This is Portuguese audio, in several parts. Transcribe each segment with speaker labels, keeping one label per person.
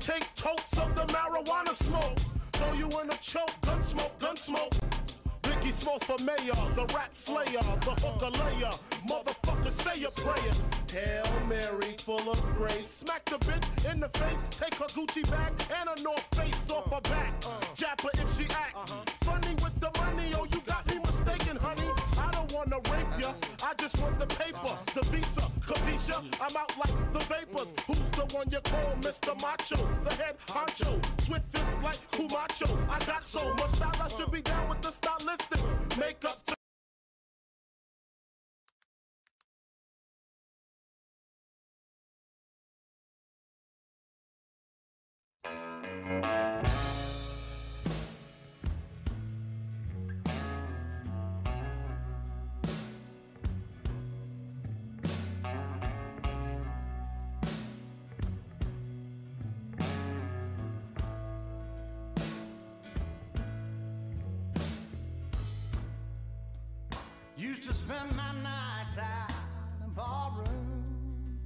Speaker 1: Take totes of the marijuana smoke. Throw you in a choke, gun smoke, gun smoke. Biggie smokes for mayor, the rap slayer, the hooker layer. Motherfucker, say your prayers. Hail Mary, full of grace. Smack the bitch in the face, take her Gucci bag and her North Face off her back. Jab her if she act funny with the money. Oh, you got me mistaken, honey. I don't wanna rape ya. I just want the paper, the visa, capisha. I'm out like the vapors. Who's the one you call Mr. Macho? The head honcho. Swift is like Kumacho. I got so much style, I should be down with the stylistics. Makeup.
Speaker 2: Used to spend my nights out in the barroom.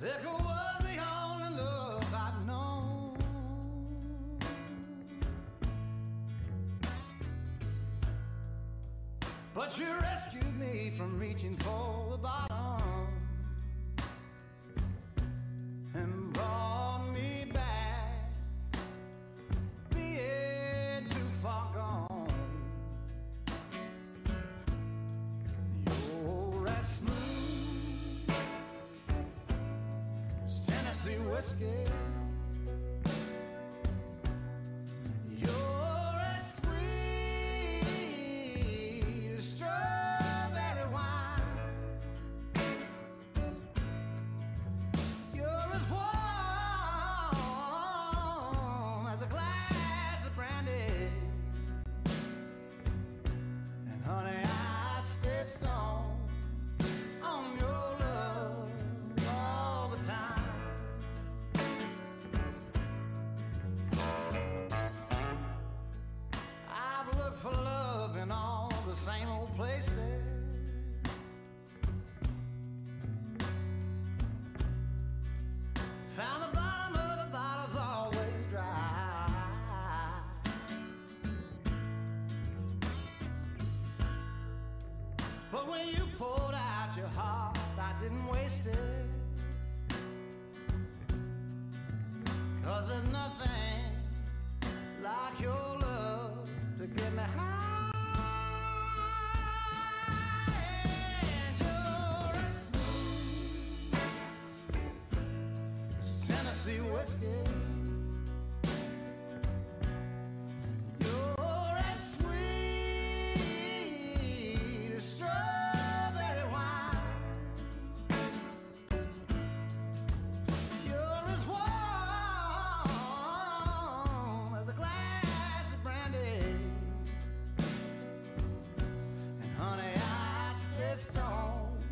Speaker 2: Liquor was the only love I'd known. But you rescued me from reaching for the bottom and brought me back being too far gone. You're as smooth as Tennessee whiskey. You're as sweet as strawberry wine. You're as warm as a glass of brandy. And honey, I stay stoned on your love all the time. I've looked for love in all the same old places. Found the bottom of the bottle's always dry. But when you pulled out your heart, I didn't waste it. Cause there's nothing like your love to get me high. And you're as smooth it's Tennessee whiskey. You're as sweet as strawberry wine. You're as warm as a glass of brandy. And honey, I stay stoned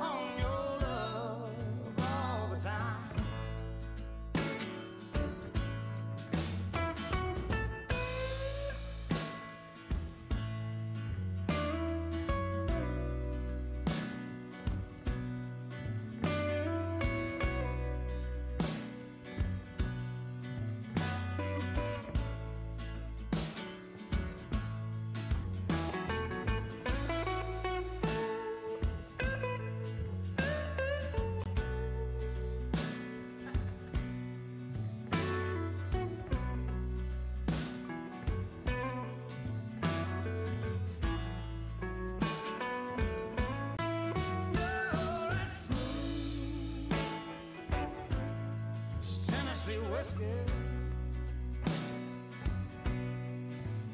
Speaker 2: on your love all the time. You're as smooth as Tennessee whiskey.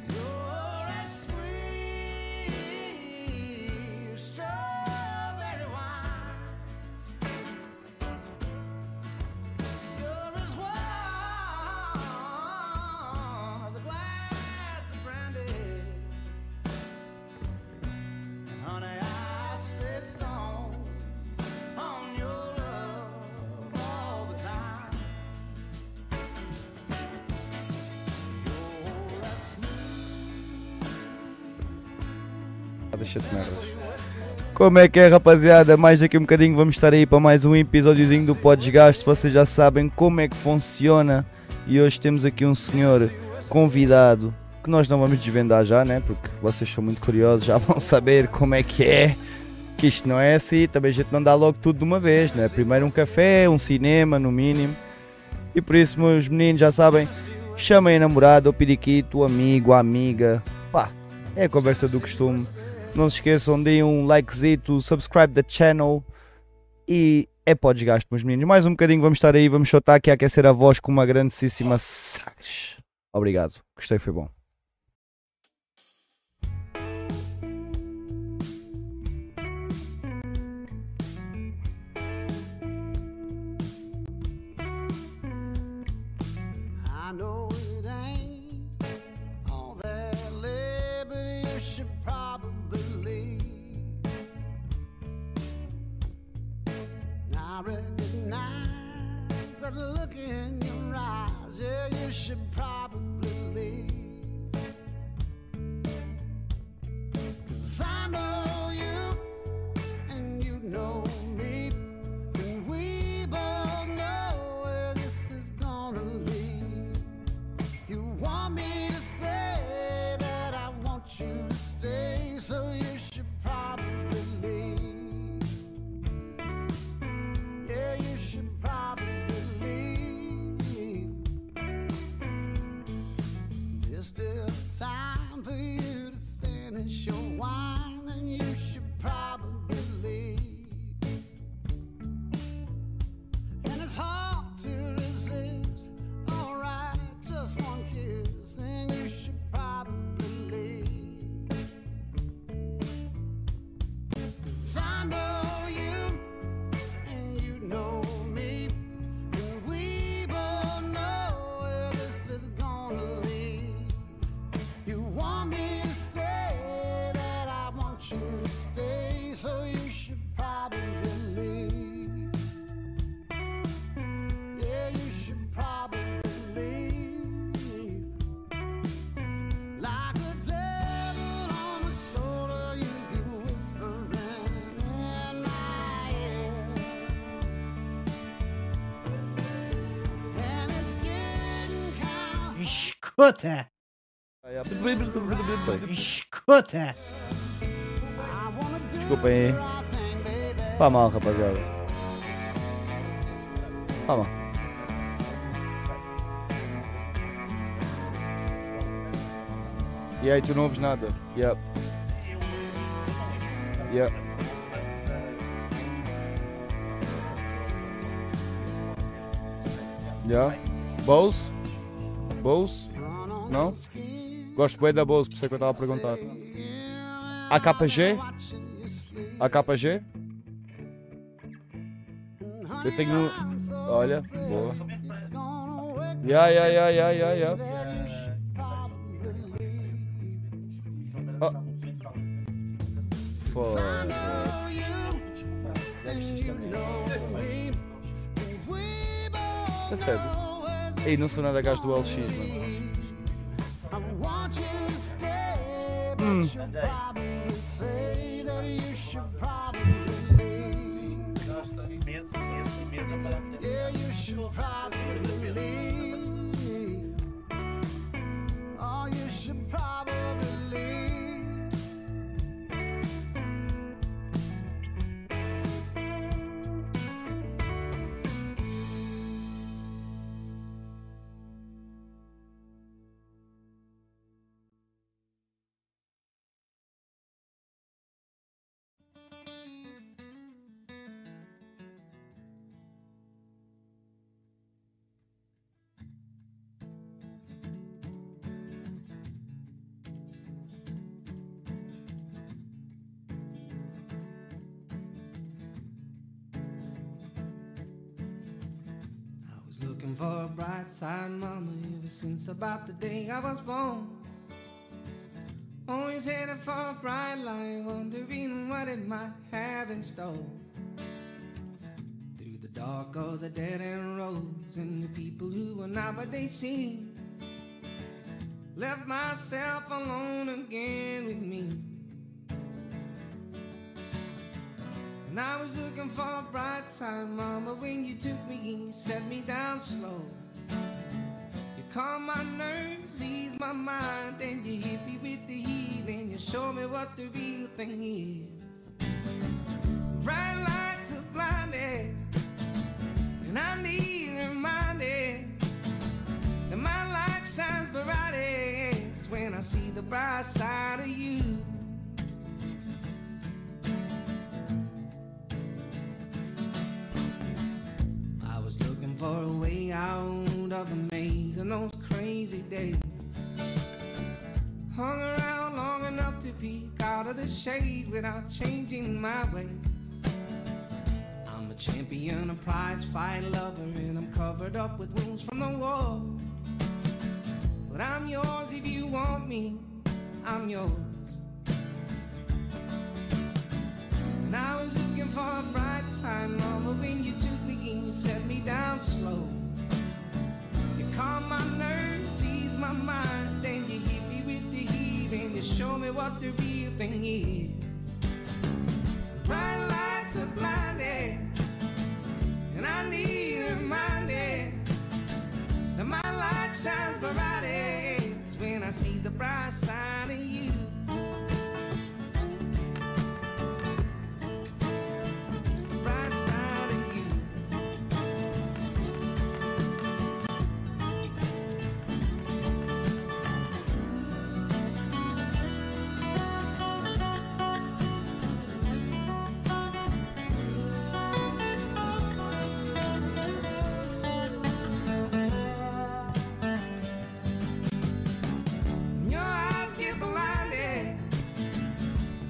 Speaker 2: You're as sweet as strawberry wine. You're as warm as a glass of brandy. Honey, I stay stoned on your love all the time. You're that smooth
Speaker 3: Ah, Hadi shit merhabalar. Como é que é, rapaziada? Mais daqui um bocadinho vamos estar aí para mais um episódiozinho do Podesgasto. Vocês já sabem como é que funciona. E hoje temos aqui um senhor convidado que nós não vamos desvendar já, né? Porque vocês são muito curiosos, já vão saber como é que é. Que isto não é assim, também a gente não dá logo tudo de uma vez, né? Primeiro um café, um cinema, no mínimo. E por isso, meus meninos, já sabem, chamem a namorada, o periquito, o amigo, a amiga. Pá, é a conversa do costume. Não se esqueçam, deem um likezito, subscribe the channel e é para o desgaste, meus meninos. Mais um bocadinho vamos estar aí, vamos só estar aqui a aquecer a voz com uma grandíssima Sagres. Obrigado, gostei, foi bom.
Speaker 2: I know it ain't all that liberty you should probably leave. Now I recognize that look in your eyes, yeah, you should probably leave. 'Cause I know you, and you know me, and we both know where this is gonna lead. You want me to say that I want you to stay, so you should probably leave. Yeah, you should probably leave. There's still time for you to finish your wine, and you should probably leave. And it's hard to resist. Alright, just one kiss, and you should probably leave. 'Cause I know you, and you know me, and we both know where this is gonna lead. You want me to say that I want you to stay, so you should probably leave. Yeah, you should probably leave. Like a devil on the shoulder, you keep whispering in my ear. And it's getting kind of. Escuta! Escuta! I wanna do
Speaker 3: Desculpem aí.
Speaker 2: right thing, baby.
Speaker 3: Pá mal, rapaziada. Pá mal. E aí, tu não ouves nada? Yep. Yep. Yeah. Bose? Bose? Não? Gosto bem da Bose, por isso é que eu estava a perguntar. AKG? AKG? Eu tenho. Olha, boa. Ya, ya, ya, ya, ya, ya. Foda-se. É sério. Ei, não sou nada gajo do LX, mano.
Speaker 2: Oh,
Speaker 4: I was looking for a bright side mama ever since about the day I was born. Always headed for a bright light, wondering what it might have in store. Through the dark of the dead end roads and the people who were not what they seemed. Left myself alone again with me. And I was looking for a bright side, Mama, when you took me and you set me down slow. You calm my nerves, ease my mind, and you hit me with the heat, and you show me what the real thing is. Bright lights are blinded, and I need reminded that my light shines brightest when I see the bright side of you. I was looking for a way out of the maze in those crazy days. Hung around long enough to peek out of the shade without changing my ways. I'm a champion, a prize fight lover, and I'm covered up with wounds from the war. But I'm yours if you want me, I'm yours. And I was looking for a bright sign, Mama, when you took me and you set me down slow. You calm my nerves, ease my mind, then you hit me with the heat, and you show me what the real thing is. Bright lights are blinded, and I need reminded that my light shines brightest when I see the bright side of you. Bright side of you. And Your eyes get blinded,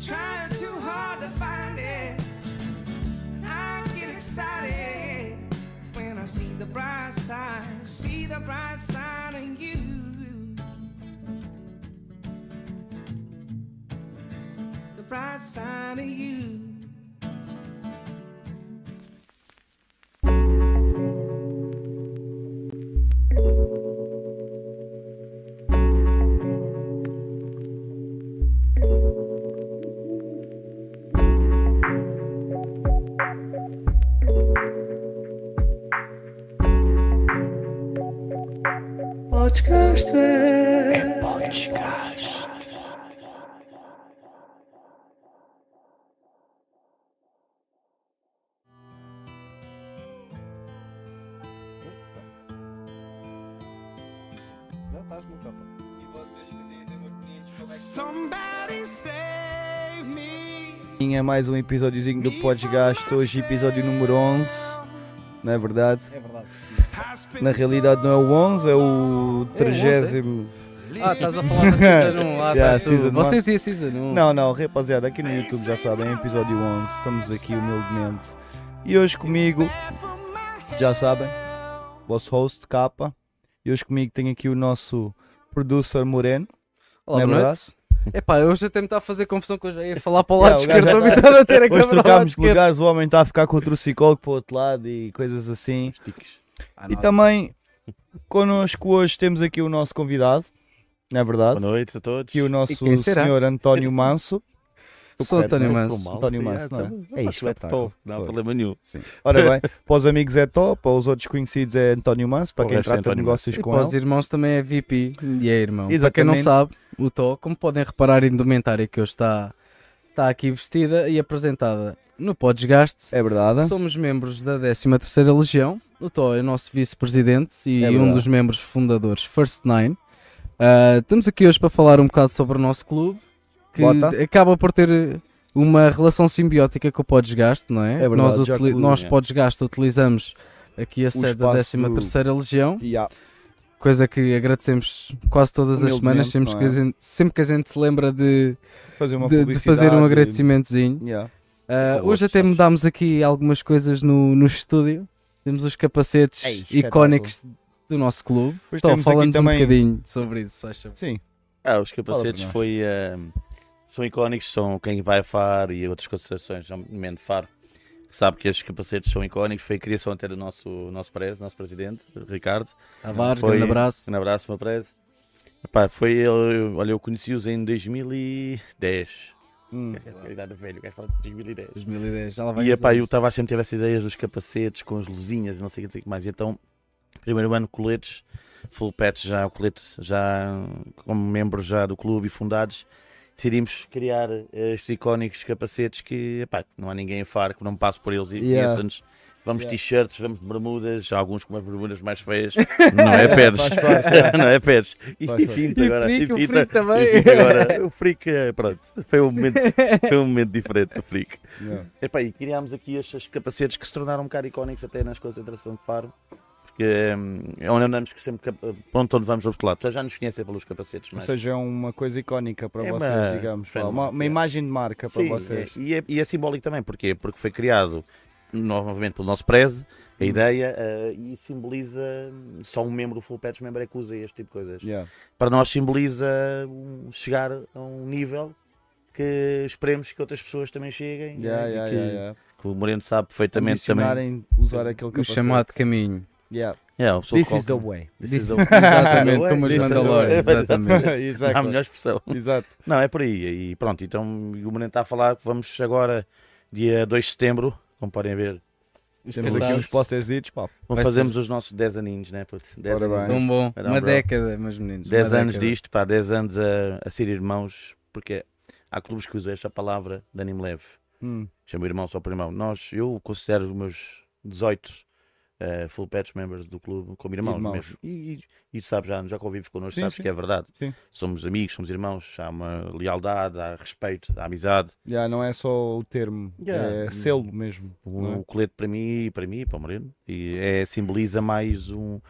Speaker 4: trying too hard to find it. I get excited when I see the bright side, see the bright side in you. The bright side in you.
Speaker 5: Podcast.
Speaker 6: Não, estás no topo. E vocês me dizem, meus meninos, como é que
Speaker 4: Somebody save me.
Speaker 3: É mais um episódiozinho do Podgasto, hoje episódio número 11, não é verdade?
Speaker 6: é verdade.
Speaker 3: Na realidade não é o 11, é o 30
Speaker 7: Ah, estás a falar da Season 1. Ah,
Speaker 3: Yeah,
Speaker 7: estás tu.
Speaker 3: season one.
Speaker 7: Vocês e a Season 1.
Speaker 3: Não, não, rapaziada, aqui no YouTube já sabem, é episódio 11, estamos aqui humildemente. E hoje comigo, já sabem, vosso host, Capa. E hoje comigo tenho aqui o nosso producer Moreno.
Speaker 7: Olá,
Speaker 3: não é
Speaker 7: boa
Speaker 3: verdade?
Speaker 7: noite. Epá, hoje até me está a fazer confusão que eu já ia falar para o
Speaker 3: Yeah,
Speaker 7: lado
Speaker 3: o gajo
Speaker 7: esquerdo,
Speaker 3: já
Speaker 7: estou
Speaker 3: tá-
Speaker 7: habituado a ter a
Speaker 3: Hoje
Speaker 7: câmera ao lado
Speaker 3: trocámos de
Speaker 7: esquerdo.
Speaker 3: lugares, o homem está a ficar com outro psicólogo para o outro lado e coisas assim. E também connosco hoje temos aqui o nosso convidado, não é verdade?
Speaker 8: Boa noite a todos.
Speaker 3: Aqui o nosso
Speaker 7: quem será?
Speaker 3: senhor
Speaker 8: É,
Speaker 3: António Manso.
Speaker 7: Sou António Manso.
Speaker 3: António Manso,
Speaker 8: tá
Speaker 3: não é? É isso, é top.
Speaker 8: Não há
Speaker 3: Pois.
Speaker 8: problema nenhum.
Speaker 3: Ora bem, para os amigos é top, para os outros conhecidos é António Manso, para
Speaker 8: O
Speaker 3: quem
Speaker 8: resto é
Speaker 3: trata de
Speaker 8: António
Speaker 3: negócios
Speaker 7: E
Speaker 3: com
Speaker 7: para os
Speaker 3: ele.
Speaker 7: irmãos também é VP e é irmão. Para quem não
Speaker 3: Exatamente.
Speaker 7: sabe, o Tó, como podem reparar, a indumentária que hoje está, está aqui vestida e apresentada no Podesgaste.
Speaker 3: É verdade.
Speaker 7: Somos membros da 13ª Legião. O Tó é o nosso vice-presidente e
Speaker 3: É
Speaker 7: um
Speaker 3: verdade.
Speaker 7: dos membros fundadores First Nine. Ah, estamos aqui hoje para falar um bocado sobre o nosso clube, que
Speaker 3: Bota.
Speaker 7: acaba por ter eh, uma relação simbiótica com o Podesgaste, não é?
Speaker 3: verdade,
Speaker 7: nós,
Speaker 3: já
Speaker 7: utili-
Speaker 3: que-
Speaker 7: nós
Speaker 8: é.
Speaker 7: Podesgaste, utilizamos aqui a sede da
Speaker 3: espaço do-
Speaker 7: 13ª Legião
Speaker 3: Yeah.
Speaker 7: coisa que agradecemos quase todas as
Speaker 3: Humildemente,
Speaker 7: semanas, sempre
Speaker 3: não
Speaker 7: que, a
Speaker 3: é?
Speaker 7: gente, sempre que a gente se lembra de,
Speaker 3: Fazer uma
Speaker 7: de- de
Speaker 3: publicidade.
Speaker 7: fazer um agradecimentozinho.
Speaker 3: Yeah.
Speaker 7: Ah,
Speaker 8: Eu
Speaker 7: hoje
Speaker 8: gosto,
Speaker 7: até
Speaker 8: sabes?
Speaker 7: mudámos aqui algumas coisas no, no estúdio. Temos os capacetes
Speaker 3: Ei, espetáculo.
Speaker 7: icónicos do nosso clube.
Speaker 3: Depois
Speaker 7: Então,
Speaker 3: temos aqui
Speaker 7: falamos
Speaker 3: também-
Speaker 7: um bocadinho sobre isso, faz favor.
Speaker 3: Sim,
Speaker 8: Ah, os capacetes
Speaker 3: Fala,
Speaker 8: foi, ehm, são icónicos, são quem vai a FAR e outras concessões, nomeadamente FAR, sabe que estes capacetes são icónicos. Foi a criação até do nosso, nosso, pres, nosso presidente, Ricardo.
Speaker 7: Tavares,
Speaker 8: Foi-
Speaker 7: grande abraço.
Speaker 8: Um abraço, meu preso. Epá, foi ele. Olha, eu conheci-os em 2010.
Speaker 3: Hum.
Speaker 8: é A idade velho, o gajo fala de 2010.
Speaker 7: 2010, já lá vai.
Speaker 8: E
Speaker 7: uns
Speaker 8: epá, eu
Speaker 7: anos.
Speaker 8: estava a sempre tive essas ideias dos capacetes com as luzinhas e não sei o que, não sei o que mais. E então, primeiro ano, coletes, full patch já, o colete já hum, como membros já do clube e fundados, decidimos criar eh, estes icónicos capacetes que epá, não há ninguém em Faro que não passe por eles e
Speaker 3: Yeah.
Speaker 8: conheça-nos. Vamos
Speaker 3: Yeah.
Speaker 8: t-shirts, vamos bermudas, alguns com umas bermudas mais feias. Não é pedres. não é pedres. E
Speaker 3: Faz parte.
Speaker 8: pinta
Speaker 7: E
Speaker 8: agora.
Speaker 7: Freak, o
Speaker 8: pinta-
Speaker 7: Freak também.
Speaker 8: e pinta agora. O freak, eh, pronto, foi um momento, foi um momento diferente do freak.
Speaker 3: Yeah.
Speaker 8: Epá, e criámos aqui estes capacetes que se tornaram um bocado icónicos até nas concentrações de Faro. Porque hum, é onde andamos que sempre cap- ponto onde vamos vamos lá. Tu já nos conhecem pelos capacetes,
Speaker 3: Ou
Speaker 8: mas
Speaker 3: seja, é uma coisa icónica para
Speaker 8: É
Speaker 3: vocês,
Speaker 8: uma-
Speaker 3: digamos.
Speaker 8: Foi
Speaker 3: vá,
Speaker 8: uma-
Speaker 3: Uma, uma
Speaker 8: é.
Speaker 3: imagem de marca
Speaker 8: Sim,
Speaker 3: para vocês.
Speaker 8: é- e, é, e é simbólico também, porquê? Porque foi criado novamente pelo nosso preze,
Speaker 3: Hum.
Speaker 8: a ideia, eh, e simboliza hum, só um membro do Full Patch membro é que usa este tipo de coisas.
Speaker 3: Yeah.
Speaker 8: Para nós simboliza um- chegar a um nível que esperemos que outras pessoas também cheguem.
Speaker 3: Yeah,
Speaker 8: eh, e
Speaker 3: yeah,
Speaker 8: que,
Speaker 3: yeah, yeah.
Speaker 8: que o Moreno sabe perfeitamente também.
Speaker 3: Ambicionarem usar aquele
Speaker 7: O
Speaker 3: capacete.
Speaker 7: chamado caminho.
Speaker 3: Yeah.
Speaker 8: Yeah, o pessoal
Speaker 3: This is
Speaker 8: coloca-
Speaker 3: the way.
Speaker 8: This is the way.
Speaker 7: Exatamente, como os
Speaker 8: This is the way.
Speaker 7: Mandalorians. Exatamente.
Speaker 8: Não há a
Speaker 3: Exato.
Speaker 8: melhor expressão.
Speaker 3: Exato.
Speaker 8: Não, é por aí. E pronto, então e o Moreno está a falar que vamos agora, dia 2 de setembro, como podem ver, é
Speaker 3: Temos aqui
Speaker 7: cartazes.
Speaker 3: uns posterzitos, pá.
Speaker 8: vamos
Speaker 7: Vai
Speaker 8: fazermos os nossos 10 aninhos, né? puto? 10
Speaker 3: Ora
Speaker 8: aninhos.
Speaker 3: bem.
Speaker 7: Um bom.
Speaker 8: Era um
Speaker 7: Uma
Speaker 8: bro.
Speaker 7: década, meus meninos.
Speaker 8: 10
Speaker 7: uma
Speaker 8: anos
Speaker 7: década.
Speaker 8: disto, pá, 10 anos a, a ser irmãos, porque há clubes que usam esta palavra de anime leve.
Speaker 3: Hum.
Speaker 8: Chamo irmão só por irmão. Nós, eu considero os meus 18 eh, full patch members do clube como irmãos,
Speaker 3: Irmãos.
Speaker 8: mesmo. E, e- e tu sabes, já, já convives connosco,
Speaker 3: Sim,
Speaker 8: sabes
Speaker 3: sim.
Speaker 8: que é verdade.
Speaker 3: Sim.
Speaker 8: Somos amigos, somos irmãos, há uma lealdade, há respeito, há amizade.
Speaker 3: Já não é só o termo,
Speaker 8: Yeah.
Speaker 3: é selo mesmo.
Speaker 8: O,
Speaker 3: não é?
Speaker 8: o Um colete para mim, e para mim, e para o Moreno, e é, simboliza mais um-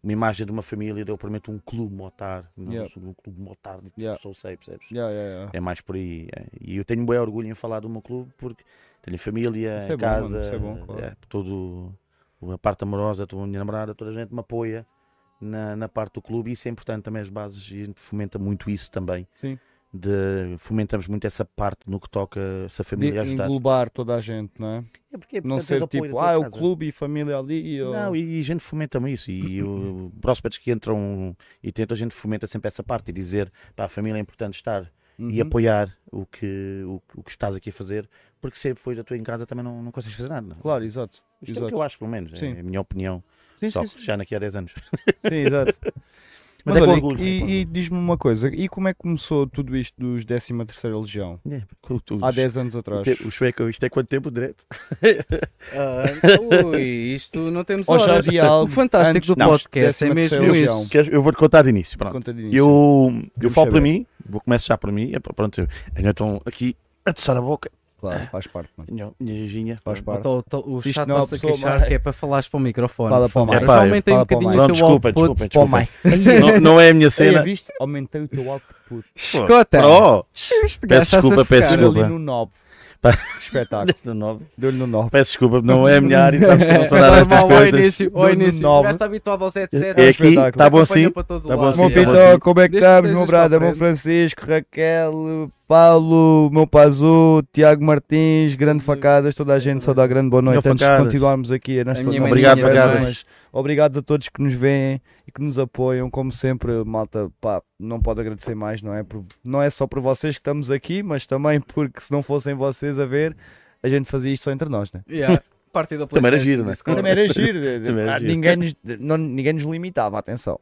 Speaker 8: uma imagem de uma família, de eu prometo um clube motar, não
Speaker 3: Yeah.
Speaker 8: sou de um clube motar de
Speaker 3: Yeah.
Speaker 8: só sei, percebes?
Speaker 3: Já, já, já.
Speaker 8: É mais por aí. é. E eu tenho bem orgulho em falar do meu clube porque tenho família,
Speaker 3: Isso é bom,
Speaker 8: casa,
Speaker 3: mano, isso é bom, claro.
Speaker 8: é, todo, a parte amorosa, toda a minha namorada, toda a gente me apoia na, na parte do clube e isso é importante também as bases e a gente fomenta muito isso também.
Speaker 3: Sim.
Speaker 8: De, fomentamos muito essa parte no que toca essa
Speaker 3: De
Speaker 8: família ajudar.
Speaker 3: englobar toda a gente, não é?
Speaker 8: É porque é
Speaker 3: não
Speaker 8: importante teres
Speaker 3: ser
Speaker 8: apoio da
Speaker 3: tipo,
Speaker 8: tua
Speaker 3: ah, o
Speaker 8: casa.
Speaker 3: clube e família ali. ou-
Speaker 8: Não, e, e a gente fomenta isso. E o prospects que entram e tentam, a gente fomenta sempre essa parte e dizer para a família é importante estar e
Speaker 3: Uhum.
Speaker 8: apoiar o que, o, que- o que estás aqui a fazer, porque se depois da tua em casa também não, não consegues fazer nada. não é?
Speaker 3: Claro, exato.
Speaker 8: Isto é o
Speaker 3: exato.
Speaker 8: que eu acho, pelo menos.
Speaker 3: Sim.
Speaker 8: É a minha opinião.
Speaker 3: Sim,
Speaker 8: Só
Speaker 3: sim,
Speaker 8: que
Speaker 3: sim,
Speaker 8: já daqui a 10 anos.
Speaker 3: sim, exato.
Speaker 8: Mas
Speaker 3: Mas,
Speaker 8: é com
Speaker 3: olha,
Speaker 8: orgulho, é com
Speaker 3: e, e diz-me uma coisa, e como é que começou tudo isto dos 13ª Legião?
Speaker 8: É, porque o- tu-
Speaker 3: Há 10 anos atrás.
Speaker 8: te- o sueco, isto é quanto tempo direto?
Speaker 7: Ah, ui, isto não temos
Speaker 3: Ou já
Speaker 7: horas.
Speaker 3: havia algo
Speaker 7: O fantástico
Speaker 3: antes
Speaker 7: do
Speaker 3: disto?
Speaker 7: podcast
Speaker 3: Décima
Speaker 7: é mesmo
Speaker 3: terceira
Speaker 7: isso.
Speaker 3: legião.
Speaker 8: Queres- Eu vou-te contar de início. Pronto.
Speaker 3: Conta de início.
Speaker 8: Eu, eu
Speaker 3: Vamos
Speaker 8: falo para
Speaker 3: saber.
Speaker 8: mim, vou começo já para mim. Epá, Pronto, eu ainda estou aqui a tossar a boca.
Speaker 3: Claro, faz parte, mano.
Speaker 8: Minha, minha ginha.
Speaker 3: Faz parte.
Speaker 7: Então, então, o
Speaker 3: Se isto
Speaker 7: chat
Speaker 3: não é
Speaker 7: está-se a
Speaker 3: pessoa,
Speaker 7: queixar
Speaker 3: mas-
Speaker 7: que é para falares para o microfone.
Speaker 3: Fala para
Speaker 7: por
Speaker 3: o
Speaker 7: favor.
Speaker 3: mic.
Speaker 7: Já
Speaker 8: Epá,
Speaker 7: aumentei um
Speaker 3: fala para o
Speaker 7: bocadinho
Speaker 3: mic.
Speaker 7: o
Speaker 8: Pronto,
Speaker 7: teu
Speaker 8: desculpa,
Speaker 7: output.
Speaker 8: desculpa,
Speaker 3: Pô,
Speaker 8: desculpa. Não, não é a minha
Speaker 3: Aí,
Speaker 8: cena.
Speaker 3: viste? Aumentei o teu output.
Speaker 7: Escuta,
Speaker 8: Pro!
Speaker 7: este gajo
Speaker 8: Peço
Speaker 7: está-se a
Speaker 8: desculpa, peço
Speaker 7: ficar.
Speaker 3: Deu ali
Speaker 8: desculpa.
Speaker 3: no 9.
Speaker 8: é Pá.
Speaker 3: Espetáculo. Deu-lhe no 9.
Speaker 8: Peço desculpa, não é a minha área, sabes que eu não sou nada destas
Speaker 3: um
Speaker 7: Normal, ao
Speaker 8: coisas.
Speaker 7: início, ao
Speaker 3: Deu-lhe
Speaker 7: início. O
Speaker 3: nove.
Speaker 7: gajo está habituado ao 7-7.
Speaker 8: É
Speaker 7: acho
Speaker 8: aqui, está bom assim?
Speaker 7: Para todo
Speaker 8: Tá bom
Speaker 7: lado,
Speaker 8: assim,
Speaker 3: Meu
Speaker 7: yeah.
Speaker 8: tá bom
Speaker 3: Pitó, como é que
Speaker 7: Desde que
Speaker 3: estamos, meu
Speaker 7: estejas à
Speaker 3: brother? Meu
Speaker 7: frente.
Speaker 3: Francisco, Raquel, Paulo, meu Pazu, Tiago Martins, grande facadas, toda a gente só dá grande boa noite
Speaker 8: Grande
Speaker 3: antes de
Speaker 8: Facadas.
Speaker 3: continuarmos aqui. Nesta
Speaker 7: minha
Speaker 3: nossa
Speaker 8: Obrigado,
Speaker 3: conversa,
Speaker 8: Facadas.
Speaker 3: mas Obrigado a todos que nos veem e que nos apoiam, como sempre, malta, pá, não pode agradecer mais, não é? Por- não é só por vocês que estamos aqui, mas também porque se não fossem vocês a ver, a gente fazia isto só entre nós, né?
Speaker 7: Yeah. Partida
Speaker 8: Também era giro, né?
Speaker 7: PlayStation,
Speaker 3: Também era giro, de- de-
Speaker 8: Também era
Speaker 3: ah,
Speaker 8: giro.
Speaker 3: ninguém, nos, não- ninguém nos limitava, atenção.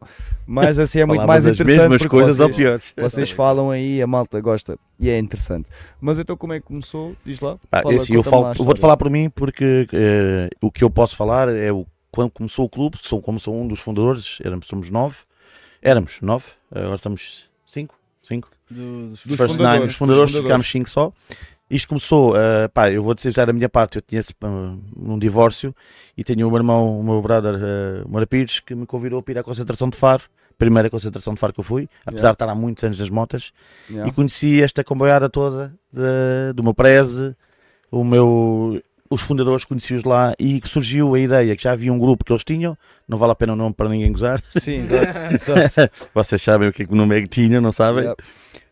Speaker 3: Mas assim é muito
Speaker 8: Falava
Speaker 3: mais
Speaker 8: das
Speaker 3: interessante.
Speaker 8: mesmas
Speaker 3: porque
Speaker 8: coisas
Speaker 3: vocês,
Speaker 8: ou piores.
Speaker 3: vocês falam aí, a malta gosta e é interessante. Mas então como é que começou? Diz lá.
Speaker 8: Pá,
Speaker 3: Fala,
Speaker 8: é assim, eu,
Speaker 3: conta-me
Speaker 8: falo-
Speaker 3: lá a
Speaker 8: eu vou-te
Speaker 3: história.
Speaker 8: falar por mim porque eh, o que eu posso falar é o, quando começou o clube, sou, como sou um dos fundadores, éramos, somos nove, éramos nove, agora estamos cinco, cinco.
Speaker 7: do- dos
Speaker 8: First
Speaker 7: fundadores.
Speaker 8: Nine, os fundadores, ficámos 5 só. Isto começou, eh, pá, eu vou dizer já da minha parte, eu tinha esse, eh, um divórcio e tenho o meu irmão, o meu brother eh, o Moura Pires, que me convidou para ir à concentração de Faro, primeira concentração de Faro que eu fui, apesar de estar há muitos anos nas motas,
Speaker 3: Yeah.
Speaker 8: e conheci esta comboiada toda de- do meu preze, o meu, os fundadores conheci-os lá e que surgiu a ideia que já havia um grupo que eles tinham, Não vale a pena o nome para ninguém gozar.
Speaker 3: Sim, exato. exato.
Speaker 8: Vocês sabem o que, é que o nome é que tinha, não sabem?
Speaker 3: Yep.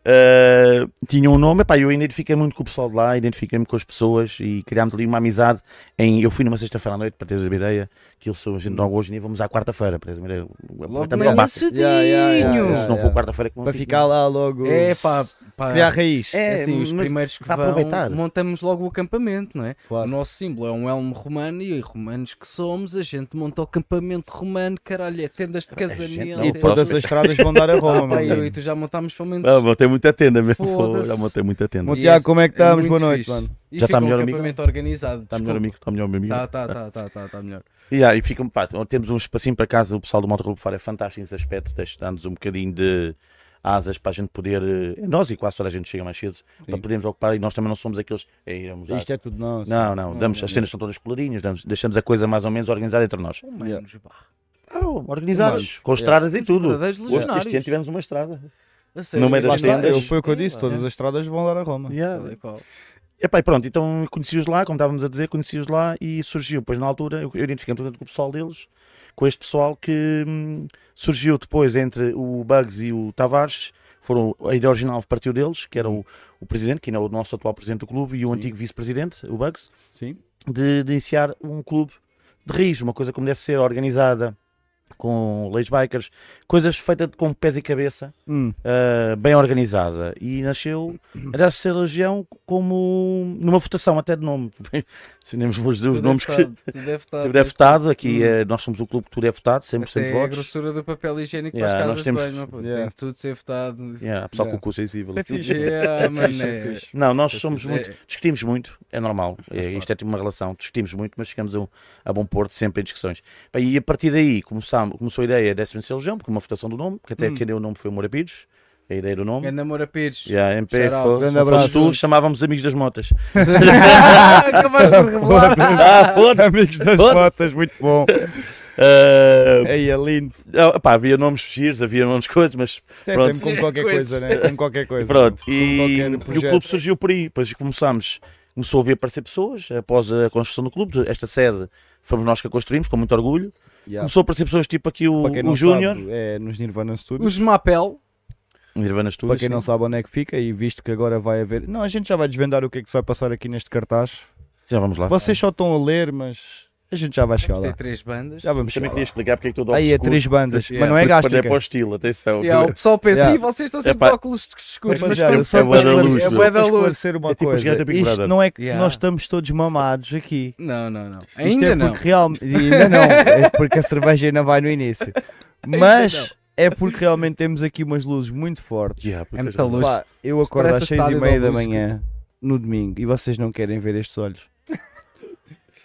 Speaker 8: Uh, tinha um nome, epá, eu identifiquei muito com o pessoal de lá, identifiquei-me com as pessoas e criámos ali uma amizade. Em, eu fui numa sexta-feira à noite, para teres uma ideia, que eles são, a
Speaker 3: Hum.
Speaker 8: gente logo hoje nem vamos à quarta-feira, para teres uma ideia. é Estamos ao
Speaker 7: manhã
Speaker 8: máximo.
Speaker 3: Yeah, yeah, yeah,
Speaker 7: Cedinho.
Speaker 3: yeah,
Speaker 8: Ah, Se não for
Speaker 3: yeah.
Speaker 8: quarta-feira, que não
Speaker 3: Para
Speaker 8: fico.
Speaker 3: ficar lá logo.
Speaker 7: É pá, pá.
Speaker 3: Criar raiz.
Speaker 7: É
Speaker 8: É,
Speaker 7: assim, os
Speaker 8: mas
Speaker 7: primeiros que
Speaker 8: dá para
Speaker 7: vão,
Speaker 8: aproveitar.
Speaker 7: montamos logo o acampamento, não é?
Speaker 3: Claro.
Speaker 7: O nosso símbolo é um elmo romano e romanos que somos, a gente monta o acampamento romano, caralho, é tendas de casamento.
Speaker 8: não,
Speaker 7: é-
Speaker 3: E todas
Speaker 8: próximo.
Speaker 3: as estradas vão dar a Roma,
Speaker 7: Pá,
Speaker 3: meu
Speaker 7: eu e
Speaker 3: amigo.
Speaker 7: tu já montámos pelo menos.
Speaker 8: Ah, montei muita tenda mesmo.
Speaker 7: Foda-se.
Speaker 8: Já montei muita tenda.
Speaker 3: Bom,
Speaker 7: E
Speaker 3: Tiago,
Speaker 7: esse
Speaker 3: como é que
Speaker 7: é
Speaker 3: estamos?
Speaker 7: muito
Speaker 3: Boa noite,
Speaker 7: fixe.
Speaker 3: mano.
Speaker 7: E
Speaker 8: Já
Speaker 7: fica
Speaker 8: está
Speaker 7: um
Speaker 8: melhor, amigo?
Speaker 7: acampamento organizado.
Speaker 8: Está melhor amigo, está melhor meu amigo.
Speaker 7: Tá, tá, tá, tá, tá, tá melhor.
Speaker 8: Yeah, e fica, pá, temos um espacinho para casa, o pessoal do Motoclube Faro é fantástico nesse aspecto, deixa- dá-nos um bocadinho de asas para a gente poder, eh, nós e quase toda a gente chega mais cedo, para podermos ocupar, e nós também não somos aqueles, "Ei, iremos dar-"
Speaker 3: Isto é tudo nosso.
Speaker 8: Não, não, damos, as cenas são todas colorinhas, damos- deixamos a coisa mais ou menos organizada entre nós.
Speaker 7: Humanos, pá.
Speaker 8: Ah, organizados,
Speaker 7: Humanos,
Speaker 8: com
Speaker 7: yeah.
Speaker 8: estradas e tudo.
Speaker 7: verdadeiros
Speaker 8: Hoje,
Speaker 7: legionários.
Speaker 8: este ano tivemos uma estrada.
Speaker 7: A sério,
Speaker 8: No meio das
Speaker 7: lá
Speaker 3: Lá
Speaker 7: está,
Speaker 3: está,
Speaker 8: tendas.
Speaker 3: eu- foi o que eu disse, todas
Speaker 7: é.
Speaker 3: as estradas vão dar a Roma.
Speaker 7: Tal e qual.
Speaker 8: Epá, e pronto, então conheci-os lá, como estávamos a dizer, conheci-os lá e surgiu, pois na altura, eu, eu identifiquei-me tanto com o pessoal deles, com este pessoal que hum, surgiu depois entre o Bugs e o Tavares, foram, a ideia original partiu deles, que era o, o presidente, que ainda é o nosso atual presidente do clube, e o antigo vice-presidente, o Bugs,
Speaker 3: Sim.
Speaker 8: de, de iniciar um clube de raiz, uma coisa como deve ser organizada, com leis bikers, coisas feitas com pés e cabeça,
Speaker 3: Hum.
Speaker 8: uh, bem organizada e nasceu a dessa religião como numa votação até de nome. Se nem vos vou dizer os
Speaker 7: Tu
Speaker 8: nomes
Speaker 7: deve
Speaker 8: que
Speaker 7: estar- tu deve estar-
Speaker 8: tu deve votado, aqui eh, nós somos o clube que tu deve votado, 100%
Speaker 7: é Até é a
Speaker 8: votos.
Speaker 7: grossura do papel higiênico
Speaker 8: Yeah,
Speaker 7: para as
Speaker 8: nós
Speaker 7: casas
Speaker 8: temos-
Speaker 7: de banho, meu puto.
Speaker 3: Yeah.
Speaker 7: tem que tudo ser votado.
Speaker 8: Yeah, pessoal
Speaker 3: Yeah.
Speaker 8: com o cu sensível.
Speaker 3: Isso é fixe.
Speaker 7: Yeah, mano, é-
Speaker 8: Não, nós somos
Speaker 7: É.
Speaker 8: muito, discutimos muito, é normal, é, isto é tipo uma relação, discutimos muito, mas chegamos a, um- a bom porto sempre em discussões. Pá, E a partir daí começámos- começou a ideia dessa religião, porque uma votação do nome, que até quem deu o nome foi o Morapires, a ideia do nome.
Speaker 7: Ganda Moura Pires.
Speaker 8: Yeah, MP,
Speaker 7: Shout out.
Speaker 8: foda-se,
Speaker 3: Grande
Speaker 8: se não fosse
Speaker 3: abraço.
Speaker 8: tu, chamávamos amigos das motas.
Speaker 7: Acabaste de me revelar.
Speaker 8: Ah, foda-se.
Speaker 3: Amigos das
Speaker 8: Foda-se.
Speaker 3: botas, muito bom.
Speaker 8: Ah,
Speaker 3: Aí é lindo.
Speaker 8: ah, pá, havia nomes giros, havia nomes coisas, mas
Speaker 3: Isso é
Speaker 8: Pronto.
Speaker 3: sempre como qualquer coisa, né? Como qualquer coisa.
Speaker 8: pronto.
Speaker 3: Como
Speaker 8: E,
Speaker 3: qualquer
Speaker 8: e o
Speaker 3: projeto.
Speaker 8: clube surgiu por aí. Depois começámos, começou a ver aparecer pessoas após a construção do clube. Esta sede fomos nós que a construímos, com muito orgulho.
Speaker 3: Yeah.
Speaker 8: Começou a aparecer pessoas tipo aqui o,
Speaker 3: Para quem não
Speaker 8: o Júnior,
Speaker 3: sabe, é nos Nirvana Studios.
Speaker 7: Os Mapel.
Speaker 8: Nirvana
Speaker 3: Para
Speaker 8: Studios,
Speaker 3: quem não
Speaker 8: sim.
Speaker 3: sabe onde é que fica e visto que agora vai haver. Não, a gente já vai desvendar o que é que se vai passar aqui neste cartaz.
Speaker 8: Sim, vamos lá.
Speaker 3: Vocês só estão a ler, mas a gente já vai chegar
Speaker 7: Tem
Speaker 3: lá.
Speaker 7: três bandas.
Speaker 3: Já vamos chegar.
Speaker 8: Também queria
Speaker 3: lá.
Speaker 8: explicar porque é que todo
Speaker 3: Aí é
Speaker 8: obscuro,
Speaker 3: três bandas,
Speaker 7: Yeah.
Speaker 3: mas não é
Speaker 8: porque depois
Speaker 3: gástrica.
Speaker 8: é para o estilo, atenção.
Speaker 7: Yeah, o pessoal pensa,
Speaker 3: Yeah.
Speaker 7: "Ih, vocês estão sempre
Speaker 8: Epá.
Speaker 7: com óculos escuros, mas
Speaker 3: Rapaziada,
Speaker 7: temos
Speaker 3: só
Speaker 8: é
Speaker 3: para
Speaker 8: bué da luz,
Speaker 3: esclarecer-
Speaker 8: meu.
Speaker 3: só
Speaker 7: É bué
Speaker 3: para
Speaker 7: da luz.
Speaker 3: esclarecer uma
Speaker 8: É tipo os
Speaker 3: coisa,
Speaker 8: gatos do Big
Speaker 3: isto
Speaker 8: Brother.
Speaker 3: não é que
Speaker 7: Yeah.
Speaker 3: nós estamos todos mamados aqui.
Speaker 7: Não, não, não.
Speaker 3: Isto
Speaker 7: Ainda
Speaker 3: é
Speaker 7: não.
Speaker 3: porque realmente. Ainda não, é porque a cerveja ainda vai no início. Mas é porque realmente temos aqui umas luzes muito fortes.
Speaker 8: Yeah, puta,
Speaker 7: É muita
Speaker 8: já-
Speaker 7: luz.
Speaker 3: Pá, eu acordo às
Speaker 7: parece
Speaker 3: seis e
Speaker 7: estádio
Speaker 3: meia
Speaker 7: da
Speaker 3: da
Speaker 7: luz.
Speaker 3: manhã no domingo e vocês não querem ver estes olhos.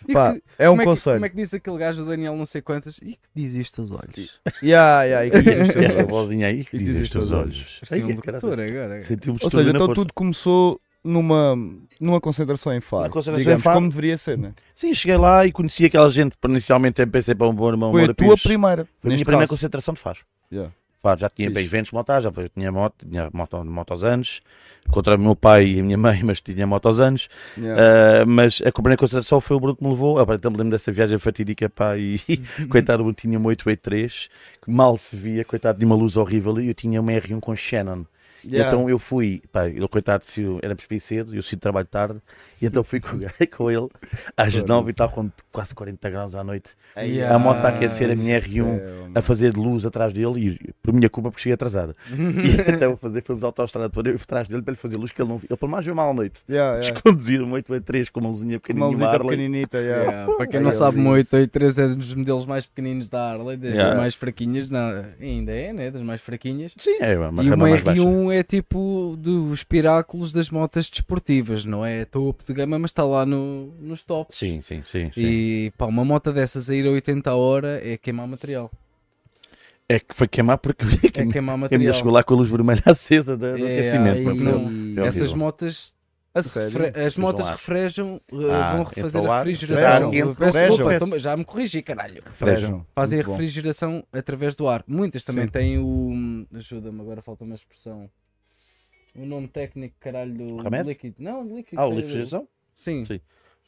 Speaker 7: E
Speaker 3: Pá,
Speaker 7: que-
Speaker 3: é um
Speaker 7: como que-
Speaker 3: conselho.
Speaker 7: Como é que diz aquele gajo do Daniel não sei quantas? E que diz isto aos olhos?
Speaker 3: Yeah, yeah, e que dizem os teus
Speaker 8: Essa
Speaker 3: olhos.
Speaker 8: vozinha aí que
Speaker 3: E
Speaker 8: diz os teus olhos.
Speaker 7: Isto é um
Speaker 8: Ai, caraca,
Speaker 7: locutor agora.
Speaker 8: senti um
Speaker 3: Ou
Speaker 8: estudo
Speaker 3: seja,
Speaker 8: na
Speaker 3: então
Speaker 8: força.
Speaker 3: tudo começou numa, numa concentração em Faro.
Speaker 8: Uma concentração
Speaker 3: digamos,
Speaker 8: em Faro.
Speaker 3: como deveria ser, né?
Speaker 8: Sim, cheguei lá e conheci aquela gente, inicialmente pensei para um bom irmão
Speaker 3: Foi a
Speaker 8: Moura
Speaker 3: tua
Speaker 8: Pires.
Speaker 3: primeira.
Speaker 8: Foi a minha
Speaker 3: neste
Speaker 8: primeira
Speaker 3: caso.
Speaker 8: concentração de Faro.
Speaker 3: Yeah.
Speaker 8: Faro, já tinha
Speaker 3: Fixe.
Speaker 8: bem eventos de motos, já tinha moto, tinha moto, moto aos anos, contra o meu pai e a minha mãe, mas tinha moto aos anos.
Speaker 3: Yeah.
Speaker 8: Ah, mas a primeira concentração foi o Bruno que me levou. Ah, pá, então me lembro dessa viagem fatídica, pá, e coitado, o Bruno tinha um uma 883, que mal se via, coitado, de uma luz horrível, e eu tinha uma R1 com Shannon. E
Speaker 3: Yeah.
Speaker 8: Então eu fui, pá, ele coitado, se eu- era para ir cedo, eu sinto trabalho tarde, e então fui com, o gajo- com ele às 9 e estava com quase 40 graus à noite.
Speaker 7: Yeah.
Speaker 8: Eh, A moto a aquecer a minha
Speaker 3: Céu,
Speaker 8: R1
Speaker 3: mano.
Speaker 8: a fazer de luz atrás dele, e por minha culpa, porque cheguei atrasada. e então fazer, fomos à autostrada toda, eu fui atrás dele para lhe fazer luz, que ele não viu. Ele por mais viu mal à noite.
Speaker 3: Yeah,
Speaker 7: É.
Speaker 8: Eles
Speaker 3: yeah.
Speaker 8: conduziram um 883 com uma luzinha pequenina
Speaker 3: Uma
Speaker 8: uma
Speaker 3: luzita
Speaker 8: Harley.
Speaker 3: pequeninita, yeah.
Speaker 7: Yeah, para É,
Speaker 8: é
Speaker 7: quem
Speaker 3: Ai,
Speaker 7: não
Speaker 3: eu
Speaker 7: sabe,
Speaker 3: vi
Speaker 7: uma 883 é dos modelos mais pequeninos da Harley, das
Speaker 8: Yeah.
Speaker 7: mais fraquinhas, não, ainda é, né? Das mais fraquinhas.
Speaker 8: Sim, é uma
Speaker 7: e
Speaker 8: rama
Speaker 7: uma
Speaker 8: mais baixa.
Speaker 7: R1 é tipo dos piráculos das motas desportivas, não é topo de gama, mas está lá no, nos tops.
Speaker 8: Sim, sim, sim. sim.
Speaker 7: E pá, uma moto dessas a ir a 80 a hora é queimar material.
Speaker 8: É que foi queimar porque
Speaker 7: É queimar
Speaker 8: a minha
Speaker 7: material.
Speaker 8: chegou lá com a luz vermelha acesa da- do
Speaker 7: É,
Speaker 8: aquecimento.
Speaker 7: aí
Speaker 8: pá, foi um
Speaker 7: não.
Speaker 8: horrível. Foi
Speaker 7: Essas
Speaker 8: é
Speaker 7: eh,
Speaker 8: horrível.
Speaker 7: motas,
Speaker 3: A sério?
Speaker 7: refre- as
Speaker 8: Sejam
Speaker 7: motas
Speaker 8: lá.
Speaker 7: refrejam, eh,
Speaker 8: Ah,
Speaker 7: vão refazer
Speaker 8: então
Speaker 7: a
Speaker 8: lá-
Speaker 7: refrigeração.
Speaker 8: Será que
Speaker 7: Peço desculpa,
Speaker 3: refrejam?
Speaker 7: então, já me corrigi, caralho.
Speaker 8: Vejam.
Speaker 7: Fazem
Speaker 3: Muito
Speaker 7: a
Speaker 3: bom.
Speaker 7: refrigeração através do ar. Muitas também têm o. hum, Ajuda-me, agora falta uma expressão. O nome técnico, caralho, do
Speaker 8: Remédio?
Speaker 7: líquido. Não, líquido.
Speaker 8: Ah, o
Speaker 7: caralho.
Speaker 8: refrigeração?
Speaker 7: Sim.
Speaker 8: Sim.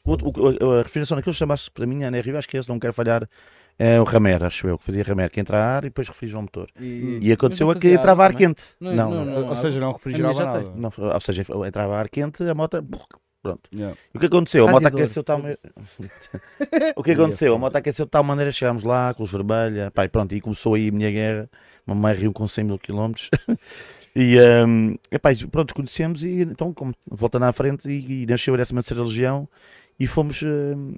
Speaker 8: O outro- o- a refrigeração daquilo chamasse para mim, a NRU, acho que esse, não quero falhar, eh, o Ramer, acho eu, que fazia Ramer, que entra ar e depois refrigerou o motor.
Speaker 7: E, é
Speaker 8: E aconteceu
Speaker 7: Mas
Speaker 8: a
Speaker 7: não
Speaker 8: que
Speaker 7: fazia
Speaker 8: entrava
Speaker 7: ar
Speaker 8: ar
Speaker 7: também?
Speaker 8: quente.
Speaker 7: Não,
Speaker 8: Não,
Speaker 7: não,
Speaker 8: não,
Speaker 7: não.
Speaker 8: não.
Speaker 3: Ou ou seja, não
Speaker 7: A
Speaker 3: refrigerava
Speaker 7: minha já
Speaker 3: nada.
Speaker 8: ou seja, entrava ar quente, a moto. Pronto.
Speaker 3: Yeah.
Speaker 8: E o que aconteceu? A
Speaker 7: Faz
Speaker 8: moto
Speaker 7: dor,
Speaker 8: aqueceu de tal maneira. o que aconteceu? A moto aqueceu de tal maneira, chegámos lá, com luz vermelha, pá, e pronto, e começou aí a minha guerra. Mamãe riu com 100 mil quilómetros. E, hum, epá, e pronto, conhecemos e então, como, voltando à frente, e, e nasceu a 13 Legião e fomos hum,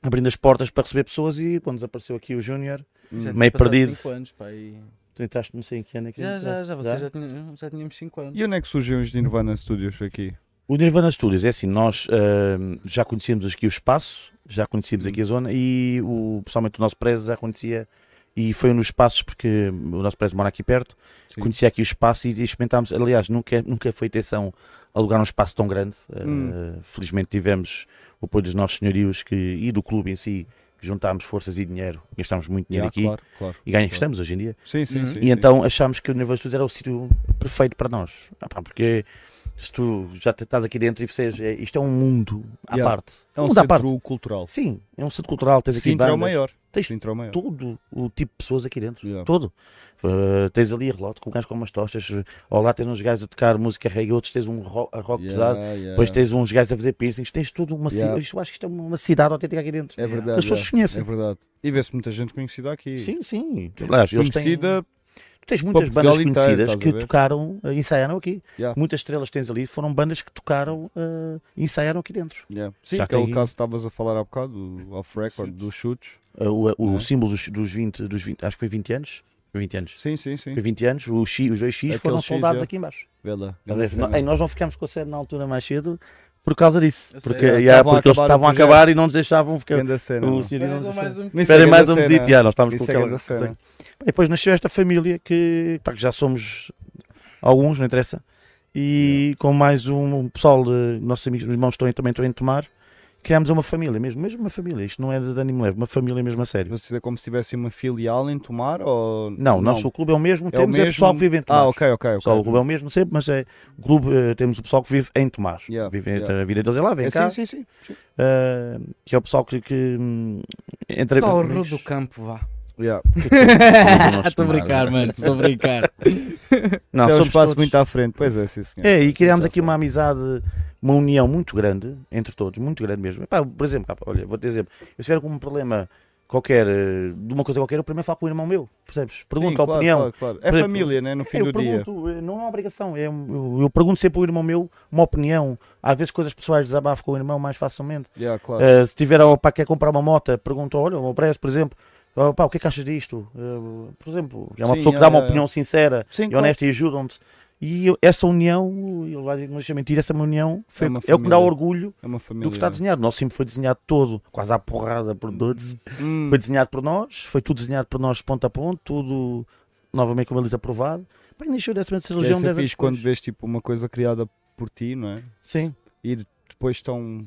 Speaker 8: abrindo as portas para receber pessoas. E quando desapareceu aqui o Júnior,
Speaker 7: já tinha
Speaker 8: meio
Speaker 7: passado
Speaker 8: né? perdido.
Speaker 7: cinco anos, pá, e-
Speaker 8: tu entraste, não sei em que ano é que
Speaker 7: Já, já,
Speaker 8: entraste,
Speaker 7: já, vocês já, tinham- já tínhamos 5 anos.
Speaker 3: E onde é que surgiu os Nirvana Studios aqui?
Speaker 8: O Nirvana Studios é assim, nós ahm, já conhecíamos aqui o espaço, já conhecíamos
Speaker 3: Uhum.
Speaker 8: aqui a zona e o, pessoalmente o nosso preso já conhecia e foi nos espaços porque o nosso preso mora aqui perto,
Speaker 3: Sim.
Speaker 8: conhecia aqui o espaço e experimentámos, aliás, nunca, nunca foi intenção alugar um espaço tão grande, Ah,
Speaker 3: Hum.
Speaker 8: felizmente tivemos o apoio dos nossos senhorios que, e do clube em si, que juntámos forças e dinheiro, gastámos muito dinheiro
Speaker 3: Yeah,
Speaker 8: aqui
Speaker 3: Claro, claro.
Speaker 8: e ganhamos, estamos hoje em dia.
Speaker 3: Sim, sim,
Speaker 7: Uhum.
Speaker 3: sim.
Speaker 8: E
Speaker 3: sim.
Speaker 8: então achámos que o Universo Studios era o sítio perfeito para nós. Ah, pá, porque se tu já te- estás aqui dentro e vocês, é- isto é um mundo à
Speaker 3: Yeah.
Speaker 8: parte.
Speaker 3: é um
Speaker 8: mundo à parte.
Speaker 3: centro cultural.
Speaker 8: Sim, é um centro cultural, tens aqui
Speaker 3: Sintra é o
Speaker 8: bandas,
Speaker 3: maior.
Speaker 8: Tens
Speaker 3: Sintra é o maior.
Speaker 8: todo o tipo de pessoas aqui dentro.
Speaker 3: Yeah.
Speaker 8: Todo. Uh, tens ali relógio com gajos com umas tostas, ou lá tens uns gajos a tocar música reggae, outros tens um ro- rock, pesado, depois tens uns gajos a fazer piercings, tens tudo uma
Speaker 3: Yeah.
Speaker 8: cidade. Eu acho que isto é uma cidade autêntica aqui dentro.
Speaker 3: É verdade.
Speaker 8: As pessoas
Speaker 3: é.
Speaker 8: se conhecem.
Speaker 3: É verdade. E vê-se muita gente conhecida aqui.
Speaker 8: Sim, sim. Aliás, eles têm-
Speaker 3: Conhecida.
Speaker 8: Tu tens muitas
Speaker 3: Portugal
Speaker 8: bandas
Speaker 3: inteiro,
Speaker 8: conhecidas
Speaker 3: estás a
Speaker 8: que
Speaker 3: ver?
Speaker 8: tocaram, eh, ensaiaram aqui.
Speaker 3: Yeah.
Speaker 8: Muitas estrelas que tens ali foram bandas que tocaram, eh, ensaiaram aqui dentro.
Speaker 3: Yeah. Sim,
Speaker 8: Já
Speaker 3: aquele
Speaker 8: tem-
Speaker 3: caso que estavas a falar há bocado, do off record, dos chutes.
Speaker 8: Eh, o o
Speaker 3: É.
Speaker 8: símbolo dos, dos 20, dos 20, acho que foi 20 anos. Foi 20 anos.
Speaker 3: Sim, sim, sim.
Speaker 8: Foi 20 anos, o X, os dois X
Speaker 3: Aquele
Speaker 8: foram
Speaker 3: X,
Speaker 8: soldados
Speaker 3: é.
Speaker 8: aqui embaixo.
Speaker 3: Vê lá.
Speaker 8: Mas
Speaker 3: Grande
Speaker 8: é,
Speaker 3: cena.
Speaker 8: não- ei, nós não ficámos com a sede na altura mais cedo por causa disso.
Speaker 7: Eu sei,
Speaker 8: Porque,
Speaker 7: é,
Speaker 8: yeah,
Speaker 3: estavam a
Speaker 8: porque eles
Speaker 3: acabar o
Speaker 8: estavam a
Speaker 3: projeto.
Speaker 8: acabar e não nos deixavam ficar.
Speaker 3: Grande cena.
Speaker 8: O
Speaker 3: mano.
Speaker 8: senhor não nos deixava.
Speaker 7: mais um.
Speaker 3: Isso é
Speaker 8: Esperem mais
Speaker 3: grande
Speaker 8: um
Speaker 3: cena.
Speaker 8: visito, já, nós estávamos
Speaker 3: Isso
Speaker 8: com
Speaker 3: é
Speaker 8: aquela.
Speaker 3: grande cena.
Speaker 8: E depois nasceu esta família que, pá, que já somos alguns, não interessa. E com mais um pessoal, de, nossos amigos, meus irmãos estão, em- também estão em tomar. Criámos uma família mesmo, mesmo uma família. Isto não é de ânimo leve, uma família mesmo a sério.
Speaker 3: Vocês é como se tivessem uma filial em Tomar ou.
Speaker 8: Não, o nosso clube é o mesmo,
Speaker 3: É o
Speaker 8: temos é o
Speaker 3: mesmo-
Speaker 8: pessoal que vive em Tomar.
Speaker 3: Ah, ok, ok.
Speaker 8: O pessoal do
Speaker 3: ok.
Speaker 8: clube é o mesmo sempre, mas é o clube, eh, temos o pessoal que vive em Tomar.
Speaker 3: Yeah,
Speaker 8: vive
Speaker 3: yeah.
Speaker 8: a vida deles é lá, vem
Speaker 3: É,
Speaker 8: cá.
Speaker 3: sim, sim, sim.
Speaker 8: eh, que é o pessoal que, que hum, entra.
Speaker 7: Pá, o Rudo do Campo, vá.
Speaker 3: Yeah.
Speaker 7: Estou a brincar, mano. Estou a brincar.
Speaker 3: Isso é
Speaker 8: Não,
Speaker 3: um
Speaker 8: somos
Speaker 3: espaço
Speaker 8: todos-
Speaker 3: muito à frente. Pois é, sim, senhor.
Speaker 8: É, e criámos
Speaker 3: Já
Speaker 8: aqui
Speaker 3: sabe.
Speaker 8: uma amizade, uma união muito grande entre todos, muito grande mesmo. Epá, por exemplo, capa, olha, vou-te dizer, eu tiver com um problema qualquer, eh, de uma coisa qualquer, eu primeiro falo com o irmão meu, percebes? Pergunto
Speaker 3: Sim,
Speaker 8: a
Speaker 3: claro,
Speaker 8: opinião.
Speaker 3: claro, claro. É
Speaker 8: Por exemplo,
Speaker 3: família, né? No fim
Speaker 8: É, eu
Speaker 3: do dia.
Speaker 8: pergunto, eh, não é uma obrigação, é um- eu, eu pergunto sempre ao irmão meu uma opinião. Às vezes coisas pessoais desabafo com o irmão mais facilmente.
Speaker 3: Yeah, claro.
Speaker 8: Eh, se tiver ao pá, quer comprar uma moto, pergunto, olha, o preço, por exemplo, oh, pá, o que é que achas disto? Eh, por exemplo, é uma
Speaker 3: Sim,
Speaker 8: pessoa que
Speaker 3: é,
Speaker 8: dá uma
Speaker 3: é, é.
Speaker 8: opinião sincera
Speaker 3: Sim,
Speaker 8: e honesta e ajudam-te. E eu- essa união, ele vai dizer que não deixa mentir, essa união foi,
Speaker 3: É uma
Speaker 8: é o que dá
Speaker 3: família.
Speaker 8: orgulho
Speaker 3: É uma família.
Speaker 8: do que está desenhado. O nosso sempre foi desenhado todo, quase à porrada por todos.
Speaker 3: Hum,
Speaker 8: Foi desenhado por nós, foi tudo desenhado por nós ponto a ponto, tudo novamente como ele diz aprovado. Pai, nasceu dessa
Speaker 3: e
Speaker 8: religião
Speaker 3: isso é
Speaker 8: 10 anos
Speaker 3: fixe quando
Speaker 8: depois.
Speaker 3: vês tipo, uma coisa criada por ti, não é?
Speaker 8: Sim.
Speaker 3: E depois estão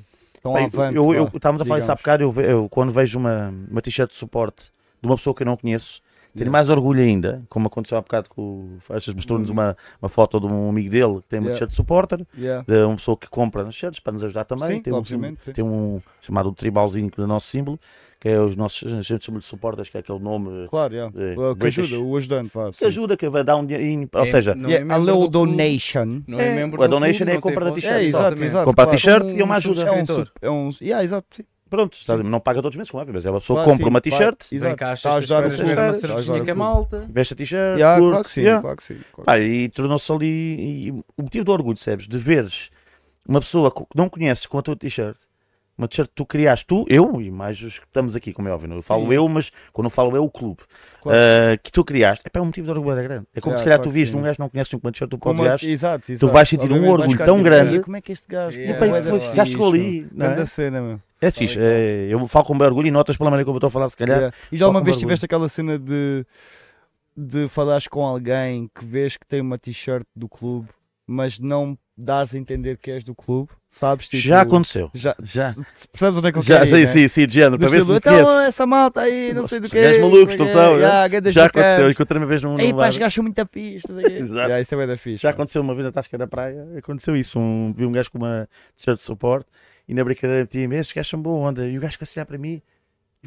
Speaker 3: tão
Speaker 8: Pá, eu-
Speaker 3: avante.
Speaker 8: eu,
Speaker 3: vá,
Speaker 8: eu, estávamos a falar isso há
Speaker 3: digamos.
Speaker 8: bocado, eu, ve- eu quando vejo uma, uma t-shirt de suporte de uma pessoa que eu não conheço, tenho
Speaker 3: Yeah.
Speaker 8: mais orgulho ainda, como aconteceu há bocado com o Faixas, mostrou-nos uma, uma foto de um amigo dele que tem uma
Speaker 3: Uhum. Yeah.
Speaker 8: t-shirt de suporter,
Speaker 3: Yeah.
Speaker 8: de uma pessoa que compra nas t-shirts para nos ajudar também.
Speaker 3: Sim,
Speaker 8: tem um,
Speaker 3: obviamente, sim.
Speaker 8: tem um chamado tribalzinho que é o nosso símbolo, que é os nossos, a gente chama de suportas, que é aquele nome
Speaker 3: Claro, yeah.
Speaker 8: É,
Speaker 3: O que
Speaker 8: British.
Speaker 3: ajuda, o ajudante, vá.
Speaker 8: que ajuda, que vai dar um dinheirinho, ou
Speaker 7: É,
Speaker 8: seja,
Speaker 7: não é membro do clube, Não é
Speaker 8: É,
Speaker 7: membro
Speaker 8: a
Speaker 7: do
Speaker 8: donation
Speaker 7: clube,
Speaker 8: é a
Speaker 7: não tem
Speaker 8: compra da
Speaker 7: voz.
Speaker 8: t-shirt,
Speaker 7: É,
Speaker 8: só.
Speaker 7: exato,
Speaker 3: Exatamente.
Speaker 7: exato.
Speaker 8: compra a
Speaker 3: claro.
Speaker 8: t-shirt e é uma
Speaker 7: Um
Speaker 8: ajuda.
Speaker 3: É um,
Speaker 7: Escritor.
Speaker 3: sub- é um, yeah, exato, sim.
Speaker 8: Pronto, estás a ver, não paga todos os meses, como é, mas é uma pessoa
Speaker 3: Claro,
Speaker 8: compra
Speaker 3: sim,
Speaker 8: uma
Speaker 3: claro.
Speaker 8: t-shirt,
Speaker 7: Vem
Speaker 3: Exato.
Speaker 7: cá às
Speaker 3: Está a ajudar o clube.
Speaker 7: sextas-feiras beber é uma
Speaker 3: Está a ajudar
Speaker 7: cervejinha com a
Speaker 3: o clube.
Speaker 7: malta.
Speaker 8: veste a t-shirt,
Speaker 3: Yeah,
Speaker 8: curte,
Speaker 3: claro que sim,
Speaker 8: yeah.
Speaker 3: claro que sim. claro.
Speaker 8: Pá, e tornou-se ali e o motivo do orgulho, percebes? De veres uma pessoa co- que não conheces com a tua t-shirt, uma t-shirt que tu criaste, tu, eu e mais os que estamos aqui, como é óbvio. não? Eu falo eu, mas quando eu falo eu, o clube
Speaker 3: Claro.
Speaker 8: ah, que tu criaste, é pá, é um motivo de orgulho é grande. É como
Speaker 3: Yeah,
Speaker 8: se calhar
Speaker 3: claro
Speaker 8: tu
Speaker 3: que
Speaker 8: viste
Speaker 3: sim.
Speaker 8: um gajo que não conheces um com uma t-shirt, tu
Speaker 3: Como-
Speaker 8: copiaste.
Speaker 3: exato,
Speaker 8: tu
Speaker 3: exato.
Speaker 8: vais sentir um
Speaker 3: Obviamente vais
Speaker 8: orgulho
Speaker 3: ficar
Speaker 8: tão
Speaker 3: tipo,
Speaker 8: grande.
Speaker 3: "Ei, Como é que este gajo.
Speaker 7: Yeah.
Speaker 8: Pá,
Speaker 7: Bué
Speaker 3: Como é
Speaker 8: foi-
Speaker 3: que
Speaker 7: da
Speaker 8: já chegou
Speaker 3: isto?"
Speaker 8: ali. não é?
Speaker 3: Grande cena, meu.
Speaker 8: É fixe. é, eu falo com bem orgulho e notas pela maneira como eu estou a falar, se calhar.
Speaker 3: Yeah. E já uma
Speaker 8: Só com
Speaker 3: vez
Speaker 8: orgulho.
Speaker 3: tiveste aquela cena de, de falares com alguém que vês que tem uma t-shirt do clube, mas não dares a entender que és do clube, sabes? Tipo,
Speaker 8: Já aconteceu.
Speaker 3: Já,
Speaker 8: já.
Speaker 3: se- se percebes onde é que eu
Speaker 8: Já,
Speaker 3: quero
Speaker 8: sim,
Speaker 3: ir, né?
Speaker 8: sim, sim, de género,
Speaker 3: Do
Speaker 8: para ver se
Speaker 3: estilo,
Speaker 8: me
Speaker 3: então
Speaker 8: conheces.
Speaker 3: essa malta aí, não
Speaker 8: Nossa,
Speaker 3: sei do é, que.
Speaker 8: gajos malucos, não estão,
Speaker 3: Já, grandes
Speaker 8: Já aconteceu,
Speaker 3: bacanas.
Speaker 8: encontrei-me uma vez num.
Speaker 3: Ei,
Speaker 8: num
Speaker 3: pá,
Speaker 8: bar.
Speaker 3: este gajo é muito fixe. não sei o quê.
Speaker 8: Exato.
Speaker 3: Já, Isso é bem da fixe.
Speaker 8: Já
Speaker 3: pá.
Speaker 8: aconteceu uma vez na Tasca da Praia, aconteceu isso. Um, vi um gajo com uma t-shirt de suporte e na brincadeira metia-me, estes gajos são boa onda. E o gajo que olhar para mim,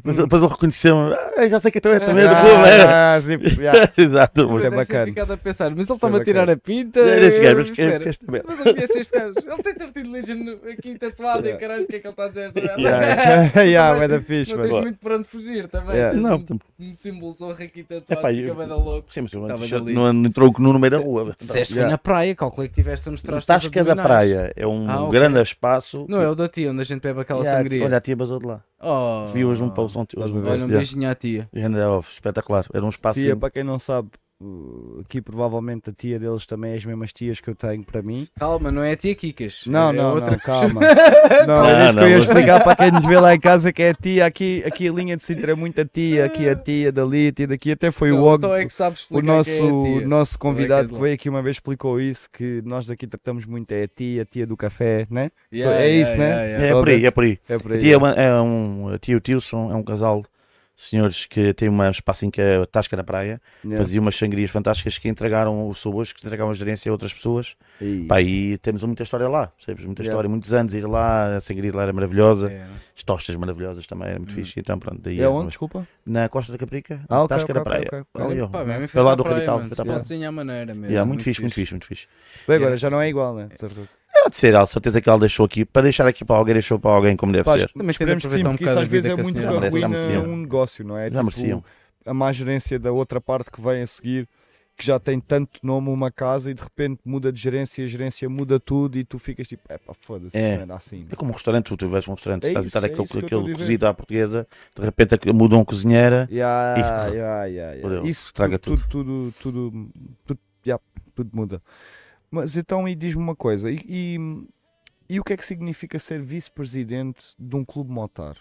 Speaker 8: Depois, depois ele reconheceu, ah, já sei que tu é também do clube, era.
Speaker 3: Ah, sim, yeah.
Speaker 8: Exato,
Speaker 3: Isso
Speaker 8: amor.
Speaker 3: é
Speaker 7: Deve ter
Speaker 3: bacana.
Speaker 7: ficado a pensar, mas ele
Speaker 3: Isso é
Speaker 7: estava a tirar
Speaker 3: bacana.
Speaker 7: a pinta.
Speaker 8: Era esse gajo,
Speaker 7: eh,
Speaker 8: mas que é
Speaker 7: espera.
Speaker 8: que esta merda.
Speaker 7: Mas eu conheço este gajo. Ele tem Tartilho Legion aqui tatuado e caralho, o que é que ele está a dizer esta merda?
Speaker 3: Yeah, yeah,
Speaker 7: Também
Speaker 3: bué da fixe,
Speaker 7: Não
Speaker 3: mano.
Speaker 7: tens muito para onde fugir também.
Speaker 3: Yeah.
Speaker 7: Tens
Speaker 8: Não,
Speaker 7: um,
Speaker 8: portanto-
Speaker 7: um símbolo zorro aqui
Speaker 8: É
Speaker 7: tatuado,
Speaker 8: pá,
Speaker 7: fica
Speaker 8: eu-
Speaker 7: bem da louco.
Speaker 8: Sim, mas eu
Speaker 7: Estava
Speaker 8: t-shirt
Speaker 7: dali.
Speaker 8: no, no tronco no meio da rua.
Speaker 7: Disseste
Speaker 3: Yeah.
Speaker 7: foi na praia, calculei que tiveste a
Speaker 8: O
Speaker 7: mostrar
Speaker 8: Tasca da Praia é um
Speaker 7: Ah, ok.
Speaker 8: grande espaço.
Speaker 7: Não é o da tia onde a gente bebe aquela
Speaker 8: Yeah, tipo,
Speaker 7: sangria.
Speaker 8: Olha, a tia basou de lá.
Speaker 7: Oh.
Speaker 8: Vi hoje um pausa ontem.
Speaker 3: Estás a ver?
Speaker 7: Olha, um beijinho à tia.
Speaker 8: Grande off, oh, espetacular. Era um espaço.
Speaker 3: Tia, para quem não sabe, uh, aqui provavelmente a tia deles também é as mesmas tias que eu tenho para mim.
Speaker 7: Calma, não é a tia Kikas.
Speaker 3: Não,
Speaker 7: é
Speaker 3: não,
Speaker 7: outra
Speaker 3: não, calma. Não,
Speaker 8: Não,
Speaker 3: era isso que eu
Speaker 8: não,
Speaker 3: ia
Speaker 8: mas-
Speaker 3: explicar para quem nos vê lá em casa que é a tia, aqui, aqui a linha de Sintra é muita tia, aqui a tia dali, a tia daqui, até foi o
Speaker 7: Não,
Speaker 3: Og,
Speaker 7: então é que sabes
Speaker 3: o
Speaker 7: explicar
Speaker 3: nosso,
Speaker 7: quem é a tia.
Speaker 3: nosso convidado
Speaker 7: de
Speaker 3: que
Speaker 7: lá.
Speaker 3: veio aqui uma vez explicou isso, que nós daqui tratamos muito é a tia, a tia do café, né?
Speaker 7: Yeah,
Speaker 3: é
Speaker 7: yeah,
Speaker 3: isso, né?
Speaker 7: yeah, yeah.
Speaker 8: É por aí, é por aí.
Speaker 3: É por
Speaker 8: A
Speaker 3: aí.
Speaker 8: tia é, uma- é um, a tia e o tio são é um casal de senhores que tem uma espaço em que é a Tasca da Praia
Speaker 3: Yeah.
Speaker 8: fazia umas sangrias fantásticas que entregaram o sabores, que entregaram a gerência a outras pessoas.
Speaker 3: E- É.
Speaker 8: Pá, e temos muita história lá, percebes? Muita
Speaker 3: Yeah.
Speaker 8: história, muitos anos ir lá, a sangria lá era maravilhosa,
Speaker 7: É.
Speaker 8: as tostas maravilhosas também, era muito fixe. Então, pronto, daí
Speaker 3: É
Speaker 8: é
Speaker 3: onde?
Speaker 8: uma-
Speaker 3: Desculpa.
Speaker 8: na Costa da Caprica,
Speaker 3: Ah, ok,
Speaker 8: Tasca da
Speaker 3: ok,
Speaker 8: Praia.
Speaker 3: ok, ok.
Speaker 8: Ali, ó.
Speaker 7: Pá, mesmo
Speaker 8: Foi lá
Speaker 7: feito
Speaker 8: do
Speaker 7: à praia,
Speaker 8: Radical,
Speaker 7: mano,
Speaker 8: feito
Speaker 7: se
Speaker 8: à praia.
Speaker 7: fosse em à maneira mesmo,
Speaker 8: Yeah, muito fixe, muito fixe, muito fixe.
Speaker 3: Bem, agora já não é igual, né? De certeza.
Speaker 8: Pode ser, Al, certeza que ele deixou aqui, para deixar aqui para alguém, deixou para alguém como deve
Speaker 3: Pá,
Speaker 8: ser.
Speaker 7: Também tem de
Speaker 3: Esperemos que sim,
Speaker 7: aproveitar um
Speaker 3: porque isso
Speaker 7: bocado a
Speaker 3: às vezes
Speaker 7: vida
Speaker 3: é
Speaker 7: que a
Speaker 3: muito
Speaker 7: senhora
Speaker 8: merece. Já
Speaker 3: ruína
Speaker 8: mereciam.
Speaker 3: um negócio, não é?
Speaker 8: Já mereciam.
Speaker 3: a má gerência da outra parte que vem a seguir, que já tem tanto nome uma casa e de repente muda de gerência, a gerência muda tudo e tu ficas tipo, epá, foda-se,
Speaker 8: É.
Speaker 3: não era assim.
Speaker 8: É como um restaurante, tu, tu vais a um restaurante,
Speaker 3: É
Speaker 8: estás
Speaker 3: isso,
Speaker 8: habitado
Speaker 3: é
Speaker 8: àquele
Speaker 3: isso que eu estou
Speaker 8: aquele
Speaker 3: a dizer.
Speaker 8: cozido à portuguesa, de repente é ac- mudam a cozinheira.
Speaker 3: Yeah, yeah, yeah, yeah.
Speaker 8: Olha,
Speaker 3: Isso
Speaker 8: estraga
Speaker 3: tudo, tudo, tudo, tudo, tudo, yeah, tudo muda. Mas então, e diz-me uma coisa, e, e, e o que é que significa ser vice-presidente de um clube motar?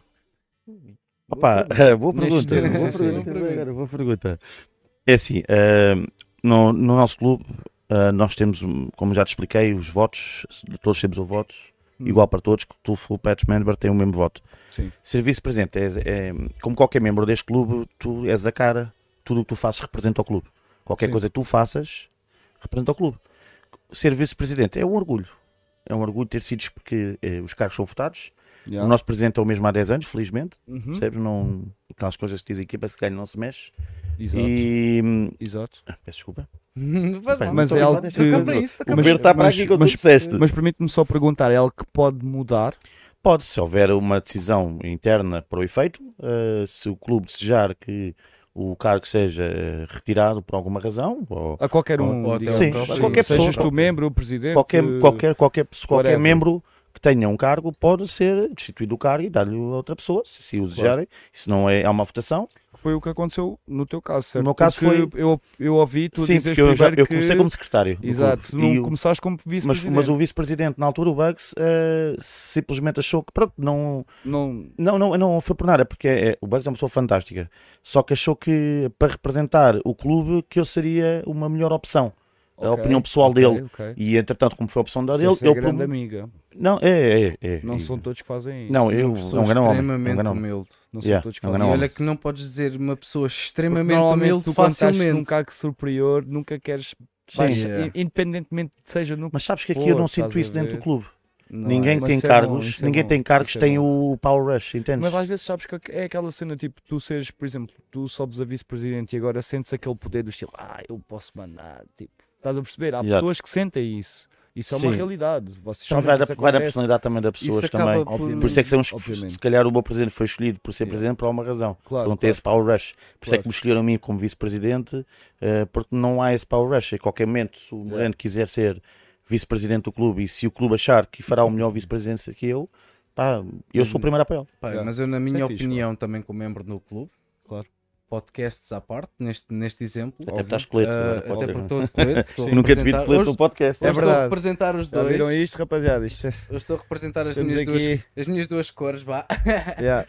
Speaker 8: Opa, boa
Speaker 7: Neste
Speaker 8: pergunta.
Speaker 7: dia,
Speaker 8: Boa
Speaker 7: sim,
Speaker 8: pergunta,
Speaker 7: sim.
Speaker 8: boa pergunta, boa pergunta. É assim, ah, no, no nosso clube, ah, nós temos, um, como já te expliquei, os votos, todos temos o voto,
Speaker 3: Hum.
Speaker 8: igual para todos, que tu, full patch member, tem o mesmo voto.
Speaker 3: Sim.
Speaker 8: Ser vice-presidente, é, é- como qualquer membro deste clube, tu és a cara, tudo o que tu fazes representa o clube. Qualquer
Speaker 3: Sim.
Speaker 8: coisa que tu faças, representa o clube. Ser vice-presidente é um orgulho. É um orgulho ter sido, porque eh, os cargos são votados.
Speaker 3: Yeah.
Speaker 8: O nosso presidente é o mesmo há 10 anos, felizmente
Speaker 3: Uhum.
Speaker 8: percebes? Não, aquelas coisas que diz a equipa se ganha não se mexe.
Speaker 3: Exato.
Speaker 8: E. hum,
Speaker 3: Exato.
Speaker 8: Peço desculpa.
Speaker 7: Vai,
Speaker 3: Mas
Speaker 8: Estou
Speaker 3: é algo
Speaker 8: habituado a
Speaker 3: que-
Speaker 8: este tipo de
Speaker 7: para
Speaker 8: jogo.
Speaker 7: isso,
Speaker 8: O
Speaker 7: acabou.
Speaker 3: mas-
Speaker 8: Pedro está para
Speaker 3: mas-
Speaker 8: aqui com
Speaker 3: mas-
Speaker 8: tudo disseste.
Speaker 3: Mas permite-me só perguntar, é algo que pode mudar?
Speaker 8: Pode, se houver uma decisão interna para o efeito, eh, se o clube desejar que o cargo seja eh, retirado por alguma razão, ou
Speaker 3: A qualquer um,
Speaker 7: Ou até
Speaker 3: digamos.
Speaker 8: Sim,
Speaker 7: próprio-
Speaker 8: qualquer
Speaker 7: Sim,
Speaker 8: pessoa.
Speaker 3: Sejas tu membro, o presidente.
Speaker 8: qualquer,
Speaker 3: eh,
Speaker 8: qualquer, qualquer, pessoa- qualquer
Speaker 3: whatever.
Speaker 8: membro que tenha um cargo pode ser destituído do cargo e dar-lhe a outra pessoa, se, se o desejarem. Isso não é, há uma votação.
Speaker 3: que Foi o que aconteceu no teu caso, certo?
Speaker 8: No meu caso
Speaker 3: Porque
Speaker 8: foi-
Speaker 3: Eu, eu ouvi tu
Speaker 8: Sim,
Speaker 3: dizeres
Speaker 8: porque eu, já,
Speaker 3: primeiro
Speaker 8: eu
Speaker 3: que-
Speaker 8: comecei como secretário. do
Speaker 3: Exato,
Speaker 8: clube.
Speaker 3: não
Speaker 8: E o-
Speaker 3: começaste como
Speaker 8: mas,
Speaker 3: vice-presidente.
Speaker 8: mas o vice-presidente, na altura, o Bugs, eh, simplesmente achou que, pronto, não,
Speaker 3: Não...
Speaker 8: não, não, não foi por nada, porque é- é- o Bugs é uma pessoa fantástica. Só que achou que, para representar o clube, que eu seria uma melhor opção. A
Speaker 3: Ok,
Speaker 8: opinião pessoal
Speaker 3: ok,
Speaker 8: dele.
Speaker 3: ok.
Speaker 8: E, entretanto, como foi a opção da
Speaker 3: Sim,
Speaker 8: dele,
Speaker 3: sim, é
Speaker 8: ele...
Speaker 3: grande
Speaker 8: prom-
Speaker 3: amiga.
Speaker 8: Não, é, é, é.
Speaker 3: Não
Speaker 8: é.
Speaker 3: são todos que fazem isso.
Speaker 8: Não, eu... É
Speaker 7: Pessoa
Speaker 8: um grande homem. é um
Speaker 7: extremamente
Speaker 8: grande homem.
Speaker 7: humilde.
Speaker 3: Não são
Speaker 8: yeah,
Speaker 3: todos que
Speaker 8: não, é
Speaker 3: fazem
Speaker 7: E
Speaker 8: não.
Speaker 7: olha
Speaker 3: isso.
Speaker 7: que não podes dizer uma pessoa
Speaker 3: Porque
Speaker 7: extremamente
Speaker 3: normalmente
Speaker 7: humilde
Speaker 3: tu quando estás num
Speaker 7: facilmente.
Speaker 3: cargo superior, nunca queres...
Speaker 8: Sim.
Speaker 3: vais-
Speaker 7: Yeah.
Speaker 3: in- Independentemente de seja no...
Speaker 8: Mas sabes que aqui
Speaker 3: Pô,
Speaker 8: eu não
Speaker 3: estás
Speaker 8: sinto
Speaker 3: a
Speaker 8: isso dentro
Speaker 3: ver.
Speaker 8: do clube.
Speaker 7: Não,
Speaker 8: ninguém
Speaker 3: mas
Speaker 8: tem
Speaker 3: isso é bom,
Speaker 8: cargos,
Speaker 3: isso é
Speaker 8: ninguém
Speaker 3: bom,
Speaker 8: tem cargos,
Speaker 3: isso é
Speaker 8: tem
Speaker 3: bom.
Speaker 8: o Power Rush, entendes?
Speaker 3: Mas às vezes sabes que é aquela cena tipo, tu seres, por exemplo, tu sobes a vice-presidente e agora sentes aquele poder do estilo, ah, eu posso mandar, tipo, estás a perceber? Há
Speaker 8: Exato.
Speaker 3: pessoas que sentem isso. Isso é uma
Speaker 8: Sim.
Speaker 3: realidade. Vocês
Speaker 8: Então
Speaker 3: sabem
Speaker 8: vai
Speaker 3: que
Speaker 8: da,
Speaker 3: isso
Speaker 8: vai da
Speaker 3: acontece.
Speaker 8: personalidade também das pessoas
Speaker 7: isso
Speaker 8: também.
Speaker 7: acaba
Speaker 3: obviamente.
Speaker 7: por...
Speaker 8: Por isso é que são uns,
Speaker 3: Obviamente.
Speaker 8: se calhar o meu presidente foi escolhido por ser presidente por alguma razão.
Speaker 3: Claro,
Speaker 8: por não ter
Speaker 3: claro.
Speaker 8: esse power rush. Por isso é
Speaker 3: Claro.
Speaker 8: que me escolheram a mim como vice-presidente, eh, porque não há esse power rush. A qualquer momento, se o Moreno quiser ser vice-presidente do clube e se o clube achar que fará o melhor vice-presidente que eu, pá, eu
Speaker 7: Uhum.
Speaker 8: sou o primeiro a apoiá-lo.
Speaker 7: Pá,
Speaker 3: Yeah.
Speaker 7: Mas eu, na minha
Speaker 3: é fixe,
Speaker 7: opinião, também como membro do clube,
Speaker 3: Claro.
Speaker 7: podcasts à parte, neste, neste exemplo,
Speaker 8: Até porque
Speaker 3: Óbvio.
Speaker 8: estás colete.
Speaker 7: ah,
Speaker 8: agora, pode
Speaker 7: até porque
Speaker 8: ser, não é?
Speaker 7: estou de colete, estou a
Speaker 8: Eu nunca te vi de
Speaker 7: representar-
Speaker 8: colete
Speaker 7: hoje-
Speaker 8: no podcast.
Speaker 3: É
Speaker 7: hoje estou a
Speaker 3: verdade.
Speaker 7: representar os
Speaker 3: Já
Speaker 7: dois.
Speaker 3: viram isto, rapaziada? Isto é...
Speaker 7: Eu estou a representar as
Speaker 3: Estamos
Speaker 7: minhas, duas,
Speaker 3: aqui.
Speaker 7: as minhas duas cores, vá.
Speaker 3: Yeah.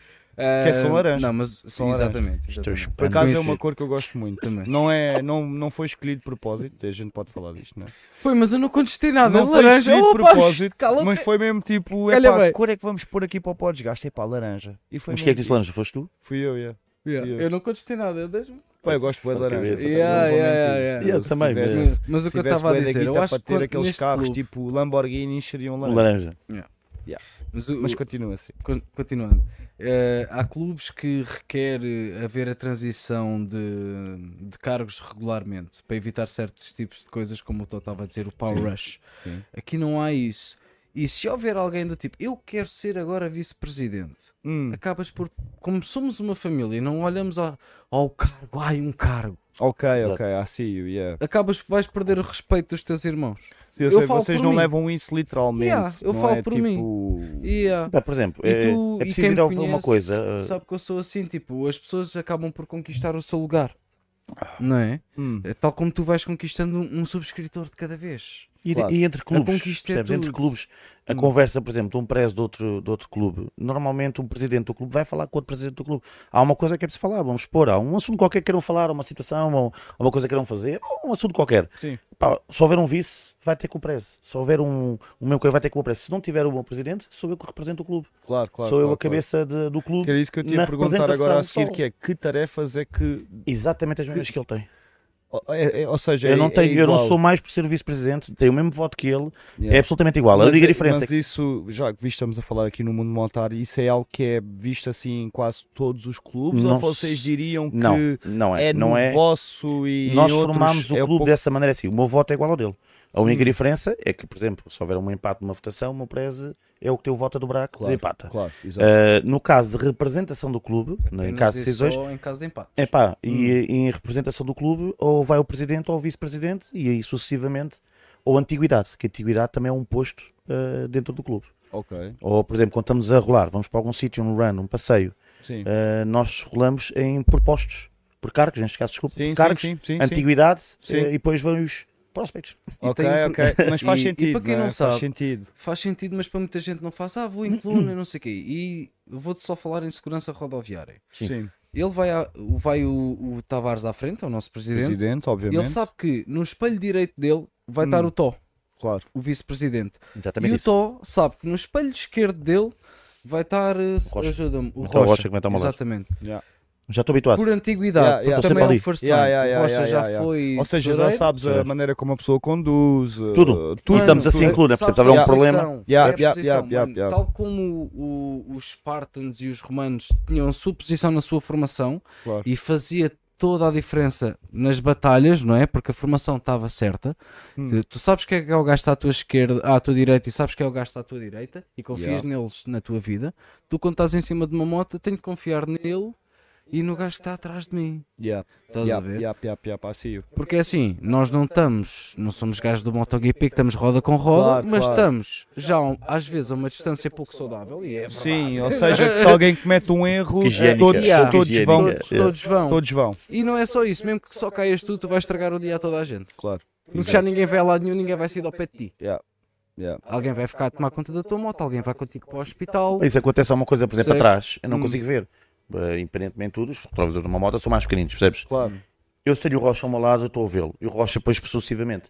Speaker 7: Que
Speaker 3: são laranja.
Speaker 7: Não, mas
Speaker 3: São
Speaker 7: sim, exatamente.
Speaker 8: Estou
Speaker 7: exatamente.
Speaker 3: Por
Speaker 8: espantado.
Speaker 3: acaso é
Speaker 7: Conheci.
Speaker 3: uma cor que eu gosto muito.
Speaker 7: Também.
Speaker 3: Não, é, não, não foi escolhido de propósito, a gente pode falar disto, não é?
Speaker 7: Foi, mas eu não contestei nada.
Speaker 3: Ah,
Speaker 7: é
Speaker 3: não foi
Speaker 7: laranja.
Speaker 3: escolhido de
Speaker 7: Opa,
Speaker 3: propósito,
Speaker 7: cala-te.
Speaker 3: mas foi mesmo tipo,
Speaker 7: Calha
Speaker 3: epá,
Speaker 7: bem.
Speaker 3: que cor é que vamos pôr aqui para o pó desgaste? Epá, laranja. E foi
Speaker 8: Mas
Speaker 3: mesmo
Speaker 8: quem é que disse
Speaker 3: tipo-
Speaker 8: Lange? Foste tu?
Speaker 3: Fui eu, yeah.
Speaker 7: Yeah,
Speaker 3: Yeah.
Speaker 7: Eu não contestei nada. eu deixo-
Speaker 3: Pá, eu gosto bué de
Speaker 8: Fuck
Speaker 3: laranja.
Speaker 8: cabeça.
Speaker 3: não
Speaker 7: Yeah,
Speaker 3: vou
Speaker 7: yeah,
Speaker 3: mentir.
Speaker 7: yeah.
Speaker 8: Eu
Speaker 3: se
Speaker 8: também,
Speaker 3: tivesse-
Speaker 8: mas-
Speaker 7: Mas o
Speaker 3: se
Speaker 7: que eu
Speaker 3: tivesse
Speaker 7: estava a
Speaker 3: bué da
Speaker 7: dizer, eu
Speaker 3: guita
Speaker 7: acho
Speaker 3: para
Speaker 7: que
Speaker 3: ter
Speaker 7: quando
Speaker 3: aqueles
Speaker 7: neste
Speaker 3: carros
Speaker 7: clube-
Speaker 3: tipo Lamborghini seriam
Speaker 8: Um
Speaker 3: laranja.
Speaker 8: laranja.
Speaker 7: Mas, o-
Speaker 3: Mas
Speaker 7: o-
Speaker 3: continua assim.
Speaker 7: con- continuando, eh, há clubes que requer eh, haver a transição de, de cargos regularmente para evitar certos tipos de coisas, como o Tó estava a dizer, o power rush.
Speaker 3: Sim.
Speaker 7: Aqui não há isso. E se houver alguém do tipo, eu quero ser agora vice-presidente,
Speaker 3: Hum,
Speaker 7: acabas por. Como somos uma família e não olhamos ao, ao cargo, ai, um cargo,
Speaker 3: ok, ok, I see you, yeah.
Speaker 7: acabas, vais perder o respeito dos teus irmãos.
Speaker 3: Eu,
Speaker 7: Eu
Speaker 3: sei,
Speaker 7: falo
Speaker 3: vocês
Speaker 7: por
Speaker 3: não
Speaker 7: mim.
Speaker 3: levam isso literalmente.
Speaker 7: Yeah, eu
Speaker 3: não
Speaker 7: falo
Speaker 3: é
Speaker 7: por
Speaker 3: tipo...
Speaker 7: mim. E, ah,
Speaker 8: Pá, por exemplo,
Speaker 7: E
Speaker 8: é,
Speaker 7: tu-
Speaker 8: é
Speaker 7: e
Speaker 8: preciso
Speaker 7: quem
Speaker 8: ir
Speaker 7: me
Speaker 8: a alguma
Speaker 7: conhece
Speaker 8: coisa. eh, ah.
Speaker 7: sabe que eu sou assim, tipo, as pessoas acabam por conquistar o seu lugar.
Speaker 8: Ah.
Speaker 7: Não é?
Speaker 3: Hum.
Speaker 7: É Tal como tu vais conquistando um, um subscritor de cada vez.
Speaker 8: E,
Speaker 3: Claro.
Speaker 8: e entre
Speaker 7: conquista
Speaker 8: clubes,
Speaker 7: é
Speaker 8: percebes? entre
Speaker 7: tudo.
Speaker 8: clubes,
Speaker 3: Hum.
Speaker 8: a conversa, por exemplo, de um preso de outro, de outro clube, normalmente um presidente do clube vai falar com outro presidente do clube. Há uma coisa que é preciso falar, vamos expor, há um assunto qualquer que queiram falar, uma situação, ou uma coisa que queiram fazer, ou um assunto qualquer.
Speaker 3: Sim.
Speaker 8: Pá, se houver um vice, vai ter com o preso. Se houver um, um meu colega, vai ter com o preso. Se não tiver um presidente, sou eu que represento o clube.
Speaker 3: Claro, claro.
Speaker 8: sou eu
Speaker 3: claro,
Speaker 8: a cabeça de-
Speaker 3: Claro.
Speaker 8: do
Speaker 3: Que
Speaker 8: clube.
Speaker 3: era isso que eu tinha
Speaker 8: na
Speaker 3: a perguntar agora a
Speaker 8: representação
Speaker 3: seguir,
Speaker 8: só.
Speaker 3: que é que tarefas é que.
Speaker 8: Exatamente as mesmas que ele tem.
Speaker 3: o- é- é- ou seja, é-
Speaker 8: Eu não,
Speaker 3: é
Speaker 8: tenho, eu não
Speaker 3: igual.
Speaker 8: sou mais por ser o vice-presidente, tenho o mesmo voto que ele,
Speaker 3: Yeah.
Speaker 8: é absolutamente igual. a
Speaker 3: Mas
Speaker 8: única
Speaker 3: é-
Speaker 8: diferença é
Speaker 3: Mas
Speaker 8: que
Speaker 3: isso, já que visto estamos a falar aqui no mundo monetário, isso é algo que é visto assim em quase todos os clubes?
Speaker 8: Não
Speaker 3: ou vocês
Speaker 8: se-
Speaker 3: diriam que
Speaker 8: não, não é,
Speaker 3: é
Speaker 8: não
Speaker 3: no
Speaker 8: é.
Speaker 3: vosso e.
Speaker 8: Nós
Speaker 3: em outros
Speaker 8: formámos o
Speaker 3: é
Speaker 8: clube
Speaker 3: pouco- Uhum.
Speaker 8: dessa maneira assim. O meu voto é igual ao dele. A única diferença é que, por exemplo, se houver um empate numa votação, o meu preze é o que tem o voto a dobrar, que
Speaker 3: Claro,
Speaker 8: desempata.
Speaker 3: Claro, exato.
Speaker 8: Ah, no caso de representação do clube, né, em
Speaker 7: Apenas
Speaker 8: caso de
Speaker 7: é
Speaker 8: decisões,
Speaker 7: só em caso de empate.
Speaker 8: é pá,
Speaker 3: Hum.
Speaker 8: e, e em representação do clube, ou vai o presidente ou o vice-presidente, e aí sucessivamente, ou antiguidade, que a antiguidade também é um posto ah, dentro do clube.
Speaker 3: Ok,
Speaker 8: Ou, por exemplo, quando estamos a rolar, vamos para algum sítio, um run, um passeio,
Speaker 3: sim.
Speaker 8: ah, nós rolamos em propostos, por cargos, neste caso, desculpa,
Speaker 3: Sim,
Speaker 8: por
Speaker 3: sim,
Speaker 8: cargos,
Speaker 3: sim, sim, sim.
Speaker 8: antiguidade,
Speaker 3: Sim.
Speaker 8: eh, e depois vão os prospectos.
Speaker 3: Ok,
Speaker 7: tem um
Speaker 3: ok. Mas faz
Speaker 7: E- e
Speaker 3: sentido.
Speaker 7: para quem
Speaker 3: é?
Speaker 7: não
Speaker 3: Faz
Speaker 7: sabe-
Speaker 3: sentido.
Speaker 7: Faz sentido, mas para muita gente não faz. Ah, vou incluir,
Speaker 8: Hum.
Speaker 7: não sei o quê. E eu vou-te só falar em segurança rodoviária.
Speaker 3: Sim.
Speaker 8: Sim.
Speaker 7: Ele vai, a- vai o, o Tavares à frente, é o nosso presidente.
Speaker 3: Presidente, obviamente.
Speaker 7: Ele sabe que no espelho direito dele vai
Speaker 8: Hum.
Speaker 7: estar o Tó,
Speaker 3: Claro.
Speaker 7: o vice-presidente.
Speaker 8: Exatamente
Speaker 7: e
Speaker 8: isso.
Speaker 7: o Tó sabe que no espelho esquerdo dele vai estar. eh,
Speaker 8: Rocha.
Speaker 7: Ajuda-me. O
Speaker 8: Vai estar o Rocha que vai estar uma lata.
Speaker 7: Exatamente.
Speaker 8: Já estou habituado.
Speaker 7: Por antiguidade,
Speaker 3: Yeah, yeah.
Speaker 7: porque
Speaker 8: Estou
Speaker 7: também é
Speaker 8: sempre
Speaker 7: um
Speaker 8: ali.
Speaker 7: first
Speaker 3: Yeah,
Speaker 7: line.
Speaker 3: yeah, yeah,
Speaker 7: o Rocha
Speaker 3: yeah,
Speaker 7: já
Speaker 3: yeah.
Speaker 7: foi.
Speaker 3: Ou seja, já
Speaker 7: tesoureiro.
Speaker 3: sabes a
Speaker 8: Certo.
Speaker 3: maneira como a pessoa conduz. eh,
Speaker 8: Tudo.
Speaker 3: tudo.
Speaker 8: E estamos assim
Speaker 7: tu-
Speaker 8: em clube, é percebes?
Speaker 7: sabes
Speaker 8: Há um
Speaker 7: a posição,
Speaker 8: problema.
Speaker 3: Yeah,
Speaker 7: é a
Speaker 3: yeah,
Speaker 7: posição,
Speaker 3: yeah, yeah,
Speaker 7: mano.
Speaker 3: yeah.
Speaker 7: Tal como o- o- os Spartans e os romanos tinham sua posição na sua formação
Speaker 3: Claro.
Speaker 7: e fazia toda a diferença nas batalhas, não é? Porque a formação estava certa.
Speaker 3: Hum.
Speaker 7: Tu- Tu sabes que é que é o gajo que está à tua esquerda, à tua direita e sabes que é o gajo que está à tua direita e confias
Speaker 3: Yeah.
Speaker 7: neles na tua vida. Tu quando estás em cima de uma moto, tenho que confiar nele e no gajo que está atrás de mim.
Speaker 3: Yeah.
Speaker 7: Estás
Speaker 3: yeah,
Speaker 7: a ver?
Speaker 3: Yeah, yeah, yeah, pá, see you.
Speaker 7: Porque é assim, nós não estamos, não somos gajos do MotoGP que estamos roda com roda,
Speaker 3: Claro,
Speaker 7: mas
Speaker 3: claro.
Speaker 7: estamos já a um- às vezes a uma distância pouco saudável e é verdade.
Speaker 3: Sim, ou seja, que se alguém comete um erro,
Speaker 8: Higiênica.
Speaker 3: todos,
Speaker 7: Yeah.
Speaker 3: todos
Speaker 8: Higiênica.
Speaker 3: vão.
Speaker 7: Todos, todos vão.
Speaker 3: é. Todos vão,
Speaker 7: E não é só isso, mesmo que só caias tu, tu vais estragar o dia a toda a gente.
Speaker 3: claro.
Speaker 7: Porque já ninguém vai a lado nenhum, ninguém vai sair ao pé de ti.
Speaker 3: Yeah. Yeah.
Speaker 7: Alguém vai ficar a tomar conta da tua moto, alguém vai contigo para o hospital.
Speaker 8: Isso acontece alguma coisa, por exemplo,
Speaker 7: Percebes?
Speaker 8: atrás, eu não consigo ver. Eh, independentemente de tudo, os retrovisores de uma moto são mais pequeninos, percebes?
Speaker 3: Claro.
Speaker 8: Eu se tenho o Rocha ao meu lado, eu estou a vê-lo. E o Rocha, depois, sucessivamente.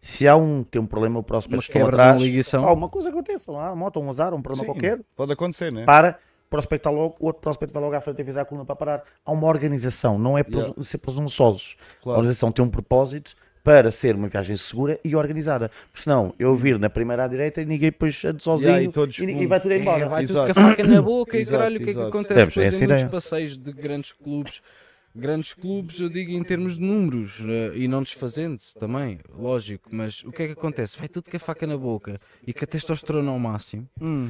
Speaker 8: Se há um tem um problema, o próximo
Speaker 7: Uma
Speaker 8: que estão
Speaker 7: quebra de uma
Speaker 8: atrás,
Speaker 7: ligação.
Speaker 8: alguma coisa acontece, lá, a moto, um azar, um problema qualquer, Ah.
Speaker 3: Pode acontecer, né?
Speaker 8: para, o prospecto está logo, o outro prospecto vai logo à frente e avisar a coluna para parar. Há uma organização, não é presu- ser presunçosos.
Speaker 3: Claro.
Speaker 8: A organização tem um propósito para ser uma viagem segura e organizada. Porque senão eu vir na primeira à direita e ninguém depois ando sozinho
Speaker 3: Uhum. e todos
Speaker 8: e, ninguém
Speaker 3: fundo.
Speaker 8: vai tudo embora.
Speaker 7: É, vai tudo
Speaker 3: Exato.
Speaker 7: com a faca na boca e
Speaker 3: Exato,
Speaker 7: caralho, o que é que
Speaker 3: exato.
Speaker 7: acontece
Speaker 8: Percebes? É
Speaker 7: depois
Speaker 8: essa
Speaker 7: em muitos
Speaker 8: ideia.
Speaker 7: passeios de grandes clubes? Grandes clubes, eu digo em termos de números eh, e não desfazendo também, lógico, mas o que é que acontece? Vai tudo com a faca na boca e com a testosterona ao máximo
Speaker 3: Hum.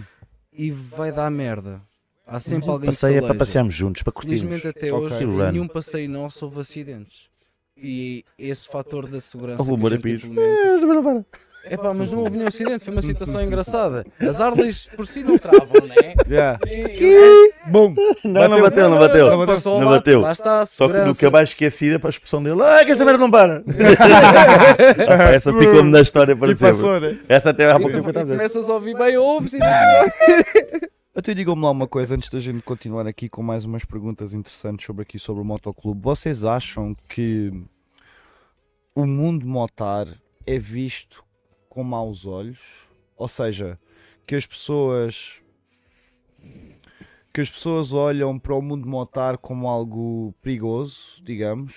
Speaker 7: e vai dar merda. Há sempre alguém que se
Speaker 8: Hum. Passeia é para
Speaker 7: aleja.
Speaker 8: passearmos juntos, para curtirmos.
Speaker 7: Felizmente até
Speaker 3: Ok.
Speaker 7: hoje
Speaker 8: Run.
Speaker 7: em nenhum passeio nosso houve acidentes. E esse fator da segurança
Speaker 8: Oh,
Speaker 7: que a
Speaker 8: bora,
Speaker 7: gente
Speaker 8: Pires.
Speaker 7: implementa- é pá, mas não houve nenhum acidente, foi uma situação engraçada. As Harleys por si não travam, não é?
Speaker 3: Yeah.
Speaker 7: E-
Speaker 3: Bom,
Speaker 8: Não, não bateu, não bateu.
Speaker 7: Não bateu.
Speaker 8: Não bateu.
Speaker 7: Lá está a
Speaker 8: Só que
Speaker 7: segurança.
Speaker 8: nunca mais esquecida para a expressão dele. Ah, que essa merda não para! Ah, pá, essa ficou-me na história para
Speaker 3: e passou,
Speaker 8: sempre.
Speaker 3: né?
Speaker 8: Essa até há pouco
Speaker 7: E
Speaker 8: tempo atrás.
Speaker 7: Começas a ouvir bem ouves e dizes
Speaker 3: Então digam-me lá uma coisa antes da gente continuar aqui com mais umas perguntas interessantes sobre aqui sobre o motoclube. Vocês acham que o mundo motar é visto com maus olhos? Ou seja, que as pessoas que as pessoas olham para o mundo motar como algo perigoso, digamos?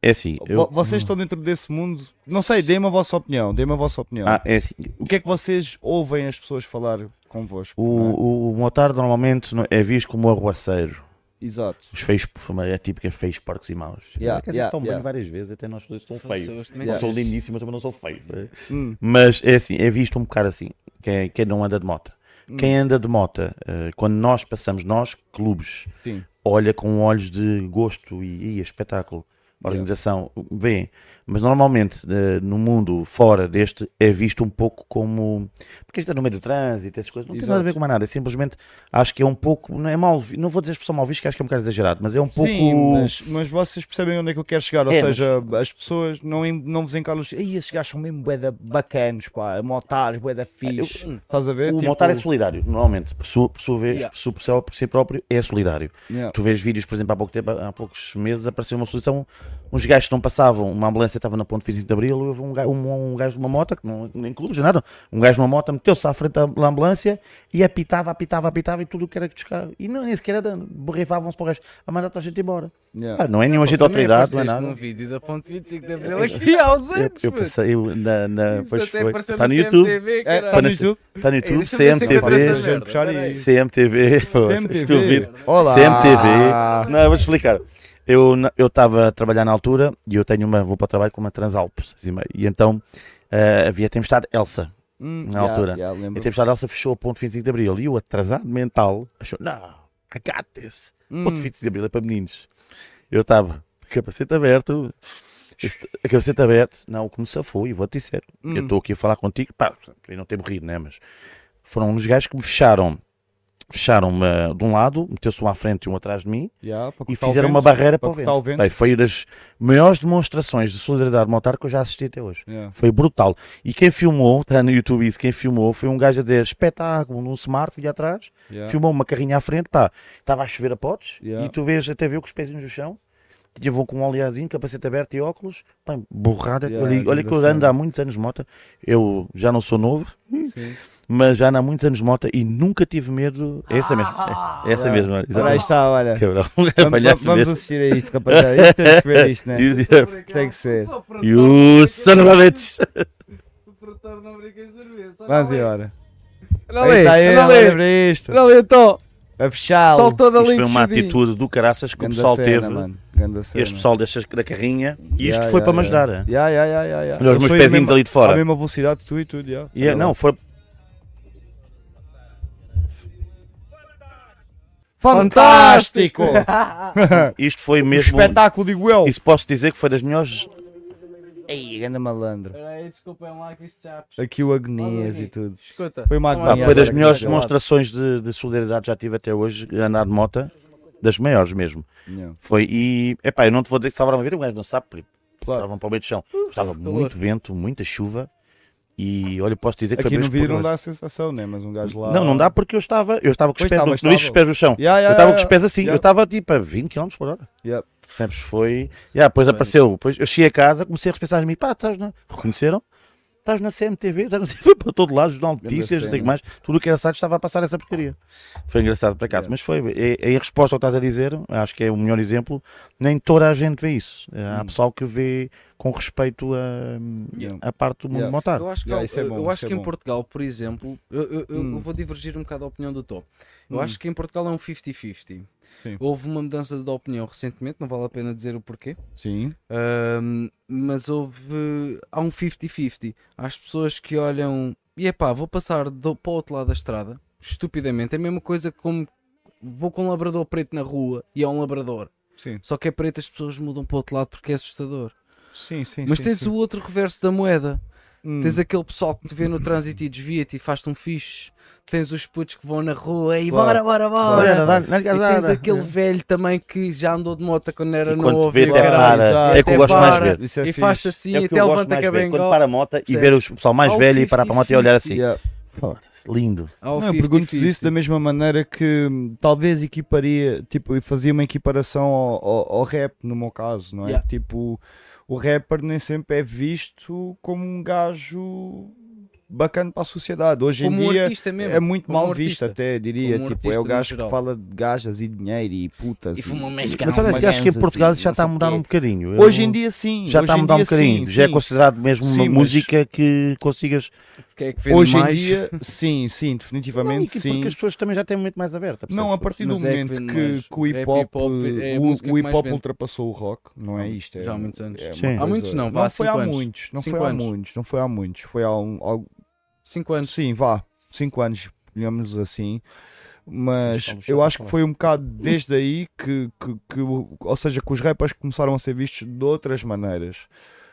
Speaker 8: É assim.
Speaker 3: Vo- Vocês estão dentro desse mundo? Não sei, deem-me a vossa opinião, deem-me a vossa opinião.
Speaker 8: Ah, é assim.
Speaker 3: O que é que vocês ouvem as pessoas falar convosco. não é?
Speaker 8: O, o, o motardo normalmente no- é visto como arruaceiro.
Speaker 3: Exato.
Speaker 8: Os feios, é a típica feios, porcos e maus.
Speaker 3: Yeah,
Speaker 8: Quer dizer,
Speaker 3: yeah,
Speaker 8: estão bem
Speaker 3: yeah.
Speaker 8: várias vezes, até nós todos são
Speaker 7: Foda-se,
Speaker 8: feios.
Speaker 7: hoje também
Speaker 8: Não sou
Speaker 7: tens.
Speaker 8: lindíssimo, mas também não sou feio. não é?
Speaker 3: Hum.
Speaker 8: Mas é assim, é visto um bocado assim. Quem, quem não anda de moto.
Speaker 3: Hum.
Speaker 8: Quem anda de moto, eh, quando nós passamos, nós, clubes,
Speaker 3: Sim.
Speaker 8: olha com olhos de gosto e, e espetáculo. A organização vê, mas normalmente eh, no mundo fora deste é visto um pouco como porque está no meio do trânsito, essas coisas não tem nada a ver com mais nada. É simplesmente acho que é um pouco, não é mal, vi- não vou dizer a expressão mal visto, que acho que é um bocado exagerado, mas é um pouco.
Speaker 3: Sim, mas, mas vocês percebem onde é que eu quero chegar, ou
Speaker 8: É,
Speaker 3: seja, as pessoas não, en- não vos encalam os. Ei, esses gajos são mesmo boeda bacanos, pá, motares, boeda fixe. Estás a ver?
Speaker 8: hum, O
Speaker 3: Tipo,
Speaker 8: montar é solidário, normalmente, por sua, por sua vez,
Speaker 7: um- Yeah.
Speaker 8: por, sua, por seu- por si próprio, é solidário.
Speaker 3: Yeah.
Speaker 8: Tu vês vídeos, por exemplo, há, pouco tempo, há poucos meses apareceu uma solução, uns gajos que não passavam, uma ambulância estava na ponte 25 de Abril, houve um gajo, um, um gajo de uma moto, que não, nem clubes, nem nada, um gajo de uma moto meteu-se à frente da da ambulância e apitava, apitava, apitava e tudo o que era que descar. E não, nem sequer era dano, borrifavam-se para o gajo, a mandar a gente embora.
Speaker 3: Yeah.
Speaker 8: Ah, não é nenhum agente de
Speaker 7: Também
Speaker 8: autoridade, não é
Speaker 7: apareceste
Speaker 8: nada. É,
Speaker 7: num vídeo da Ponte 25 de Abril aqui há uns
Speaker 8: Eu,
Speaker 7: anos.
Speaker 8: eu
Speaker 7: puto.
Speaker 8: pensei, eu, na, na,
Speaker 7: Isso
Speaker 8: pois
Speaker 7: até
Speaker 8: foi,
Speaker 7: apareceu
Speaker 8: está no
Speaker 7: na
Speaker 8: YouTube.
Speaker 7: CMTV,
Speaker 3: É,
Speaker 7: caralho.
Speaker 3: tá no
Speaker 8: Está
Speaker 3: YouTube.
Speaker 8: Está no YouTube,
Speaker 7: deixa-me ver se encontro
Speaker 8: CMTV.
Speaker 7: essa merda,
Speaker 3: puxar
Speaker 7: peraí.
Speaker 3: É
Speaker 8: é
Speaker 3: isso.
Speaker 8: CMTV, pô,
Speaker 3: CMTV.
Speaker 8: estúpido.
Speaker 3: Olá. Ah.
Speaker 8: CMTV. Não, eu vou te explicar. Eu na- eu estava a trabalhar na altura e eu tenho uma, vou para o trabalho com uma Transalpes. assim, e então eh, havia tempestade Elsa.
Speaker 3: Hum,
Speaker 8: Na altura.
Speaker 3: yeah,
Speaker 8: E a
Speaker 3: lembro.
Speaker 8: tempestade Elsa fechou a ponto 25 de Abril. E o atrasado mental achou, não, I got this. Ponto
Speaker 3: Hum.
Speaker 8: 25 de Abril é para meninos. Eu estava, capacete aberto, este- capacete aberto. Não, como se foi, vou-te dizer.
Speaker 3: Hum.
Speaker 8: Eu estou aqui a falar contigo, pá, eu não tenho morrido, né? Mas foram uns gajos que me fecharam. Fecharam-me eh, de um lado, meteu-se um à frente e um atrás de mim
Speaker 3: Yeah, para
Speaker 8: e
Speaker 3: cortar o
Speaker 8: fizeram uma
Speaker 3: vento.
Speaker 8: barreira para,
Speaker 3: para cortar
Speaker 8: o
Speaker 3: o
Speaker 8: vento.
Speaker 3: vento.
Speaker 8: Bem, foi das maiores demonstrações de solidariedade motar que eu já assisti até hoje.
Speaker 3: Yeah.
Speaker 8: Foi brutal. E quem filmou, está no YouTube isso, quem filmou foi um gajo a dizer espetáculo num smart, vinha atrás,
Speaker 3: Yeah.
Speaker 8: filmou uma carrinha à frente, pá, estava a chover a potes
Speaker 3: Yeah.
Speaker 8: e tu vês, até vê com os pezinhos no chão. Tinha vou com um oleazinho, capacete aberto e óculos, bem, borrada.
Speaker 3: Yeah,
Speaker 8: olha, olha que eu
Speaker 3: engraçado.
Speaker 8: ando há muitos anos de moto, eu já não sou novo,
Speaker 3: Sim.
Speaker 8: mas já ando há muitos anos de moto e nunca tive medo. É essa mesmo, é, é essa mesmo,
Speaker 3: Ora, aí
Speaker 8: olha, exatamente.
Speaker 3: está, olha.
Speaker 8: Cabrão,
Speaker 3: Vamos,
Speaker 8: falhaste
Speaker 3: vamos
Speaker 8: mesmo.
Speaker 3: assistir a isto, rapaziada. Isto temos que ver isto, né?
Speaker 8: You- you-
Speaker 3: Tem que ser.
Speaker 8: You son of a bitch.
Speaker 7: O produtor não brinca em serviço. Olha
Speaker 3: Vamos
Speaker 7: ali,
Speaker 3: embora.
Speaker 8: É, tá
Speaker 7: Olha
Speaker 3: Aí está
Speaker 7: ali,
Speaker 3: ele,
Speaker 7: olha ali.
Speaker 3: lembra isto.
Speaker 7: Olha ali, então.
Speaker 3: A fechá-lo.
Speaker 7: Saltou dali.
Speaker 8: Isto foi um uma
Speaker 7: fechadinho.
Speaker 8: atitude do caraças que o
Speaker 3: Ganda
Speaker 8: pessoal
Speaker 3: cena,
Speaker 8: teve.
Speaker 3: mano. Ganda cena.
Speaker 8: Este pessoal destas, da carrinha. E isto
Speaker 3: Yeah,
Speaker 8: foi
Speaker 3: yeah,
Speaker 8: para me
Speaker 3: yeah.
Speaker 8: ajudar. eh?
Speaker 3: Yeah, yeah, yeah, yeah, yeah.
Speaker 8: Olha os
Speaker 3: Eu
Speaker 8: meus
Speaker 3: sou
Speaker 8: pezinhos
Speaker 3: mesmo-
Speaker 8: ali de fora.
Speaker 3: À mesma velocidade que tu e tudo, yeah.
Speaker 8: E, eh, não, foi.
Speaker 3: Fantástico!
Speaker 8: Isto foi mesmo.
Speaker 3: Um Espetáculo, digo eu.
Speaker 8: Isso posso dizer que foi das melhores.
Speaker 3: Ei, ganda malandro.
Speaker 7: Espera aí, é um desculpem lá que isto já...
Speaker 3: Aqui o agonias e tudo.
Speaker 7: Escuta.
Speaker 3: Foi uma
Speaker 8: Pá,
Speaker 3: agonia.
Speaker 8: foi das
Speaker 3: agora,
Speaker 8: melhores
Speaker 3: cara, gelado.
Speaker 8: demonstrações de, de solidariedade que já tive até hoje, andar de moto. Das maiores mesmo.
Speaker 3: Yeah.
Speaker 8: Foi e. Epá, eu não te vou dizer que salvaram a vida, o gajo não sabe, porque
Speaker 3: Claro.
Speaker 8: estavam para o meio do chão. Estava muito vento, muita chuva. E olha, posso dizer que
Speaker 3: Aqui
Speaker 8: foi
Speaker 3: no
Speaker 8: mesmo
Speaker 3: vídeo não
Speaker 8: porreiro.
Speaker 3: dá a sensação, né? Mas um gajo lá.
Speaker 8: Não, não dá porque eu estava, eu estava com os
Speaker 3: Pois
Speaker 8: pés,
Speaker 3: estava,
Speaker 8: não, não disse os
Speaker 3: estava.
Speaker 8: pés no chão.
Speaker 3: Yeah, yeah,
Speaker 8: eu estava
Speaker 3: yeah,
Speaker 8: com os pés assim,
Speaker 3: yeah.
Speaker 8: eu estava tipo a 20 km por hora.
Speaker 3: Yep.
Speaker 8: Sabes, foi. Yeah, depois apareceu, depois eu cheguei a casa, comecei a repensar em mim, pá, estás na. Reconheceram? Estás na CMTV, estás na foi para todo lado, jornal de
Speaker 3: Grande
Speaker 8: notícias, não sei o que
Speaker 3: cena.
Speaker 8: mais, tudo o que era site estava a passar essa porcaria. Foi engraçado por acaso, mas foi. É, é a resposta ao que estás a dizer, acho que é o melhor exemplo. Nem toda a gente vê isso. Há pessoal que vê com respeito a,
Speaker 3: Hum. Yeah.
Speaker 8: a parte do mundo
Speaker 3: Yeah.
Speaker 8: montar.
Speaker 7: Eu acho que,
Speaker 3: Yeah,
Speaker 7: eu-
Speaker 3: isso é
Speaker 7: eu-
Speaker 3: bom,
Speaker 7: eu acho
Speaker 3: isso é
Speaker 7: que em
Speaker 3: bom.
Speaker 7: Portugal, por exemplo, eu, eu- eu- eu
Speaker 3: Hum.
Speaker 7: vou divergir um bocado da opinião do Top. Eu acho que em Portugal é um 50-50.
Speaker 3: Sim.
Speaker 7: Houve uma mudança de opinião recentemente, não vale a pena dizer o porquê,
Speaker 3: Sim.
Speaker 7: ahm, mas houve. Há um 50-50. Há as pessoas que olham e é pá, vou passar do- para o outro lado da estrada, estupidamente. É a mesma coisa como vou com um labrador preto na rua e é um labrador.
Speaker 3: Sim.
Speaker 7: Só que é preto, as pessoas mudam para o outro lado porque é assustador.
Speaker 3: Sim, sim.
Speaker 7: Mas
Speaker 3: sim,
Speaker 7: tens
Speaker 3: sim.
Speaker 7: o outro reverso da moeda.
Speaker 3: Hum.
Speaker 7: Tens aquele pessoal que te vê no trânsito e desvia-te e faz-te um fixe. Tens os putos que vão na rua e
Speaker 3: Claro.
Speaker 7: bora, bora,
Speaker 8: Olha,
Speaker 7: bora.
Speaker 8: dá- dá-
Speaker 7: E
Speaker 8: dá-
Speaker 7: tens
Speaker 8: dá-
Speaker 7: aquele velho também que já andou de moto quando era
Speaker 8: E quando
Speaker 7: novo.
Speaker 8: te vê
Speaker 7: e o
Speaker 8: até
Speaker 7: caralho.
Speaker 3: exato.
Speaker 8: para, é que eu
Speaker 7: Até
Speaker 8: gosto mais de
Speaker 7: para.
Speaker 8: ver.
Speaker 3: Isso é
Speaker 7: E
Speaker 3: fixe.
Speaker 7: faz-te assim
Speaker 8: É
Speaker 7: e
Speaker 8: porque
Speaker 7: até
Speaker 8: eu gosto
Speaker 7: levanta
Speaker 8: mais
Speaker 7: a
Speaker 8: de ver. Quando
Speaker 7: bengola.
Speaker 8: para a moto e
Speaker 7: Percebes?
Speaker 8: ver o pessoal mais
Speaker 7: Há o
Speaker 8: velho e parar para a moto e olhar assim.
Speaker 3: Yeah.
Speaker 8: Foda-se, Lindo.
Speaker 7: Há o
Speaker 3: Não, eu
Speaker 7: 50-50.
Speaker 3: pergunto-vos isso da mesma maneira que hum, talvez equiparia, tipo, eu fazia uma equiparação ao, ao- ao rap, no meu caso, não é?
Speaker 7: Yeah.
Speaker 3: Tipo, o rapper nem sempre é visto como um gajo bacana para a sociedade. Hoje
Speaker 7: Como
Speaker 3: em
Speaker 7: um
Speaker 3: dia
Speaker 7: artista mesmo,
Speaker 3: é muito
Speaker 7: como um
Speaker 3: mal visto,
Speaker 7: artista.
Speaker 3: até diria.
Speaker 7: Como um
Speaker 3: tipo, é
Speaker 7: artista
Speaker 3: o
Speaker 7: no
Speaker 3: gajo que
Speaker 7: geral.
Speaker 3: fala de gajas e dinheiro e putas.
Speaker 7: E
Speaker 3: e-
Speaker 7: fuma
Speaker 8: Mas sabe, que acho que em Portugal isso já está a mudar um bocadinho. Eu-
Speaker 3: Hoje em dia, sim.
Speaker 8: já
Speaker 3: Hoje
Speaker 8: está a
Speaker 3: em
Speaker 8: mudar um
Speaker 3: dia,
Speaker 8: bocadinho.
Speaker 3: sim,
Speaker 8: já é
Speaker 3: sim.
Speaker 8: considerado mesmo
Speaker 3: Sim,
Speaker 8: uma
Speaker 3: mas-
Speaker 8: música que consigas.
Speaker 7: Porque é que vende
Speaker 3: Hoje em
Speaker 7: mais?
Speaker 3: dia, sim, sim,
Speaker 8: Não, e
Speaker 3: definitivamente
Speaker 8: que-
Speaker 3: sim.
Speaker 8: Porque as pessoas também já têm muito mais aberta. percebes?
Speaker 3: Não, a partir do
Speaker 7: Mas é que
Speaker 3: momento
Speaker 7: vende
Speaker 3: que,
Speaker 7: mais.
Speaker 3: que o
Speaker 7: É
Speaker 3: hip hop,
Speaker 7: hip hop, é a
Speaker 3: o-
Speaker 7: música
Speaker 3: o,
Speaker 7: que mais
Speaker 3: hip hop
Speaker 7: vende.
Speaker 3: ultrapassou o rock, não é isto? é-
Speaker 7: Já há muitos anos.
Speaker 3: é uma
Speaker 8: Sim. Há
Speaker 7: Há
Speaker 3: coisa-
Speaker 7: muitos não, vá há
Speaker 3: não foi há
Speaker 7: 5 anos.
Speaker 3: muitos, não
Speaker 7: Cinco
Speaker 3: foi há
Speaker 7: anos.
Speaker 3: muitos, não foi há muitos, foi há um, algo-
Speaker 7: 5 anos.
Speaker 3: sim, vá, 5 anos, digamos assim. Mas
Speaker 8: Estamos
Speaker 3: eu
Speaker 8: a
Speaker 3: acho que
Speaker 8: falar.
Speaker 3: foi um bocado desde aí que, que, que o- ou seja, que os rappers começaram a ser vistos de outras maneiras.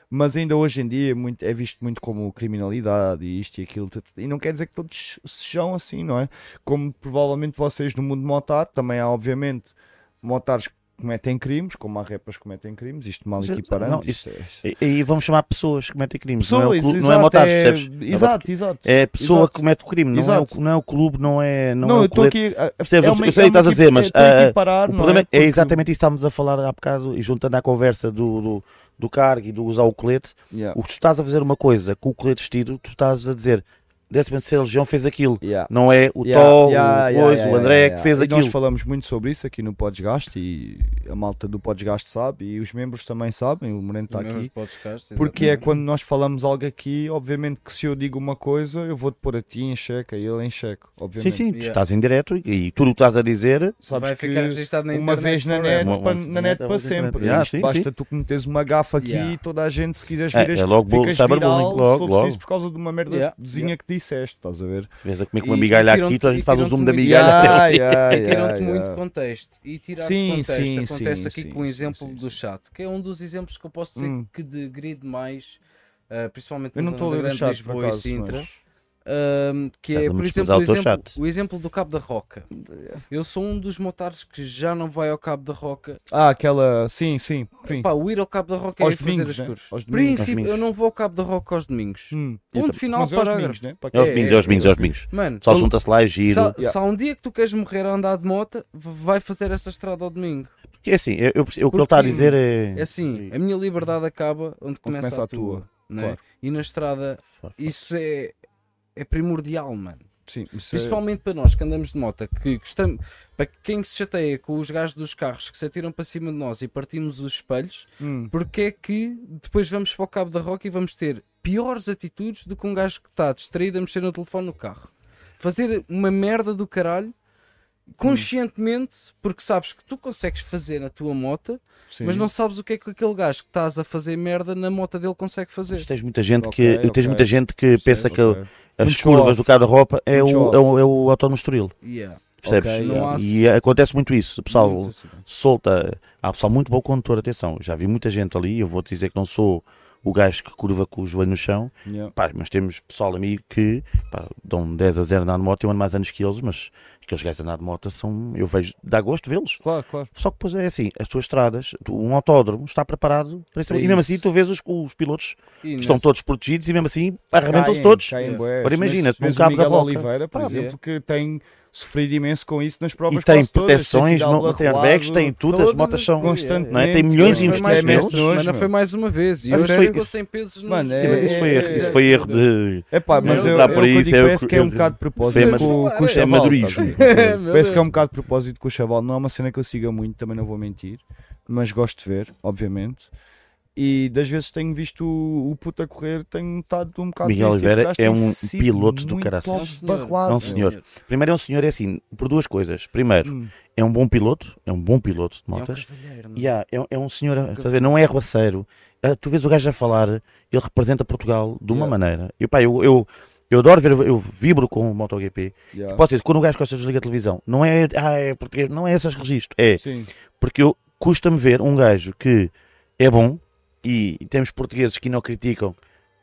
Speaker 3: Mas ainda hoje em dia é muito- é visto muito como criminalidade e isto e aquilo. tudo. E não quer dizer que todos sejam assim, não é? Como provavelmente vocês no mundo motar, também há obviamente motares que cometem crimes, como há rappers que cometem crimes, isto mal
Speaker 8: Mas,
Speaker 3: equiparando.
Speaker 8: não, isso-
Speaker 3: isto é-
Speaker 8: E, e vamos chamar pessoas que cometem crimes. não é, o
Speaker 3: Pessoas,
Speaker 8: clube, não é
Speaker 3: exato,
Speaker 8: motares,
Speaker 3: é-
Speaker 8: percebes?
Speaker 3: Exato, exato.
Speaker 8: É a pessoa
Speaker 3: Exato.
Speaker 8: que comete o crime, não é
Speaker 3: Exato.
Speaker 8: o, não é o clube, não é. Não,
Speaker 3: Não,
Speaker 8: é o
Speaker 3: eu estou
Speaker 8: colete.
Speaker 3: aqui. a- a-
Speaker 8: Percebes? Eu
Speaker 3: uma-
Speaker 8: sei o que estás a
Speaker 3: uma
Speaker 8: dizer,
Speaker 3: equipe-
Speaker 8: mas,
Speaker 3: é- tem que
Speaker 8: ah,
Speaker 3: equiparar,
Speaker 8: O
Speaker 3: não
Speaker 8: problema é,
Speaker 3: Porque-
Speaker 8: exatamente isso que estávamos a falar há bocado, e juntando à conversa do, do, do cargo e do usar o colete,
Speaker 3: Yeah.
Speaker 8: o que tu estás a fazer uma coisa com o colete vestido, tu estás a dizer 13 Legião fez aquilo.
Speaker 3: Yeah.
Speaker 8: Não é o
Speaker 3: Yeah, yeah,
Speaker 8: Tó, o
Speaker 3: yeah,
Speaker 8: Coiso,
Speaker 3: yeah,
Speaker 8: o André
Speaker 3: yeah,
Speaker 8: que fez
Speaker 3: yeah. E
Speaker 8: aquilo.
Speaker 3: Nós falamos muito sobre isso aqui no Podesgaste e a malta do Podesgaste sabe e os membros também sabem, o Moreno está
Speaker 7: Mesmo
Speaker 3: Tá
Speaker 7: os
Speaker 3: aqui.
Speaker 7: podcasts,
Speaker 3: Porque é
Speaker 7: exatamente.
Speaker 3: quando nós falamos algo aqui, obviamente que se eu digo uma coisa, eu vou-te pôr a ti em xeque, a ele em xeque,
Speaker 8: Sim,
Speaker 3: obviamente.
Speaker 8: sim, tu
Speaker 7: Yeah.
Speaker 8: estás em direto e, e tudo o que estás a dizer
Speaker 3: Sabes
Speaker 7: Vai
Speaker 3: que
Speaker 7: ficar registado na
Speaker 3: uma
Speaker 7: internet
Speaker 3: vez na
Speaker 7: forever.
Speaker 3: net,
Speaker 8: Uma-
Speaker 3: pa-
Speaker 8: uma-
Speaker 3: na net
Speaker 8: É, uma-
Speaker 3: para sempre.
Speaker 8: Yeah,
Speaker 3: Isto
Speaker 8: Ah, sim,
Speaker 3: basta tu que meteres uma gafa aqui
Speaker 7: Yeah.
Speaker 3: e toda a gente, se quiseres,
Speaker 8: É, é
Speaker 3: viras,
Speaker 8: logo bolo-
Speaker 3: ficas
Speaker 8: cyberbullying,
Speaker 3: viral,
Speaker 8: logo,
Speaker 3: se for
Speaker 8: logo.
Speaker 3: preciso, por causa de uma merdazinha
Speaker 7: Yeah.
Speaker 3: que disseste, estás a ver?
Speaker 8: Se vês a comer com uma
Speaker 7: E- e
Speaker 8: migalha
Speaker 7: tiram-te-
Speaker 8: aqui, toda a gente
Speaker 7: e
Speaker 8: faz um
Speaker 7: tiram-te
Speaker 8: zoom da
Speaker 7: muito-
Speaker 8: migalha
Speaker 7: Yeah.
Speaker 8: até ali.
Speaker 3: yeah,
Speaker 7: E tiram-te
Speaker 3: yeah,
Speaker 7: É muito
Speaker 3: yeah.
Speaker 7: contexto. E tirar
Speaker 3: Sim,
Speaker 7: contexto
Speaker 3: sim,
Speaker 7: acontece
Speaker 3: sim,
Speaker 7: aqui
Speaker 3: sim,
Speaker 7: com o
Speaker 3: sim,
Speaker 7: exemplo
Speaker 3: sim,
Speaker 7: do chat, que é um dos exemplos que eu posso dizer
Speaker 3: Hum.
Speaker 7: que degride mais, ah, principalmente
Speaker 3: Eu
Speaker 7: na
Speaker 3: não estou a
Speaker 7: zona
Speaker 3: ler o
Speaker 7: grande de
Speaker 3: chat por
Speaker 7: Lisboa e
Speaker 3: acaso.
Speaker 7: tipo Sintra.
Speaker 3: mas-
Speaker 7: Ahm, que
Speaker 8: Já
Speaker 7: é,
Speaker 8: estamos
Speaker 7: por
Speaker 8: a
Speaker 7: exemplo, o
Speaker 8: usar o teu
Speaker 7: exemplo,
Speaker 8: chat.
Speaker 7: o exemplo do Cabo da Roca. Eu sou um dos motares que já não vai ao Cabo da Roca.
Speaker 3: Ah, aquela. Sim, sim. sim.
Speaker 7: Pá, o ir ao Cabo da Roca é
Speaker 3: Aos
Speaker 7: ir fazer
Speaker 3: domingos, né?
Speaker 7: as curvas.
Speaker 3: Aos domingos.
Speaker 7: Princípio,
Speaker 8: Aos domingos.
Speaker 7: eu não vou ao Cabo da Roca aos domingos.
Speaker 3: Hum.
Speaker 7: Ponto final,
Speaker 3: Mas é aos
Speaker 7: parágrafo.
Speaker 3: domingos, né? Para
Speaker 8: É aos
Speaker 3: quem-
Speaker 8: domingos, é aos domingos, é aos domingos.
Speaker 7: Mano,
Speaker 8: Só
Speaker 7: eu-
Speaker 8: junta-se lá e giro.
Speaker 7: se, se há um dia que tu queres morrer a andar de moto, v- vai fazer essa estrada ao domingo.
Speaker 8: Porque é assim, eu, eu perce- o que
Speaker 7: Porque-
Speaker 8: ele está a dizer
Speaker 7: É
Speaker 8: é.
Speaker 7: assim, a minha liberdade acaba onde começa,
Speaker 3: começa
Speaker 7: a,
Speaker 3: a tua,
Speaker 7: tua. né?
Speaker 3: claro.
Speaker 7: E na estrada, isso é, é primordial, mano.
Speaker 3: Sim, isso é-
Speaker 7: Principalmente para nós que andamos de moto, que gostamos, para quem se chateia com os gajos dos carros que se atiram para cima de nós e partimos os espelhos,
Speaker 3: Hum.
Speaker 7: porque é que depois vamos para o Cabo da Roca e vamos ter piores atitudes do que um gajo que está distraído a mexer no telefone no carro? Fazer uma merda do caralho
Speaker 3: Hum.
Speaker 7: conscientemente, porque sabes que tu consegues fazer na tua moto,
Speaker 3: Sim.
Speaker 7: mas não sabes o que é que aquele gajo que estás a fazer merda na moto dele consegue fazer.
Speaker 8: Mas Tens muita gente
Speaker 3: é- Ok,
Speaker 8: que, tens
Speaker 3: ok.
Speaker 8: muita gente que pensa que
Speaker 3: Ok.
Speaker 8: as
Speaker 3: Muito
Speaker 8: curvas
Speaker 3: off.
Speaker 8: do carro da roupa é
Speaker 3: Muito
Speaker 8: o,
Speaker 3: off.
Speaker 8: é o, é o autónomo estoril.
Speaker 7: Yeah.
Speaker 8: Percebes?
Speaker 3: Ok,
Speaker 7: Não há-
Speaker 8: E acontece muito isso. O pessoal
Speaker 7: Muitos acidentes.
Speaker 8: solta. Há pessoal muito bom condutor, atenção. Já vi muita gente ali. Eu vou-te dizer que não sou o gajo que curva com o joelho no chão.
Speaker 3: Yeah.
Speaker 8: Pá, mas temos pessoal amigo que pá, dão 10 a 0 na moto. Eu ando mais anos que eles, mas aqueles gajos a andar de moto são. Eu vejo. Dá gosto vê-los.
Speaker 3: Claro, claro.
Speaker 8: Só que depois é assim, as tuas estradas, tu- um autódromo está preparado para isso.
Speaker 7: Para
Speaker 8: E mesmo
Speaker 7: isso.
Speaker 8: assim tu vês os, os pilotos
Speaker 7: E
Speaker 8: que
Speaker 7: nesse-
Speaker 8: estão todos protegidos e mesmo assim arrebentam-se
Speaker 3: Caem,
Speaker 8: todos.
Speaker 3: caem
Speaker 7: Yeah.
Speaker 3: bués.
Speaker 8: Ora, imagina,
Speaker 3: Mas
Speaker 8: num
Speaker 3: vês o
Speaker 8: cabo da
Speaker 3: Miguel
Speaker 8: Roca.
Speaker 3: Oliveira, por
Speaker 7: Pá,
Speaker 3: exemplo, que tem sofrido imenso com isso nas
Speaker 8: E
Speaker 3: provas
Speaker 8: tem
Speaker 3: quase todas,
Speaker 8: proteções,
Speaker 3: sido
Speaker 8: não, não tem airbags,
Speaker 3: abalado
Speaker 8: tem tudo,
Speaker 7: Todas
Speaker 8: as motas
Speaker 7: as-
Speaker 8: são.
Speaker 7: Const-
Speaker 3: Constantemente.
Speaker 8: Não é? Tem milhões
Speaker 3: Foi
Speaker 8: de
Speaker 7: Foi mais
Speaker 3: mais
Speaker 8: investimentos.
Speaker 7: esta
Speaker 3: mesmo nojo,
Speaker 7: semana
Speaker 3: meu.
Speaker 7: foi mais uma vez e
Speaker 3: A
Speaker 7: hoje
Speaker 3: sério?
Speaker 7: ficou sem pesos nos
Speaker 3: Mano,
Speaker 8: Sim, mas isso foi erro, isso foi erro de.
Speaker 3: É pá, mas
Speaker 7: Não
Speaker 3: eu,
Speaker 7: dá
Speaker 3: eu,
Speaker 7: para
Speaker 3: o que eu
Speaker 8: isso,
Speaker 3: digo,
Speaker 8: é o
Speaker 3: parece
Speaker 8: que-
Speaker 3: que é um bocado de
Speaker 8: Isso é
Speaker 3: propósito
Speaker 8: madu-
Speaker 3: com, com o
Speaker 8: isso é
Speaker 3: chaval.
Speaker 8: madurismo.
Speaker 3: estás a ver? parece
Speaker 7: Meu
Speaker 3: que é
Speaker 7: Deus.
Speaker 3: um bocado de propósito com o chaval. Não é uma cena que eu siga muito, também não vou mentir. Mas gosto de ver, obviamente. E das vezes tenho visto o, o puto a correr, tenho estado um bocado
Speaker 8: Miguel
Speaker 3: nesse tipo
Speaker 8: Oliveira
Speaker 3: de gajo,
Speaker 8: é
Speaker 3: tem
Speaker 8: um
Speaker 3: sido
Speaker 8: piloto do
Speaker 3: muito
Speaker 8: caraças.
Speaker 7: Não, senhor.
Speaker 3: barroado.
Speaker 8: Não, senhor. Primeiro é um senhor, é assim, por duas coisas. Primeiro,
Speaker 3: Hum.
Speaker 8: é um bom piloto, é um bom piloto
Speaker 7: É
Speaker 8: de
Speaker 7: um
Speaker 8: motas.
Speaker 7: cavalheiro, não é?
Speaker 8: E há- é, é um senhor, estás a ver, não é arruaceiro. Ah, Tu vês o gajo a falar, ele representa Portugal de uma
Speaker 3: Yeah.
Speaker 8: maneira. E pá, eu, eu, eu adoro ver, eu vibro com o MotoGP.
Speaker 3: Yeah.
Speaker 8: Posso dizer, quando o gajo gosta de desligar a televisão, não é, ah, é português, não é esses registros. É,
Speaker 3: Sim,
Speaker 8: porque eu custa-me ver um gajo que é bom e temos portugueses que não criticam,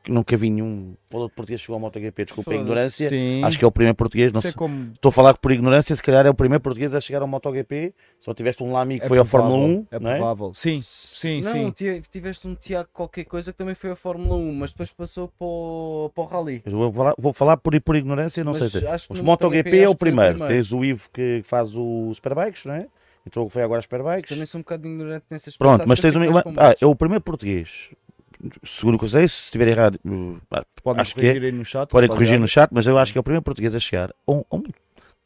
Speaker 8: que nunca vi nenhum outro português que chegou ao MotoGP, desculpa a
Speaker 7: Foda-se.
Speaker 8: ignorância.
Speaker 3: sim.
Speaker 8: Acho que é o primeiro português, não
Speaker 3: Isso é
Speaker 8: sei-
Speaker 3: como-
Speaker 8: Estou a falar por ignorância, se calhar é o primeiro português a chegar ao MotoGP. Só tiveste um Lami que
Speaker 3: é
Speaker 8: foi ao
Speaker 3: provável,
Speaker 8: Fórmula 1,
Speaker 3: É
Speaker 8: não é?
Speaker 3: provável. Sim, sim,
Speaker 7: não,
Speaker 3: sim.
Speaker 7: ti- tiveste um Tiago qualquer coisa que também foi a Fórmula 1, mas depois passou para o, para o Rally.
Speaker 8: Eu vou falar, vou falar por, por ignorância, não
Speaker 7: Mas
Speaker 8: sei
Speaker 7: acho
Speaker 8: se.
Speaker 7: que
Speaker 8: Mas
Speaker 7: no
Speaker 8: MotoGP
Speaker 7: MotoGP acho
Speaker 8: é o
Speaker 7: que foi o
Speaker 8: primeiro.
Speaker 7: primeiro.
Speaker 8: Tens o Ivo que faz o Superbikes, não é? Então foi agora a Superbikes.
Speaker 7: Também sou um bocado ignorante nessas
Speaker 8: ah, Pronto, mas tens um. Ah, é o primeiro português. segundo o que eu sei, se estiver errado, uh, pá,
Speaker 3: Podem
Speaker 8: acho que é,
Speaker 3: corrigir aí no chat.
Speaker 8: podem
Speaker 3: rapaziada.
Speaker 8: corrigir no chat, mas eu acho que é o primeiro português a chegar a um, a um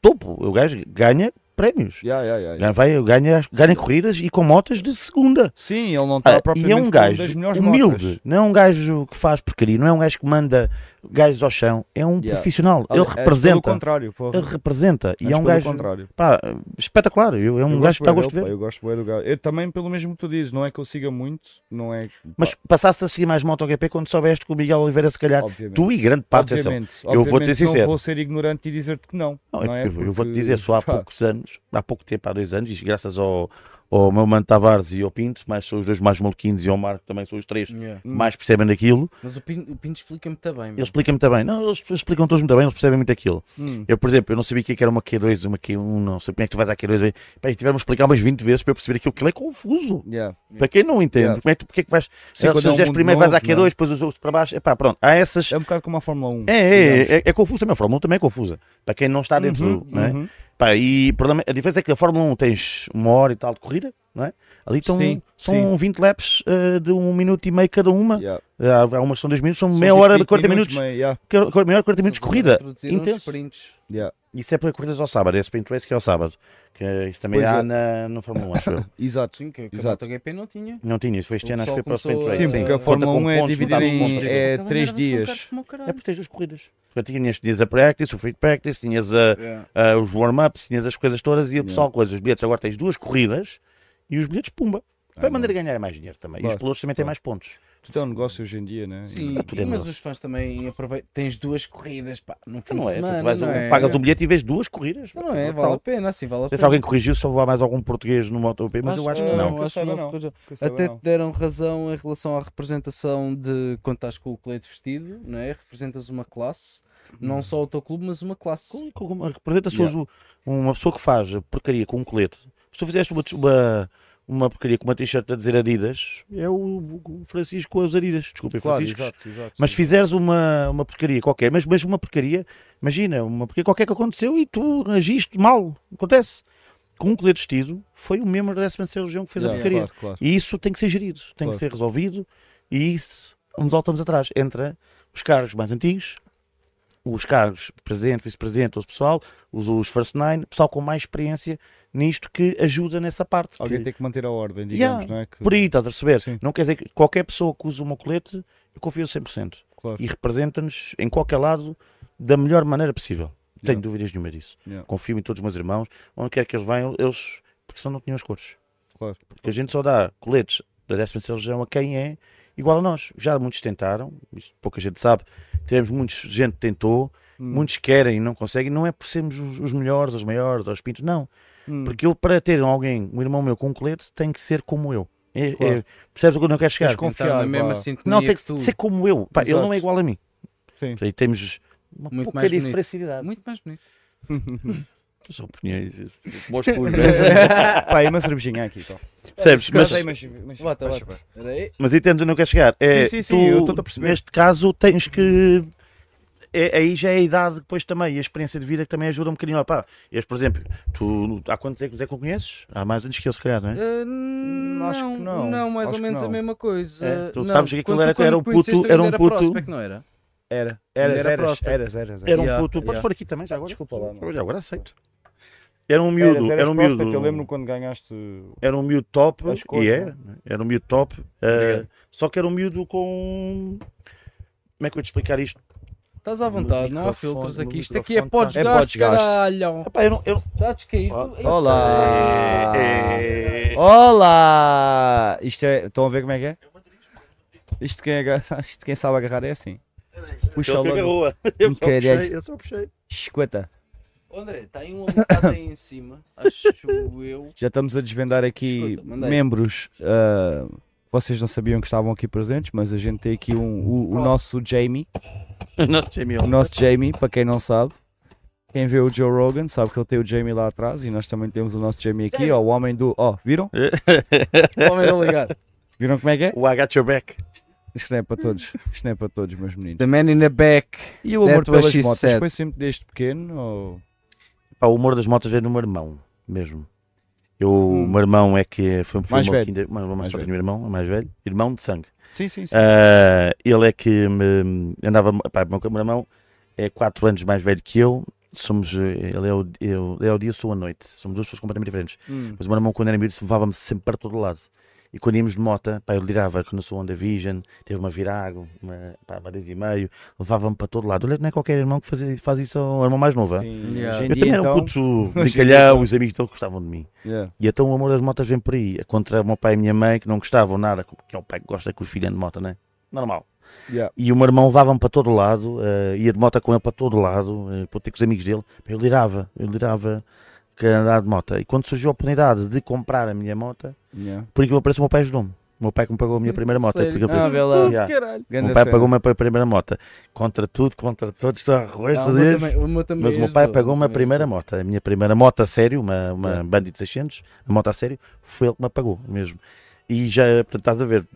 Speaker 8: topo. O gajo ganha prémios.
Speaker 3: Ya, ya, ya, ya.
Speaker 8: Ganha, vai, ganha, ganha corridas e com motas de segunda.
Speaker 3: Sim, ele não
Speaker 8: Ah,
Speaker 3: está
Speaker 8: e
Speaker 3: propriamente
Speaker 8: é um
Speaker 3: com
Speaker 8: gajo
Speaker 3: das melhores
Speaker 8: humilde,
Speaker 3: motas.
Speaker 8: não é um gajo que faz porcaria, não é um gajo que manda gajos ao chão, é um
Speaker 3: Yeah.
Speaker 8: profissional,
Speaker 3: Ali-
Speaker 8: ele
Speaker 3: é Pelo
Speaker 8: representa,
Speaker 3: contrário, porra.
Speaker 8: ele representa e é
Speaker 3: Antes
Speaker 8: um
Speaker 3: pelo
Speaker 8: gajo
Speaker 3: contrário.
Speaker 8: pá, espetacular, eu- é um
Speaker 3: Eu
Speaker 8: gajo que está a
Speaker 3: bué
Speaker 8: gosto de
Speaker 3: dele,
Speaker 8: ver.
Speaker 3: pá, Eu gosto bem do gajo. Eu também pelo mesmo que tu dizes, não é que eu siga muito, não é. que-
Speaker 8: Mas passaste a seguir mais MotoGP quando soubeste que o Miguel Oliveira, se calhar,
Speaker 3: Obviamente.
Speaker 8: tu e grande parte dessa.
Speaker 3: obviamente,
Speaker 8: eu vou-te
Speaker 3: obviamente
Speaker 8: ser sincero.
Speaker 3: Não vou ser ignorante e dizer-te que não.
Speaker 8: Não,
Speaker 3: não é?
Speaker 8: eu, eu vou-te
Speaker 3: Porque,
Speaker 8: dizer, só há
Speaker 3: pá,
Speaker 8: poucos anos, há pouco tempo, há dois anos, e graças ao, ao meu mano Tavares e ao Pinto, mas são os dois mais maluquinhos, e ao Marco também são os três que
Speaker 7: Yeah.
Speaker 8: mais percebem daquilo,
Speaker 7: Mas o Pinto, o Pinto explica-me também.
Speaker 8: eles explicam muito bem. Não, eles explicam todos muito bem, eles percebem muito aquilo.
Speaker 3: Hum.
Speaker 8: Eu, por exemplo, eu não sabia o que é que era uma Q2, uma Q1, não sei como é que tu vais à Q2. Pá, e tiveram-me a explicar umas 20 vezes para eu perceber aquilo, aquilo é confuso.
Speaker 3: yeah.
Speaker 8: Para quem não entende,
Speaker 3: Yeah.
Speaker 8: como é que, tu- porque é que vais.
Speaker 3: Sim,
Speaker 8: se
Speaker 3: quando é um
Speaker 8: os gestos
Speaker 3: mundo
Speaker 8: primeiro vais à
Speaker 3: novo,
Speaker 8: Q2,
Speaker 3: não é?
Speaker 8: depois os outros para baixo. Epá, pronto, há essas.
Speaker 3: É um bocado como a Fórmula 1.
Speaker 8: É, é,
Speaker 3: digamos.
Speaker 8: é, é, é confuso também. A Fórmula 1 também é confusa. Para quem não está dentro
Speaker 3: Uhum,
Speaker 8: do. Não é?
Speaker 3: uhum.
Speaker 8: Pá, e o problema- a diferença é que a Fórmula 1 tens uma hora e tal de corrida, não é? Ali estão,
Speaker 3: Sim,
Speaker 8: são
Speaker 3: sim.
Speaker 8: 20 laps eh, de um minuto e meio cada uma.
Speaker 3: Yeah.
Speaker 8: Há, há umas que são dois minutos, são,
Speaker 3: São
Speaker 8: meia
Speaker 3: 20
Speaker 8: hora, 40 minutos. é
Speaker 3: meio, yeah,
Speaker 8: meia hora, 40 minutos de corrida.
Speaker 7: Intenso.
Speaker 8: Intenso.
Speaker 3: yeah.
Speaker 8: Isso é para corridas ao sábado, é sprint race que é ao sábado. Que isso também
Speaker 3: Pois
Speaker 8: há
Speaker 3: é.
Speaker 8: na, no Fórmula 1, acho eu.
Speaker 3: Exato.
Speaker 7: Sim, que, que a
Speaker 3: Exato.
Speaker 7: MotoGP não tinha.
Speaker 8: Não tinha, isso foi este
Speaker 7: O
Speaker 8: ano, acho que foi para o
Speaker 7: pessoal
Speaker 8: sprint race.
Speaker 3: Sim,
Speaker 7: começou
Speaker 3: porque a
Speaker 7: Sim,
Speaker 3: Fórmula
Speaker 8: Conta com
Speaker 3: 1 é
Speaker 8: pontos,
Speaker 3: dividida
Speaker 8: não dá pontos,
Speaker 3: em
Speaker 8: não
Speaker 3: é
Speaker 7: Aquela merda
Speaker 3: 3
Speaker 7: são caros
Speaker 3: dias.
Speaker 7: como o
Speaker 8: É
Speaker 7: caralho.
Speaker 8: porque tens as corridas. Portanto, tinhas, tinhas a practice, o free practice, tinhas a,
Speaker 7: Yeah.
Speaker 8: a- os warm-ups, tinhas as coisas todas
Speaker 3: É.
Speaker 8: e o pessoal coisas. Os bilhetes agora tens duas corridas e os bilhetes pumba. Para maneira de ganhar é mais dinheiro também. E os
Speaker 3: É Claro,
Speaker 8: pilotos também têm mais pontos.
Speaker 3: Tudo é um negócio hoje em dia, né?
Speaker 7: Sim,
Speaker 8: É tudo em
Speaker 7: mas
Speaker 8: doce.
Speaker 7: os fãs também aproveitam. Tens duas corridas, pá, num fim
Speaker 8: Não
Speaker 7: de
Speaker 8: é?
Speaker 7: semana.
Speaker 8: tu vais
Speaker 7: não
Speaker 8: um-
Speaker 7: é?
Speaker 8: pagas um bilhete e vês duas corridas.
Speaker 7: Não é,
Speaker 8: Brutal.
Speaker 7: vale a pena, assim, vale a
Speaker 8: Sei
Speaker 7: pena.
Speaker 8: se alguém corrigiu, se houve mais algum português no MotoGP, mas eu acho que não.
Speaker 3: que eu
Speaker 7: acho
Speaker 3: saiba,
Speaker 7: não
Speaker 3: não.
Speaker 7: corrigiu.
Speaker 3: Que eu saiba,
Speaker 7: Até te
Speaker 3: não.
Speaker 7: deram razão em relação à representação de quando estás com o colete vestido, não é? Representas uma classe, não só o teu clube, mas uma classe.
Speaker 8: Com- com- com- Representa-se hoje o- uma pessoa que faz porcaria com um colete. Se tu fizeste uma, uma, uma porcaria com uma t-shirt a dizer Adidas, é o, o Francisco aos Adidas. Desculpem,
Speaker 3: Claro,
Speaker 8: Francisco.
Speaker 3: exato, exato.
Speaker 8: Mas se fizeres uma, uma porcaria qualquer, mas, mas uma porcaria, imagina, uma porcaria qualquer que aconteceu e tu agiste mal, acontece. Com um colete vestido, foi um membro da 16 Legião que fez
Speaker 3: Yeah,
Speaker 8: a porcaria.
Speaker 3: Claro, claro.
Speaker 8: E isso tem que ser gerido, tem
Speaker 3: Claro.
Speaker 8: que ser resolvido. E isso, nos voltamos atrás. Entra os cargos mais antigos, os cargos presidente, vice-presidente, os pessoal, os, os First Nine, pessoal com mais experiência nisto que ajuda nessa parte.
Speaker 3: Alguém
Speaker 8: que-
Speaker 3: tem que manter a ordem, digamos,
Speaker 8: Yeah,
Speaker 3: não é? Que-
Speaker 8: Por aí, estás a receber?
Speaker 3: Sim.
Speaker 8: Não quer dizer que qualquer pessoa que usa o meu colete, eu confio 100%.
Speaker 3: Claro.
Speaker 8: E representa-nos em qualquer lado da melhor maneira possível. Tenho
Speaker 3: Yeah.
Speaker 8: dúvidas nenhuma disso.
Speaker 3: Yeah.
Speaker 8: Confio em todos os meus irmãos, onde quer que eles venham, eles, porque senão não tinham as cores.
Speaker 3: Claro.
Speaker 8: Porque a gente só dá coletes da 16 Legião a quem é igual a nós. Já muitos tentaram, isso pouca gente sabe, tivemos muitos, gente que tentou,
Speaker 3: Hum.
Speaker 8: muitos querem e não conseguem. Não é por sermos os, os melhores, os maiores, os pintos, não.
Speaker 3: Hum.
Speaker 8: Porque eu, para ter alguém, um irmão meu com um colete, tem que ser como eu. É,
Speaker 3: Claro.
Speaker 8: é, percebes o que eu não quero chegar?
Speaker 3: Tens com-
Speaker 7: Estar na
Speaker 3: Confiar,
Speaker 7: mesma
Speaker 3: vá.
Speaker 7: sintonia
Speaker 8: Não, tem que
Speaker 7: assim, que tu.
Speaker 8: ser como eu. Pá, ele
Speaker 3: Exato.
Speaker 8: não é igual a mim.
Speaker 3: Sim.
Speaker 8: Aí temos uma
Speaker 7: Muito
Speaker 8: pouca
Speaker 7: mais bonito.
Speaker 8: diferencidade.
Speaker 7: Muito mais bonito.
Speaker 8: As opiniões. eh,
Speaker 3: Pá, e uma cervejinha aqui, então.
Speaker 8: Percebes? Mas,
Speaker 3: Mas, mas, mas,
Speaker 7: Bota,
Speaker 3: mas-
Speaker 7: bota. Era aí.
Speaker 8: Mas entendes onde eu quero chegar? É,
Speaker 3: Sim, sim, sim,
Speaker 8: tu,
Speaker 3: eu estou-te a perceber.
Speaker 8: Neste caso, tens que. é- aí já é a idade depois também e a experiência de vida que também ajuda um bocadinho. Opá, este, por exemplo, tu há quantos é que é que o conheces? Há mais anos que eu, se calhar, não é?
Speaker 7: Ah, não,
Speaker 3: acho que não,
Speaker 7: Não, mais
Speaker 3: acho
Speaker 7: ou
Speaker 3: que
Speaker 7: menos a
Speaker 3: não.
Speaker 7: mesma coisa.
Speaker 8: É, tu
Speaker 7: Não,
Speaker 8: sabes que aquilo
Speaker 7: quando
Speaker 8: era-
Speaker 7: tu quando
Speaker 8: era um
Speaker 7: me conheceste,
Speaker 8: puto-
Speaker 7: eu
Speaker 8: era um
Speaker 7: ainda
Speaker 8: puto-
Speaker 7: prospect, não era?
Speaker 3: Era, eras,
Speaker 7: Era
Speaker 3: eras,
Speaker 7: prospect.
Speaker 3: eras, eras,
Speaker 8: Era um
Speaker 7: Yeah,
Speaker 8: puto. Podes
Speaker 7: yeah.
Speaker 8: pôr aqui também, já agora?
Speaker 3: Desculpa lá, não.
Speaker 8: Olha, agora aceito. Era um miúdo,
Speaker 3: Eras, eras
Speaker 8: era um
Speaker 3: prospect,
Speaker 8: miúdo.
Speaker 3: Eu lembro-me quando ganhaste.
Speaker 8: Era um miúdo top,
Speaker 3: As
Speaker 8: e
Speaker 3: cores,
Speaker 8: é,
Speaker 3: né?
Speaker 8: era um miúdo top, eh,
Speaker 7: Obrigado.
Speaker 8: só que era um miúdo com. Como é que eu ia te explicar isto?
Speaker 7: Estás à vontade, não há
Speaker 8: microfone,
Speaker 7: filtros
Speaker 8: no
Speaker 7: aqui. Isto aqui é
Speaker 8: microfone,
Speaker 7: podes
Speaker 3: tá. É
Speaker 7: gasto,
Speaker 3: pós-gasto.
Speaker 7: caralho. Tá
Speaker 8: Epá, eu não- eu-
Speaker 7: Está a descair. tu-
Speaker 3: Olá!
Speaker 8: Eh, eh,
Speaker 3: Olá! Isto é. Estão a ver como é que é? Isto quem, agarra, isto quem sabe agarrar é assim. Puxa
Speaker 8: ele
Speaker 3: logo.
Speaker 8: que agarrou-a. Eu só
Speaker 3: Caralho.
Speaker 8: puxei, eu só puxei.
Speaker 3: Escuta.
Speaker 7: Ô, André, está aí um abacate aí em cima. Acho eu.
Speaker 3: Já estamos a desvendar aqui
Speaker 7: Escuta, manda aí.
Speaker 3: membros. ah, vocês não sabiam que estavam aqui presentes, mas a gente tem aqui um, o, o nosso Jamie.
Speaker 8: Nossa, Jamie,
Speaker 3: O nosso Jamie, para quem não sabe. Quem vê o Joe Rogan sabe que ele tem o Jamie lá atrás e nós também temos o nosso Jamie aqui, ó, o homem do. Ó, viram?
Speaker 7: Homem não ligar.
Speaker 3: Viram como é que é?
Speaker 8: O I got your back.
Speaker 3: Isto não é para todos. Isto não é para todos, meus meninos.
Speaker 7: The man in the back.
Speaker 3: E o amor
Speaker 7: That was
Speaker 3: pelas
Speaker 7: she
Speaker 3: motas
Speaker 7: said.
Speaker 3: foi sempre desde pequeno? Ou...
Speaker 8: Pá, o humor das motas é no meu irmão, mesmo. Eu, O meu irmão é que foi, foi
Speaker 3: Hum. Mais
Speaker 8: uma
Speaker 3: velho.
Speaker 8: quinta- Meu irmão
Speaker 3: Mais
Speaker 8: só
Speaker 3: velho.
Speaker 8: tenho um irmão, é mais velho. Irmão de sangue.
Speaker 3: Sim, sim, sim.
Speaker 8: Ah, ele é que me andava. Pá, o meu cameraman é 4 anos mais velho que eu. Somos, eh, ele, é o, eu, ele é o dia, eu sou a noite. Somos duas pessoas completamente diferentes.
Speaker 3: Hum.
Speaker 8: Mas o meu irmão, quando era miúdo, se levava-me sempre para todo lado. E quando íamos de moto, pá, eu lirava quando eu sou Onda Vision, teve uma Virago, uma, pá, uma 10 e meio, levava-me para todo lado. Olha, não é qualquer irmão que faz, faz isso ao irmão mais novo. ah?
Speaker 3: Sim,
Speaker 7: Yeah.
Speaker 3: hoje em
Speaker 8: Eu
Speaker 3: dia,
Speaker 8: também era um
Speaker 3: então,
Speaker 8: puto
Speaker 3: em
Speaker 8: brincalhão,
Speaker 3: dia,
Speaker 8: os amigos dele gostavam de mim.
Speaker 3: yeah.
Speaker 8: E então o amor das motas vem por aí. É Contra o meu pai e a minha mãe, que não gostavam nada, que é o pai que gosta que os filhos andem de moto, não é? Normal.
Speaker 3: Yeah.
Speaker 8: E o meu irmão levava-me para todo lado, eh, ia de moto com ele para todo lado, eh, para ter com os amigos dele. Eu lirava, eu lirava que andar de moto. E quando surgiu a oportunidade de comprar a minha moto,
Speaker 3: Yeah.
Speaker 8: por aquilo aparece o meu pai ajudou-me. O meu pai que me pagou a minha primeira moto.
Speaker 7: Sério?
Speaker 8: Porque eu
Speaker 3: Ah,
Speaker 8: pensei,
Speaker 3: vê lá.
Speaker 8: Yeah.
Speaker 7: Caralho.
Speaker 8: o
Speaker 3: Ganda
Speaker 8: meu Um pai
Speaker 3: cena.
Speaker 8: pagou-me a minha primeira moto. Contra tudo, contra todos, estou a arroz,
Speaker 7: Ah, o meu também- o meu também
Speaker 8: mas o meu
Speaker 7: ajudou,
Speaker 8: pai pagou-me a
Speaker 7: também
Speaker 8: primeira
Speaker 7: ajudou.
Speaker 8: moto, a minha primeira moto a sério, uma, uma
Speaker 7: Yeah.
Speaker 8: Bandit 600, a moto a sério, foi ele que me pagou mesmo. E já, portanto, estás a ver.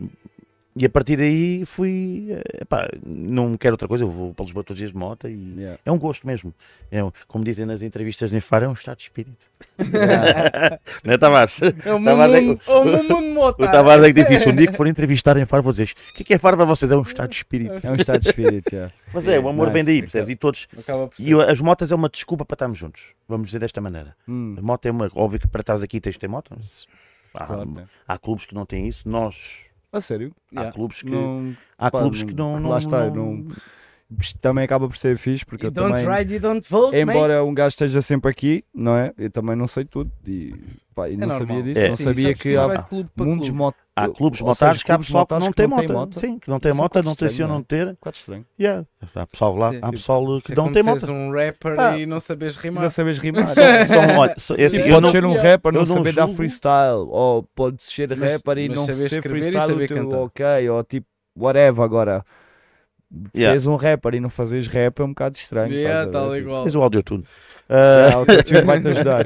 Speaker 8: E a partir daí fui, eh, pá, não quero outra coisa, eu vou para Lisboa todos os dias de moto e
Speaker 3: Yeah.
Speaker 8: é um gosto mesmo. É um- como dizem nas entrevistas nem Faro, é um estado de espírito. não é, Tavares?
Speaker 7: É o meu
Speaker 8: Tavares é-
Speaker 7: mundo, é o meu mundo de moto.
Speaker 8: O Tavares é que disse isso. Um dia que for entrevistar em Faro, vou dizer o que é que é Faro para vocês? É um estado de espírito.
Speaker 3: É um estado de espírito, yeah.
Speaker 8: Mas é, o amor
Speaker 3: Nice.
Speaker 8: vem daí, percebes? E todos,
Speaker 7: Acaba por ser.
Speaker 8: e as motas é uma desculpa para estarmos juntos, vamos dizer desta maneira.
Speaker 3: Hum,
Speaker 8: A moto é uma. Óbvio que para estás aqui tens de ter moto. mas Há,
Speaker 3: claro, né?
Speaker 8: há clubes que não têm isso. Nós.
Speaker 3: A sério?
Speaker 8: Há clubes que.
Speaker 3: Não,
Speaker 8: há
Speaker 3: pá,
Speaker 8: clubes que não.
Speaker 3: Lá está, não... Isto Também acaba por ser fixe, porque
Speaker 7: You
Speaker 3: eu
Speaker 7: don't
Speaker 3: também...
Speaker 7: ride, you don't vote, mate.
Speaker 3: Embora um gajo esteja sempre aqui, não é? Eu também não sei tudo e pá, e
Speaker 7: É
Speaker 3: não
Speaker 7: normal.
Speaker 3: sabia disso.
Speaker 8: É.
Speaker 3: Não
Speaker 7: Sim,
Speaker 3: sabia
Speaker 7: sabes
Speaker 3: que
Speaker 7: isso
Speaker 3: há
Speaker 7: vai de clube para
Speaker 3: muitos
Speaker 7: clube.
Speaker 3: motos.
Speaker 8: Há clubes
Speaker 3: ou seja,
Speaker 8: motares que há
Speaker 3: clubes
Speaker 8: pessoal que
Speaker 3: motares
Speaker 8: não
Speaker 3: que
Speaker 8: tem
Speaker 3: não têm
Speaker 8: moto.
Speaker 3: moto.
Speaker 8: Sim, que não tem
Speaker 3: Isso é um
Speaker 8: moto,
Speaker 3: bocado
Speaker 8: não
Speaker 3: estranho,
Speaker 8: tencionam
Speaker 3: não é?
Speaker 8: de ter.
Speaker 3: Quatro estranho.
Speaker 8: Yeah. Há pessoal lá,
Speaker 7: Sim,
Speaker 8: há
Speaker 7: tipo,
Speaker 8: pessoal
Speaker 7: Se
Speaker 8: que não tem moto.
Speaker 7: aconteces um rapper
Speaker 8: Pá.
Speaker 7: e não sabes rimar.
Speaker 3: Não sabes rimar.
Speaker 8: São,
Speaker 3: um-
Speaker 8: são, olha, só- é assim,
Speaker 7: Tipo,
Speaker 8: eu
Speaker 3: Pode
Speaker 8: não-
Speaker 3: ser um
Speaker 7: Yeah.
Speaker 3: rapper,
Speaker 8: eu
Speaker 3: não
Speaker 8: não
Speaker 3: saber dar
Speaker 8: julgo.
Speaker 3: freestyle, ou pode ser
Speaker 7: Mas-
Speaker 3: rapper e
Speaker 7: mas
Speaker 3: não
Speaker 7: saber
Speaker 3: ser
Speaker 7: escrever e
Speaker 3: freestyle
Speaker 7: saber
Speaker 3: o teu
Speaker 7: cantar.
Speaker 3: ok, ou tipo, whatever agora.
Speaker 8: Yeah.
Speaker 3: Seres um rapper e não fazes rap é um bocado estranho.
Speaker 7: Yeah,
Speaker 3: estás a
Speaker 7: tal
Speaker 3: ver?
Speaker 7: igual.
Speaker 8: Tens o áudio tudo. Ah,
Speaker 3: Yeah, o teu tio vai-te ajudar.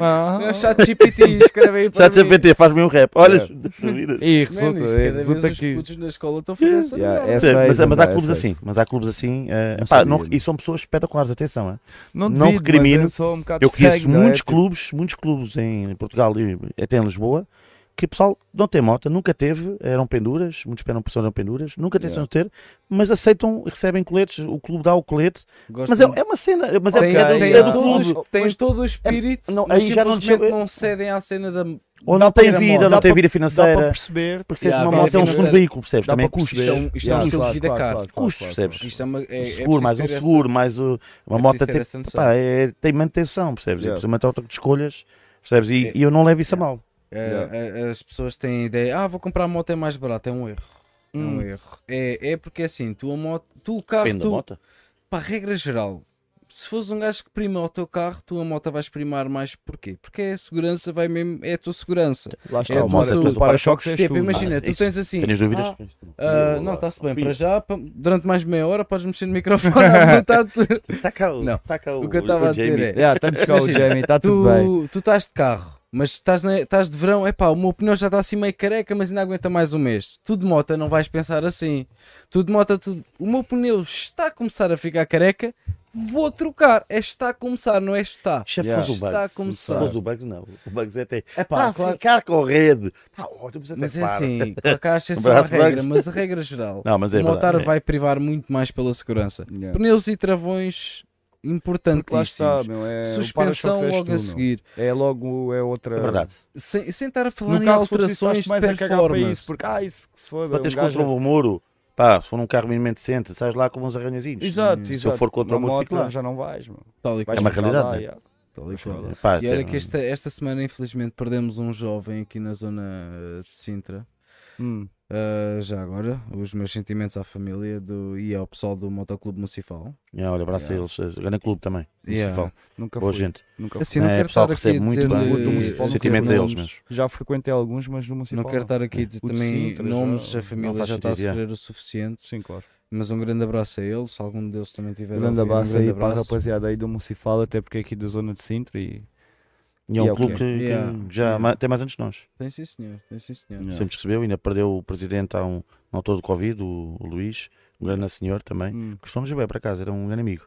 Speaker 3: Ah,
Speaker 7: É o chat GPT, escreve aí para
Speaker 8: Sabe,
Speaker 7: mim.
Speaker 8: GPT, faz-me um rap. Olha,
Speaker 3: Yeah.
Speaker 8: duvidas.
Speaker 3: E
Speaker 7: Mano,
Speaker 3: resulta,
Speaker 7: isto
Speaker 3: é,
Speaker 7: cada
Speaker 3: resulta
Speaker 7: vez os
Speaker 3: que.
Speaker 7: putos na escola estão a fazer essa
Speaker 3: Yeah,
Speaker 7: merda.
Speaker 3: essa-
Speaker 8: mas,
Speaker 3: Seis,
Speaker 8: mas há
Speaker 3: André,
Speaker 8: clubes
Speaker 3: seis.
Speaker 8: assim, mas há clubes assim, eh,
Speaker 3: é Não
Speaker 8: pá,
Speaker 3: sabia.
Speaker 8: não- e são pessoas espetaculares, atenção. eh.
Speaker 3: Não,
Speaker 8: não
Speaker 3: devido, mas
Speaker 8: recrimino.
Speaker 3: é só um bocado
Speaker 8: Eu conheço
Speaker 3: estranho, não é?
Speaker 8: muitos
Speaker 3: Tipo,
Speaker 8: clubes, muitos clubes em Portugal e até em Lisboa, que o pessoal não tem moto, nunca teve, eram penduras, muitos eram pessoas eram penduras, nunca tentam
Speaker 3: Yeah.
Speaker 8: ter, mas aceitam, recebem coletes, o clube dá o colete,
Speaker 7: Gosto
Speaker 8: mas é,
Speaker 7: muito.
Speaker 8: é uma cena, mas
Speaker 7: Tem-
Speaker 8: é, é, do-
Speaker 7: tem,
Speaker 8: é do
Speaker 7: todo,
Speaker 8: clube.
Speaker 7: o- tem
Speaker 8: Mas-
Speaker 7: todo o espírito,
Speaker 8: não,
Speaker 7: mas
Speaker 8: aí já não
Speaker 7: simplesmente
Speaker 8: chega-
Speaker 7: não cedem à cena da.
Speaker 8: ou
Speaker 3: dá para
Speaker 8: não tem
Speaker 3: ter a
Speaker 8: vida,
Speaker 3: moto,
Speaker 8: não
Speaker 3: dá
Speaker 8: tem
Speaker 3: para- Dá
Speaker 8: vida
Speaker 3: para
Speaker 8: financeira,
Speaker 3: perceber.
Speaker 8: porque seres
Speaker 7: Yeah,
Speaker 8: uma
Speaker 7: vida
Speaker 8: moto é um segundo
Speaker 7: financeira.
Speaker 8: veículo, percebes?
Speaker 3: Dá
Speaker 8: Também
Speaker 3: para
Speaker 8: custa.
Speaker 3: perceber.
Speaker 7: Isto é um- isto é um
Speaker 3: Yeah,
Speaker 7: estilo de
Speaker 3: claro,
Speaker 7: vida
Speaker 3: claro,
Speaker 7: caro.
Speaker 3: claro, claro,
Speaker 8: Custos,
Speaker 3: claro,
Speaker 8: percebes?
Speaker 3: claro.
Speaker 7: Isto é uma, é, é
Speaker 8: Um seguro, mais um
Speaker 7: preciso ter
Speaker 8: seguro, mais o-
Speaker 3: É
Speaker 8: uma
Speaker 7: preciso
Speaker 8: moto
Speaker 7: ter
Speaker 8: tem-
Speaker 7: essa noção.
Speaker 8: pá, é- tem manutenção, percebes?
Speaker 3: Yeah.
Speaker 8: É uma troca de escolhas, percebes? E,
Speaker 7: É.
Speaker 8: e eu não levo isso a mal.
Speaker 7: essa- a- a- é, As pessoas têm a ideia, ah, vou comprar a moto, é mais barato. É um erro. É um erro. É, é porque assim, tu a moto, tu o carro,
Speaker 8: Hum. Depende
Speaker 7: tu,
Speaker 8: da moto.
Speaker 7: Pá, regra geral, se fores um gajo que prima o teu carro, tu a moto vais primar mais porquê? Porque é a segurança, vai mesmo, é a tua segurança.
Speaker 3: Lá está,
Speaker 7: É
Speaker 3: o
Speaker 7: do
Speaker 3: moto,
Speaker 7: sul.
Speaker 3: o para-choques és
Speaker 7: Tipo,
Speaker 3: tu.
Speaker 7: imagina, tu
Speaker 8: isso.
Speaker 7: tens assim.
Speaker 8: Tens dúvidas?
Speaker 7: ah, ah, não, está-se bem, para já, pa- durante mais meia hora podes mexer no microfone à vontade.
Speaker 8: Tá cá o,
Speaker 7: Não.
Speaker 8: tá cá
Speaker 7: O que eu estava a dizer
Speaker 8: Jamie.
Speaker 7: é.
Speaker 3: Yeah, estamos cá o
Speaker 7: Imagina,
Speaker 3: Jamie,
Speaker 8: tá
Speaker 3: está tudo bem.
Speaker 7: tu, tu estás de carro, mas estás, na- estás de verão, é pá, o meu pneu já está assim meio careca, mas ainda aguenta mais um mês. Tu de moto não vais pensar assim. Tu de moto, tu- o meu pneu está a começar a ficar careca, vou trocar. É está a começar, não é está.
Speaker 8: Exceto
Speaker 3: Yeah.
Speaker 8: se fosse o
Speaker 7: Está a
Speaker 8: Bugs. Se
Speaker 7: começar.
Speaker 8: fosse o Bugs, não. O Bugs é até.
Speaker 7: É
Speaker 8: Pá,
Speaker 7: pá, claro.
Speaker 8: ficar com a rede. Tá ótimo, você até
Speaker 7: Mas é
Speaker 8: para.
Speaker 7: assim, por acaso é
Speaker 8: Um
Speaker 7: só a
Speaker 8: abraço,
Speaker 7: regra,
Speaker 8: Bugs.
Speaker 7: mas a regra geral.
Speaker 8: Não, mas é
Speaker 7: o motar
Speaker 8: verdade.
Speaker 7: vai privar muito mais pela segurança.
Speaker 3: Yeah.
Speaker 7: Pneus e travões
Speaker 3: É. Porque lá está,
Speaker 7: importantíssimos.
Speaker 3: meu, é, o
Speaker 7: Suspensão
Speaker 3: para-choques és
Speaker 7: logo
Speaker 3: tu,
Speaker 7: a
Speaker 3: meu.
Speaker 7: seguir.
Speaker 3: É logo, é outra...
Speaker 8: É verdade.
Speaker 7: Sem, sem estar a falar
Speaker 3: No
Speaker 7: em
Speaker 3: carro se for preciso,
Speaker 7: alterações
Speaker 3: estás
Speaker 7: de
Speaker 3: mais a cagar para isso,
Speaker 7: performance.
Speaker 3: porque ah, isso que se foda.
Speaker 8: Para teres
Speaker 3: um gajo
Speaker 8: contra
Speaker 3: é-
Speaker 8: o muro, pá, se for num carro minimamente decente, sais lá com uns arranhazinhos.
Speaker 3: Exato,
Speaker 8: Se
Speaker 3: exato.
Speaker 8: eu for contra o
Speaker 3: Uma
Speaker 8: muro,
Speaker 3: moto,
Speaker 8: fico lá.
Speaker 3: já não vais, meu.
Speaker 7: Tal e
Speaker 3: Vais
Speaker 8: É uma
Speaker 3: ficar
Speaker 8: realidade,
Speaker 3: lá,
Speaker 8: né?
Speaker 3: yeah.
Speaker 7: Tal e qual.
Speaker 8: É, Pá,
Speaker 7: E olha
Speaker 8: tem-
Speaker 7: que esta, esta semana, infelizmente, perdemos um jovem aqui na zona eh, de Sintra.
Speaker 3: Hum,
Speaker 7: Ah, já agora, os meus sentimentos à família do, e ao pessoal do Motoclube Municipal.
Speaker 8: Yeah, é, olha, abraço
Speaker 3: Yeah.
Speaker 8: a eles. Grande clube também.
Speaker 7: Yeah.
Speaker 8: Municipal.
Speaker 3: Nunca
Speaker 8: Boa
Speaker 3: fui.
Speaker 8: gente.
Speaker 3: Nunca fui.
Speaker 7: Assim, não
Speaker 8: É,
Speaker 7: quero
Speaker 8: pessoal
Speaker 7: estar aqui a
Speaker 8: recebe muito
Speaker 7: dizer eh,
Speaker 8: bem.
Speaker 3: O do Municipal não
Speaker 8: Sentimentos a
Speaker 3: sei o
Speaker 8: eles
Speaker 3: nome.
Speaker 8: mesmo.
Speaker 3: Já frequentei alguns, mas no municipal.
Speaker 7: Não quero estar aqui a dizer
Speaker 3: O de
Speaker 7: também
Speaker 3: Sintra já-
Speaker 7: nomes, a
Speaker 3: não
Speaker 7: família
Speaker 8: faz
Speaker 7: já está a
Speaker 8: sentido,
Speaker 7: sofrer o suficiente.
Speaker 3: Sim, claro.
Speaker 7: Mas um grande abraço a eles, se algum deles também tiver. a
Speaker 3: Grande
Speaker 7: ouvir, um
Speaker 3: abraço aí para a
Speaker 7: abraço.
Speaker 3: rapaziada aí do municipal, até porque é aqui da zona de Sintra e...
Speaker 8: E é um
Speaker 3: Yeah,
Speaker 8: clube
Speaker 3: ok.
Speaker 8: que-
Speaker 7: Yeah.
Speaker 8: que já
Speaker 7: Yeah.
Speaker 8: ma- tem mais anos de nós.
Speaker 7: Tem sim, senhor. Tem sim, senhor.
Speaker 8: Sempre recebeu, ainda perdeu o presidente há um, um autor do Covid, o, o Luís, um grande senhor também.
Speaker 3: Hum.
Speaker 8: Gostou-nos bem para casa, era um grande amigo.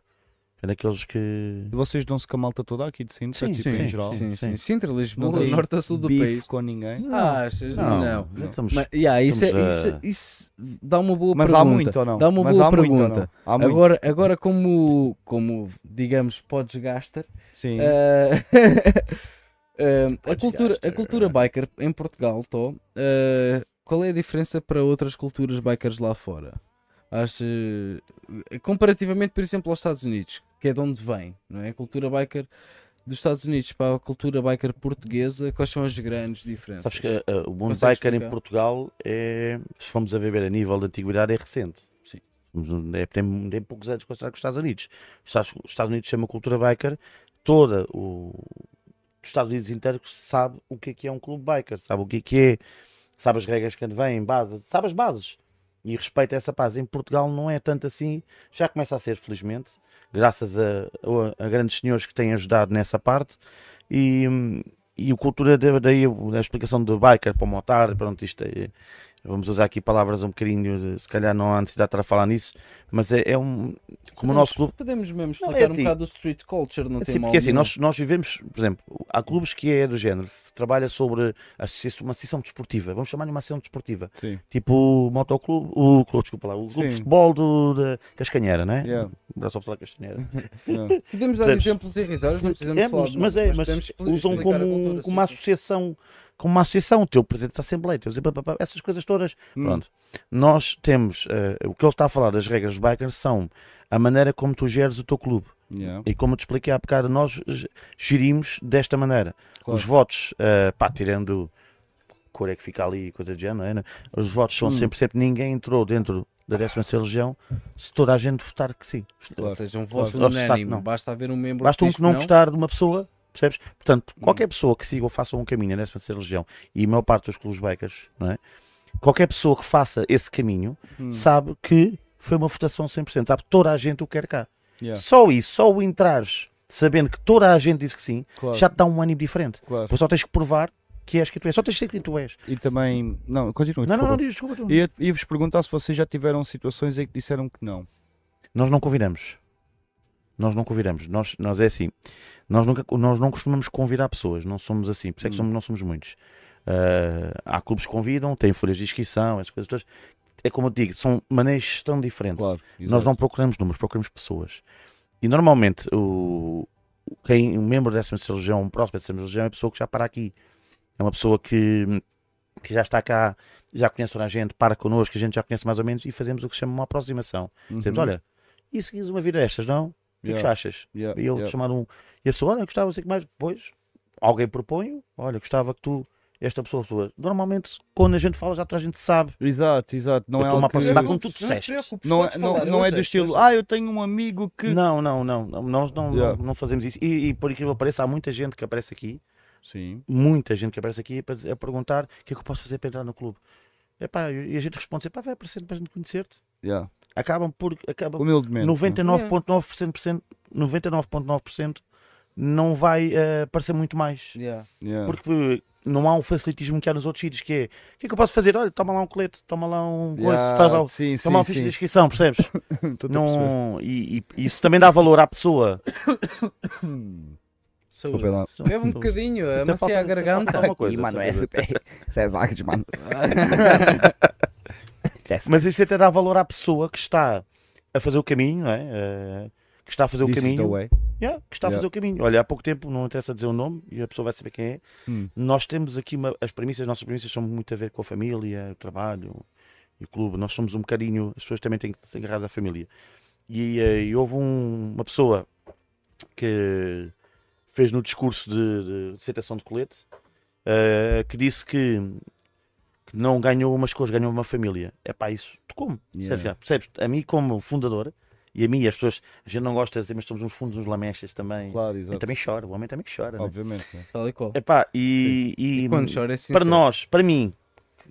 Speaker 8: É daqueles que.
Speaker 3: E vocês dão-se com a malta toda aqui de Sintra,
Speaker 8: Sim,
Speaker 3: tipo,
Speaker 8: sim,
Speaker 3: em geral?
Speaker 7: Sim,
Speaker 8: sim.
Speaker 7: sim. Sintra, Lisboa,
Speaker 3: Não tem
Speaker 7: norte a sul do
Speaker 3: Beef
Speaker 7: país.
Speaker 3: com ninguém?
Speaker 7: Ah, achas? Não.
Speaker 8: não estamos.
Speaker 7: Mas, yeah, isso, é,
Speaker 8: Estamos
Speaker 7: isso,
Speaker 8: a-
Speaker 7: isso dá uma boa
Speaker 3: Mas há
Speaker 7: pergunta.
Speaker 3: muito ou não?
Speaker 7: Dá uma
Speaker 3: Mas
Speaker 7: boa
Speaker 3: há muito ou não?
Speaker 7: pergunta.
Speaker 3: Há muito.
Speaker 7: Agora, agora como, como, digamos, podes gastar,
Speaker 3: sim.
Speaker 7: ah, ah, a,
Speaker 8: Podes
Speaker 7: cultura, a
Speaker 8: gastar.
Speaker 7: cultura biker em Portugal, Tó, ah, qual é a diferença para outras culturas bikers lá fora? Acho, comparativamente, por exemplo, aos Estados Unidos, que é de onde vem, não é? A cultura biker dos Estados Unidos para a cultura biker portuguesa, quais são as grandes diferenças?
Speaker 8: Sabes que uh, o mundo
Speaker 7: Consegues
Speaker 8: biker em
Speaker 7: explicar?
Speaker 8: Portugal é, se formos a ver a nível de antiguidade, é recente.
Speaker 7: Sim.
Speaker 8: Mas, É, tem, tem poucos anos comparado com os Estados Unidos. Os Estados, os Estados Unidos chama cultura biker, toda o os Estados Unidos inteiro sabe o que é que é um clube biker, sabe o que é que é, sabe as regras que vêm, base, sabe as bases e respeita essa paz. Em Portugal não é tanto assim, já começa a ser, felizmente, graças a, a- a grandes senhores que têm ajudado nessa parte. E, hum, e o cultura, da- daí a explicação do biker para o motar, pronto, isto é, vamos usar aqui palavras um bocadinho, de- se calhar não há necessidade de estar a falar nisso, mas é, é um, como o nosso clube.
Speaker 7: Podemos mesmo
Speaker 8: Não, é
Speaker 7: explicar um
Speaker 8: assim.
Speaker 7: bocado do street culture, não tem
Speaker 8: Sim,
Speaker 7: mal
Speaker 8: porque assim,
Speaker 7: nenhum.
Speaker 8: nós, nós vivemos, por exemplo, há clubes que é do género, trabalha sobre associa- uma associação desportiva, vamos chamar-lhe uma associação desportiva,
Speaker 3: Sim.
Speaker 8: tipo o motoclube, o clube, desculpa lá, o clube
Speaker 3: Sim.
Speaker 8: de futebol do, da Cascanheira, não é?
Speaker 3: Yeah.
Speaker 8: Braço ao pessoal da Castanheira.
Speaker 3: yeah.
Speaker 7: Podemos dar
Speaker 8: Percebes?
Speaker 7: exemplos irrisórios, não precisamos
Speaker 8: É,
Speaker 7: falar
Speaker 8: mas,
Speaker 7: de
Speaker 8: mas é,
Speaker 7: nada,
Speaker 8: mas
Speaker 7: podemos expli-
Speaker 8: usam
Speaker 7: explicar a
Speaker 8: como, um,
Speaker 7: cultura,
Speaker 8: como uma
Speaker 7: sim, sim.
Speaker 8: associação, como uma associação, o teu presidente da Assembleia, teu, pá, pá, pá, essas coisas todas.
Speaker 3: Hum.
Speaker 8: Pronto, nós temos, eh, o que ele está a falar das regras de biker são a maneira como tu geres o teu clube.
Speaker 3: Yeah.
Speaker 8: E como eu te expliquei há bocado, nós g- gerimos desta maneira.
Speaker 3: Claro.
Speaker 8: Os votos, ah, pá, tirando cor é que fica ali e coisa de género, não é, né? os votos são sempre, sempre ninguém entrou dentro da 16 região se toda a gente votar que sim.
Speaker 7: Ou seja, um voto
Speaker 8: Claro.
Speaker 7: unânime,
Speaker 8: Não.
Speaker 7: basta haver um membro
Speaker 8: Basta um
Speaker 7: diz
Speaker 8: que não Hum. gostar de uma pessoa, percebes? Portanto, qualquer pessoa que siga ou faça um caminho na 16 região e a maior parte dos clubes bikers, não é? Qualquer pessoa que faça esse caminho sabe que foi uma votação 100%, sabe toda a gente o que quer cá.
Speaker 3: Yeah.
Speaker 8: Só isso, só o entrares sabendo que toda a gente disse que sim,
Speaker 3: Claro.
Speaker 8: já te dá um ânimo diferente.
Speaker 3: Claro.
Speaker 8: Depois só tens que provar que és que tu és. Só tens de ser que tu és.
Speaker 3: E também. Não, continua.
Speaker 8: Não, não, não,
Speaker 3: desculpa.
Speaker 8: diz, desculpa. tu.
Speaker 3: Ia- Ia-vos perguntar se vocês já tiveram situações em que disseram que não.
Speaker 8: Nós não convidamos. Nós não convidamos. Nós, nós é assim. Nós, nunca, nós não costumamos convidar pessoas. Não somos assim. Por isso é
Speaker 3: Hum.
Speaker 8: que somos, não somos muitos. Ah, há clubes que convidam, têm folhas de inscrição, essas coisas todas. É como eu te digo, são maneiras tão diferentes.
Speaker 3: Claro.
Speaker 8: Nós não procuramos números, procuramos pessoas. E normalmente o, o- quem, um membro dessa mesma religião, um próximo dessa mesma religião, é uma pessoa que já para aqui. É uma pessoa que, que já está cá, já conhece toda a gente, para connosco, a gente já conhece mais ou menos e fazemos o que se chama uma aproximação. Dizemos, olha, e seguis uma vida destas, não? O que é que
Speaker 3: Uhum. Yeah.
Speaker 8: achas?
Speaker 3: Yeah,
Speaker 8: E eu
Speaker 3: yeah.
Speaker 8: chamar um. E a pessoa, olha, gostava de que mais. Depois, alguém propõe, olha, gostava que tu, esta pessoa, pessoa. Normalmente, quando a gente fala, já toda a gente sabe.
Speaker 3: Exato, exato. Não
Speaker 8: Eu
Speaker 3: é
Speaker 8: estou-me
Speaker 3: algo
Speaker 8: a
Speaker 3: que...
Speaker 8: aproximar. Mas como
Speaker 7: Não
Speaker 8: tu
Speaker 7: te
Speaker 8: disseste.
Speaker 7: preocupes,
Speaker 3: não, é,
Speaker 7: podes
Speaker 3: não,
Speaker 7: falar,
Speaker 3: não é do
Speaker 7: sei,
Speaker 3: estilo,
Speaker 7: podes-
Speaker 3: ah, eu tenho um amigo que.
Speaker 8: Não, não, não. não, Nós não,
Speaker 3: Yeah.
Speaker 8: não, não fazemos isso. E, e por incrível que pareça, há muita gente que aparece aqui,
Speaker 3: Sim.
Speaker 8: muita gente que aparece aqui para dizer- a perguntar o que é que eu posso fazer para entrar no clube. Epá, e a gente responde sempre, "Pá, vai aparecendo para a gente conhecer-te.
Speaker 3: Yeah.
Speaker 8: Acabam por. Acabam
Speaker 3: Humildemente.
Speaker 8: 99,9% 99,9% não vai eh, aparecer muito mais.
Speaker 7: Yeah.
Speaker 3: não é? Yeah.
Speaker 8: Porque não há um facilitismo que há nos outros sítios, que é o que é que eu posso fazer? Olha, toma lá um colete, toma lá um coice,
Speaker 3: Yeah,
Speaker 8: faz lá o-
Speaker 3: sim,
Speaker 8: toma lá um
Speaker 3: sim,
Speaker 8: ficha
Speaker 3: sim.
Speaker 8: de inscrição, percebes?
Speaker 3: Estou-te a perceber.
Speaker 8: não, e, e isso também dá valor à pessoa.
Speaker 3: Desculpa lá.
Speaker 7: Bebe um bocadinho,
Speaker 8: Isso é
Speaker 7: amacia
Speaker 8: falta-
Speaker 7: a
Speaker 8: isso é
Speaker 7: garganta.
Speaker 8: falta uma coisa,
Speaker 3: é
Speaker 8: sabe? assim. Mas isso até dá valor à pessoa que está a fazer o caminho, não é? Eh, que está a fazer o
Speaker 3: This is the
Speaker 8: caminho.
Speaker 3: way.
Speaker 8: Yeah, que está a
Speaker 3: Yeah.
Speaker 8: fazer o caminho. Olha, há pouco tempo, não interessa dizer o nome e a pessoa vai saber quem é.
Speaker 3: Hum.
Speaker 8: Nós temos aqui uma, as premissas, as nossas premissas são muito a ver com a família, o trabalho e o clube. Nós somos um bocadinho, as pessoas também têm que se agarrar à família. E, eh, e houve um- uma pessoa que fez no discurso de, de aceitação de colete eh, que disse que, que não ganhou umas coisas, ganhou uma família. É pá, isso tocou-me.
Speaker 3: Yeah.
Speaker 8: Percebes? já? Percebes? A mim, como fundador, e a mim, e as pessoas, a gente não gosta de dizer, mas somos uns fundos, uns lamechas também.
Speaker 3: Claro,
Speaker 8: Eu
Speaker 3: exato.
Speaker 8: também choro, o homem também chora. Né?
Speaker 3: Obviamente. né?
Speaker 7: Tal e qual.
Speaker 8: Epá, e, e,
Speaker 7: E quando chora é sincero.
Speaker 8: para nós, para mim,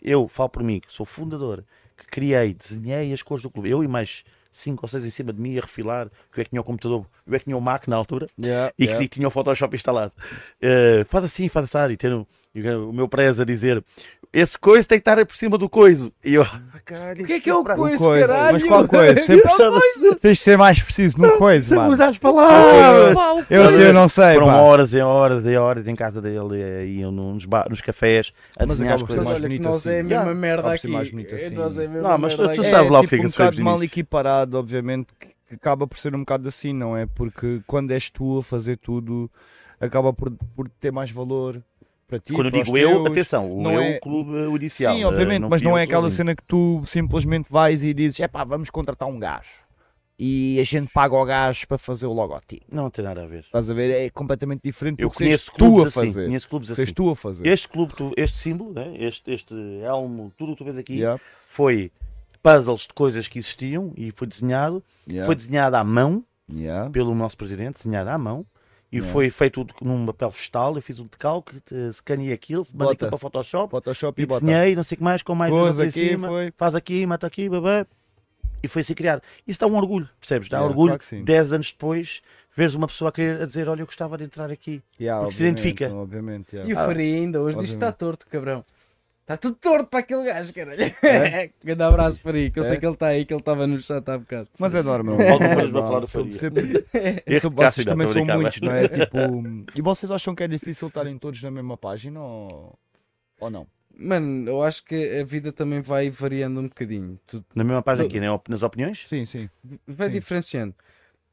Speaker 8: eu falo por mim, que sou fundador, que criei, desenhei as cores do clube, eu e mais cinco ou seis em cima de mim a refilar, que eu é que tinha o computador, eu é que tinha o Mac na altura
Speaker 3: Yeah,
Speaker 8: e
Speaker 3: yeah.
Speaker 8: que tinha o Photoshop instalado. Eh, faz assim, faz assado, e ter o, e o meu prez a dizer Esse coiso tem que estar por cima do coiso. E eu, ah, caralho,
Speaker 7: O que é que é o coisa,
Speaker 3: coisa,
Speaker 7: caralho?
Speaker 3: mas qual coisa? Sempre
Speaker 7: É o coisa.
Speaker 3: Tens de ser mais preciso no coisa,
Speaker 8: Sabe
Speaker 3: mano.
Speaker 8: usar as palavras.
Speaker 7: Pá, o
Speaker 3: Eu
Speaker 7: coisa.
Speaker 3: sei, eu não sei,
Speaker 8: é, Foram
Speaker 3: pá.
Speaker 8: horas e horas e horas em casa dele, e iam nos, bar, nos cafés, a
Speaker 3: Mas
Speaker 8: desenhar as
Speaker 3: acaba por ser
Speaker 8: coisas.
Speaker 7: Mas
Speaker 3: mais
Speaker 7: olha que
Speaker 3: bonito
Speaker 7: nós é a
Speaker 3: assim.
Speaker 7: mesma
Speaker 3: Yeah.
Speaker 7: merda
Speaker 3: Acaba por ser
Speaker 7: aqui.
Speaker 3: mais bonito
Speaker 7: É,
Speaker 3: assim.
Speaker 7: nós é a mesma
Speaker 8: Não, mas
Speaker 7: merda
Speaker 8: tu
Speaker 7: aqui.
Speaker 8: sabes- lá o que é
Speaker 3: tipo
Speaker 8: que
Speaker 3: um
Speaker 8: se fez
Speaker 3: bocado mal
Speaker 8: nisso.
Speaker 3: equiparado, obviamente, que que acaba por ser um bocado assim, não é? Porque quando és tu a fazer tudo, acaba por, por ter mais valor para ti.
Speaker 8: Quando eu
Speaker 3: para os
Speaker 8: digo eu,
Speaker 3: teus.
Speaker 8: atenção, o
Speaker 3: não
Speaker 8: eu,
Speaker 3: é-
Speaker 8: o clube eh, judicial.
Speaker 3: Sim,
Speaker 8: eh,
Speaker 3: obviamente, mas
Speaker 8: fui
Speaker 3: não
Speaker 8: eu
Speaker 3: é aquela
Speaker 8: sozinho.
Speaker 3: cena que tu simplesmente vais e dizes, é pá, vamos contratar um gajo. E a gente paga o gajo para fazer o logotipo.
Speaker 8: Não tem nada a ver.
Speaker 3: Estás a ver? É completamente diferente
Speaker 8: Eu
Speaker 3: porque seres
Speaker 8: conheço
Speaker 3: tu
Speaker 8: clubes
Speaker 3: a
Speaker 8: assim.
Speaker 3: fazer.
Speaker 8: Conheço clubes
Speaker 3: Seres
Speaker 8: assim.
Speaker 3: tu a fazer.
Speaker 8: Este clube, tu- este símbolo, né, este, este elmo, tudo o que tu vês aqui,
Speaker 3: Yeah,
Speaker 8: foi puzzles de coisas que existiam e foi desenhado.
Speaker 3: yeah,
Speaker 8: Foi desenhado à mão
Speaker 3: yeah.
Speaker 8: pelo nosso presidente, desenhado à mão. E
Speaker 3: Yeah.
Speaker 8: foi feito tudo num papel vegetal. Eu fiz um decalque, eh, escaneei aquilo, mandei
Speaker 3: Bota.
Speaker 8: aquilo para o Photoshop.
Speaker 3: Photoshop
Speaker 8: e
Speaker 3: e bota.
Speaker 8: desenhei, não sei o que mais, com mais
Speaker 3: Cores
Speaker 8: coisas em
Speaker 3: aqui,
Speaker 8: cima,
Speaker 3: foi.
Speaker 8: faz aqui, mata aqui, babá. E foi assim criado. Isso dá um orgulho, percebes? Dá
Speaker 3: Yeah,
Speaker 8: orgulho,
Speaker 3: É, claro que sim.
Speaker 8: 10 anos depois, veres uma pessoa a querer a dizer: Olha, eu gostava de entrar aqui.
Speaker 3: Yeah,
Speaker 8: porque se
Speaker 3: obviamente,
Speaker 8: identifica.
Speaker 3: Obviamente, yeah.
Speaker 7: E o Faria ainda hoje diz que está
Speaker 3: Ah, Obviamente.
Speaker 7: torto, cabrão. Está tudo torto para aquele gajo, caralho. Grande abraço, Faria, que eu sei
Speaker 3: É?
Speaker 7: que ele está aí, que ele estava no chat há bocado.
Speaker 3: Mas é normal.
Speaker 8: Volta
Speaker 3: é normal,
Speaker 8: depois para falar do
Speaker 3: são
Speaker 8: Faria.
Speaker 3: sempre-
Speaker 8: Este
Speaker 3: É, então Vocês
Speaker 8: Cássio, não,
Speaker 3: também
Speaker 8: tô
Speaker 3: são
Speaker 8: brincando,
Speaker 3: muitos,
Speaker 8: mas-
Speaker 3: não é? Tipo, e vocês acham que é difícil estarem todos na mesma página ou, ou não?
Speaker 7: Mano, eu acho que a vida também vai variando um bocadinho. Tu-
Speaker 8: Na mesma página aqui, né? Op- nas opiniões?
Speaker 3: Sim, sim.
Speaker 7: vai
Speaker 3: Sim.
Speaker 7: diferenciando.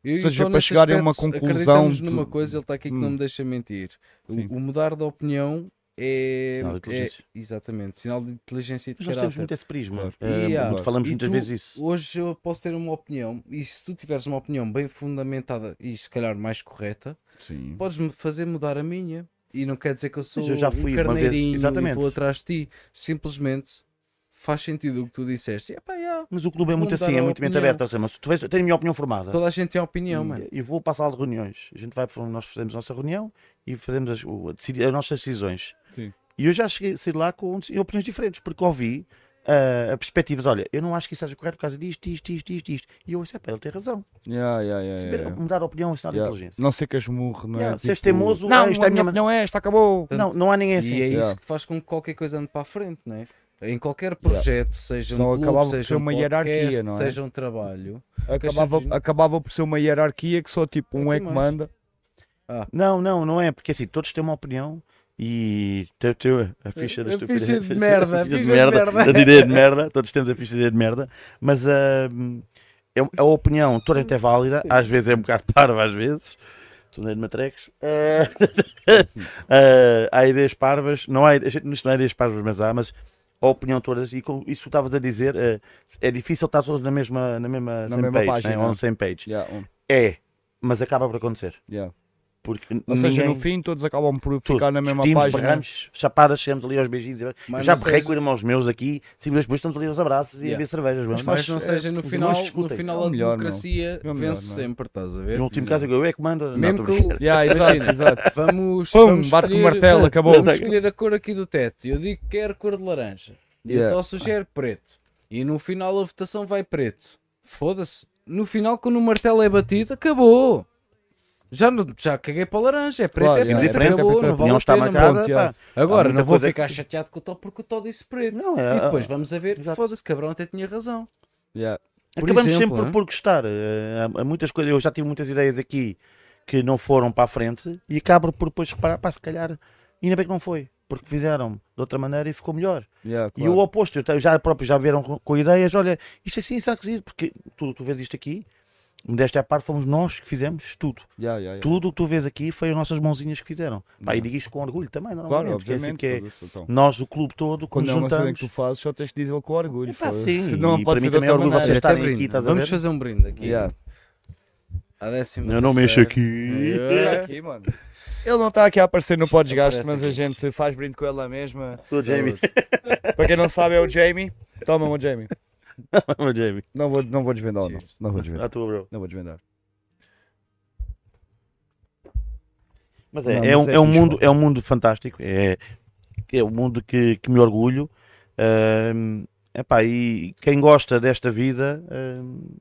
Speaker 7: Eu,
Speaker 3: Ou seja,
Speaker 7: então,
Speaker 3: para
Speaker 7: nesse
Speaker 3: chegar a uma
Speaker 7: aspecto,
Speaker 3: conclusão
Speaker 7: acreditamos
Speaker 3: de-
Speaker 7: numa coisa, ele está aqui que não
Speaker 3: Hum.
Speaker 7: me deixa mentir.
Speaker 3: Sim.
Speaker 7: O, o mudar de opinião é.
Speaker 8: Sinal de
Speaker 7: é-
Speaker 8: inteligência.
Speaker 7: exatamente, sinal de inteligência e de
Speaker 8: Nós temos
Speaker 7: caráter.
Speaker 8: muito esse prisma.
Speaker 3: Claro.
Speaker 8: Eh, muito-
Speaker 7: Yeah.
Speaker 8: Falamos
Speaker 7: E
Speaker 8: muitas
Speaker 7: tu-
Speaker 8: vezes isso.
Speaker 7: Hoje eu posso ter uma opinião, e se tu tiveres uma opinião bem fundamentada e se calhar mais correta,
Speaker 3: Sim.
Speaker 7: podes-me fazer mudar a minha. E não quer dizer que eu sou
Speaker 8: eu já fui
Speaker 7: um
Speaker 8: uma vez,
Speaker 7: carneirinho e
Speaker 8: exatamente.
Speaker 7: vou atrás de ti. Simplesmente faz sentido o que tu disseste. E, epá, yeah,
Speaker 8: Mas o clube é
Speaker 7: vou
Speaker 8: muito
Speaker 7: mudar
Speaker 8: assim,
Speaker 7: a
Speaker 8: é muito mente
Speaker 7: opinião.
Speaker 8: aberta. Ou seja, mas tu vês, eu tenho a minha opinião formada.
Speaker 7: toda a gente tem opinião, mano.
Speaker 8: E vou para a sala de reuniões. A gente vai, para- nós fazemos a nossa reunião e fazemos as, o- a decidi- as nossas decisões.
Speaker 3: Sim.
Speaker 8: E eu já cheguei a sair lá com um opiniões diferentes, porque ouvi ah, perspectivas. Olha, eu não acho que isso seja correto por causa disto, isto, isto, isto, isto. E eu disse, "Epá, ele tem razão.
Speaker 3: Yeah, yeah, yeah,
Speaker 8: Saber-
Speaker 3: yeah.
Speaker 8: Mudar a opinião é sinal
Speaker 3: Yeah.
Speaker 8: de inteligência.
Speaker 3: Não sei que esmurro, não é?
Speaker 8: Yeah, se és
Speaker 3: Tipo,
Speaker 8: teimoso,
Speaker 3: não,
Speaker 8: ah, isto é
Speaker 3: a
Speaker 8: a
Speaker 3: minha
Speaker 8: minha
Speaker 3: opinião é esta, acabou.
Speaker 8: Não, não há ninguém assim.
Speaker 7: E é
Speaker 3: Yeah.
Speaker 7: isso que faz com que qualquer coisa ande para a frente, né? Em qualquer projeto, seja
Speaker 3: Senão
Speaker 7: um clube,
Speaker 3: acabava por ser
Speaker 7: seja
Speaker 3: uma
Speaker 7: uma
Speaker 3: hierarquia,
Speaker 7: hierarquia,
Speaker 3: não é?
Speaker 7: seja um trabalho.
Speaker 3: Acabava,
Speaker 7: Queres-
Speaker 3: acabava por ser uma hierarquia que só tipo um
Speaker 7: Até
Speaker 3: é que
Speaker 7: mais.
Speaker 3: manda.
Speaker 8: Não, não, não é. Porque assim, todos têm uma opinião e teu, teu, a ficha da
Speaker 7: A
Speaker 8: estupidez,
Speaker 7: ficha de merda, a ficha de merda.
Speaker 8: A de ideia de merda, todos temos a ficha de ideia de merda, mas ah, é a opinião toda é válida, às vezes é um bocado parva, às vezes, torneio de matrecos. Ah, ah, há ideias parvas, não há, ide- isto não é ideias parvas, mas há, mas a opinião todas, e com isso que estavas a dizer, ah, é difícil estar todos na mesma, na mesma, same
Speaker 3: mesma
Speaker 8: page,
Speaker 3: página.
Speaker 8: né? Ou same page.
Speaker 3: Yeah, um,
Speaker 8: É, mas acaba por acontecer.
Speaker 3: yeah.
Speaker 8: Porque
Speaker 3: Ou seja, no
Speaker 8: ninguém-
Speaker 3: fim todos acabam por
Speaker 8: tudo.
Speaker 3: ficar na mesma
Speaker 8: Discutimos,
Speaker 3: página.
Speaker 8: berramos, chapadas, chegamos ali aos beijinhos. e- Eu
Speaker 7: Mas
Speaker 8: já
Speaker 7: não
Speaker 8: berrei
Speaker 7: seja-
Speaker 8: com irmãos meus aqui, cinco minutos depois estamos ali aos abraços e
Speaker 7: Yeah.
Speaker 8: a ver cervejas.
Speaker 7: Mas,
Speaker 8: Mas,
Speaker 7: não seja no
Speaker 8: os
Speaker 7: final,
Speaker 8: irmãos
Speaker 7: no
Speaker 8: discutem.
Speaker 7: final
Speaker 3: É o
Speaker 7: a
Speaker 3: melhor, não.
Speaker 7: democracia
Speaker 3: É o melhor,
Speaker 7: vence
Speaker 3: não é?
Speaker 7: sempre, estás a ver?
Speaker 8: no último caso, eu é que mando.
Speaker 7: Mesmo
Speaker 8: não,
Speaker 7: que
Speaker 8: tô
Speaker 7: o...
Speaker 8: brincando.
Speaker 3: Yeah, exato,
Speaker 7: Imagina,
Speaker 3: exato.
Speaker 7: Vamos,
Speaker 3: Pum,
Speaker 7: vamos
Speaker 3: bate com o
Speaker 7: escolher, eh,
Speaker 3: martelo, acabou.
Speaker 7: Vamos escolher a cor aqui do teto. Eu digo que quero cor de laranja. E
Speaker 3: Yeah.
Speaker 7: eu só sugiro preto. E no final a votação vai preto. Foda-se. No final, quando o martelo é batido, acabou. Já, não, já caguei para laranja. É preto,
Speaker 3: Claro,
Speaker 7: é
Speaker 3: yeah,
Speaker 7: preto,
Speaker 3: é
Speaker 8: diferente,
Speaker 7: acabou.
Speaker 8: porque a
Speaker 7: não vale
Speaker 8: opinião
Speaker 7: a
Speaker 8: está
Speaker 7: pena.
Speaker 8: marcada,
Speaker 7: pronto,
Speaker 8: pá.
Speaker 7: yeah.
Speaker 8: Há
Speaker 7: Agora,
Speaker 8: muita
Speaker 7: não vou
Speaker 8: coisa
Speaker 7: ficar chateado com o Tó porque o Tó disse preto.
Speaker 8: Não, é-
Speaker 7: e depois vamos a ver.
Speaker 8: Exato.
Speaker 7: Foda-se, cabrão até tinha razão.
Speaker 3: Yeah.
Speaker 7: Por
Speaker 8: Acabamos
Speaker 7: exemplo, né?
Speaker 8: sempre
Speaker 7: hein?
Speaker 8: por gostar. eh, Há há muitas coisas, eu já tive muitas ideias aqui que não foram para a frente e acabo por depois reparar, pá, se calhar, ainda bem que não foi, porque fizeram de outra maneira e ficou melhor.
Speaker 3: Yeah,
Speaker 8: E o
Speaker 3: claro.
Speaker 8: oposto, eu te- já próprios já vieram com com ideias, olha, isto assim, será que isso? Porque tu, tu vês isto aqui, modéstia à parte, fomos nós que fizemos tudo.
Speaker 3: Yeah, yeah, yeah.
Speaker 8: Tudo o que tu vês aqui foi as nossas mãozinhas que fizeram. Pá, e digo isto com orgulho também, normalmente,
Speaker 3: Uhum. Claro,
Speaker 8: porque é assim
Speaker 3: obviamente.
Speaker 8: que é.
Speaker 3: foda-se, então.
Speaker 8: Nós, o clube todo, quando
Speaker 3: Quando é uma cena
Speaker 8: juntamos.
Speaker 3: que tu fazes, só tens de dizer com orgulho.
Speaker 8: Epá,
Speaker 3: foda-se.
Speaker 8: sim,
Speaker 3: Não
Speaker 8: e
Speaker 3: pode
Speaker 8: para
Speaker 3: ser
Speaker 8: mim
Speaker 3: de
Speaker 8: também é
Speaker 3: outra maneira.
Speaker 8: orgulho vocês
Speaker 7: Olha, até
Speaker 8: estarem
Speaker 7: brinde.
Speaker 8: aqui, estás a
Speaker 7: Vamos
Speaker 8: ver?
Speaker 7: fazer um brinde aqui.
Speaker 3: Yeah.
Speaker 7: À décima
Speaker 8: Eu não mexo
Speaker 7: terceira.
Speaker 8: aqui.
Speaker 7: Yeah.
Speaker 3: é Aqui, mano. Ele não está aqui a aparecer no podcast,
Speaker 7: Aparece
Speaker 3: mas a
Speaker 7: aqui.
Speaker 3: gente faz brinde com ela mesma.
Speaker 8: O Jamie.
Speaker 3: Para quem não sabe, é o Jamie. Toma, o Jamie. É.
Speaker 8: o Jamie.
Speaker 3: Não vou, não vou desvendar o nome. Não vou desvendar.
Speaker 8: À tua, Ah, bro.
Speaker 3: Não vou desvendar.
Speaker 8: Mas é,
Speaker 3: Não,
Speaker 8: é,
Speaker 3: mas
Speaker 8: um,
Speaker 3: é
Speaker 8: é um
Speaker 3: fixe,
Speaker 8: mundo,
Speaker 3: pá.
Speaker 8: é um mundo fantástico. É, é um mundo que, que me orgulho. Ahm, epá, e quem gosta desta vida ahm,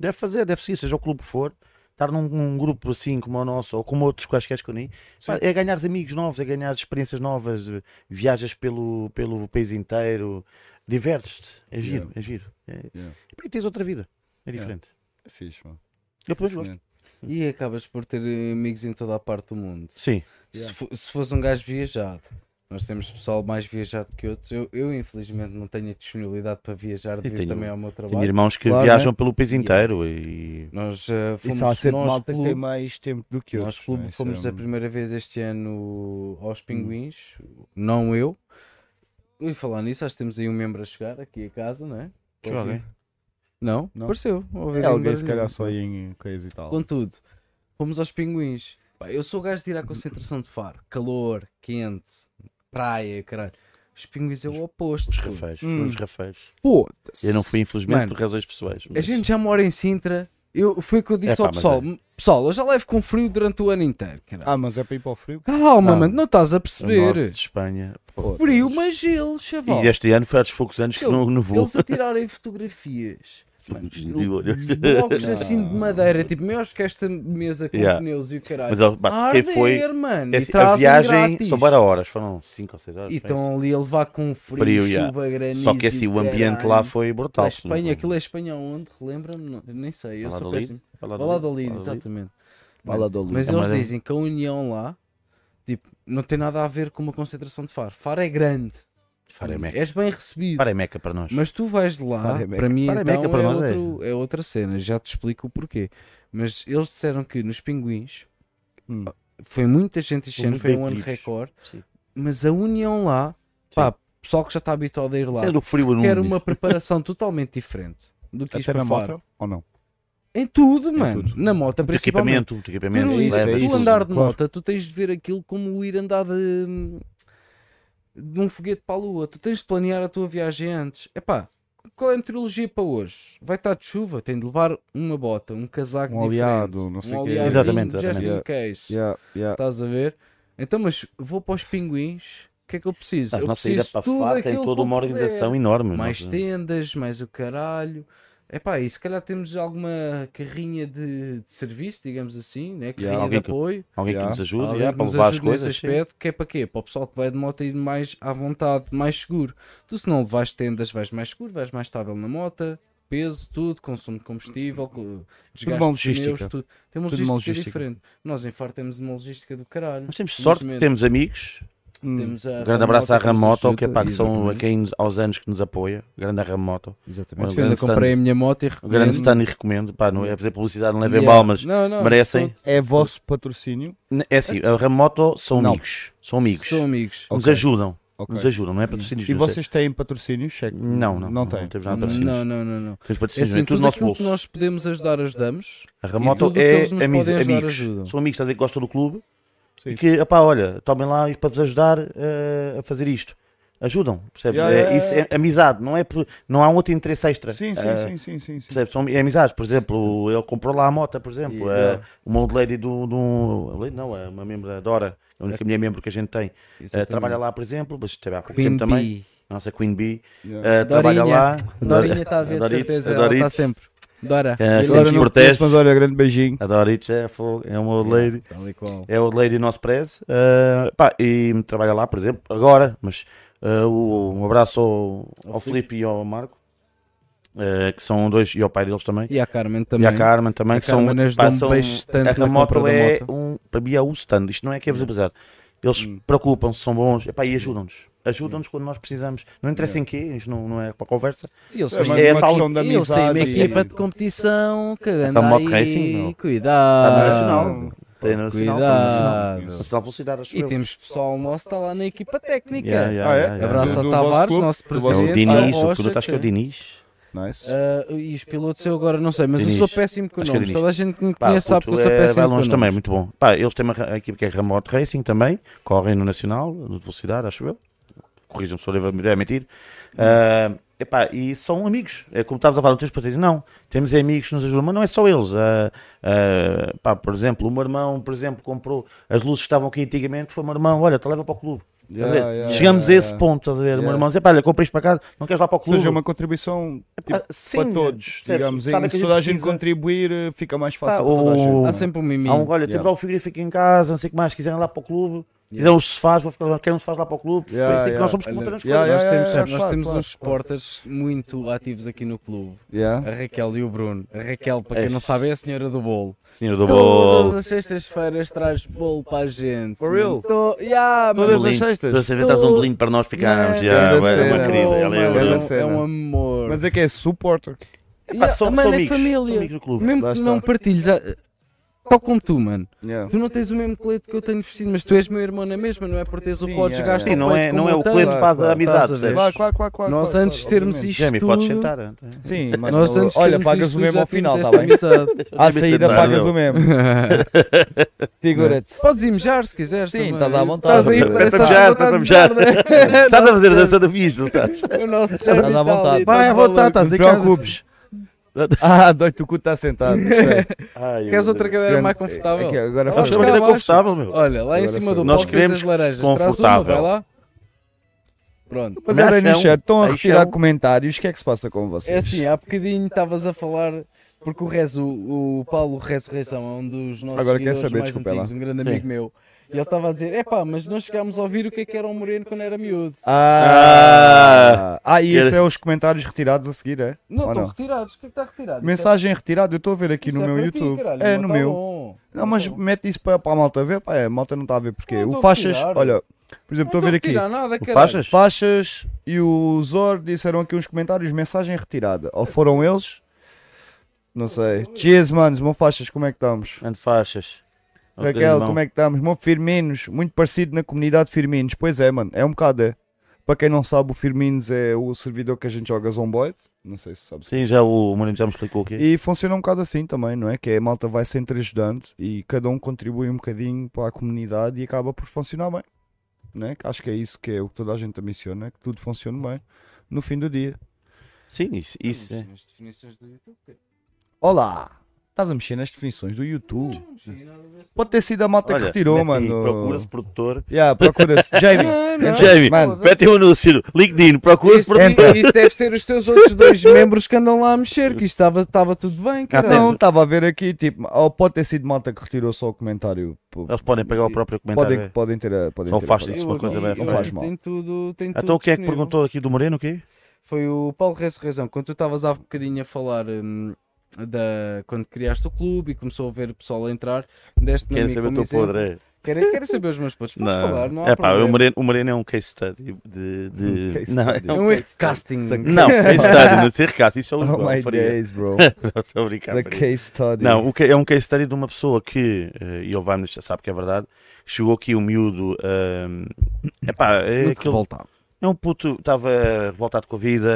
Speaker 8: deve fazer, deve seguir, seja o clube que for. estar num, num grupo assim como o nosso, ou como outros quaisquer que eu nem, pá, é ganhar amigos novos, é ganhar experiências novas, eh, viajas pelo, pelo país inteiro, divertes-te, é giro, é giro. É-
Speaker 5: Yeah.
Speaker 8: E pá, tens outra vida, é
Speaker 5: Yeah.
Speaker 8: diferente.
Speaker 5: É fixe, mano.
Speaker 8: Eu pelo menos
Speaker 5: Sim,
Speaker 8: gosto.
Speaker 5: man.
Speaker 7: E acabas por ter eh, amigos em toda a parte do mundo.
Speaker 8: Sim,
Speaker 7: Se, fo- se fosse um gajo viajado, nós temos pessoal mais viajado que outros. Eu, eu, infelizmente não tenho a disponibilidade para viajar devido
Speaker 8: tenho-
Speaker 7: também ao meu
Speaker 8: tenho
Speaker 7: trabalho.
Speaker 8: irmãos que
Speaker 3: Claro,
Speaker 8: viajam
Speaker 3: né?
Speaker 8: pelo país
Speaker 7: Yeah.
Speaker 8: inteiro e
Speaker 7: Nós eh, fomos,
Speaker 3: Isso há sempre
Speaker 7: nós,
Speaker 3: malta que tem
Speaker 7: clube,
Speaker 3: mais tempo do que
Speaker 7: nós
Speaker 3: outros.
Speaker 7: clube
Speaker 3: né? Isso
Speaker 7: fomos
Speaker 3: é
Speaker 7: a
Speaker 3: um- Hum.
Speaker 7: primeira vez este ano aos Pinguins, não eu. E falando nisso, acho que temos aí um membro a chegar aqui a casa, não é?
Speaker 8: Chegou
Speaker 7: Ouvir.
Speaker 8: alguém?
Speaker 7: Não,
Speaker 3: Não?
Speaker 7: apareceu. Ouvi
Speaker 3: É
Speaker 7: um
Speaker 3: alguém, se
Speaker 7: barulhinho.
Speaker 3: calhar, só em coisa e tal.
Speaker 7: Contudo, fomos aos pinguins. Pá, eu sou o gajo de ir à concentração de faro. Calor, quente, praia, caralho. Os pinguins é o oposto.
Speaker 8: os
Speaker 7: puto.
Speaker 8: rafeiros,
Speaker 3: Hum.
Speaker 8: os rafeiros.
Speaker 7: Foda-se.
Speaker 8: Eu não fui, infelizmente,
Speaker 7: Mano,
Speaker 8: por razões pessoais.
Speaker 7: A gente já mora em Sintra. Eu, foi o que eu disse
Speaker 8: É pá,
Speaker 7: ao
Speaker 8: mas
Speaker 7: pessoal.
Speaker 8: é.
Speaker 7: Pessoal, eu já levo com frio durante o ano inteiro. caralho.
Speaker 3: Ah, mas é para ir para o frio?
Speaker 7: Calma,
Speaker 8: Ah.
Speaker 7: mano, não estás a
Speaker 8: O norte
Speaker 7: perceber.
Speaker 8: de Espanha. pô.
Speaker 7: Frio, mas gelo, chaval.
Speaker 8: E este ano foi aos poucos anos que
Speaker 7: Ele-
Speaker 8: não nevou.
Speaker 7: Eles a tirarem fotografias. Mano,
Speaker 8: Digo, olha.
Speaker 7: blocos assim de madeira, tipo, maiores que esta mesa com
Speaker 8: Yeah.
Speaker 7: pneus e o caralho.
Speaker 8: Mas ele-
Speaker 7: A
Speaker 8: bah, quem foi-
Speaker 7: arder, mano, e
Speaker 8: É assim, a
Speaker 7: trazem
Speaker 8: viagem
Speaker 7: grátis. Então,
Speaker 8: são bora horas, foram 5 ou 6 horas.
Speaker 7: E
Speaker 8: penso.
Speaker 7: estão ali a levar com frio,
Speaker 8: Frio, yeah.
Speaker 7: chuva, granizo.
Speaker 8: Só que assim,
Speaker 7: e
Speaker 8: o ambiente
Speaker 7: é caralho.
Speaker 8: lá foi brutal.
Speaker 7: Da Espanha, aquilo é Espanha onde? Relembra-me? Não- Nem sei, eu sou péssimo. Valladolid, exatamente.
Speaker 3: Valladolid.
Speaker 7: Mas
Speaker 8: É
Speaker 7: eles
Speaker 8: uma-
Speaker 7: dizem que a união lá, tipo, não tem nada a ver com uma concentração de Faro. Faro é grande,
Speaker 8: Faré Meca.
Speaker 7: és bem recebido.
Speaker 8: Faré Meca para nós.
Speaker 7: É Mas tu vais de lá,
Speaker 3: Para a Meca.
Speaker 7: para mim
Speaker 8: Para a
Speaker 7: então
Speaker 8: Meca, para
Speaker 7: é,
Speaker 8: nós é.
Speaker 7: outro- é outra cena, já te explico o porquê. Mas eles disseram que nos pinguins ah,
Speaker 3: Hum.
Speaker 7: foi muita gente este
Speaker 8: Foi
Speaker 7: ano,
Speaker 8: muito
Speaker 7: foi
Speaker 8: bem
Speaker 7: um ano
Speaker 8: queridos.
Speaker 7: recorde,
Speaker 8: Sim.
Speaker 7: mas a união lá, pá, pessoal que já está habituado a ir lá,
Speaker 8: Sério, o é frio eu não
Speaker 7: quer
Speaker 8: digo.
Speaker 7: uma preparação totalmente diferente do que isto
Speaker 3: é Até
Speaker 7: para
Speaker 3: na
Speaker 7: Faro.
Speaker 3: moto? Ou não?
Speaker 7: Em tudo, mano. Na moto,
Speaker 8: Muito
Speaker 7: principalmente.
Speaker 8: equipamento, muito
Speaker 7: Tu,
Speaker 8: equipamento.
Speaker 7: não ires-
Speaker 3: isso, é
Speaker 8: levas.
Speaker 7: tu
Speaker 3: isso,
Speaker 7: andar de
Speaker 3: claro.
Speaker 7: moto, tu tens de ver aquilo como ir andar de, de um foguete para a lua. Tu tens de planear a tua viagem antes. Epá, qual é a meteorologia para hoje? Vai estar de chuva, tem de levar uma bota, um casaco
Speaker 3: Um
Speaker 7: diferente.
Speaker 3: oleado, não sei
Speaker 7: um
Speaker 3: o quê.
Speaker 7: oleadozinho,
Speaker 8: Exatamente,
Speaker 7: just in
Speaker 3: exatamente.
Speaker 7: case.
Speaker 3: Yeah, yeah.
Speaker 7: Estás a ver? Então, mas vou para os pinguins. O que é que eu preciso?
Speaker 8: A
Speaker 7: eu
Speaker 8: nossa
Speaker 7: preciso
Speaker 8: ida
Speaker 7: de
Speaker 8: para
Speaker 7: tudo
Speaker 8: Faro tem
Speaker 7: aquilo
Speaker 8: toda
Speaker 7: que eu
Speaker 8: uma
Speaker 7: puder
Speaker 8: organização enorme. é?
Speaker 7: mais
Speaker 8: nós-
Speaker 7: tendas, mais o caralho. Epá, e se calhar temos alguma carrinha de, de serviço, digamos assim, né? carrinha
Speaker 8: Alguém
Speaker 7: de
Speaker 8: que-
Speaker 7: apoio,
Speaker 8: Alguém que
Speaker 3: Yeah.
Speaker 8: nos ajude
Speaker 7: alguém
Speaker 8: yeah,
Speaker 7: que
Speaker 8: para
Speaker 7: nos
Speaker 8: levar as
Speaker 7: ajude nesse
Speaker 8: coisas. sim.
Speaker 7: aspecto, que é para quê? Para o pessoal que vai de moto ir mais à vontade, mais seguro. Tu se não vais tendas, vais mais seguro, vais mais estável na moto, peso, tudo, consumo de combustível, co- desgaste
Speaker 3: uma
Speaker 7: de pneus,
Speaker 3: logística.
Speaker 7: tudo. Tem uma
Speaker 3: Tudo
Speaker 7: logística,
Speaker 3: uma logística.
Speaker 7: diferente. Nós em Faro temos uma logística do caralho.
Speaker 8: Mas temos sorte porque
Speaker 7: Felizmente,
Speaker 8: temos amigos.
Speaker 3: Hum.
Speaker 7: temos a
Speaker 8: Um grande abraço à
Speaker 7: Ramoto que nos
Speaker 8: Ramoto, que é
Speaker 7: ajuda.
Speaker 8: pá, que são a
Speaker 7: Exatamente.
Speaker 8: quem, nos- aos anos que nos apoia. Grande a Ramoto.
Speaker 7: Exatamente.
Speaker 8: um
Speaker 7: Foi onde
Speaker 8: grande
Speaker 7: eu comprei a
Speaker 8: stand.
Speaker 7: minha moto e
Speaker 8: O grande
Speaker 7: recomendo.
Speaker 8: Stan e recomendo. Pá, não é fazer publicidade, não levem
Speaker 7: Yeah.
Speaker 8: mal, mas
Speaker 7: Não, não,
Speaker 8: merecem.
Speaker 7: todos
Speaker 3: É vosso patrocínio?
Speaker 8: É assim, a Ramoto são
Speaker 3: Não.
Speaker 8: amigos. São amigos.
Speaker 7: São amigos.
Speaker 8: Nos
Speaker 3: Ok.
Speaker 8: ajudam.
Speaker 3: Ok.
Speaker 8: Nos ajudam, não é patrocínios.
Speaker 3: E
Speaker 8: não sei.
Speaker 3: vocês têm patrocínio, cheque?
Speaker 8: Não, não.
Speaker 3: Não tem.
Speaker 8: temos nada de patrocínios.
Speaker 7: Não, não, não, não.
Speaker 8: Temos
Speaker 7: É
Speaker 8: patrocínios,
Speaker 7: assim,
Speaker 8: é tudo
Speaker 7: tudo
Speaker 8: do nosso
Speaker 7: aquilo
Speaker 8: bolso.
Speaker 7: que nós podemos ajudar, ajudamos.
Speaker 8: A
Speaker 7: tudo
Speaker 8: Ramoto
Speaker 7: o que
Speaker 8: é
Speaker 7: eles nos
Speaker 8: amigos.
Speaker 7: podem ajudar,
Speaker 8: amigos.
Speaker 7: ajudam.
Speaker 8: São amigos, estás a dizer que gostam do clube.
Speaker 3: Sim.
Speaker 8: E que, opá, olha, tomem lá isto para vos ajudar eh, a fazer isto. Ajudam, percebes?
Speaker 3: Yeah,
Speaker 8: É-
Speaker 3: yeah,
Speaker 8: isso é amizade, não, é por- não há um outro interesse extra.
Speaker 3: Sim, sim,
Speaker 8: Eh,
Speaker 3: sim, sim, sim, sim.
Speaker 8: Percebes? São é amizades, por exemplo, ele comprou lá a moto, por exemplo,
Speaker 7: Yeah.
Speaker 8: eh, uma old lady de um. de um- old lady não, é uma membro da Dora, a única mulher membro que a gente tem, eh,
Speaker 7: Exatamente.
Speaker 8: trabalha lá, por exemplo, mas esteve há pouco
Speaker 7: Queen
Speaker 8: tempo também,
Speaker 7: Bee.
Speaker 8: a nossa Queen Bee,
Speaker 3: Yeah.
Speaker 8: eh, trabalha
Speaker 7: Dorinha.
Speaker 8: lá.
Speaker 7: Dorinha está a ver, de
Speaker 8: Doritos,
Speaker 7: certeza.
Speaker 8: a
Speaker 7: Ela está
Speaker 8: Doritos.
Speaker 7: sempre. Dora.
Speaker 8: É,
Speaker 7: beijinhos.
Speaker 8: agora
Speaker 3: Agora não
Speaker 8: protestos.
Speaker 3: conheço, mas olha, grande beijinho.
Speaker 8: A Doritz é, fogo, é uma old lady.
Speaker 7: Tal e qual.
Speaker 8: é o Lady Nosso Prez eh, pá, e trabalha lá, por exemplo, agora, mas eh, o- um abraço ao, ao Filipe e ao Marco, eh, que são dois, e ao pai deles também,
Speaker 7: E a Carmen
Speaker 8: e
Speaker 7: também.
Speaker 8: à Carmen também,
Speaker 7: A
Speaker 8: que são,
Speaker 7: Carmen ajudou-me
Speaker 8: passam,
Speaker 7: bastante na
Speaker 8: a Ramoto
Speaker 7: compra da
Speaker 8: é
Speaker 7: moto. Hum.
Speaker 8: um, para mim é o stand, isto não é que é vos apesar, eles preocupam-se, são bons, epá, e ajudam-nos.
Speaker 7: Hum.
Speaker 8: Ajudam-nos quando nós precisamos, não interessa em quê, isto não, não é para conversa.
Speaker 7: E Eles
Speaker 3: É
Speaker 7: têm-
Speaker 3: mais
Speaker 8: é
Speaker 3: uma
Speaker 8: tal-
Speaker 3: questão de
Speaker 7: eles têm
Speaker 3: amizade.
Speaker 7: uma
Speaker 3: e- é
Speaker 7: equipa de competição que anda
Speaker 8: moto É racing,
Speaker 7: aí.
Speaker 8: não. assim,
Speaker 7: Cuidado.
Speaker 8: Está É nacional, tem nacional, tem nacional,
Speaker 7: Ah, Cuidado.
Speaker 8: nacional velocidade, acho
Speaker 7: E
Speaker 8: eu.
Speaker 7: temos pessoal nosso que está lá na equipa técnica.
Speaker 8: Yeah, yeah,
Speaker 3: Ah, é?
Speaker 8: yeah, yeah.
Speaker 7: Abraço
Speaker 3: Do- do
Speaker 7: a
Speaker 3: vosso
Speaker 7: Tavares,
Speaker 3: clube?
Speaker 7: nosso
Speaker 3: Do vosso-
Speaker 8: É
Speaker 7: presidente. Ah, oh,
Speaker 8: o
Speaker 7: ao
Speaker 8: Diniz, o
Speaker 7: Rocha,
Speaker 8: piloto, acho que é o Diniz.
Speaker 3: Nice.
Speaker 7: Ah, e os pilotos eu agora não sei, mas eu
Speaker 8: Diniz.
Speaker 7: sou péssimo com
Speaker 8: Acho que é
Speaker 7: nomes.
Speaker 8: Diniz.
Speaker 7: Toda a gente que me
Speaker 8: Pá,
Speaker 7: conhece sabe que eu
Speaker 8: puto,
Speaker 7: sou
Speaker 8: é,
Speaker 7: péssimo
Speaker 8: vai
Speaker 7: com
Speaker 8: longe
Speaker 7: nomes.
Speaker 8: também, muito bom. Pá, eles têm uma ra- a equipe que é Remote Racing também, correm no Nacional, de velocidade, acho eu. Corrijam-me se eu devo- devo mentir. é Ah, epá, e são amigos. É como estavas a falar, não tens para dizer, não, temos amigos que nos ajudam, mas não é só eles. Ah, ah, pá, por exemplo, o meu irmão, por exemplo, comprou as luzes que estavam aqui antigamente, foi o meu irmão, olha, te leva para o clube. Estás a ver? Chegamos a esse ponto, estás a ver? O meu
Speaker 3: Yeah.
Speaker 8: irmão diz: "Epá, olha, comprei isto para casa, não queres lá para o
Speaker 3: Ou
Speaker 8: clube?
Speaker 3: seja, é uma contribuição
Speaker 8: Epá,
Speaker 3: tipo,
Speaker 8: Ah, sim,
Speaker 3: para todos,
Speaker 8: percebes?
Speaker 3: digamos.
Speaker 8: Sabem
Speaker 3: Em,
Speaker 8: que
Speaker 3: se toda a gente
Speaker 8: precisa-
Speaker 3: contribuir, eh, fica mais fácil
Speaker 8: Pá,
Speaker 3: para toda a
Speaker 8: o-
Speaker 3: gente.
Speaker 7: Há sempre um miminho.
Speaker 8: Há um, olha, temos
Speaker 7: Yeah.
Speaker 8: lá o frigorífico em casa, não sei o que mais, se quiserem lá para o clube, quiserem os sofás, vou ficar, querem uns sofás lá para o clube,
Speaker 3: Yeah,
Speaker 8: foi assim que
Speaker 3: yeah.
Speaker 8: nós somos
Speaker 7: Olha,
Speaker 8: contando as coisas.
Speaker 3: yeah, yeah,
Speaker 7: nós temos,
Speaker 3: yeah,
Speaker 7: nós
Speaker 3: claro,
Speaker 7: temos
Speaker 3: claro,
Speaker 7: uns supporters muito ativos aqui no clube.
Speaker 3: Yeah.
Speaker 7: A Raquel e o Bruno. A Raquel, para quem
Speaker 8: Este.
Speaker 7: não sabe, é a senhora do bolo.
Speaker 8: Senhor do
Speaker 7: Todas as sextas-feiras traz bolo para a gente.
Speaker 3: For real?
Speaker 7: Tô- Yeah, mano.
Speaker 3: Todas as sextas?
Speaker 8: Estou a ser inventado um
Speaker 7: Tudo.
Speaker 8: bolinho para nós ficarmos.
Speaker 7: Mano,
Speaker 8: Yeah,
Speaker 3: grande
Speaker 8: vai, é uma
Speaker 3: cena.
Speaker 8: querida, ela
Speaker 7: Mano,
Speaker 8: é uma
Speaker 3: Grande
Speaker 7: é um-
Speaker 8: grande.
Speaker 3: cena.
Speaker 7: É um amor.
Speaker 3: Mas é que é supporter.
Speaker 8: Pá, Ah, são-
Speaker 7: mano,
Speaker 8: são
Speaker 7: é
Speaker 8: amigos,
Speaker 7: família.
Speaker 8: são amigos do clube.
Speaker 7: Mesmo
Speaker 3: Lá
Speaker 7: que
Speaker 3: está.
Speaker 7: não partilhes. ah, Tal como tu, mano.
Speaker 3: Yeah.
Speaker 7: Tu não tens o mesmo colete que eu tenho vestido, mas tu és meu irmão na mesma, não é por teres o
Speaker 3: Sim,
Speaker 7: podes
Speaker 3: é,
Speaker 7: gastar.
Speaker 8: Sim, não é, não é o cliente que faz
Speaker 3: Claro,
Speaker 8: a
Speaker 7: estás
Speaker 8: amizade,
Speaker 7: a ver.
Speaker 8: percebes?
Speaker 3: Claro, claro, claro, claro.
Speaker 7: Nós
Speaker 3: claro,
Speaker 7: antes de termos
Speaker 3: obviamente.
Speaker 7: isto
Speaker 8: Jamie,
Speaker 7: tudo,
Speaker 8: podes sentar. então.
Speaker 3: Sim, mano,
Speaker 7: Nós antes de
Speaker 3: olha,
Speaker 7: termos
Speaker 3: pagas
Speaker 7: isto
Speaker 3: o mesmo
Speaker 7: já
Speaker 3: ao final,
Speaker 7: temos
Speaker 3: está
Speaker 7: esta
Speaker 3: bem?
Speaker 7: amizade.
Speaker 3: À saída
Speaker 8: Não,
Speaker 3: pagas
Speaker 8: não.
Speaker 3: o mesmo. Figura-te.
Speaker 7: Podes ir mejar se quiseres.
Speaker 3: Sim,
Speaker 7: também.
Speaker 3: estás à vontade. tá
Speaker 7: Estás aí,
Speaker 3: Estás a
Speaker 7: parece
Speaker 8: mejar,
Speaker 7: que estás
Speaker 8: estás a
Speaker 7: mejar, né?
Speaker 8: Estás a fazer a dança da bicha, não estás?
Speaker 7: O nosso já
Speaker 3: Estás à vontade.
Speaker 8: Vai,
Speaker 7: tá,
Speaker 8: à vontade, estás
Speaker 3: Não
Speaker 8: em
Speaker 3: te
Speaker 8: casa.
Speaker 3: preocupes. Ah, dói-te o cu, está sentado. gostei.
Speaker 8: Ai,
Speaker 7: Queres
Speaker 8: meu
Speaker 7: outra
Speaker 8: Deus.
Speaker 7: cadeira mais
Speaker 3: Aqui,
Speaker 7: confortável?
Speaker 3: agora
Speaker 8: Nós
Speaker 7: Vamos
Speaker 3: foi.
Speaker 7: cá
Speaker 8: queremos uma cadeira
Speaker 7: abaixo.
Speaker 8: confortável, meu.
Speaker 7: Olha, lá em
Speaker 3: Agora
Speaker 7: cima
Speaker 3: foi.
Speaker 7: do
Speaker 8: Nós
Speaker 7: palco tens as
Speaker 8: queremos
Speaker 7: laranjas. Traz uma,
Speaker 8: confortável.
Speaker 7: vai lá. Pronto.
Speaker 3: Mas olha no
Speaker 8: Acham?
Speaker 3: chat, estão a retirar
Speaker 8: Acham?
Speaker 3: comentários. O que é que se passa com vocês?
Speaker 7: É assim, há bocadinho estavas a falar, porque o Rezo, o Paulo Resurreição é um dos nossos
Speaker 3: Agora quero
Speaker 7: seguidores
Speaker 3: saber,
Speaker 7: mais
Speaker 3: desculpa
Speaker 7: antigos,
Speaker 3: lá.
Speaker 7: um grande amigo meu. E ele estava a dizer, epá, mas nós chegámos a ouvir o que é que era o Moreno quando era miúdo.
Speaker 3: Ah, ah, e
Speaker 8: Era-
Speaker 3: esse é os comentários retirados a seguir, é?
Speaker 7: Não,
Speaker 3: Ou
Speaker 7: estão retirados, o que é que está retirado?
Speaker 3: Mensagem retirada, eu estou a ver aqui
Speaker 7: Isso
Speaker 3: no
Speaker 7: é- isso
Speaker 3: meu
Speaker 7: para ti,
Speaker 3: YouTube.
Speaker 7: caralho,
Speaker 3: é,
Speaker 7: mas
Speaker 3: no
Speaker 7: tá
Speaker 3: meu.
Speaker 7: bom.
Speaker 3: Não, mas
Speaker 7: Então,
Speaker 3: mete isso para, para a malta ver. Pá, é, a malta não está a ver porque
Speaker 7: Não,
Speaker 3: o
Speaker 7: estou a
Speaker 3: Faixas,
Speaker 7: retirar.
Speaker 3: olha, por exemplo,
Speaker 7: não
Speaker 3: estou a ver aqui.
Speaker 7: retirar nada, caralho.
Speaker 8: Faixas?
Speaker 3: Faixas e o Zor disseram aqui uns comentários, mensagem retirada. Ou foram eles? Não sei. Cheers, manos, meu Faixas, como é que estamos?
Speaker 8: Ando faixas.
Speaker 3: Raquel, como é que estamos? Meu Firminos, muito parecido na comunidade Firminos. Pois é, mano, é um bocado. É. Para quem não sabe, o Firminos é o servidor que a gente joga Zomboid. Não sei se sabes.
Speaker 8: Sim, já o Moreno já me explicou o quê?
Speaker 3: E funciona um bocado assim também, não é? Que é, a malta vai sempre ajudando e cada um contribui um bocadinho para a comunidade e acaba por funcionar bem. Não é? Que Acho que é isso que é o que toda a gente ambiciona, que tudo funcione bem no fim do dia.
Speaker 8: Sim, isso. isso. é.
Speaker 7: As definições do YouTube,
Speaker 3: Olá! Estás a mexer nas definições do YouTube?
Speaker 7: não sei nada desse-
Speaker 3: Pode ter sido a malta
Speaker 8: Olha,
Speaker 3: que retirou,
Speaker 8: mete aí,
Speaker 3: mano.
Speaker 8: Procura-se produtor.
Speaker 3: Yeah, procura-se. Jamie.
Speaker 8: Jamie,
Speaker 3: Mano.
Speaker 8: mete um anúncio. LinkedIn, procura-se
Speaker 7: Isso, então.
Speaker 8: produtor.
Speaker 7: isso deve ser os teus outros dois membros que andam lá a mexer, que isto estava- estava tudo bem,
Speaker 8: Cá
Speaker 7: caralho.
Speaker 3: Não, estava a ver aqui, tipo, ou pode ter sido malta que retirou só o comentário. P-
Speaker 8: Eles podem pegar o próprio comentário.
Speaker 3: Podem, podem ter a. Podem
Speaker 8: é. Só
Speaker 3: ter a-
Speaker 8: faz
Speaker 3: podem-
Speaker 8: isso uma coisa bem
Speaker 3: Não faz
Speaker 8: feita.
Speaker 3: mal.
Speaker 7: Tem tudo, tem tudo
Speaker 8: Então, quem é que
Speaker 7: disponível.
Speaker 8: perguntou aqui do Moreno? O quê?
Speaker 7: Foi o Paulo Resurreição. Quando tu estavas há bocadinho a falar hum, da... quando criaste o clube e começou a ver o pessoal a entrar, deste-me a
Speaker 8: Querem
Speaker 7: mim
Speaker 8: saber o
Speaker 7: como
Speaker 8: teu
Speaker 7: exemplo.
Speaker 8: podre? é?
Speaker 7: Quero, quero saber os meus putos. Podes falar, não há
Speaker 8: é pá, o,
Speaker 7: problema.
Speaker 8: Moreno, o Moreno é um case study de. de-
Speaker 3: Um case
Speaker 8: não,
Speaker 3: study.
Speaker 8: é
Speaker 7: É
Speaker 8: um-
Speaker 7: um erro de casting. é
Speaker 8: não, case study, não ser caso, isso é o
Speaker 3: Oh
Speaker 8: Lisboa,
Speaker 3: my
Speaker 8: faria.
Speaker 3: days, bro.
Speaker 8: Não, estou a brincar,
Speaker 3: It's a
Speaker 8: faria.
Speaker 3: case study.
Speaker 8: Não, o ca- é um case study de uma pessoa que, eh, e ele vai-me deixar, sabe que é verdade, chegou aqui o miúdo, é pá, é,
Speaker 7: Muito
Speaker 8: aquele,
Speaker 7: revoltado.
Speaker 8: é um puto, estava revoltado com a vida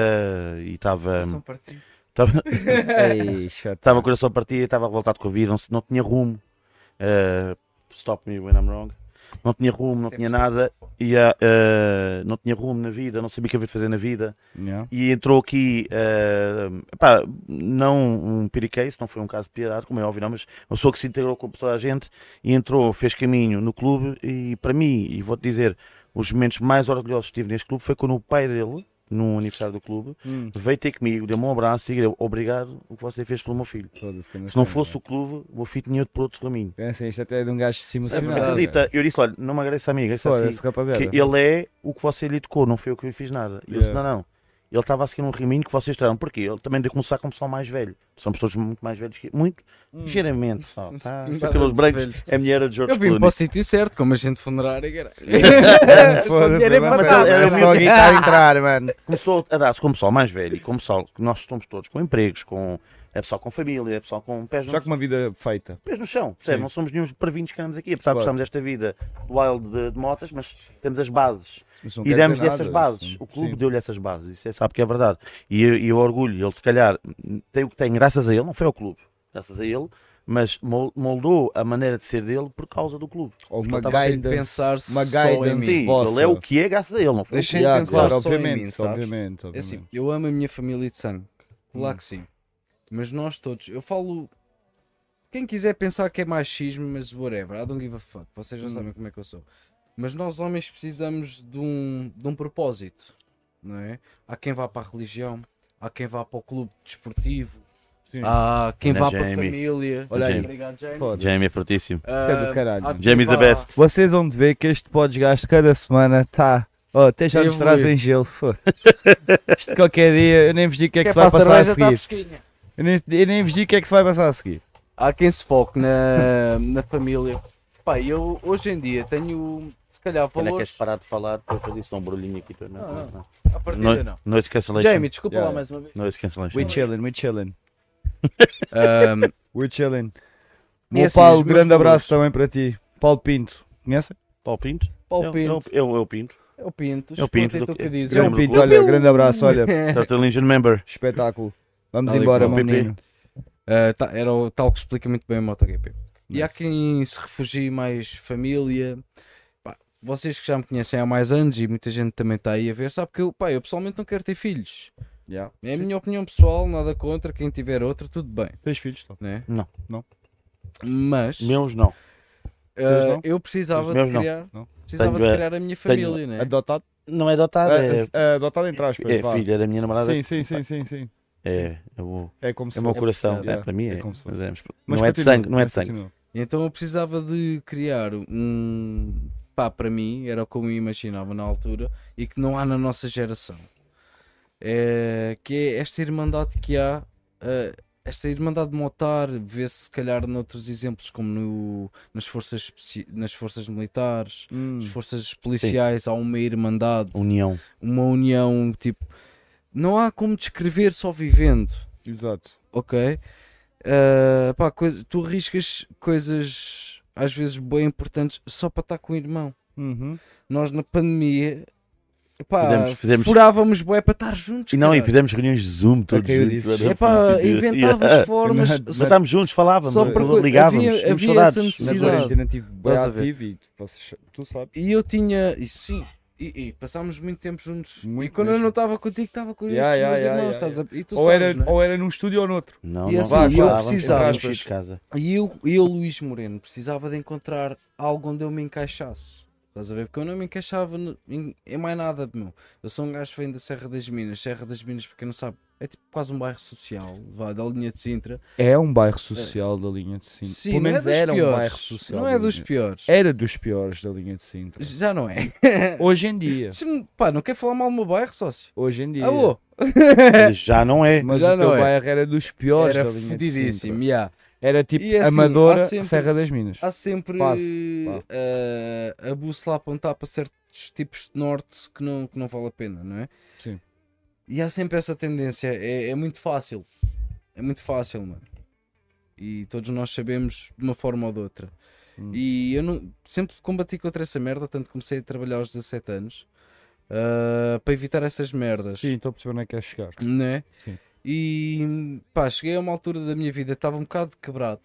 Speaker 8: e estava...
Speaker 7: São partidos.
Speaker 8: estava-
Speaker 3: Ei, chato.
Speaker 8: Estava com o coração partido, estava revoltado com a vida, não, se- não tinha rumo. Eh, stop me when I'm wrong. Não tinha rumo, não tinha nada. E, ah, eh, não tinha rumo na vida, não sabia o que havia de fazer na vida.
Speaker 3: Yeah.
Speaker 8: E entrou aqui, eh, epá, não um pity case, não foi um caso de piedade, como é óbvio, não, mas uma pessoa que se integrou com toda a gente e entrou, fez caminho no clube. E para mim, e vou-te dizer, os momentos mais orgulhosos que tive neste clube foi quando o pai dele, no aniversário do clube, veio ter comigo, deu-me um abraço e disse: Obrigado o que você fez pelo meu filho.
Speaker 3: Foda-se, que
Speaker 8: Se não fosse o clube, o meu filho tinha ido por outro caminho.
Speaker 3: É assim, isto até é de um gajo que se
Speaker 7: É
Speaker 3: emocionar.
Speaker 7: verdade.
Speaker 8: Acredita, eu disse: olha, não me agradeça a mim, agradeça a
Speaker 3: Foda-se,
Speaker 8: si.
Speaker 3: rapaziada.
Speaker 8: Que ele é o que você lhe tocou, não foi eu que lhe fiz nada. E ele disse:
Speaker 3: Yeah.
Speaker 8: não, não. Ele estava a seguir um caminho que vocês traram. Porquê? Ele também de começar com um pessoal mais velho. Somos todos muito mais velhos que. Muito. Ligeiramente, só. Tá?
Speaker 7: Sim,
Speaker 8: Pelos
Speaker 7: bastante
Speaker 8: brancos,
Speaker 7: velho.
Speaker 8: é a mulher de
Speaker 7: Eu
Speaker 8: George
Speaker 7: vim para o
Speaker 8: Clooney.
Speaker 7: sítio certo, como agente funerário. caralho.
Speaker 3: Foda-se,
Speaker 7: dinheiro é
Speaker 3: mas
Speaker 7: para
Speaker 3: é-
Speaker 7: dar,
Speaker 3: é
Speaker 8: mas
Speaker 3: só
Speaker 8: é-
Speaker 3: alguém está a entrar, mano.
Speaker 8: Começou a dar-se com o pessoal mais velho e com o pessoal que nós estamos todos com empregos, com. É pessoal com família, é pessoal com pés no
Speaker 3: Já com uma vida feita.
Speaker 8: pés no chão, percebe?
Speaker 3: Sim.
Speaker 8: Não somos nenhum previnhos que andamos aqui, apesar de
Speaker 3: Claro.
Speaker 8: gostarmos desta vida wild de, de motas, mas temos as bases.
Speaker 3: Mas não
Speaker 8: E
Speaker 3: quer
Speaker 8: demos-lhe
Speaker 3: dizer
Speaker 8: essas
Speaker 3: nada,
Speaker 8: bases.
Speaker 3: sim.
Speaker 8: O clube
Speaker 3: Sim.
Speaker 8: deu-lhe essas bases. Isso é, sabe que é verdade. E, eu- e o orgulho, ele se calhar tem o que tem graças a ele, não foi ao clube, graças a ele, mas mol- moldou a maneira de ser dele por causa do clube.
Speaker 3: Ou uma
Speaker 7: estava sempre a
Speaker 3: guidance.
Speaker 7: pensar só
Speaker 3: uma
Speaker 7: em
Speaker 3: guidance.
Speaker 7: mim.
Speaker 8: Sim,
Speaker 3: vossa.
Speaker 8: ele é o que é graças a ele, não foi? ao
Speaker 7: Deixa-
Speaker 8: clube.
Speaker 7: Tem que
Speaker 3: Yeah,
Speaker 7: pensar
Speaker 3: claro,
Speaker 7: só em
Speaker 3: obviamente,
Speaker 7: mim, sabes?
Speaker 3: obviamente,
Speaker 7: É
Speaker 3: obviamente.
Speaker 7: assim, eu amo a minha família de sangue, claro que sim. Mas nós todos, eu falo. Quem quiser pensar que é machismo, mas whatever, I don't give a fuck. Vocês já sabem como é que eu sou. Mas nós homens precisamos de um, de um propósito, não é? Há quem vá para a religião, há quem vá para o clube desportivo, há quem
Speaker 8: Olha,
Speaker 7: vá para a
Speaker 8: Jamie.
Speaker 7: família.
Speaker 3: Olha aí.
Speaker 7: Obrigado, Jamie.
Speaker 3: Foda-se.
Speaker 8: Jamie é fortíssimo.
Speaker 7: Ah,
Speaker 3: é do caralho.
Speaker 7: há quem
Speaker 8: Jamie's the
Speaker 7: vá-
Speaker 8: best.
Speaker 3: Vocês vão ver que este podcast cada semana está. Oh, até já nos
Speaker 7: Evoluir.
Speaker 3: trazem gelo. foda. Isto qualquer dia eu nem vos digo o que é que
Speaker 7: Quer
Speaker 3: se vai
Speaker 7: para a
Speaker 3: passar a
Speaker 7: cerveja, tá?
Speaker 3: seguir.
Speaker 7: está fresquinha.
Speaker 3: Eu nem, eu nem vos digo o que é que se vai passar a seguir.
Speaker 7: há quem se foque na, na família. Pá, eu hoje em dia tenho, se calhar,
Speaker 8: Quando é que
Speaker 7: valores.
Speaker 8: queres parar de falar para fazer só um barulhinho aqui para mim?
Speaker 7: Não,
Speaker 8: não.
Speaker 7: A partida
Speaker 8: No-
Speaker 7: não.
Speaker 8: Noise cancellation.
Speaker 7: Jamie, desculpa
Speaker 3: Yeah,
Speaker 7: lá
Speaker 3: yeah.
Speaker 7: mais uma vez.
Speaker 8: Noise cancellation.
Speaker 3: We chilling, we chilling.
Speaker 8: Um,
Speaker 7: Ahm,
Speaker 3: We chilling.
Speaker 7: E
Speaker 3: Meu
Speaker 7: assim,
Speaker 3: Paulo,
Speaker 7: os meus
Speaker 3: grande abraço
Speaker 7: valores.
Speaker 3: também para ti. Paulo Pinto. Conhece?
Speaker 8: Paulo Pinto?
Speaker 7: Paulo
Speaker 8: É o-
Speaker 7: Pinto,
Speaker 8: É o é o Pinto.
Speaker 7: é o Pinto,
Speaker 8: é o Pinto
Speaker 7: escutem
Speaker 8: do-
Speaker 7: o que eu
Speaker 8: é-
Speaker 7: diz.
Speaker 8: Grande
Speaker 3: João Pinto,
Speaker 8: Pinto.
Speaker 3: olha, grande abraço, olha.
Speaker 8: Total Engine Member.
Speaker 3: Espetáculo. Vamos
Speaker 7: Tal e
Speaker 3: embora,
Speaker 7: qual.
Speaker 3: meu
Speaker 8: PP.
Speaker 3: menino.
Speaker 7: Ah, tá- era o tal que explica muito bem a MotoGP. E há
Speaker 3: Nice.
Speaker 7: quem se refugie mais família. Pá, vocês que já me conhecem há mais anos e muita gente também está aí a ver, sabe que eu, pá, eu pessoalmente não quero ter filhos.
Speaker 3: Yeah.
Speaker 7: É a minha opinião pessoal, nada contra. Quem tiver outra, tudo bem.
Speaker 3: Tens filhos, Tom?
Speaker 7: Né?
Speaker 8: Não.
Speaker 3: Não.
Speaker 7: Mas
Speaker 8: Meus não.
Speaker 7: ah,
Speaker 3: meus não?
Speaker 7: eu precisava
Speaker 8: Os meus
Speaker 7: de
Speaker 8: não.
Speaker 7: criar,
Speaker 3: Não.
Speaker 7: Precisava
Speaker 8: Tenho,
Speaker 7: de
Speaker 8: eh,
Speaker 7: criar a minha
Speaker 8: tenho-
Speaker 7: família, né?
Speaker 3: Adotado?
Speaker 8: Não é adotada, é,
Speaker 3: Ah, adotado entre aspas.
Speaker 8: é
Speaker 3: vá.
Speaker 8: filha da minha namorada.
Speaker 3: Sim, sim, sim, sim, sim.
Speaker 8: É, é o,
Speaker 3: É como se
Speaker 8: é o meu
Speaker 3: fosse.
Speaker 8: coração.
Speaker 3: Yeah.
Speaker 8: É, para mim é.
Speaker 3: como se
Speaker 8: mas
Speaker 3: fosse.
Speaker 8: é-
Speaker 3: Mas
Speaker 8: não é de
Speaker 3: continua,
Speaker 8: sangue, não é de
Speaker 3: mas
Speaker 8: sangue.
Speaker 3: continua.
Speaker 7: Então eu precisava de criar um. pá, para mim, era como eu imaginava na altura e que não há na nossa geração. É, que é esta irmandade que há, eh, esta irmandade de motar, vê-se se calhar noutros exemplos, como no- nas, forças, especi- nas forças militares,
Speaker 3: Hum.
Speaker 7: nas forças policiais, há uma irmandade,
Speaker 8: União.
Speaker 7: uma união, tipo. Não há como descrever só vivendo
Speaker 3: Exato.
Speaker 7: ok? Ah, pá, coisa- tu arriscas coisas às vezes bem importantes só para estar com o irmão.
Speaker 3: Uhum.
Speaker 7: Nós na pandemia pá,
Speaker 8: Fizemos- fizemos-
Speaker 7: furávamos bué para estar juntos.
Speaker 8: E não, e
Speaker 7: caralho.
Speaker 8: fizemos reuniões de Zoom todos
Speaker 3: que eu
Speaker 8: juntos.
Speaker 3: disse.
Speaker 8: era
Speaker 7: Epá,
Speaker 8: felicidade.
Speaker 7: inventávamos
Speaker 8: Yeah.
Speaker 7: formas
Speaker 3: Mas-
Speaker 8: Mas estávamos juntos, falávamos,
Speaker 7: Só para-
Speaker 8: ligávamos,
Speaker 7: havia-
Speaker 8: tínhamos
Speaker 7: havia
Speaker 8: saudades.
Speaker 7: essa
Speaker 3: Na
Speaker 7: necessidade. Cidade.
Speaker 3: quarentena tive bem
Speaker 7: Estás a ver?
Speaker 3: ativo e vocês, tu sabes.
Speaker 7: E eu tinha, e sim, e, e passámos muito tempo juntos.
Speaker 3: Muito
Speaker 7: e quando eu
Speaker 3: mesmo.
Speaker 7: não estava contigo, estava com
Speaker 3: Yeah,
Speaker 7: estes
Speaker 3: yeah,
Speaker 7: meus
Speaker 3: yeah,
Speaker 7: irmãos.
Speaker 3: yeah,
Speaker 7: estás a- E tu
Speaker 3: Ou
Speaker 7: sabes,
Speaker 3: era,
Speaker 7: né?
Speaker 3: ou era num estúdio ou noutro.
Speaker 8: Não,
Speaker 7: E
Speaker 8: não
Speaker 7: assim,
Speaker 8: vá,
Speaker 7: eu
Speaker 8: vá, vamos
Speaker 7: precisava.
Speaker 8: entrar, vamos sair de casa.
Speaker 7: E eu, eu, Luís Moreno, precisava de encontrar algo onde eu me encaixasse. Estás a ver? Porque eu não me encaixava no- em, em mais nada, meu. Eu sou um gajo que vem da Serra das Minas. Serra das Minas, para quem não sabe, é tipo quase um bairro social, vá, da linha de Sintra.
Speaker 3: É um bairro social da linha de Sintra.
Speaker 7: Sim,
Speaker 3: Pelo
Speaker 7: não
Speaker 3: menos
Speaker 7: é dos
Speaker 3: era
Speaker 7: piores.
Speaker 3: um bairro social.
Speaker 7: Não
Speaker 3: da
Speaker 7: é dos
Speaker 3: linha-
Speaker 7: piores.
Speaker 3: Era dos piores da linha de Sintra.
Speaker 7: Já não é.
Speaker 3: Hoje em dia.
Speaker 7: Deixa-me- Pá, não quer falar mal do meu bairro, sócio?
Speaker 3: Hoje em dia.
Speaker 7: Alô?
Speaker 8: Mas Já não é.
Speaker 3: Mas
Speaker 7: Já
Speaker 3: o teu
Speaker 7: não é.
Speaker 3: bairro era dos piores
Speaker 7: Era
Speaker 3: da linha de Sintra.
Speaker 7: fedidíssimo, yeah.
Speaker 3: Era tipo
Speaker 7: E é assim,
Speaker 3: Amadora,
Speaker 7: há sempre-
Speaker 3: Serra das Minas.
Speaker 7: Há sempre
Speaker 3: Passe, vá.
Speaker 7: eh, a bússola a apontar para certos tipos de norte que não, que não vale a pena, não é?
Speaker 3: Sim.
Speaker 7: E há sempre essa tendência. É, é muito fácil. É muito fácil, mano. E todos nós sabemos de uma forma ou de outra.
Speaker 3: Hum.
Speaker 7: E eu não, sempre combati contra essa merda, tanto que comecei a trabalhar aos 17 anos eh, para evitar essas merdas
Speaker 3: Sim, estou a perceber onde é que queres chegar.
Speaker 7: né?
Speaker 3: Sim.
Speaker 7: E pá, cheguei a uma altura da minha vida, estava um bocado quebrado.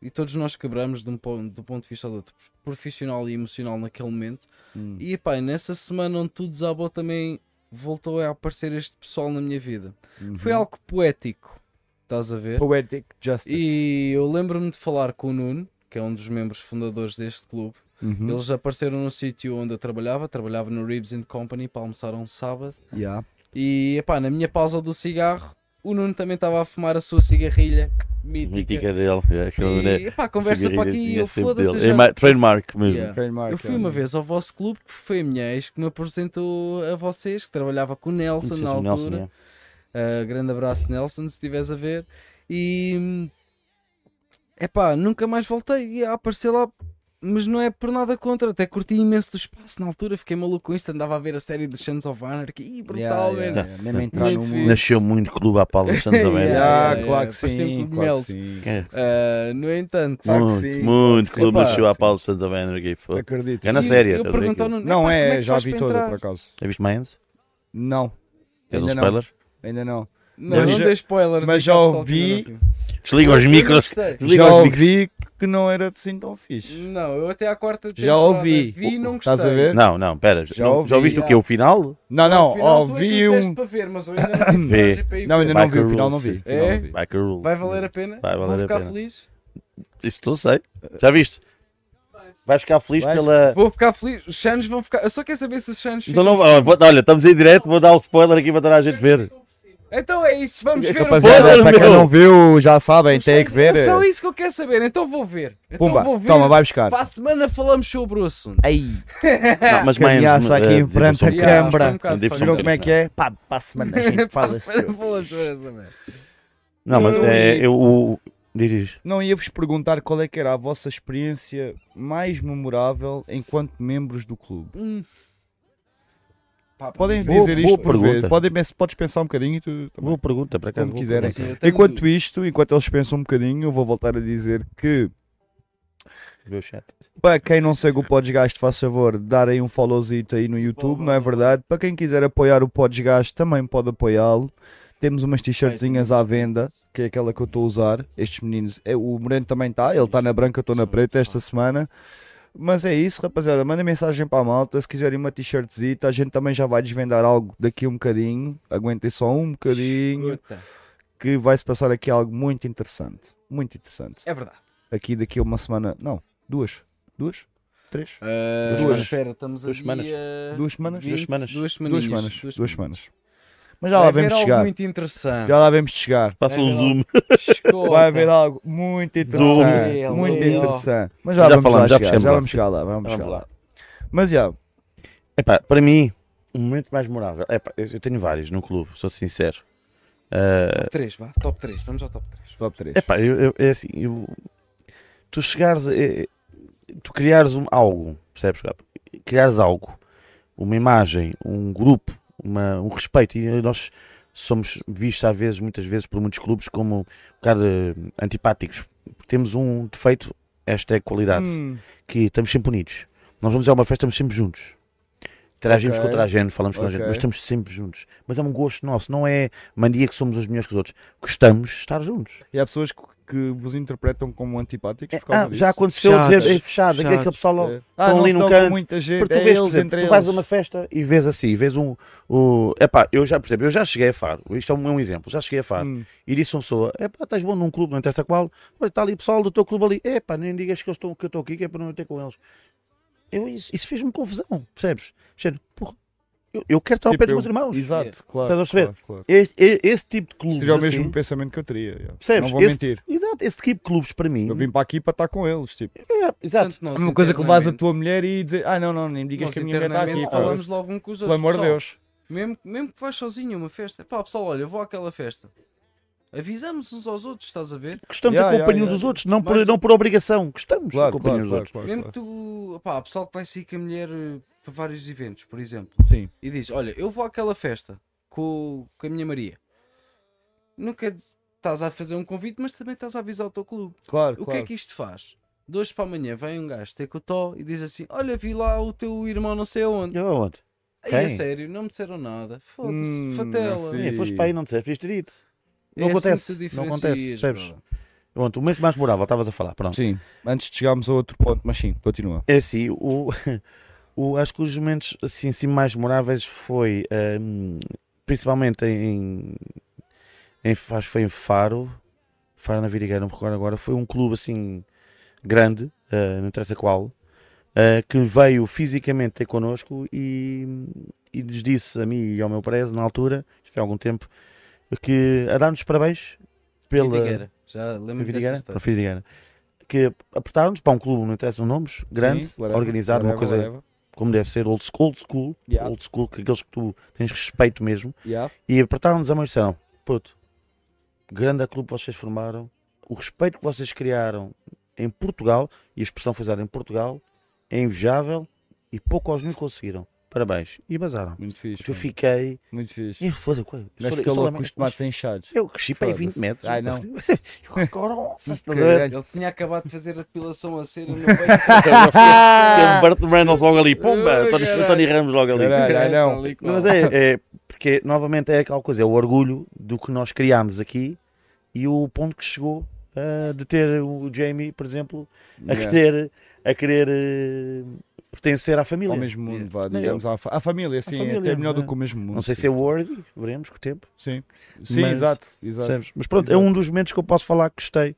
Speaker 7: E todos nós quebramos de um ponto, do ponto de vista do outro, profissional e emocional naquele momento.
Speaker 3: Hum.
Speaker 7: E pá, nessa semana onde tudo desabou também voltou a aparecer este pessoal na minha vida. Foi
Speaker 3: Uhum.
Speaker 7: algo poético, estás a ver?
Speaker 3: Poetic Justice.
Speaker 7: E eu lembro-me de falar com o Nuno, que é um dos membros fundadores deste clube.
Speaker 3: Uhum.
Speaker 7: Eles apareceram no sítio onde eu trabalhava, trabalhava no Ribs and Company para almoçar um sábado.
Speaker 3: Yeah.
Speaker 7: E epá, na minha pausa do cigarro, o Nuno também estava a fumar a sua cigarrilha mítica.
Speaker 8: Mítica dele. é aquela, né?
Speaker 7: E epá, conversa para aqui e
Speaker 8: Cigarrilhazinha
Speaker 7: eu
Speaker 8: sempre
Speaker 7: foda-se.
Speaker 8: dele.
Speaker 7: eu
Speaker 8: É
Speaker 7: já-
Speaker 8: ma- trademark mesmo.
Speaker 7: Yeah.
Speaker 3: Trademark, é.
Speaker 7: Eu fui
Speaker 3: yeah.
Speaker 7: uma vez ao vosso clube, que foi a minha ex que me apresentou a vocês, que trabalhava com o Nelson
Speaker 8: Conheces
Speaker 7: na
Speaker 8: o
Speaker 7: altura.
Speaker 8: Nelson, é.
Speaker 7: Uh, grande abraço, Nelson, se estiveres a ver. E é pá, nunca mais voltei a aparecer lá, mas não é por nada contra. Até curti imenso do espaço na altura, fiquei maluco com isto. Andava a ver a série dos Sons of Anarchy, e
Speaker 3: Yeah,
Speaker 7: brutal,
Speaker 3: yeah,
Speaker 7: man.
Speaker 3: yeah. Mesmo entrar
Speaker 7: né? Muito
Speaker 3: no
Speaker 7: fixe.
Speaker 3: mundo.
Speaker 8: Nasceu muito clube à pala dos Santos da América.
Speaker 7: Yeah,
Speaker 3: Ah,
Speaker 7: yeah,
Speaker 3: claro que
Speaker 7: parecia
Speaker 3: sim,
Speaker 7: um
Speaker 3: claro que
Speaker 7: cogumelo.
Speaker 3: sim.
Speaker 8: É.
Speaker 7: Uh, no entanto,
Speaker 3: Claro que
Speaker 8: Muito,
Speaker 3: sim,
Speaker 8: muito
Speaker 7: claro que
Speaker 8: clube
Speaker 7: sim.
Speaker 8: nasceu à
Speaker 7: Epá,
Speaker 8: pala dos Santos da América. foda.
Speaker 3: Acredito.
Speaker 8: É na
Speaker 7: E
Speaker 8: série.
Speaker 7: Eu
Speaker 8: estás a ver
Speaker 7: pergunto ao
Speaker 8: aquilo.
Speaker 7: Nuno,
Speaker 3: Não
Speaker 7: "Epá, como
Speaker 3: é,
Speaker 7: que se
Speaker 3: já
Speaker 7: faz
Speaker 3: vi
Speaker 7: para
Speaker 3: toda
Speaker 7: entrar?"
Speaker 3: por acaso.
Speaker 8: Já viste Mayans?
Speaker 3: Não,
Speaker 8: És um
Speaker 3: Ainda não.
Speaker 8: spoiler?
Speaker 3: ainda não.
Speaker 7: Não,
Speaker 3: Mas
Speaker 7: não
Speaker 3: já-
Speaker 7: dê spoilers.
Speaker 3: mas
Speaker 7: aqui
Speaker 3: já
Speaker 7: ao pessoal que
Speaker 3: ouvi-
Speaker 7: ainda não
Speaker 8: Desliga os
Speaker 7: viu.
Speaker 8: micros. Desliga
Speaker 3: Já
Speaker 8: os micros.
Speaker 3: ouvi que não era assim tão fixe.
Speaker 7: Não, eu até à quarta
Speaker 3: Já
Speaker 7: temporada
Speaker 3: ouvi.
Speaker 7: vi e não gostei.
Speaker 3: Estás a ver?
Speaker 8: Não, não, pera.
Speaker 3: Já
Speaker 8: Já, não, já
Speaker 3: ouvi.
Speaker 8: ouviste o quê? O final?
Speaker 3: Não, não,
Speaker 7: Ao final, tu é que
Speaker 3: ouvi
Speaker 7: me disseste
Speaker 3: um.
Speaker 7: para ver, mas eu ainda não tive
Speaker 8: Vê.
Speaker 7: coragem para ir
Speaker 3: Não,
Speaker 7: ver.
Speaker 3: ainda não vi o
Speaker 8: Biker
Speaker 3: final, não vi.
Speaker 8: Rules.
Speaker 7: É?
Speaker 3: Não vi.
Speaker 8: Vai que rules.
Speaker 7: Vai valer a pena?
Speaker 8: Vai valer
Speaker 7: Vou
Speaker 8: a
Speaker 7: ficar
Speaker 8: pena.
Speaker 7: feliz?
Speaker 8: Isso tudo sei. Já viste? Vais ficar feliz
Speaker 3: Vais?
Speaker 8: pela.
Speaker 7: Vou ficar feliz. Os Suns vão ficar. Eu só quero saber se os Suns. ficam-
Speaker 8: Então não- ó, vou- olha, estamos em direto, vou dar o spoiler aqui para toda a gente ver.
Speaker 7: Então é isso, vamos ver.
Speaker 3: Rapaziada,
Speaker 8: Spoiler,
Speaker 3: para quem
Speaker 8: meu.
Speaker 3: não viu, já sabem,
Speaker 7: Só-
Speaker 3: tem que ver. eh,
Speaker 7: É só isso que eu quero saber, então vou ver. Então
Speaker 3: Pumba,
Speaker 7: vou ver.
Speaker 3: toma, vai buscar.
Speaker 7: Para a semana falamos sobre o assunto.
Speaker 3: Aí,
Speaker 8: Não, mas eh, mãe,
Speaker 3: criança aqui em frente à
Speaker 7: Yeah, foi um
Speaker 3: câmara.
Speaker 7: bocado
Speaker 3: Viram
Speaker 8: Diversão
Speaker 7: falhado.
Speaker 3: como é que é? Pá, para a semana a gente
Speaker 7: Para a
Speaker 3: fala
Speaker 7: semana
Speaker 3: sobre.
Speaker 7: falamos sobre essa merda.
Speaker 8: Não, mas é, eu. o- Diz, diz.
Speaker 3: Não ia-vos perguntar qual é que era a vossa experiência mais memorável enquanto membros do clube.
Speaker 7: Pá,
Speaker 3: Podem
Speaker 7: boa-
Speaker 3: dizer
Speaker 7: boa
Speaker 3: isto por
Speaker 8: pergunta.
Speaker 3: ver. Podem, podes pensar um bocadinho e tu também.
Speaker 8: Boa pergunta, para acaso.
Speaker 3: Como
Speaker 8: boa
Speaker 3: quiserem.
Speaker 8: pergunta.
Speaker 7: Sim, eu tenho-
Speaker 3: Enquanto isto, enquanto eles pensam um bocadinho, eu vou voltar a dizer que
Speaker 8: Vê o chat.
Speaker 3: para quem não segue o Podesgaste, faz favor de darem um followzito aí no YouTube, não é verdade? Para quem quiser apoiar o Podesgaste, também pode apoiá-lo. Temos umas t-shirtzinhas à venda, que é aquela que eu estou a usar. Estes meninos, é, o Moreno também está, ele está na branca, eu estou na preta esta semana. Mas é isso, rapaziada. Manda mensagem para a malta. Se quiserem uma t-shirtzita, a gente também já vai desvendar algo daqui um bocadinho. Aguentem só um bocadinho,
Speaker 7: Puta.
Speaker 3: que vai-se passar aqui algo muito interessante. Muito interessante
Speaker 7: É verdade.
Speaker 3: aqui daqui a uma semana. Não, duas. Duas? Três?
Speaker 7: Ah,
Speaker 8: semanas.
Speaker 7: Espera, estamos a
Speaker 8: Duas semanas.
Speaker 7: dia
Speaker 3: Duas semanas?
Speaker 7: 20,
Speaker 8: semanas.
Speaker 7: Duas
Speaker 3: Duas
Speaker 7: semaninhas.
Speaker 3: semanas. Duas
Speaker 7: semanas.
Speaker 3: semanas. Mas já lá
Speaker 7: Vai haver
Speaker 3: vemos
Speaker 7: algo
Speaker 3: chegar.
Speaker 7: muito interessante.
Speaker 3: Já lá vemos chegar.
Speaker 8: Passa um
Speaker 7: Vai ver
Speaker 8: zoom.
Speaker 7: Escuta.
Speaker 3: Vai haver algo muito interessante.
Speaker 7: Zoom.
Speaker 3: Muito
Speaker 7: Leo.
Speaker 3: interessante. Mas
Speaker 8: Já
Speaker 3: já, vamos
Speaker 8: falamos, já
Speaker 3: lá chegar.
Speaker 8: chegamos
Speaker 3: Já
Speaker 8: lá,
Speaker 3: vamos
Speaker 8: sim.
Speaker 3: chegar lá. Vamos
Speaker 8: Vamos
Speaker 3: chegar
Speaker 8: lá.
Speaker 3: lá. Mas já,
Speaker 8: Epá, para mim, o momento mais memorável. Epá, eu eu tenho vários no clube, sou sincero. Ah,
Speaker 7: Top 3, vá. Top 3. Vamos ao top 3.
Speaker 3: top 3.
Speaker 8: epá, eu, eu- é assim, eu- tu chegares. a- é- tu criares um, algo, percebes? Gabo? Criares algo, uma imagem, um grupo, uma- um respeito. E nós somos vistos, às vezes, muitas vezes, por muitos clubes como um bocado eh, antipáticos. Temos um defeito, esta é a qualidade
Speaker 3: Hum,
Speaker 8: que estamos sempre unidos. Nós vamos a uma festa, estamos sempre juntos. Interagimos
Speaker 3: Ok.
Speaker 8: com outra gente, falamos com a
Speaker 3: Ok.
Speaker 8: gente, mas estamos sempre juntos. Mas é um gosto nosso, não é mania que somos os melhores que os outros. Gostamos de estar juntos.
Speaker 3: e há pessoas que, que vos interpretam como antipáticos por
Speaker 8: Ah,
Speaker 3: causa
Speaker 8: já
Speaker 3: disso.
Speaker 8: aconteceu
Speaker 7: Chatos,
Speaker 8: dizer é fechado,
Speaker 7: chatos.
Speaker 8: aquele pessoal lá.
Speaker 3: É. Ah,
Speaker 8: estão
Speaker 3: não
Speaker 8: ali
Speaker 3: se
Speaker 8: no
Speaker 3: dão com
Speaker 8: canto,
Speaker 3: muita gente.
Speaker 8: Porque tu
Speaker 3: é
Speaker 8: vês, por
Speaker 3: eles,
Speaker 8: exemplo,
Speaker 3: entre
Speaker 8: tu vais a
Speaker 3: eles.
Speaker 8: uma festa e vês assim, vês um. O... Epá, eu já, por exemplo, eu já cheguei a Faro, isto é um, é um exemplo, já cheguei a Faro
Speaker 3: Hum.
Speaker 8: e disse a uma pessoa: Epá, estás bom num clube, não interessa qual, olha, está ali pessoal do teu clube ali, epá, nem digas que eu estou, que eu estou aqui, que é para não ter com eles. Eu, isso isso fez-me confusão, percebes? Género, porra, eu, eu quero estar ao
Speaker 3: Tipo,
Speaker 8: pé dos
Speaker 3: eu-
Speaker 8: meus irmãos.
Speaker 3: Exato, claro.
Speaker 8: Estás a perceber?
Speaker 3: claro, claro.
Speaker 8: Este- e- esse tipo de clubes.
Speaker 3: Seria o
Speaker 8: assim,
Speaker 3: mesmo pensamento que eu teria. já. Não
Speaker 8: percebes?
Speaker 3: vou
Speaker 8: Esse-
Speaker 3: mentir.
Speaker 8: Exato, esse tipo de clubes para mim.
Speaker 3: Eu vim para aqui para estar com eles. Tipo.
Speaker 8: é, exato.
Speaker 3: É uma coisa que levas a tua mulher e dizer, ah não, não, nem me digas
Speaker 7: Nós
Speaker 3: que a minha mulher está
Speaker 7: internamente
Speaker 3: aqui,
Speaker 7: falamos
Speaker 3: foda-se.
Speaker 7: logo um com os
Speaker 3: pelo
Speaker 7: outros.
Speaker 3: amor de
Speaker 7: pessoal.
Speaker 3: Deus.
Speaker 7: Mesmo, mesmo que vais sozinho a uma festa. Pá, pessoal, olha, eu vou àquela festa. Avisamos uns aos outros, estás a ver?
Speaker 8: Gostamos
Speaker 3: Yeah,
Speaker 8: da
Speaker 3: yeah,
Speaker 8: companhia
Speaker 3: yeah.
Speaker 8: dos outros, não por,
Speaker 7: Mais-
Speaker 8: não por obrigação. Gostamos
Speaker 3: Claro,
Speaker 8: da companhia
Speaker 3: claro, claro,
Speaker 8: dos outros.
Speaker 3: claro,
Speaker 7: Mesmo que
Speaker 3: claro.
Speaker 7: tu. Pá, pessoal que vai sair com a mulher eh, para vários eventos, por exemplo.
Speaker 3: Sim.
Speaker 7: E diz: Olha, eu vou àquela festa com, com a minha Maria. Nunca estás a fazer um convite, mas também estás a avisar o teu clube.
Speaker 3: Claro,
Speaker 7: O que é que isto faz? De hoje para amanhã vem um gajo ter com o Tó e diz assim: Olha, vi lá o teu irmão não sei aonde.
Speaker 8: Eu aonde?
Speaker 7: Aí é
Speaker 8: Quem?
Speaker 7: sério, não me disseram nada. Foda-se,
Speaker 3: Hum,
Speaker 7: fatela.
Speaker 3: assim.
Speaker 8: É, foste para aí, não disseste, viste dito.
Speaker 7: É
Speaker 8: Não
Speaker 7: assim que
Speaker 8: acontece,
Speaker 7: tu
Speaker 8: não acontece,
Speaker 7: diferencias,
Speaker 8: percebes?
Speaker 7: bro.
Speaker 8: Pronto, o momento mais memorável, estavas a falar, pronto.
Speaker 3: Sim, antes de chegarmos a outro ponto, mas sim, continua.
Speaker 8: É assim, o, o, acho que os momentos assim, assim mais memoráveis foi hum, principalmente em, em acho que foi em Faro, Faro na Virigueira, não me recordo agora, foi um clube assim grande, ah, não interessa qual, ah, que veio fisicamente ter connosco e, e nos disse a mim e ao meu preso na altura, já foi há algum tempo, que a dar-nos parabéns pela,
Speaker 7: Vidigueira, Já lembro-me dessa
Speaker 8: Fidigueira, para
Speaker 7: história.
Speaker 8: Fidigueira, que apertaram-nos para um clube, não interessa os nomes, grande,
Speaker 3: Sim, whatever,
Speaker 8: organizado, uma
Speaker 3: whatever,
Speaker 8: coisa
Speaker 3: whatever.
Speaker 8: como deve ser, old school, old school,
Speaker 3: Yeah.
Speaker 8: old school, que aqueles que tu tens respeito mesmo,
Speaker 3: Yeah.
Speaker 8: e apertaram-nos a mão e disseram, puto, grande clube que vocês formaram, o respeito que vocês criaram em Portugal, e a expressão foi usada em Portugal, é invejável e pouco aos meus conseguiram. Parabéns. E bazaram.
Speaker 3: Muito fixe.
Speaker 8: Eu
Speaker 3: mano.
Speaker 8: fiquei.
Speaker 3: Muito fixe.
Speaker 8: E foda-se, coisa. Eu
Speaker 3: Mas
Speaker 8: só-
Speaker 3: fica
Speaker 8: eu só
Speaker 3: louco
Speaker 8: lembro-
Speaker 3: com os tomates enchados.
Speaker 8: Eu cresci para aí 20
Speaker 3: Foda-se.
Speaker 8: metros.
Speaker 3: Ai, não.
Speaker 8: Eu grossas, estás a ver?
Speaker 3: Caralho.
Speaker 7: Ele tinha acabado de fazer a depilação a cera no peito.
Speaker 8: Tem um Burt Reynolds logo ali, pumba!
Speaker 7: Ai,
Speaker 8: Tony,
Speaker 7: caralho.
Speaker 8: Tony Ramos logo ali.
Speaker 3: Caralho. Ah, não.
Speaker 7: Tal e qual.
Speaker 8: Mas é, é, porque novamente é aquela coisa, é o orgulho do que nós criámos aqui e o ponto que chegou ah, de ter o Jamie, por exemplo, a
Speaker 3: Yeah.
Speaker 8: querer, a querer eh, pertencer à família.
Speaker 3: Ao mesmo mundo, vá,
Speaker 8: Não,
Speaker 3: digamos, à, fa- à família, sim,
Speaker 8: família,
Speaker 3: até melhor do
Speaker 8: é.
Speaker 3: que o mesmo mundo.
Speaker 8: Não sei
Speaker 3: sim.
Speaker 8: se é worthy, veremos com o tempo.
Speaker 3: Sim, sim
Speaker 8: Mas-
Speaker 3: exato, exato.
Speaker 8: percebes? Mas pronto, é um dos momentos que eu posso falar que gostei.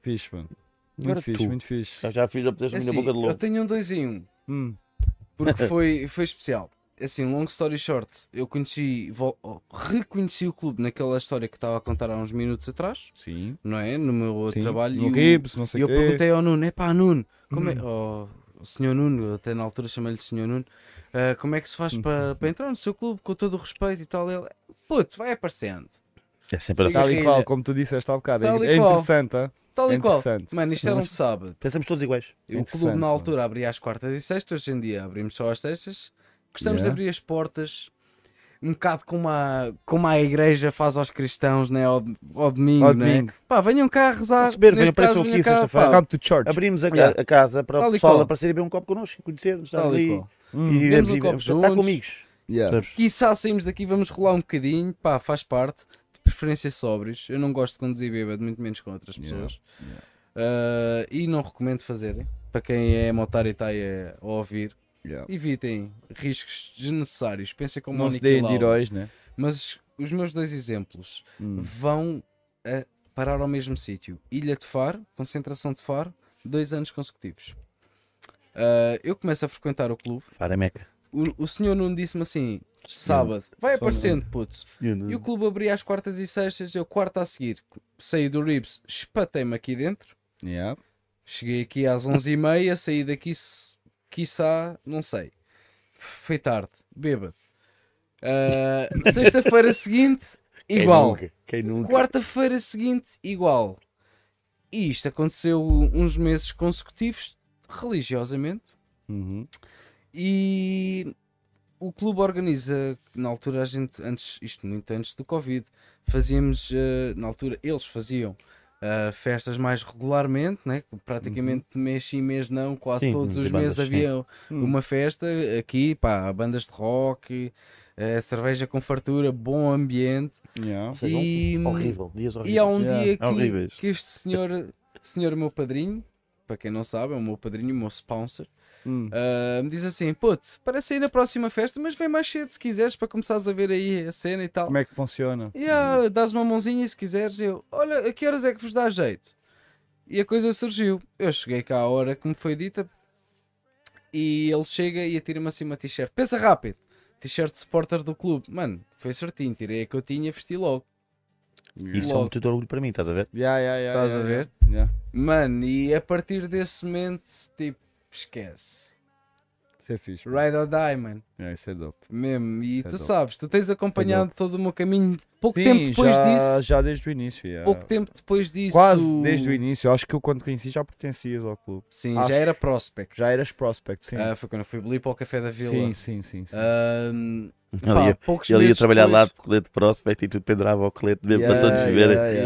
Speaker 3: Fixe, mano. Muito fixe,
Speaker 8: tu.
Speaker 3: muito fixe.
Speaker 8: Já, já fiz a poder
Speaker 7: É
Speaker 8: assim,
Speaker 7: assim,
Speaker 8: na boca de
Speaker 7: eu
Speaker 8: lobo.
Speaker 7: tenho um dois em um.
Speaker 3: Hum.
Speaker 7: porque foi, foi especial. Assim, long story short, eu conheci, vol- oh, reconheci o clube naquela história que estava a contar há uns minutos atrás,
Speaker 3: Sim.
Speaker 7: não é? No meu outro
Speaker 3: Sim.
Speaker 7: trabalho.
Speaker 3: No
Speaker 7: e o-
Speaker 3: Ribs, não
Speaker 7: e
Speaker 3: sei o
Speaker 7: eu
Speaker 3: quê. Hum.
Speaker 7: perguntei ao Nuno: é pá, Nuno, como é. Oh, senhor Nuno, eu até na altura chamei-lhe senhor Nuno, "Ah, como é que se faz
Speaker 3: Hum.
Speaker 7: para, para entrar no seu clube com todo o respeito e tal? Ele, puto, vai aparecendo.
Speaker 8: É
Speaker 7: Siga-
Speaker 8: sempre assim.
Speaker 3: Tal e
Speaker 7: Guerrilha.
Speaker 3: qual, como tu disseste há bocado.
Speaker 7: Tal e
Speaker 3: É
Speaker 7: qual.
Speaker 3: interessante, hã?
Speaker 7: Tal e
Speaker 3: É
Speaker 7: qual.
Speaker 3: interessante.
Speaker 7: Mano, isto era um sábado.
Speaker 8: Pensamos todos iguais.
Speaker 7: O clube
Speaker 3: Interessante,
Speaker 7: na
Speaker 3: mano.
Speaker 7: altura abria às quartas e sextas, hoje em dia abrimos só às sextas. Gostamos
Speaker 3: Yeah.
Speaker 7: de abrir as portas, um bocado como a, como a igreja faz aos cristãos, né? ao, ao domingo.
Speaker 3: Ao
Speaker 7: né?
Speaker 3: domingo.
Speaker 7: Pá, venham cá rezar.
Speaker 8: Receber,
Speaker 7: Neste
Speaker 8: venham,
Speaker 7: caso,
Speaker 8: apareçam
Speaker 7: venham
Speaker 8: aqui
Speaker 7: cá,
Speaker 8: sexta-feira.
Speaker 7: pá.
Speaker 3: Come to church.
Speaker 8: Abrimos a,
Speaker 7: Yeah.
Speaker 8: a casa para
Speaker 7: Tal e
Speaker 8: o pessoal
Speaker 7: qual.
Speaker 8: aparecer e beber um copo connosco, conhecermos, estar
Speaker 7: Tal e
Speaker 8: ali.
Speaker 7: qual.
Speaker 8: E
Speaker 7: Bebemos
Speaker 8: vivemos
Speaker 7: um
Speaker 8: e
Speaker 7: copo
Speaker 8: vivemos. Estar
Speaker 7: juntos.
Speaker 8: com amigos.
Speaker 3: Yeah.
Speaker 8: Sabes?
Speaker 7: Quiçá saímos daqui, vamos rolar um bocadinho, pá, faz parte. De preferência sóbrios. Eu não gosto de conduzir bêbado, muito menos com outras pessoas. Ah, e não recomendo fazerem. Para quem é motar e está aí a a ouvir,
Speaker 3: Yeah.
Speaker 7: evitem riscos desnecessários. Pensem como
Speaker 3: Não
Speaker 7: o
Speaker 3: se
Speaker 7: Niki
Speaker 3: deem de
Speaker 7: Lauda.
Speaker 3: heróis, né?
Speaker 7: Mas os meus dois exemplos
Speaker 3: Hum.
Speaker 7: vão a parar ao mesmo sítio. Ilha de Faro, concentração de Faro, dois anos consecutivos. Ah, eu começo a frequentar o clube.
Speaker 8: Fara Meca.
Speaker 7: O, o senhor Nuno disse-me assim: sábado, vai aparecendo, puto. E o clube abria às quartas e sextas. Eu, quarta a seguir, saí do Ribs, espatei-me aqui dentro.
Speaker 3: Yeah.
Speaker 7: Cheguei aqui às 11h30, saí daqui, se- quiçá, não sei. Foi tarde, bêbado. Ah, Sexta-feira seguinte,
Speaker 8: Quem
Speaker 7: igual.
Speaker 8: nunca? Quem nunca?
Speaker 7: Quarta-feira seguinte, igual. E isto aconteceu uns meses consecutivos, religiosamente.
Speaker 3: Uhum.
Speaker 7: E o clube organiza, na altura a gente, antes, isto muito antes do Covid, fazíamos, eh, na altura eles faziam eh, festas mais regularmente, né? praticamente mês sim, mês não, quase
Speaker 8: Uhum. Sim,
Speaker 7: todos
Speaker 8: de
Speaker 7: os meses
Speaker 8: bandas, sim. Hum.
Speaker 7: havia uma festa aqui, pá, bandas de rock, eh, cerveja com fartura, bom ambiente.
Speaker 3: Yeah.
Speaker 8: Ou seja,
Speaker 7: E-
Speaker 8: um- Horrível. Dias horríveis.
Speaker 7: E há um
Speaker 3: Yeah.
Speaker 7: dia
Speaker 8: Horríveis.
Speaker 7: que, que este senhor, senhor meu padrinho, para quem não sabe, é o meu padrinho, o meu sponsor.
Speaker 3: Hum.
Speaker 7: Ah, me diz assim, puto, parece ir na próxima festa, mas vem mais cedo se quiseres para começares a ver aí a cena e tal.
Speaker 3: Como é que funciona?
Speaker 7: E ah, dás uma mãozinha se quiseres. Eu, olha, a que horas é que vos dá jeito? E a coisa surgiu. Eu cheguei cá à hora que me foi dita e ele chega e atira-me assim uma t-shirt. Pensa rápido! T-shirt de supporter do clube. Mano, foi certinho, tirei a que eu tinha, vesti logo.
Speaker 8: Isso é um
Speaker 7: Logo.
Speaker 8: muito orgulho para mim, estás a ver?
Speaker 3: Yeah, yeah, yeah,
Speaker 7: Estás a
Speaker 3: yeah,
Speaker 7: ver?
Speaker 3: yeah.
Speaker 7: Mano, e a partir desse momento, tipo, esquece.
Speaker 3: Isso é fixe.
Speaker 7: Ride or die, mano.
Speaker 3: Yeah, isso é dope.
Speaker 7: Mesmo, e
Speaker 3: Tá
Speaker 7: tu
Speaker 3: dope.
Speaker 7: sabes, tu tens acompanhado todo o meu caminho pouco
Speaker 3: Sim,
Speaker 7: tempo depois
Speaker 3: já,
Speaker 7: disso.
Speaker 3: Já desde o início. yeah.
Speaker 7: Pouco tempo depois disso.
Speaker 3: Quase desde o início. Acho que eu quando conheci já pertencias ao clube.
Speaker 7: Sim,
Speaker 3: Acho.
Speaker 7: já era prospect.
Speaker 3: Já eras prospect, sim.
Speaker 7: Ah, foi quando eu fui ali para o Café da Vila.
Speaker 3: sim, sim, sim. sim.
Speaker 7: Ahm,
Speaker 8: Ele
Speaker 7: pá,
Speaker 8: ia-
Speaker 7: poucos
Speaker 8: Ele ia
Speaker 7: meses
Speaker 8: trabalhar lá
Speaker 7: depois,
Speaker 8: de colete prospect e tudo pendurava ao colete mesmo
Speaker 3: Yeah,
Speaker 8: para todos verem.
Speaker 3: yeah,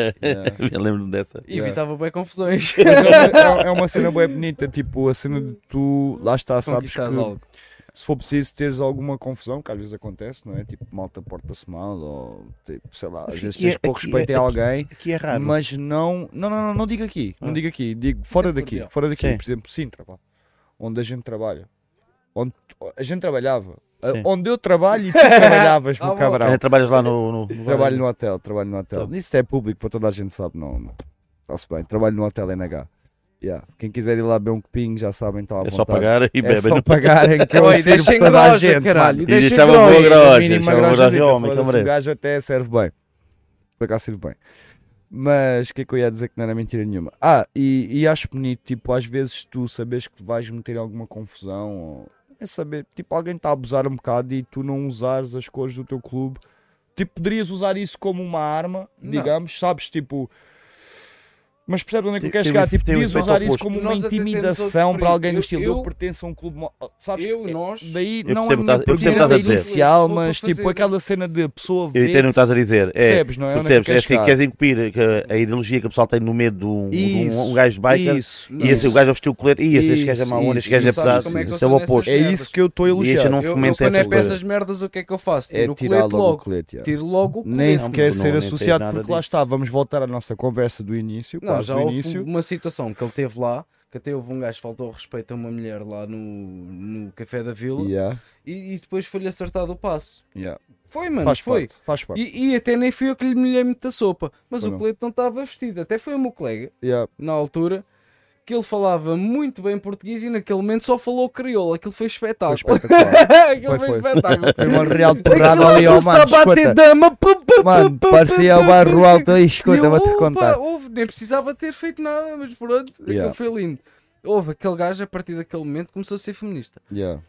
Speaker 3: yeah, yeah.
Speaker 8: Eu lembro-me dessa.
Speaker 7: e evitava bem confusões.
Speaker 3: é, é uma cena bem bonita, tipo a cena de tu, lá está, sabes que
Speaker 7: Conquistas algo.
Speaker 3: se for preciso teres alguma confusão, que às vezes acontece, não é? Tipo, malta porta-se mal, ou tipo, sei lá, às vezes tens que pôr respeito em alguém,
Speaker 8: Aqui é raro.
Speaker 3: mas não, não, não, não, não digo aqui, não digo aqui, digo fora
Speaker 7: Sempre
Speaker 3: daqui,
Speaker 7: cordial.
Speaker 3: fora daqui,
Speaker 8: Sim.
Speaker 3: por exemplo, Sintra, pá, onde a gente trabalha, onde a gente trabalhava, a-
Speaker 8: Sim. Tá
Speaker 3: onde eu trabalho e tu trabalhavas,
Speaker 7: Ah,
Speaker 3: meu
Speaker 7: bom.
Speaker 3: cabrão.
Speaker 8: Ainda trabalhas lá no. no, no
Speaker 3: Trabalho no hotel, trabalho no hotel. Isso é público, para toda a gente sabe, não. Está-se bem, trabalho no hotel NH. Yeah. Quem quiser ir lá beber um copinho, já sabem, está à
Speaker 8: É
Speaker 3: vontade.
Speaker 8: só pagar e
Speaker 3: É
Speaker 8: bebem.
Speaker 3: só pagarem que eu
Speaker 7: Oi,
Speaker 3: sirvo
Speaker 7: deixem
Speaker 3: toda a
Speaker 7: groja,
Speaker 3: gente.
Speaker 7: caralho,
Speaker 3: mano.
Speaker 8: E
Speaker 7: deixem
Speaker 8: deixava boa
Speaker 7: groja.
Speaker 3: A
Speaker 8: groja.
Speaker 3: mínima
Speaker 8: Deixava boa
Speaker 3: groja,
Speaker 8: groja,
Speaker 3: dita,
Speaker 8: homem, então
Speaker 3: foda-se, o
Speaker 8: merece.
Speaker 3: gajo até serve bem. Por acaso serve bem. Mas o que é que eu ia dizer que não era mentira nenhuma? Ah, e, e acho bonito, tipo, às vezes tu sabes que vais meter em alguma confusão ou- é saber, tipo, alguém está a abusar um bocado e tu não usares as cores do teu clube. Tipo, poderias usar isso como uma arma,
Speaker 7: Não.
Speaker 3: digamos, sabes, tipo. Mas percebes onde é que eu
Speaker 8: Tem-
Speaker 3: quero
Speaker 8: tem um
Speaker 3: chegar?
Speaker 8: efe-
Speaker 3: Tipo,
Speaker 8: tem um
Speaker 3: podias
Speaker 8: efeito
Speaker 3: usar isso
Speaker 8: oposto.
Speaker 3: como uma
Speaker 7: Nós até temos outro
Speaker 3: intimidação para
Speaker 7: perigo.
Speaker 3: alguém do
Speaker 7: Eu-
Speaker 3: estilo.
Speaker 7: eu-
Speaker 3: Eu pertenço a um clube. mo- Sabes?
Speaker 7: Eu, nós.
Speaker 3: Daí não é
Speaker 8: Eu percebo o que
Speaker 3: uma
Speaker 8: estás- eu percebo o que
Speaker 3: pergunta
Speaker 8: estás a dizer.
Speaker 3: inicial,
Speaker 7: Se for
Speaker 3: mas
Speaker 7: para fazer-
Speaker 3: tipo aquela cena de a pessoa
Speaker 8: Eu
Speaker 3: ver.
Speaker 8: entendo o que estás a dizer. É,
Speaker 3: Percebes, não é?
Speaker 8: tu
Speaker 3: Onde é que
Speaker 8: percebes? É
Speaker 3: queres
Speaker 8: assim,
Speaker 3: chegar?
Speaker 8: queres incumprir que a ideologia que o pessoal tem no medo de um, de um, um gajo de biker
Speaker 3: Isso,
Speaker 8: e esse
Speaker 3: isso.
Speaker 8: o gajo a vestir o colete e esse, este gajo é
Speaker 3: Isso,
Speaker 8: mau, onda, este
Speaker 3: isso,
Speaker 8: gajo é
Speaker 3: isso.
Speaker 8: pesado.
Speaker 3: Sabes como é que eu
Speaker 8: Isso é o
Speaker 7: sou nessas
Speaker 8: oposto.
Speaker 3: É isso que eu estou a
Speaker 8: E este
Speaker 3: elogiar.
Speaker 8: não
Speaker 7: Eu, eu
Speaker 8: fomenta
Speaker 7: quando é
Speaker 8: essas
Speaker 7: para
Speaker 8: coisas.
Speaker 7: essas merdas, o que é que eu faço?
Speaker 3: É
Speaker 7: Tiro o
Speaker 3: tirar
Speaker 7: colete
Speaker 3: logo o
Speaker 7: logo.
Speaker 3: colete. yeah.
Speaker 7: Tiro logo o colete.
Speaker 3: Nem sequer
Speaker 8: Não,
Speaker 3: ser
Speaker 8: não, nem
Speaker 3: associado,
Speaker 8: tem nada
Speaker 3: porque lá
Speaker 8: disso.
Speaker 3: está, vamos voltar à nossa conversa do início,
Speaker 7: Não,
Speaker 3: quase
Speaker 7: já
Speaker 3: do
Speaker 7: houve um
Speaker 3: início.
Speaker 7: uma situação que ele teve lá, que até houve um gajo que faltou ao respeito a uma mulher lá no, no Café da Vila
Speaker 3: Yeah,
Speaker 7: e, e depois foi-lhe acertado o passo.
Speaker 3: yeah.
Speaker 7: Foi, mano,
Speaker 3: Faz
Speaker 7: foi.
Speaker 3: parte, faz parte.
Speaker 7: E, e até nem fui eu que lhe molhei muito da sopa, mas
Speaker 3: Foi
Speaker 7: o
Speaker 3: não.
Speaker 7: colete não estava vestido. Até foi o meu colega,
Speaker 3: Yeah.
Speaker 7: na altura, que ele falava muito bem português e naquele momento só falou crioulo. Aquilo Ah, foi espetáculo.
Speaker 3: Foi espetacular.
Speaker 7: Aquilo
Speaker 3: Foi,
Speaker 7: foi,
Speaker 3: foi.
Speaker 7: espetáculo.
Speaker 3: Foi uma real
Speaker 7: Aquilo
Speaker 3: porrada ali, ó,
Speaker 7: não se
Speaker 3: mano.
Speaker 7: está a bater
Speaker 3: Escuta,
Speaker 7: dama. Pu, pu, pu,
Speaker 3: mano,
Speaker 7: pu,
Speaker 3: parecia
Speaker 7: pu,
Speaker 3: o
Speaker 7: pu,
Speaker 3: barro
Speaker 7: pu.
Speaker 3: alto aí,
Speaker 7: E eu,
Speaker 3: escuta, vou-te
Speaker 7: opa,
Speaker 3: contar.
Speaker 7: Houve, nem precisava ter feito nada, mas pronto,
Speaker 3: Yeah.
Speaker 7: aquilo foi lindo. Houve aquele gajo, a partir daquele momento, começou a ser feminista.
Speaker 3: Yeah.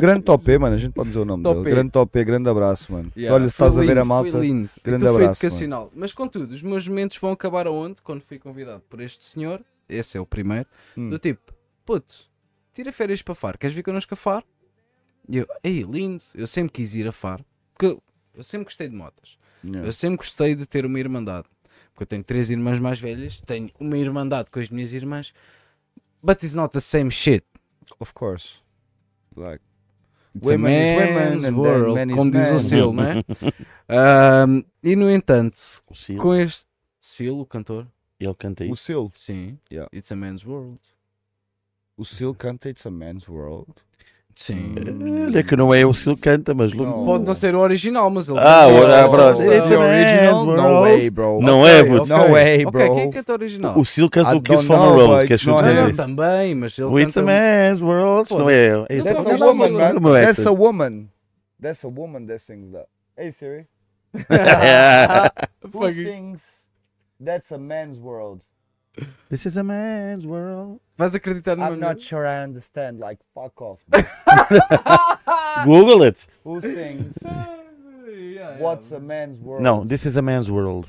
Speaker 3: grande Topé, mano, a gente pode dizer o nome
Speaker 7: Topé.
Speaker 3: dele. Grande Topé, grande abraço, mano.
Speaker 7: Yeah,
Speaker 3: Olha, se
Speaker 7: foi
Speaker 3: estás a ver
Speaker 7: lindo,
Speaker 3: a malta,
Speaker 7: Foi lindo.
Speaker 3: grande
Speaker 7: Aquilo
Speaker 3: abraço,
Speaker 7: Foi educacional. Mas contudo, os meus momentos vão acabar aonde? Quando fui convidado por este senhor, esse é o primeiro,
Speaker 3: Hum.
Speaker 7: do tipo, puto, tira férias para Faro, queres vir connosco a Faro? E eu, ei, lindo, eu sempre quis ir a Faro, porque eu, eu sempre gostei de motas.
Speaker 3: Yeah.
Speaker 7: Eu sempre gostei de ter uma irmandade. Porque eu tenho três irmãs mais velhas, tenho uma irmandade com as minhas irmãs. But it's not the same shit.
Speaker 3: of course. Like,
Speaker 7: It's a man's
Speaker 3: and then
Speaker 7: world,
Speaker 3: man is
Speaker 7: como diz o
Speaker 3: man.
Speaker 7: Seal, não é? Ahm, e no entanto,
Speaker 8: O Sil,
Speaker 7: com este Seal, o cantor,
Speaker 8: ele canta
Speaker 3: O
Speaker 8: isso.
Speaker 3: Seal,
Speaker 7: sim,
Speaker 3: Yeah.
Speaker 7: It's a Man's World,
Speaker 3: o Seal canta It's a Man's World.
Speaker 7: sim.
Speaker 8: Olha que não é o Sil que canta, mas logo.
Speaker 7: Pode não ser o original, mas ele é
Speaker 8: Ah,
Speaker 7: canta.
Speaker 8: ora,
Speaker 7: Sim,
Speaker 8: pronto.
Speaker 7: sim.
Speaker 8: It's a man's
Speaker 3: No
Speaker 8: world.
Speaker 3: way, bro.
Speaker 8: Não
Speaker 7: Ok,
Speaker 8: é, puto.
Speaker 7: ok.
Speaker 3: No way,
Speaker 7: Ok,
Speaker 3: bro.
Speaker 7: quem é canta o original?
Speaker 8: O Sil
Speaker 3: I
Speaker 8: canta o
Speaker 3: don't
Speaker 8: Kiss from a
Speaker 3: know,
Speaker 8: Road,
Speaker 3: but
Speaker 8: queres
Speaker 3: it's
Speaker 8: que eu
Speaker 3: not
Speaker 8: te
Speaker 7: Não,
Speaker 8: diga
Speaker 7: não,
Speaker 8: isso?
Speaker 7: também, mas ele
Speaker 8: O It's a
Speaker 7: canta-
Speaker 8: man's world, não é? É
Speaker 7: Ele
Speaker 8: isso.
Speaker 3: That's
Speaker 7: canta
Speaker 3: a
Speaker 7: uma
Speaker 3: um woman,
Speaker 7: música.
Speaker 3: man.
Speaker 8: Como é que-
Speaker 3: That's a woman. That's a woman that sings that. Hey Siri, who sings That's a Man's World?
Speaker 8: This is a man's world.
Speaker 7: Vais acreditar no
Speaker 3: I'm
Speaker 7: meu
Speaker 3: not sure I understand. Like, fuck off. bro. Ah.
Speaker 8: Google it.
Speaker 3: Who sings
Speaker 7: Yeah,
Speaker 3: What's a Man's World?
Speaker 8: Não, this is a man's world.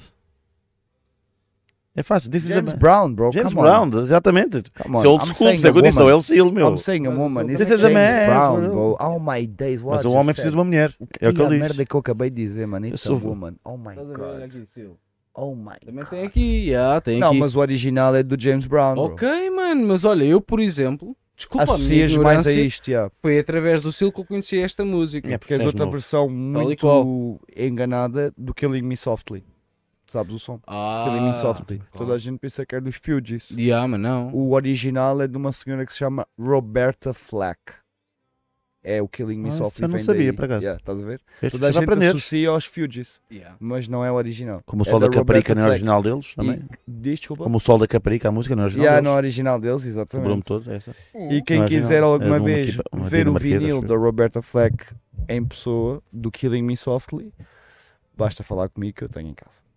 Speaker 8: É fácil. This
Speaker 3: James
Speaker 8: is a
Speaker 3: Brown, bro.
Speaker 8: James
Speaker 3: come
Speaker 8: Brown,
Speaker 3: On.
Speaker 8: exatamente.
Speaker 3: Come on.
Speaker 8: Isso é old
Speaker 3: I'm
Speaker 8: school,
Speaker 3: saying
Speaker 8: isso é
Speaker 3: a
Speaker 8: que eu disse, não é o
Speaker 3: woman.
Speaker 8: Seal, meu.
Speaker 3: I'm saying a woman. It's
Speaker 8: This is
Speaker 3: James
Speaker 8: a man's
Speaker 3: Brown, bro.
Speaker 8: world.
Speaker 3: Oh my days. What
Speaker 8: Mas o
Speaker 3: I
Speaker 8: homem
Speaker 3: just
Speaker 8: precisa
Speaker 3: said.
Speaker 8: de uma mulher. É o que
Speaker 3: E a
Speaker 8: ele
Speaker 3: merda
Speaker 8: diz.
Speaker 3: que eu acabei de dizer, mano. It's a
Speaker 8: sou-
Speaker 3: woman. Oh my
Speaker 7: Estás a ver, olha aqui,
Speaker 3: god.
Speaker 7: Seal.
Speaker 3: Oh my
Speaker 7: Também
Speaker 3: god.
Speaker 7: tem aqui, yeah, tem
Speaker 3: Não,
Speaker 7: aqui.
Speaker 3: mas o original é do James Brown.
Speaker 8: Oh,
Speaker 3: bro.
Speaker 7: Ok, mano, mas olha, eu, por exemplo, desculpa a minha
Speaker 3: Associas mais a
Speaker 7: ignorância,
Speaker 3: isto, yeah.
Speaker 7: foi através do Sil que eu conheci esta música.
Speaker 8: É,
Speaker 3: Porque és
Speaker 8: és
Speaker 3: outra
Speaker 8: novo.
Speaker 3: versão
Speaker 7: e
Speaker 3: muito enganada do Killing Me Softly. Sabes o som?
Speaker 7: Ah,
Speaker 3: Killing Me Softly.
Speaker 7: claro.
Speaker 3: Toda a gente pensa que é dos Fugees.
Speaker 7: Yeah, mas não.
Speaker 3: O original é de uma senhora que se chama Roberta Flack. É o Killing Me
Speaker 8: Ah,
Speaker 3: Softly.
Speaker 8: isso eu não
Speaker 3: vem
Speaker 8: sabia,
Speaker 3: daí.
Speaker 8: por acaso.
Speaker 3: Yeah, estás a ver?
Speaker 8: Este
Speaker 3: Toda a
Speaker 8: precisa
Speaker 3: gente
Speaker 8: aprender.
Speaker 3: associa aos Fugees,
Speaker 7: Yeah.
Speaker 3: mas não é o original.
Speaker 8: Como o
Speaker 3: É
Speaker 8: Sol da Caparica
Speaker 3: Roberta
Speaker 8: não é
Speaker 3: Flack.
Speaker 8: original deles também.
Speaker 3: E, desculpa.
Speaker 8: Como o Sol da Caparica, a música não é original
Speaker 3: Yeah, não é
Speaker 8: deles.
Speaker 3: original deles,
Speaker 8: O Bruno
Speaker 3: exatamente.
Speaker 8: todo, é essa.
Speaker 3: E quem
Speaker 8: Não é
Speaker 3: quiser
Speaker 8: original, é
Speaker 3: alguma
Speaker 8: de uma
Speaker 3: vez
Speaker 8: equipa- uma
Speaker 3: ver o
Speaker 8: dinamarquesa,
Speaker 3: vinil
Speaker 8: acho
Speaker 3: da Roberta Fleck em pessoa do Killing Me Softly, basta falar comigo que eu tenho em casa.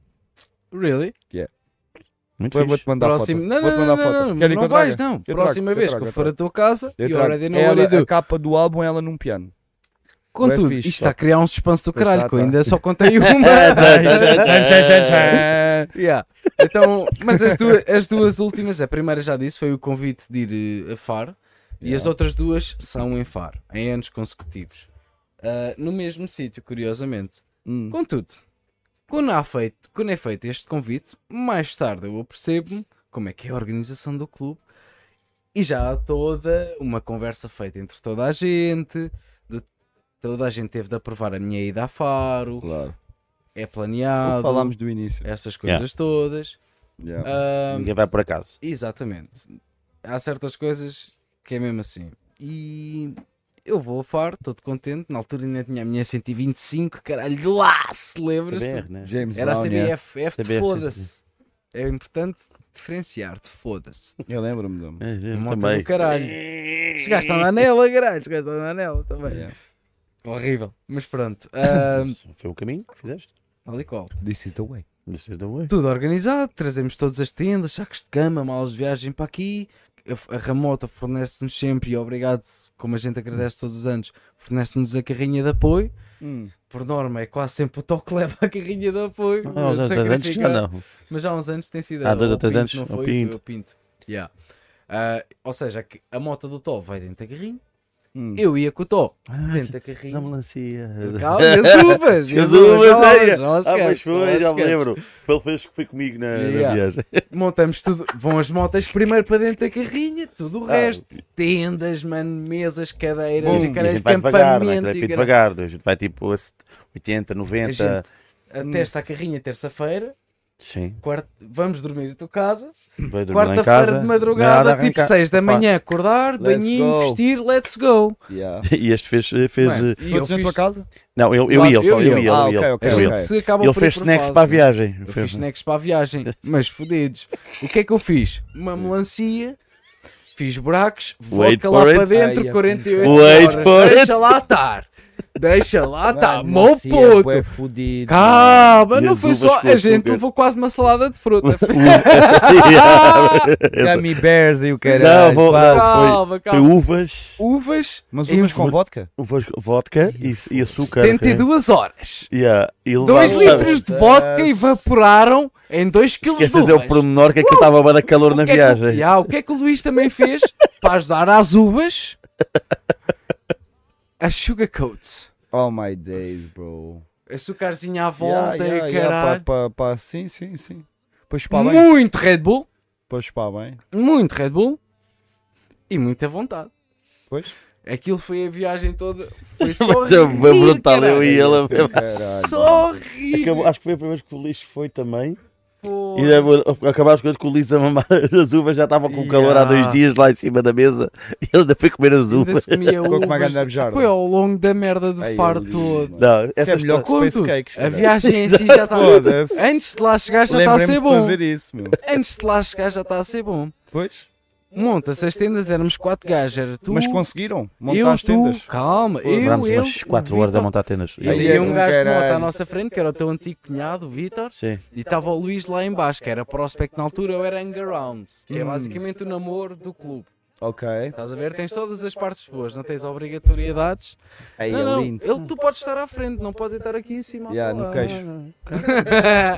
Speaker 7: Really?
Speaker 8: Muito
Speaker 3: Vou- Vou-te
Speaker 8: fixe.
Speaker 3: mandar
Speaker 7: Próximo.
Speaker 3: foto.
Speaker 7: Não,
Speaker 3: Vou-te
Speaker 7: não,
Speaker 3: mandar
Speaker 7: não, não,
Speaker 3: foto.
Speaker 7: não,
Speaker 3: Querem
Speaker 7: não
Speaker 3: que eu
Speaker 7: vais,
Speaker 3: traga?
Speaker 7: não.
Speaker 3: Eu
Speaker 7: Próxima
Speaker 3: trago, eu
Speaker 7: vez
Speaker 3: trago,
Speaker 7: que eu
Speaker 3: eu
Speaker 7: for a tua casa,
Speaker 3: Eu
Speaker 7: you
Speaker 3: trago.
Speaker 7: already know what
Speaker 3: Ela, é
Speaker 7: I
Speaker 3: a
Speaker 7: do.
Speaker 3: capa do álbum, ela num piano.
Speaker 7: Contudo,
Speaker 3: É fixe,
Speaker 7: isto está a criar um suspense do
Speaker 3: Pois
Speaker 7: caralho,
Speaker 3: está,
Speaker 7: que eu
Speaker 3: tá. É,
Speaker 7: ainda só contei uma. Yeah. Então, mas as duas, as duas últimas, a primeira já disse, foi o convite de ir eh, a Faro e as outras duas são em Faro, em anos consecutivos. Ah, no mesmo sítio, curiosamente.
Speaker 3: Hum.
Speaker 7: Contudo, quando, há feito, quando é feito este convite, mais tarde eu percebo como é que é a organização do clube e já há toda uma conversa feita entre toda a gente. do- Toda a gente teve de aprovar a minha ida a Faro,
Speaker 3: Claro.
Speaker 7: é
Speaker 3: O
Speaker 7: planeado,
Speaker 3: que falámos do início.
Speaker 7: essas coisas todas.
Speaker 3: Yeah.
Speaker 7: Ah,
Speaker 8: Ninguém vai por acaso.
Speaker 7: Exatamente. Há certas coisas que é mesmo assim. E eu vou a Faro, todo contente. Na altura ainda tinha a minha 125, caralho, de lá, se lembras?
Speaker 8: CBR, né?
Speaker 3: James
Speaker 7: Era a
Speaker 3: Brown, yeah.
Speaker 7: CBF, F de
Speaker 8: CBF,
Speaker 7: foda-se. É importante diferenciar-te, foda-se.
Speaker 3: Eu lembro-me de um.
Speaker 8: É, eu
Speaker 7: Monta
Speaker 8: também.
Speaker 7: do caralho. Chegaste a andar nela, caralho, chegaste a andar nela também.
Speaker 3: Yeah.
Speaker 7: Horrível. Mas pronto, ah,
Speaker 8: Foi o caminho que fizeste.
Speaker 7: tal e qual.
Speaker 3: This is the way.
Speaker 8: This is the way.
Speaker 7: Tudo organizado, trazemos todas as tendas, sacos de cama, malas de viagem para aqui. A, a Ramota fornece-nos sempre, e obrigado, como a gente agradece todos os anos, fornece-nos a carrinha de apoio.
Speaker 3: Hum.
Speaker 7: Por norma, é quase sempre o toque que leva a carrinha de apoio.
Speaker 8: Ah,
Speaker 7: mas
Speaker 8: há dois anos que já
Speaker 7: sacrificado.
Speaker 8: não.
Speaker 7: Mas já há uns anos tem sido.
Speaker 8: Há dois
Speaker 7: o
Speaker 8: ou três
Speaker 7: Pinto,
Speaker 8: anos,
Speaker 7: Não
Speaker 8: o
Speaker 7: foi,
Speaker 8: Pinto.
Speaker 7: Foi o Pinto. Yeah. Ah, ou seja, que a moto do Tó vai dentro da carrinha.
Speaker 3: Hum.
Speaker 7: Eu ia com o Tó
Speaker 8: Ah,
Speaker 7: dentro
Speaker 8: sim.
Speaker 7: da carrinha.
Speaker 8: Não me lancia.
Speaker 7: assim. Calma, e as uvas, e
Speaker 8: As
Speaker 7: já
Speaker 8: uvas,
Speaker 7: lá-
Speaker 8: é.
Speaker 7: já lá
Speaker 8: Ah, pois
Speaker 7: chegaste, já lá
Speaker 8: foi, já me
Speaker 7: chegaste.
Speaker 8: lembro. Foi ele fez que foi comigo na, na
Speaker 7: Yeah.
Speaker 8: viagem.
Speaker 7: montamos tudo, vão as motas primeiro para dentro da carrinha, tudo o
Speaker 8: Ah,
Speaker 7: resto, tendas, mano, mesas, cadeiras,
Speaker 8: Bom,
Speaker 7: e
Speaker 8: a
Speaker 7: caralho,
Speaker 8: gente vai devagar, não é?
Speaker 7: acampamento
Speaker 8: Vai tipo
Speaker 7: e caralho.
Speaker 8: devagar. A gente vai tipo a 80,
Speaker 7: A
Speaker 8: 90. Hum.
Speaker 7: gente atesta a carrinha terça-feira,
Speaker 8: Sim,
Speaker 7: Quarta- Vamos dormir em tua casa.
Speaker 8: veio dormir lá em
Speaker 7: Quarta-feira
Speaker 8: casa.
Speaker 7: de madrugada,
Speaker 8: nada,
Speaker 7: tipo
Speaker 8: arrancar.
Speaker 7: 6 da
Speaker 8: Pá,
Speaker 7: manhã, acordar,
Speaker 3: Let's
Speaker 7: banhinho,
Speaker 3: go.
Speaker 7: vestir, let's go.
Speaker 3: Yeah.
Speaker 8: E este fez. fez
Speaker 7: Mano,
Speaker 8: eh,
Speaker 7: e
Speaker 3: E eu
Speaker 7: eu
Speaker 3: na
Speaker 7: fiz-
Speaker 3: tua casa?
Speaker 8: não, eu, eu e
Speaker 7: Quase
Speaker 8: ele, só
Speaker 7: eu e
Speaker 8: eu e ele.
Speaker 7: ele.
Speaker 3: Ah,
Speaker 8: eu e
Speaker 3: ok,
Speaker 8: ele.
Speaker 3: ok,
Speaker 7: A
Speaker 8: Eu
Speaker 3: ok.
Speaker 8: e ele.
Speaker 7: gente se acaba
Speaker 8: É Ele
Speaker 7: por ir
Speaker 8: fez
Speaker 7: por
Speaker 8: snacks
Speaker 7: fases,
Speaker 8: para a
Speaker 7: mano.
Speaker 8: viagem.
Speaker 7: Eu
Speaker 8: Fez,
Speaker 7: fiz snacks para a viagem, mas fodidos. O que é que eu fiz? Uma melancia, fiz buracos,
Speaker 8: Wait
Speaker 7: vodka lá
Speaker 8: for it.
Speaker 7: para dentro,
Speaker 3: Ah, yeah.
Speaker 7: 48
Speaker 8: Wait
Speaker 7: horas.
Speaker 8: for
Speaker 7: Deixa
Speaker 8: it.
Speaker 7: lá estar. Deixa lá estar,
Speaker 3: Mano,
Speaker 7: meu
Speaker 3: assim é bué
Speaker 7: Ah, tá, puto.
Speaker 3: fudido,
Speaker 7: Calma,
Speaker 8: E
Speaker 7: não
Speaker 8: as
Speaker 7: foi
Speaker 8: uvas
Speaker 7: só.
Speaker 8: com
Speaker 7: A gente
Speaker 8: açúcar.
Speaker 7: levou quase uma salada de fruta.
Speaker 3: mano. Gummy bears e o
Speaker 8: Não,
Speaker 3: caralho.
Speaker 8: vou-
Speaker 3: pá.
Speaker 8: não,
Speaker 7: Calma,
Speaker 8: foi,
Speaker 7: calma.
Speaker 8: foi uvas,
Speaker 7: Uvas,
Speaker 3: Mas
Speaker 7: em
Speaker 3: umas com vodka?
Speaker 8: uvas, vodka e, e açúcar.
Speaker 7: 72 horas.
Speaker 8: Yeah. E
Speaker 7: 2
Speaker 8: levava-
Speaker 7: litros de
Speaker 3: Ah,
Speaker 7: vodka evaporaram em 2 kg de
Speaker 8: Esqueces é o
Speaker 7: uvas.
Speaker 8: pormenor que aquilo estava a dar calor na
Speaker 7: O que é que o-
Speaker 8: viagem.
Speaker 7: Ya, o que é que o Luís também fez para ajudar às uvas? A sugarcoat.
Speaker 3: Oh my days, bro.
Speaker 7: Açúcarzinho à volta e caralho.
Speaker 3: pá, pá, pá, sim, sim, sim. Pois pá, bem.
Speaker 7: muito Red Bull.
Speaker 3: Pois pá, bem.
Speaker 7: Muito Red Bull. E muita vontade.
Speaker 3: Pois.
Speaker 7: Aquilo foi a viagem toda. Foi só
Speaker 8: Mas é
Speaker 7: rir,
Speaker 8: bem brutal, eu
Speaker 7: caralho.
Speaker 8: e ele. a ver.
Speaker 3: Caralho.
Speaker 7: Só rir.
Speaker 8: Acabou- acho que foi a primeira vez que o lixo foi também.
Speaker 7: Foi.
Speaker 8: E depois, acabaram as com o lixo a mamar as uvas, já estava com calor há dois
Speaker 7: Yeah.
Speaker 8: dias lá em cima da mesa. E ele ainda foi comer as
Speaker 7: Ainda
Speaker 8: uvas.
Speaker 7: se comia
Speaker 3: Ficou com uma
Speaker 7: uvas.
Speaker 3: grande abjarda.
Speaker 7: Foi ao longo da merda do
Speaker 3: Ai,
Speaker 7: faro
Speaker 3: eu li,
Speaker 7: todo.
Speaker 3: mano.
Speaker 8: Não,
Speaker 3: Isso
Speaker 8: essa
Speaker 3: é melhor que
Speaker 8: história-
Speaker 3: Space
Speaker 7: Conto,
Speaker 3: Cakes.
Speaker 7: A viagem em si já está.
Speaker 3: Foda-se.
Speaker 7: Antes de lá chegar já está a
Speaker 3: Lembrei-me
Speaker 7: ser
Speaker 3: de
Speaker 7: bom.
Speaker 3: fazer isso, meu.
Speaker 7: Antes de lá chegar já está a ser bom.
Speaker 3: Pois.
Speaker 7: Monta-se as tendas, éramos quatro gajos. Era tu,
Speaker 3: Mas conseguiram montar
Speaker 7: eu,
Speaker 3: as tendas.
Speaker 7: tu, calma, eu,
Speaker 8: Vamos
Speaker 7: eu,
Speaker 8: umas
Speaker 7: o
Speaker 8: 4 horas a
Speaker 7: Vitor.
Speaker 8: montar tendas.
Speaker 7: E
Speaker 3: Ele
Speaker 7: havia
Speaker 3: era
Speaker 7: um
Speaker 3: um
Speaker 7: gajo de moto
Speaker 3: caralho.
Speaker 7: à nossa frente, que era o teu antigo cunhado, o Vitor,
Speaker 8: Sim.
Speaker 7: e estava o Luís lá em baixo, que era prospect na altura, eu era hangaround, que
Speaker 3: Hum.
Speaker 7: é basicamente o namoro do clube.
Speaker 3: Ok.
Speaker 7: Estás a ver? Tens todas as partes boas, não tens obrigatoriedades.
Speaker 3: Aí
Speaker 7: Não, não,
Speaker 3: é lindo.
Speaker 7: ele, tu podes estar à frente, não podes estar aqui em cima. a
Speaker 3: Yeah, no
Speaker 7: falar.
Speaker 3: queixo.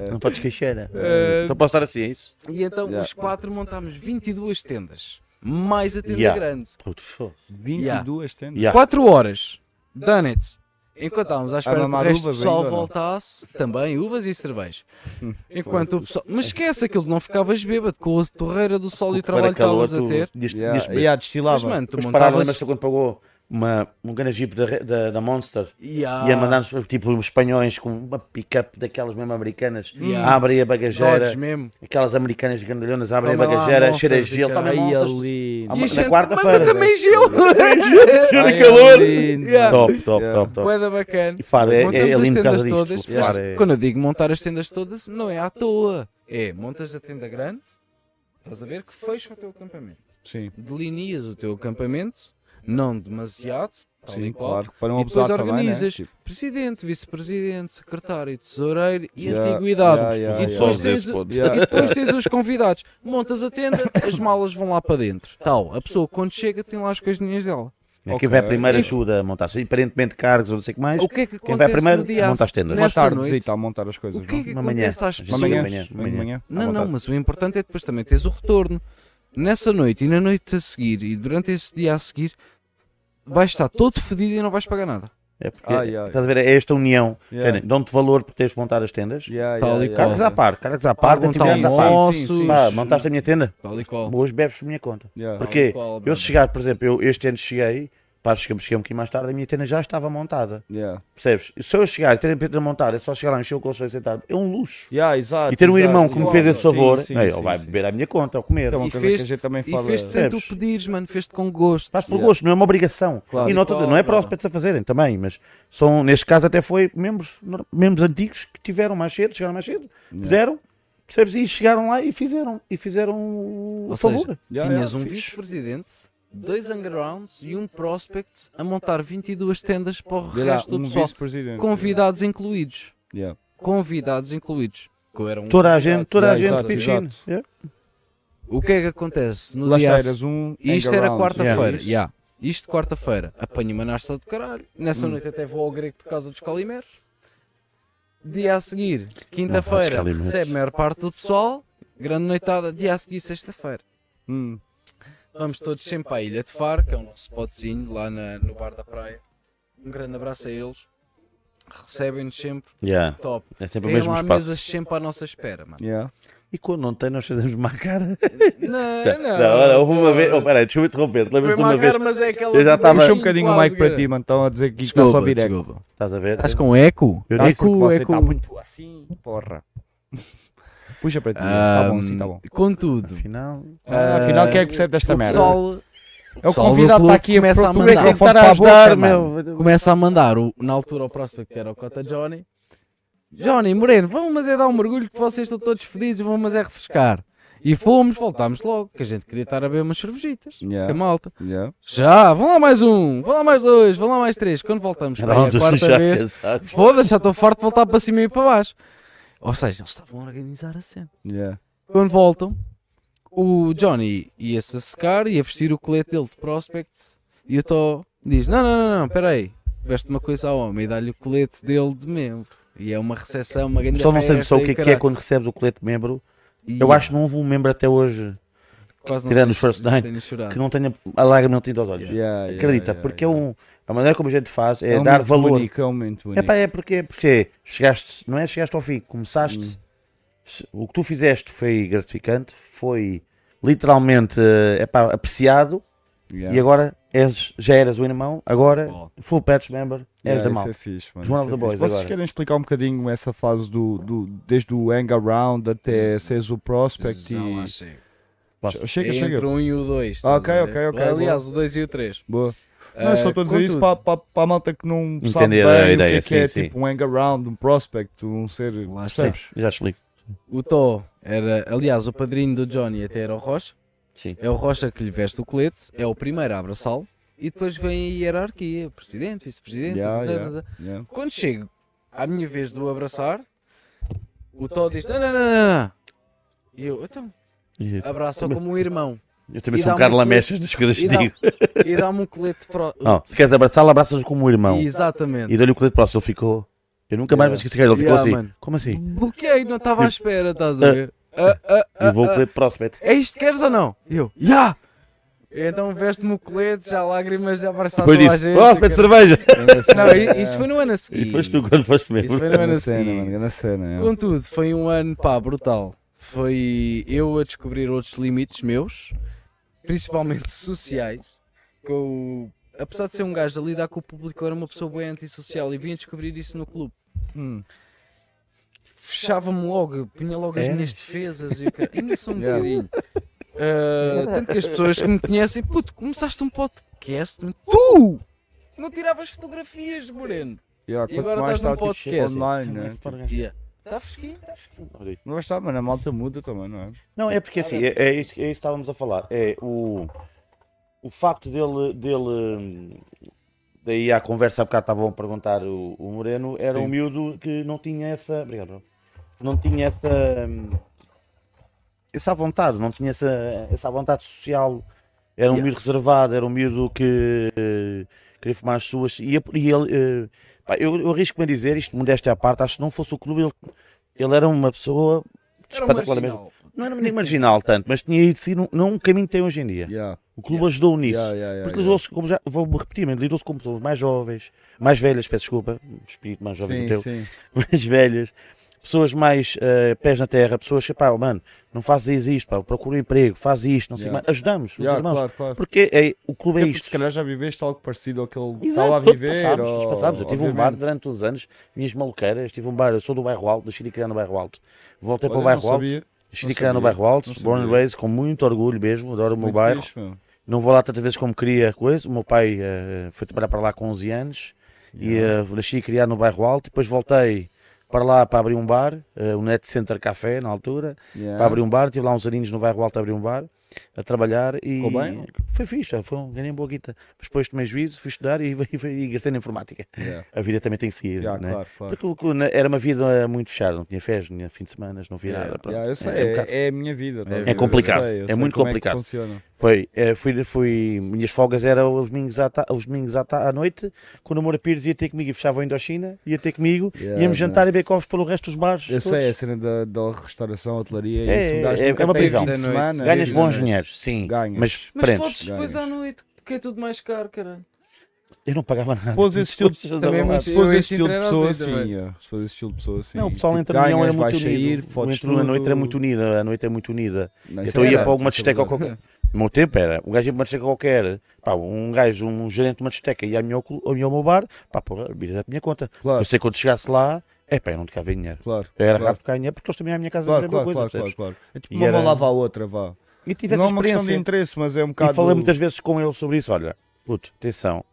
Speaker 7: É.
Speaker 8: Não podes queixar. né?
Speaker 7: Eh,
Speaker 8: Então posso estar assim, é isso?
Speaker 7: E então
Speaker 3: Yeah.
Speaker 7: os quatro montámos 22 tendas, mais a tenda
Speaker 8: Yeah.
Speaker 7: grande.
Speaker 8: Puto, foda.
Speaker 3: 22 tendas.
Speaker 8: Yeah.
Speaker 7: 4 horas. Done it. Enquanto estávamos à espera que o
Speaker 3: mamar
Speaker 7: resto do
Speaker 3: uvas
Speaker 7: pessoal
Speaker 3: ainda ou não?
Speaker 7: voltasse, também uvas e cerveja. Enquanto o pessoal. Mas esquece aquilo, não ficavas bêbado com a torreira do sol e o
Speaker 8: é
Speaker 7: trabalho que estavas a ter.
Speaker 8: Dias,
Speaker 3: Yeah,
Speaker 8: dias
Speaker 3: yeah,
Speaker 7: Mas
Speaker 3: destilava.
Speaker 7: mano, tu
Speaker 8: Mas pararam,
Speaker 7: montavas.
Speaker 8: lembras-te quando pagou uma, um grande jeep da, da, da Monster?
Speaker 7: Yeah.
Speaker 8: E a mandar-nos tipo os espanhóis com uma pick-up daquelas mesmo americanas.
Speaker 7: Yeah.
Speaker 8: Abrem a
Speaker 7: Dodge
Speaker 8: bagageira.
Speaker 7: mesmo.
Speaker 8: Aquelas americanas grandalhonas abrem
Speaker 7: Toma
Speaker 8: a
Speaker 7: lá,
Speaker 8: bagageira,
Speaker 7: Monsters
Speaker 8: cheira a
Speaker 7: e
Speaker 8: gelo, toma
Speaker 7: caralho.
Speaker 3: Aí
Speaker 8: monstros.
Speaker 3: ali.
Speaker 8: Ah,
Speaker 7: é E a
Speaker 8: na
Speaker 7: gente manda
Speaker 8: quarta-feira. né?
Speaker 7: também gelo.
Speaker 3: Ai, é
Speaker 8: calor.
Speaker 3: lindo.
Speaker 7: Yeah.
Speaker 8: Top, top,
Speaker 3: Yeah.
Speaker 8: top, top.
Speaker 7: Boeda bacana.
Speaker 8: E Faro, é, é,
Speaker 7: Montamos
Speaker 8: é
Speaker 7: as
Speaker 8: lindo por
Speaker 7: tendas
Speaker 8: causa disto.
Speaker 7: todas.
Speaker 8: o
Speaker 7: mas
Speaker 8: Faro é-
Speaker 7: Quando eu digo montar as tendas todas, não é à toa. É, montas a tenda grande, estás a ver que fecha o teu acampamento.
Speaker 3: Sim.
Speaker 7: delineas o teu acampamento, não demasiado, tal
Speaker 3: Sim,
Speaker 7: e qual,
Speaker 3: claro. Para não
Speaker 7: e depois
Speaker 3: abusar também, né?
Speaker 7: organizas
Speaker 3: Tipo,
Speaker 7: presidente, vice-presidente, secretário, tesoureiro e
Speaker 3: Yeah,
Speaker 7: antiguidade.
Speaker 3: yeah, yeah,
Speaker 7: e,
Speaker 3: yeah.
Speaker 7: depois
Speaker 8: Só
Speaker 7: tens,
Speaker 8: desse ponto.
Speaker 7: e depois tens os convidados. Montas a tenda, as malas vão lá para dentro. Tal, a pessoa quando chega tem lá as coisinhas dela.
Speaker 8: Quem
Speaker 3: Ok.
Speaker 8: vai primeiro ajuda a montar-se. Aparentemente cargos ou não sei o que mais.
Speaker 7: O que é que
Speaker 8: Quem vai
Speaker 7: acontece
Speaker 8: primeiro
Speaker 7: no dia
Speaker 8: monta
Speaker 7: a
Speaker 8: as tendas.
Speaker 3: uma
Speaker 7: nessa
Speaker 3: tardezita
Speaker 7: noite?
Speaker 3: a montar as coisas.
Speaker 7: O que é
Speaker 3: não?
Speaker 7: que
Speaker 8: Uma manhã.
Speaker 7: acontece às
Speaker 8: Uma
Speaker 7: pessoas?
Speaker 8: manhã.
Speaker 3: Amanhã, amanhã. à
Speaker 7: Não, não,
Speaker 3: vontade.
Speaker 7: mas o importante é depois também teres o retorno. Nessa noite e na noite a seguir e durante esse dia a seguir vais estar todo fodido e não vais pagar nada.
Speaker 8: É porque,
Speaker 3: Ai, ai.
Speaker 8: estás a ver, é esta união.
Speaker 3: Yeah.
Speaker 8: Entendem? Dão-te valor por teres de montar as tendas.
Speaker 3: Yeah,
Speaker 7: Tal
Speaker 3: yeah,
Speaker 7: e
Speaker 3: yeah.
Speaker 7: qual.
Speaker 8: Cargos à parte, cargos à parte,
Speaker 7: Pagam
Speaker 8: atividades à parte.
Speaker 3: almoço.
Speaker 7: almoços,
Speaker 3: sim, sim.
Speaker 8: Pá, montaste a minha tenda?
Speaker 7: tal e qual.
Speaker 8: Hoje bebes por minha conta.
Speaker 3: Yeah.
Speaker 8: Porque
Speaker 7: Qual, Bruno?
Speaker 8: eu se chegar, por exemplo, eu este ano cheguei, pá, cheguei, cheguei um bocadinho mais tarde, a minha tenda já estava montada.
Speaker 3: Yeah.
Speaker 8: Percebes? Se eu chegar e ter a tenda montada, é só chegar lá e encher o colchão e sentar. É um luxo.
Speaker 3: Yeah, exato,
Speaker 8: E ter um
Speaker 3: exato,
Speaker 8: irmão que me
Speaker 3: exato.
Speaker 8: fez esse
Speaker 3: Sim,
Speaker 8: favor,
Speaker 3: sim,
Speaker 8: não, ele
Speaker 3: sim,
Speaker 8: vai
Speaker 3: sim,
Speaker 8: beber
Speaker 3: sim.
Speaker 8: à minha conta, ao comer.
Speaker 3: Então, uma
Speaker 7: E
Speaker 3: coisa que a
Speaker 7: fez-te
Speaker 3: gente também fala-
Speaker 7: e fez sem tu
Speaker 8: Percebes?
Speaker 7: pedires, mano, fez-te com gosto.
Speaker 8: Faz por
Speaker 3: Yeah.
Speaker 8: gosto, não é uma obrigação.
Speaker 3: Claro.
Speaker 8: E não, tô-
Speaker 7: Igual,
Speaker 8: não é para
Speaker 7: claro.
Speaker 8: os pets a fazerem também, mas são, neste caso até foi membros, nor- membros antigos que tiveram mais cedo, chegaram mais cedo, puderam, percebes? E chegaram lá e fizeram, e fizeram o
Speaker 7: Ou
Speaker 8: um favor.
Speaker 7: seja,
Speaker 3: Yeah,
Speaker 7: tinhas
Speaker 3: yeah,
Speaker 7: um
Speaker 3: fixe.
Speaker 7: vice-presidente, dois undergrounds e um prospect a montar 22 tendas para o
Speaker 3: Vê lá,
Speaker 7: resto
Speaker 3: um
Speaker 7: do pessoal.
Speaker 3: vice-presidente.
Speaker 7: Convidados incluídos.
Speaker 3: Yeah.
Speaker 7: Convidados incluídos. Que eu era um
Speaker 8: toda a
Speaker 7: convidado.
Speaker 8: gente, toda a
Speaker 3: Yeah,
Speaker 8: gente
Speaker 3: exato,
Speaker 8: pedindo.
Speaker 3: exato.
Speaker 8: Yeah.
Speaker 7: O que é que acontece no
Speaker 3: Lá
Speaker 7: dia a
Speaker 3: está, eras um
Speaker 7: E isto era
Speaker 3: hangaround.
Speaker 7: é quarta-feira. yeah. Isto quarta-feira. Apanho uma nasta do caralho. Nessa noite até vou ao grego por causa dos calimeros. Dia a seguir,
Speaker 8: Não,
Speaker 7: quinta-feira,
Speaker 8: pá, dos calimeros.
Speaker 7: recebe a maior parte do pessoal. Grande noitada. Dia a seguir, sexta-feira.
Speaker 3: Hum.
Speaker 7: Vamos todos sempre à Ilha de Faro, que é um nosso spotzinho lá na- no bar da praia. Um grande abraço a eles. Recebem-nos sempre.
Speaker 8: Yeah.
Speaker 7: Top.
Speaker 8: É sempre o
Speaker 7: Tem
Speaker 8: mesmo
Speaker 7: lá
Speaker 8: espaço.
Speaker 7: mesas sempre à nossa espera, mano.
Speaker 3: Yeah.
Speaker 8: E quando não tem, nós fazemos má cara.
Speaker 7: Não, não.
Speaker 8: Não, olha, houve uma vez. Oh,
Speaker 7: pois.
Speaker 8: peraí, deixa-me interromper. te
Speaker 7: Foi
Speaker 8: Lembras-te de uma
Speaker 7: má
Speaker 8: vez?
Speaker 7: cara, mas é aquela.
Speaker 8: Eu já
Speaker 7: do
Speaker 8: estava-
Speaker 3: Puxa
Speaker 7: beijinho
Speaker 3: um bocadinho o
Speaker 7: quase,
Speaker 3: mic para
Speaker 7: cara.
Speaker 3: ti, mano. Estão a dizer que está só
Speaker 7: Desculpa,
Speaker 3: direto.
Speaker 7: desculpa.
Speaker 8: Estás a ver?
Speaker 7: Estás com eco?
Speaker 8: Eu
Speaker 3: Tá,
Speaker 8: disse
Speaker 3: porque
Speaker 7: eco,
Speaker 3: você
Speaker 7: eco.
Speaker 3: está muito assim, porra. Puxa para ti. Está bom,
Speaker 7: Ahm,
Speaker 3: sim, está bom.
Speaker 7: Contudo,
Speaker 8: Afinal,
Speaker 3: Ah, afinal, quem é que percebe desta
Speaker 7: o
Speaker 3: merda?
Speaker 7: pessoal
Speaker 3: é o
Speaker 7: pessoal do
Speaker 3: convidado que
Speaker 7: clube
Speaker 3: está aqui
Speaker 7: começa a
Speaker 3: tu é que
Speaker 7: mandar.
Speaker 3: tens de estar a
Speaker 8: Microfone para
Speaker 3: ajudar,
Speaker 8: a boca,
Speaker 3: meu.
Speaker 7: começa a mandar o- na altura o prospect que era o Cota Johnny. Johnny Moreno, vão mas é dar um mergulho que vocês estão todos fedidos, vão mas é refrescar. E fomos, voltámos logo, que a gente queria estar a beber umas cervejitas.
Speaker 3: Yeah.
Speaker 7: Que a malta.
Speaker 3: Yeah.
Speaker 7: Já, vão lá mais um, vão lá mais dois, vão lá mais três. Quando voltamos para
Speaker 8: era
Speaker 7: aí, a
Speaker 8: onde eu
Speaker 7: quarta
Speaker 8: já
Speaker 7: vez,
Speaker 8: pensava.
Speaker 7: foda-se, já estou farto de voltar para cima e para baixo. Ou seja, eles estavam a organizar a cena.
Speaker 3: Yeah.
Speaker 7: Quando voltam, o Johnny ia-se a secar, ia vestir o colete dele de prospect e o Tó diz: Não, não, não, não, peraí, veste uma coisa ao homem e dá-lhe o colete dele de membro. E é uma recessão, uma
Speaker 8: O
Speaker 7: grande
Speaker 8: pessoal não sabe
Speaker 7: festa
Speaker 8: só o
Speaker 7: e
Speaker 8: que é, que é
Speaker 7: caralho.
Speaker 8: quando recebes o colete de membro.
Speaker 7: E
Speaker 8: Eu acho que não houve um membro até hoje
Speaker 7: quase não
Speaker 8: tirando
Speaker 7: tenho-
Speaker 8: os first nine,
Speaker 7: tenho chorado.
Speaker 8: que não tenha a lágrima não tinta aos olhos.
Speaker 3: Yeah, yeah,
Speaker 8: Acredita,
Speaker 3: yeah,
Speaker 8: porque
Speaker 3: yeah.
Speaker 8: é um. A maneira como a gente faz é,
Speaker 3: um
Speaker 8: dar
Speaker 3: momento
Speaker 8: valor.
Speaker 3: único, é um momento
Speaker 8: É
Speaker 3: único.
Speaker 8: pá, é porque, porque chegaste, não é chegaste ao fim, começaste. se- O que tu fizeste foi gratificante, foi literalmente eh, é pá, apreciado
Speaker 3: Yeah.
Speaker 8: e agora és- já eras o irmão, agora full patch member, és
Speaker 3: Yeah,
Speaker 8: da
Speaker 3: isso
Speaker 8: mal.
Speaker 3: é fixe, mano,
Speaker 8: João
Speaker 3: isso é
Speaker 8: of the Boys
Speaker 3: fixe. Vocês
Speaker 8: agora.
Speaker 3: querem explicar um bocadinho essa fase do, do desde o hang around até seres o prospect
Speaker 7: Já lá
Speaker 3: e.
Speaker 7: chego.
Speaker 3: Chega, chega.
Speaker 7: Entre o 1 e o 2.
Speaker 3: Ah, ok, ok, ok,
Speaker 7: Aliás, o 2 e o 3.
Speaker 3: Boa. Não, eu só estou a dizer isso para, para, para a malta que não sabe bem
Speaker 8: Ah, Entender a
Speaker 3: o que é,
Speaker 8: ideia,
Speaker 3: que é
Speaker 8: sim, sim.
Speaker 3: tipo um hang around, um prospect, um ser.
Speaker 7: Lá está.
Speaker 3: percebes?
Speaker 8: Já explico.
Speaker 7: O Tó era, aliás, o padrinho do Johnny até era o Rocha.
Speaker 8: Sim.
Speaker 7: É o Rocha que lhe veste o colete, é o primeiro a abraçá-lo e depois vem a hierarquia, presidente, vice-presidente.
Speaker 3: Yeah,
Speaker 7: tá, tá,
Speaker 3: yeah,
Speaker 7: tá.
Speaker 3: yeah.
Speaker 7: Quando chego à minha vez de o abraçar, o Tó Então diz: Não, não, não, não, não. E eu, então,
Speaker 8: E eu-
Speaker 7: abraço como um irmão
Speaker 8: Eu também
Speaker 7: e
Speaker 8: sou um
Speaker 7: dá-me
Speaker 8: bocado
Speaker 7: um
Speaker 8: lamechas das coisas que
Speaker 7: e dá-
Speaker 8: digo.
Speaker 7: e dá-me um colete pro.
Speaker 8: Não, se queres abraçá-lo, abraças como um irmão.
Speaker 7: Exatamente.
Speaker 8: E dou-lhe o colete próximo. Ele ficou. Eu nunca mais vou esquecer aquele. Ele ficou
Speaker 7: Yeah,
Speaker 8: assim.
Speaker 7: mano.
Speaker 8: Como assim?
Speaker 7: Bloqueei, não estava à
Speaker 8: tipo,
Speaker 7: espera, estás a ver? Ah, ah, ah,
Speaker 8: Levou o colete prospect.
Speaker 7: É isto que queres ou não? E eu, já! Então veste-me o colete, já lágrimas, já abraçado
Speaker 8: Depois
Speaker 7: Tá toda a
Speaker 8: disse:
Speaker 7: gente.
Speaker 8: Prospect de cerveja!
Speaker 7: Não, i- isso foi no ano a seguir.
Speaker 8: E foste tu quando foste
Speaker 7: Isso
Speaker 8: mesmo.
Speaker 7: foi no ano
Speaker 3: Na
Speaker 7: a
Speaker 3: cena,
Speaker 7: seguir.
Speaker 3: mano, na cena. é.
Speaker 7: Contudo, foi um ano, pá, brutal. Foi eu a descobrir outros limites meus, principalmente sociais, que eu, apesar de ser um gajo a lidar com o público, eu era uma pessoa bem antissocial e vim a descobrir isso no clube.
Speaker 3: Hum.
Speaker 7: Fechava-me logo, punha logo as
Speaker 8: É?
Speaker 7: minhas defesas e o que... Ainda sou um
Speaker 3: Yeah.
Speaker 7: bocadinho. Ah, tanto que as pessoas que me conhecem, puto, começaste um podcast, tu! Não tiravas fotografias, Moreno.
Speaker 3: Yeah,
Speaker 7: E
Speaker 3: quanto
Speaker 7: agora
Speaker 3: mais
Speaker 7: estás num
Speaker 3: está, tipo,
Speaker 7: podcast.
Speaker 3: online, né? Tipo,
Speaker 7: Está Tá fresquinho, está fresquinho.
Speaker 8: é
Speaker 3: Não está, mano, a malta muda também, não é?
Speaker 8: Não, é porque assim, é, é isto é isto que estávamos a falar. É o, o facto dele, dele. hum, Daí à conversa há bocado estavam a perguntar o, o Moreno, era um miúdo que não tinha essa. Obrigado, bro. Não tinha essa. hum, Essa vontade, não tinha essa, essa vontade social. Era um miúdo reservado, era um miúdo que eh, queria fumar as suas. E, eu- e ele. eh, pá, eu, eu arrisco-me a dizer, isto modéstia à parte, acho que se não fosse o clube, ele, ele era uma pessoa
Speaker 7: Era um
Speaker 8: espetacularmente
Speaker 7: marginal.
Speaker 8: não era nem marginal tanto, mas tinha ido sim, não, não um caminho que tem hoje em dia.
Speaker 3: Yeah.
Speaker 8: O clube ajudou nisso.
Speaker 3: Yeah, yeah, yeah,
Speaker 8: porque
Speaker 3: yeah.
Speaker 8: lidou-se, como já, vou repetir, mas lidou-se com pessoas mais jovens, mais velhas, peço desculpa, espírito mais jovem do
Speaker 3: Sim,
Speaker 8: teu,
Speaker 3: sim.
Speaker 8: mais velhas, pessoas mais eh, pés na terra, pessoas que, pá, mano, não fazes isto, pá, procura um emprego, faz isto, não sei o
Speaker 3: Yeah.
Speaker 8: que mais. Ajudamos os
Speaker 3: Yeah,
Speaker 8: irmãos.
Speaker 3: claro, claro.
Speaker 8: Porque é, o clube é
Speaker 3: Porque
Speaker 8: isto.
Speaker 3: se calhar já viveste algo parecido ao que ele
Speaker 8: Exato,
Speaker 3: estava a
Speaker 8: todos
Speaker 3: viver.
Speaker 8: passámos,
Speaker 3: ou-
Speaker 8: todos passámos. Eu tive um bar
Speaker 3: obviamente.
Speaker 8: durante uns anos, minhas maluqueiras, tive um bar, eu sou do bairro alto, nasci e criar no bairro alto. Voltei
Speaker 3: Olha,
Speaker 8: para o
Speaker 3: não
Speaker 8: bairro alto,
Speaker 3: sabia,
Speaker 8: nasci
Speaker 3: não
Speaker 8: e criar no
Speaker 3: sabia,
Speaker 8: bairro alto,
Speaker 3: não
Speaker 8: born and
Speaker 3: sabia.
Speaker 8: raised, com muito orgulho mesmo, adoro o meu
Speaker 3: Muito
Speaker 8: bairro.
Speaker 3: fixe, meu.
Speaker 8: Não vou lá tantas vezes como queria, coisa. O meu pai eh, foi trabalhar para lá com 11 anos e eh, nasci e criar no bairro alto, depois voltei para lá para abrir um bar, eh, o Net Center Café na altura,
Speaker 3: Yeah.
Speaker 8: para abrir um bar, tive lá uns aninhos no bairro alto a abrir um bar, a trabalhar e
Speaker 3: Ficou bem?
Speaker 8: foi fixe, foi um, ganhei uma boa guita. Mas depois tomei juízo, fui estudar e, e, e gastei na informática.
Speaker 3: Yeah.
Speaker 8: A vida também tem que seguir,
Speaker 3: Yeah,
Speaker 8: um né?
Speaker 3: claro, claro.
Speaker 8: Porque o que- na- era uma vida muito fechada, não tinha férias, não tinha fim de semana, não via nada. pronto.
Speaker 3: Yeah, eu sei,
Speaker 8: É um
Speaker 3: é,
Speaker 8: bocado-
Speaker 3: é a minha vida. estás a
Speaker 7: É
Speaker 3: ver? Eu
Speaker 8: complicado,
Speaker 3: sei, eu
Speaker 8: é
Speaker 3: sei
Speaker 8: muito
Speaker 3: como
Speaker 8: complicado.
Speaker 3: que funciona.
Speaker 8: Foi, eh, fui, fui, minhas folgas eram os domingos à, ta- os domingos à, ta- à noite, quando o Moura Pires ia ter comigo e fechava a Indochina, ia ter comigo,
Speaker 3: Yeah, é,
Speaker 8: íamos
Speaker 3: man.
Speaker 8: jantar e beber cofres pelo resto dos bares.
Speaker 3: Eu sei, a
Speaker 8: todos.
Speaker 3: cena da, da restauração, hotelaria,
Speaker 8: É,
Speaker 3: isso um gajo
Speaker 8: é-
Speaker 3: nunca
Speaker 8: é uma
Speaker 3: tem
Speaker 8: prisão.
Speaker 3: fim de
Speaker 7: Da noite.
Speaker 3: semana,
Speaker 8: Ganhas
Speaker 3: é,
Speaker 8: bons
Speaker 3: é.
Speaker 8: dinheiros, sim,
Speaker 3: Ganhas.
Speaker 8: mas
Speaker 7: Mas
Speaker 8: prendes.
Speaker 7: fodes depois à
Speaker 3: ganhas.
Speaker 7: noite, porque é tudo mais caro, caralho.
Speaker 8: Eu não pagava nada.
Speaker 3: Se fosse esse estilo,
Speaker 8: Depois
Speaker 7: Também é
Speaker 8: andava lá.
Speaker 7: muito-
Speaker 3: se fosse esse
Speaker 7: Eu
Speaker 3: estilo de
Speaker 7: entrei
Speaker 3: pessoa,
Speaker 7: assim também.
Speaker 3: sim. é. Se fosse esse estilo de pessoa, sim.
Speaker 8: Não, o pessoal
Speaker 3: Tipo,
Speaker 8: entre a união era
Speaker 3: ganhas,
Speaker 8: muito
Speaker 3: vais sair,
Speaker 8: unido. O
Speaker 3: fodes
Speaker 8: entre a noite era
Speaker 3: tudo.
Speaker 8: muito unida, a noite é muito unida.
Speaker 3: Não, isso
Speaker 8: então
Speaker 3: é
Speaker 8: ia
Speaker 3: verdade,
Speaker 8: para alguma
Speaker 3: isso é
Speaker 8: discoteca ou
Speaker 3: verdade.
Speaker 8: qualquer. No meu tempo era, um gajo ia para uma discoteca qualquer, pá, um gajo, um gerente de uma discoteca ia ao meu, ao meu bar, pá, porra, bebidas à minha conta.
Speaker 3: Claro.
Speaker 8: Eu sei que quando chegasse lá, É pá, eu não tocava em dinheiro.
Speaker 3: Claro.
Speaker 8: Era
Speaker 3: claro.
Speaker 8: raro tocar em dinheiro porque eles também à minha casa
Speaker 3: Claro,
Speaker 8: fizeram a
Speaker 3: claro,
Speaker 8: mesma
Speaker 3: claro,
Speaker 8: coisa.
Speaker 3: claro,
Speaker 8: percebes?
Speaker 3: claro. É tipo
Speaker 8: E
Speaker 3: uma
Speaker 8: era-
Speaker 3: mão lava a outra, vá.
Speaker 8: E tive
Speaker 3: Não é
Speaker 8: essa
Speaker 3: uma questão
Speaker 8: experiência.
Speaker 3: de interesse, mas é um
Speaker 8: E
Speaker 3: bocado.
Speaker 8: falei muitas vezes com ele sobre isso. Olha, puto, atenção,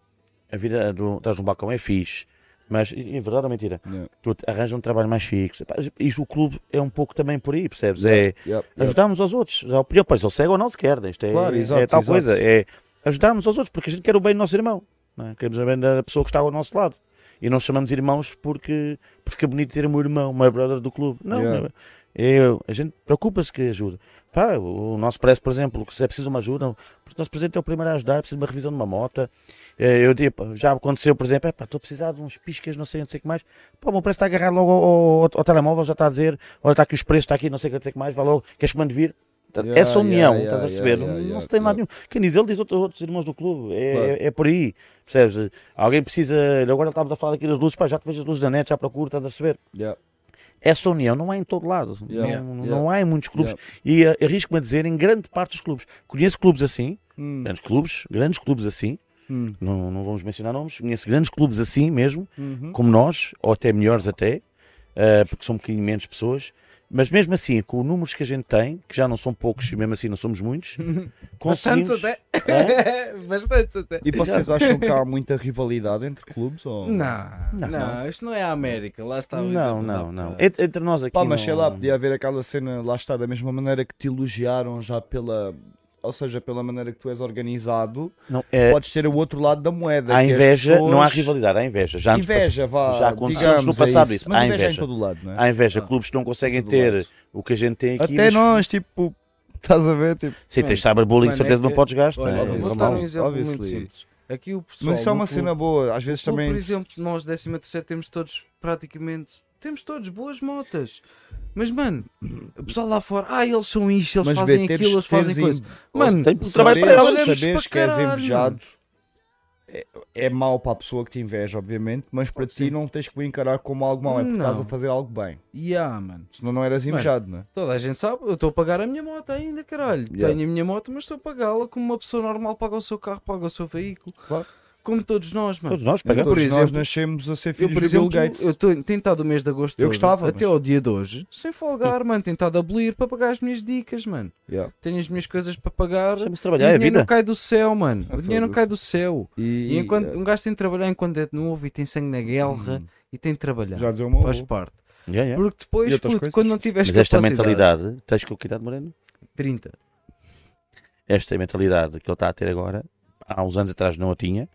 Speaker 8: a vida do, estás num balcão é fixe, mas e- é verdade ou mentira?
Speaker 3: Yeah.
Speaker 8: Puto, arranja um trabalho mais fixo. Epá, Isto o clube é um pouco também por aí, percebes? É
Speaker 3: Yep, yep.
Speaker 8: ajudarmos aos outros. A opinião, pois ele cega ou não se quer, isto é,
Speaker 3: Claro,
Speaker 8: é
Speaker 3: exato,
Speaker 8: tal
Speaker 3: exato.
Speaker 8: coisa. É ajudarmos aos outros, porque a gente quer o bem do nosso irmão. não é? Queremos o bem da pessoa que está ao nosso lado. E não chamamos irmãos porque, porque é bonito dizer meu irmão, meu brother do clube. Não,
Speaker 3: Yeah.
Speaker 8: não. Eu, a gente preocupa-se que ajuda. Pá, o nosso parece, por exemplo, que se é preciso uma ajuda, porque o nosso presidente é o primeiro a ajudar, precisa de uma revisão de uma moto. Eh, Eu tipo, já aconteceu, por exemplo, "Epá, estou a precisar de uns piscas, não sei, não sei o que mais. Pá, o meu preço está agarrado logo ao, ao- ao telemóvel, já está a dizer, olha, está aqui os preços, está aqui, não sei o que, não sei o que mais, vai logo, queres que mande vir?
Speaker 3: Yeah,
Speaker 8: Essa união,
Speaker 3: yeah,
Speaker 8: estás
Speaker 3: yeah,
Speaker 8: a perceber?
Speaker 3: yeah,
Speaker 8: não
Speaker 3: yeah,
Speaker 8: se tem lado
Speaker 3: yeah.
Speaker 8: nenhum. Quem diz ele, diz outro- outros irmãos do clube. É,
Speaker 3: Claro.
Speaker 8: é, é por aí, percebes? Alguém precisa. Agora estávamos a falar aqui das luzes, pá, já te vejo as luzes da net, já procuro, estás a perceber?
Speaker 3: Yep.
Speaker 8: essa união não há em todo lado.
Speaker 3: Yeah.
Speaker 8: Não,
Speaker 3: Yeah.
Speaker 8: não há em muitos clubes. E eh, arrisco-me a dizer, em grande parte dos clubes. Conheço clubes assim,
Speaker 3: Hum,
Speaker 8: grandes clubes, grandes clubes assim,
Speaker 3: hum,
Speaker 8: não, não vamos mencionar nomes, conheço grandes clubes assim mesmo,
Speaker 3: uhum.
Speaker 8: como nós, ou até melhores até, eh, porque são um bocadinho menos pessoas. Mas mesmo assim, com os números que a gente tem, que já não são poucos e mesmo assim não somos muitos, conseguimos...
Speaker 7: Bastante até. Bastante até.
Speaker 3: É? E vocês acham que há muita rivalidade entre clubes? Ou...
Speaker 7: Não, não,
Speaker 8: Não,
Speaker 7: isto não é a América. Lá está o
Speaker 8: Não,
Speaker 7: exemplo
Speaker 8: não,
Speaker 7: da-
Speaker 8: não. Entre, entre nós aqui
Speaker 3: Pá, mas
Speaker 8: não-
Speaker 3: sei lá, podia haver aquela cena, lá está, da mesma maneira que te elogiaram já pela. Ou seja, pela maneira que tu és organizado,
Speaker 8: não, é,
Speaker 3: podes ter o outro lado da moeda.
Speaker 8: há
Speaker 3: que é as
Speaker 8: inveja, não há
Speaker 3: pessoas-
Speaker 8: rivalidade, há inveja. Já nos passou.
Speaker 3: Inveja, vá.
Speaker 8: já aconteceu
Speaker 3: digamos,
Speaker 8: no
Speaker 3: é
Speaker 8: passado isso,
Speaker 3: Mas
Speaker 8: há
Speaker 3: inveja é em
Speaker 8: inveja.
Speaker 3: todo o lado, não é?
Speaker 8: Há inveja, clubes que não conseguem
Speaker 3: Tudo
Speaker 8: ter
Speaker 3: bem.
Speaker 8: o que a gente tem aqui.
Speaker 3: Até
Speaker 8: mas-
Speaker 3: nós, tipo, estás a ver? Tipo,
Speaker 8: Sim, tens cyberbullying,
Speaker 7: Mano,
Speaker 8: de certeza
Speaker 7: é-
Speaker 8: não podes gastar.
Speaker 7: Olha,
Speaker 8: é
Speaker 3: Óbvio,
Speaker 7: vou dar
Speaker 8: normal.
Speaker 7: um exemplo muito
Speaker 3: obviously.
Speaker 7: simples. Aqui o pessoal.
Speaker 3: mas isso é
Speaker 7: no
Speaker 3: uma
Speaker 7: clube-
Speaker 3: cena boa, às vezes
Speaker 7: Ou,
Speaker 3: também.
Speaker 7: Por exemplo, nós 13 terceiro temos todos praticamente temos todos boas motas. Mas mano, o pessoal lá fora, ah, eles são isto, eles
Speaker 3: mas vê,
Speaker 7: fazem
Speaker 3: teres-
Speaker 7: aquilo, eles fazem
Speaker 3: teres
Speaker 7: coisa.
Speaker 3: em-
Speaker 7: Mano,
Speaker 8: tem- tu
Speaker 7: trabalhas
Speaker 8: trabalhas
Speaker 7: para
Speaker 8: para
Speaker 3: saberes,
Speaker 8: eles.
Speaker 7: eles,
Speaker 3: saberes
Speaker 7: para
Speaker 3: que és
Speaker 7: caralho.
Speaker 3: invejado é, é mau para a pessoa que te inveja, obviamente, mas para ti não tens que o encarar como algo mau, é porque
Speaker 7: Não.
Speaker 3: estás a fazer algo bem.
Speaker 7: Yeah, mano.
Speaker 3: Senão não eras
Speaker 7: Mano,
Speaker 3: invejado, não é?
Speaker 7: Toda a gente sabe, eu estou a pagar a minha moto ainda, caralho.
Speaker 3: Yeah.
Speaker 7: Tenho a minha moto, mas estou a pagá-la como uma pessoa normal paga o seu carro, paga o seu veículo.
Speaker 3: Claro.
Speaker 7: Como todos nós, mano.
Speaker 8: Todos nós pagamos.
Speaker 7: por
Speaker 3: Todos nós
Speaker 7: exemplo,
Speaker 3: nascemos a ser
Speaker 7: Eu,
Speaker 3: filhos
Speaker 7: por
Speaker 3: de
Speaker 7: exemplo,
Speaker 3: Bill Gates.
Speaker 7: eu estou tentado o mês de agosto
Speaker 3: Eu
Speaker 7: todo,
Speaker 3: gostava,
Speaker 7: até
Speaker 3: mas-
Speaker 7: ao dia de hoje, sem folgar, mano, tentado abolir para pagar as minhas dicas, mano.
Speaker 3: Yeah.
Speaker 7: Tenho as minhas coisas para pagar. e
Speaker 8: Chama-se
Speaker 7: o
Speaker 8: trabalhar, é
Speaker 7: dinheiro não
Speaker 8: vida.
Speaker 7: cai do céu, mano.
Speaker 3: Ah,
Speaker 7: O dinheiro não
Speaker 3: foda-se.
Speaker 7: cai do céu. E, enquanto
Speaker 8: eh,
Speaker 7: um gajo tem de trabalhar enquanto é novo e tem sangue na
Speaker 8: Hum.
Speaker 7: guerra e tem de trabalhar.
Speaker 3: Já dizia uma
Speaker 7: Faz parte.
Speaker 8: Yeah, yeah.
Speaker 7: Porque depois,
Speaker 3: E outras
Speaker 7: puto,
Speaker 3: coisas?
Speaker 7: quando não tiveres
Speaker 8: Mas esta
Speaker 7: capacidade-
Speaker 8: mentalidade, tens que o cuidado, Moreno?
Speaker 7: 30.
Speaker 8: Esta mentalidade que ele está a ter agora, há uns anos atrás não a tinha,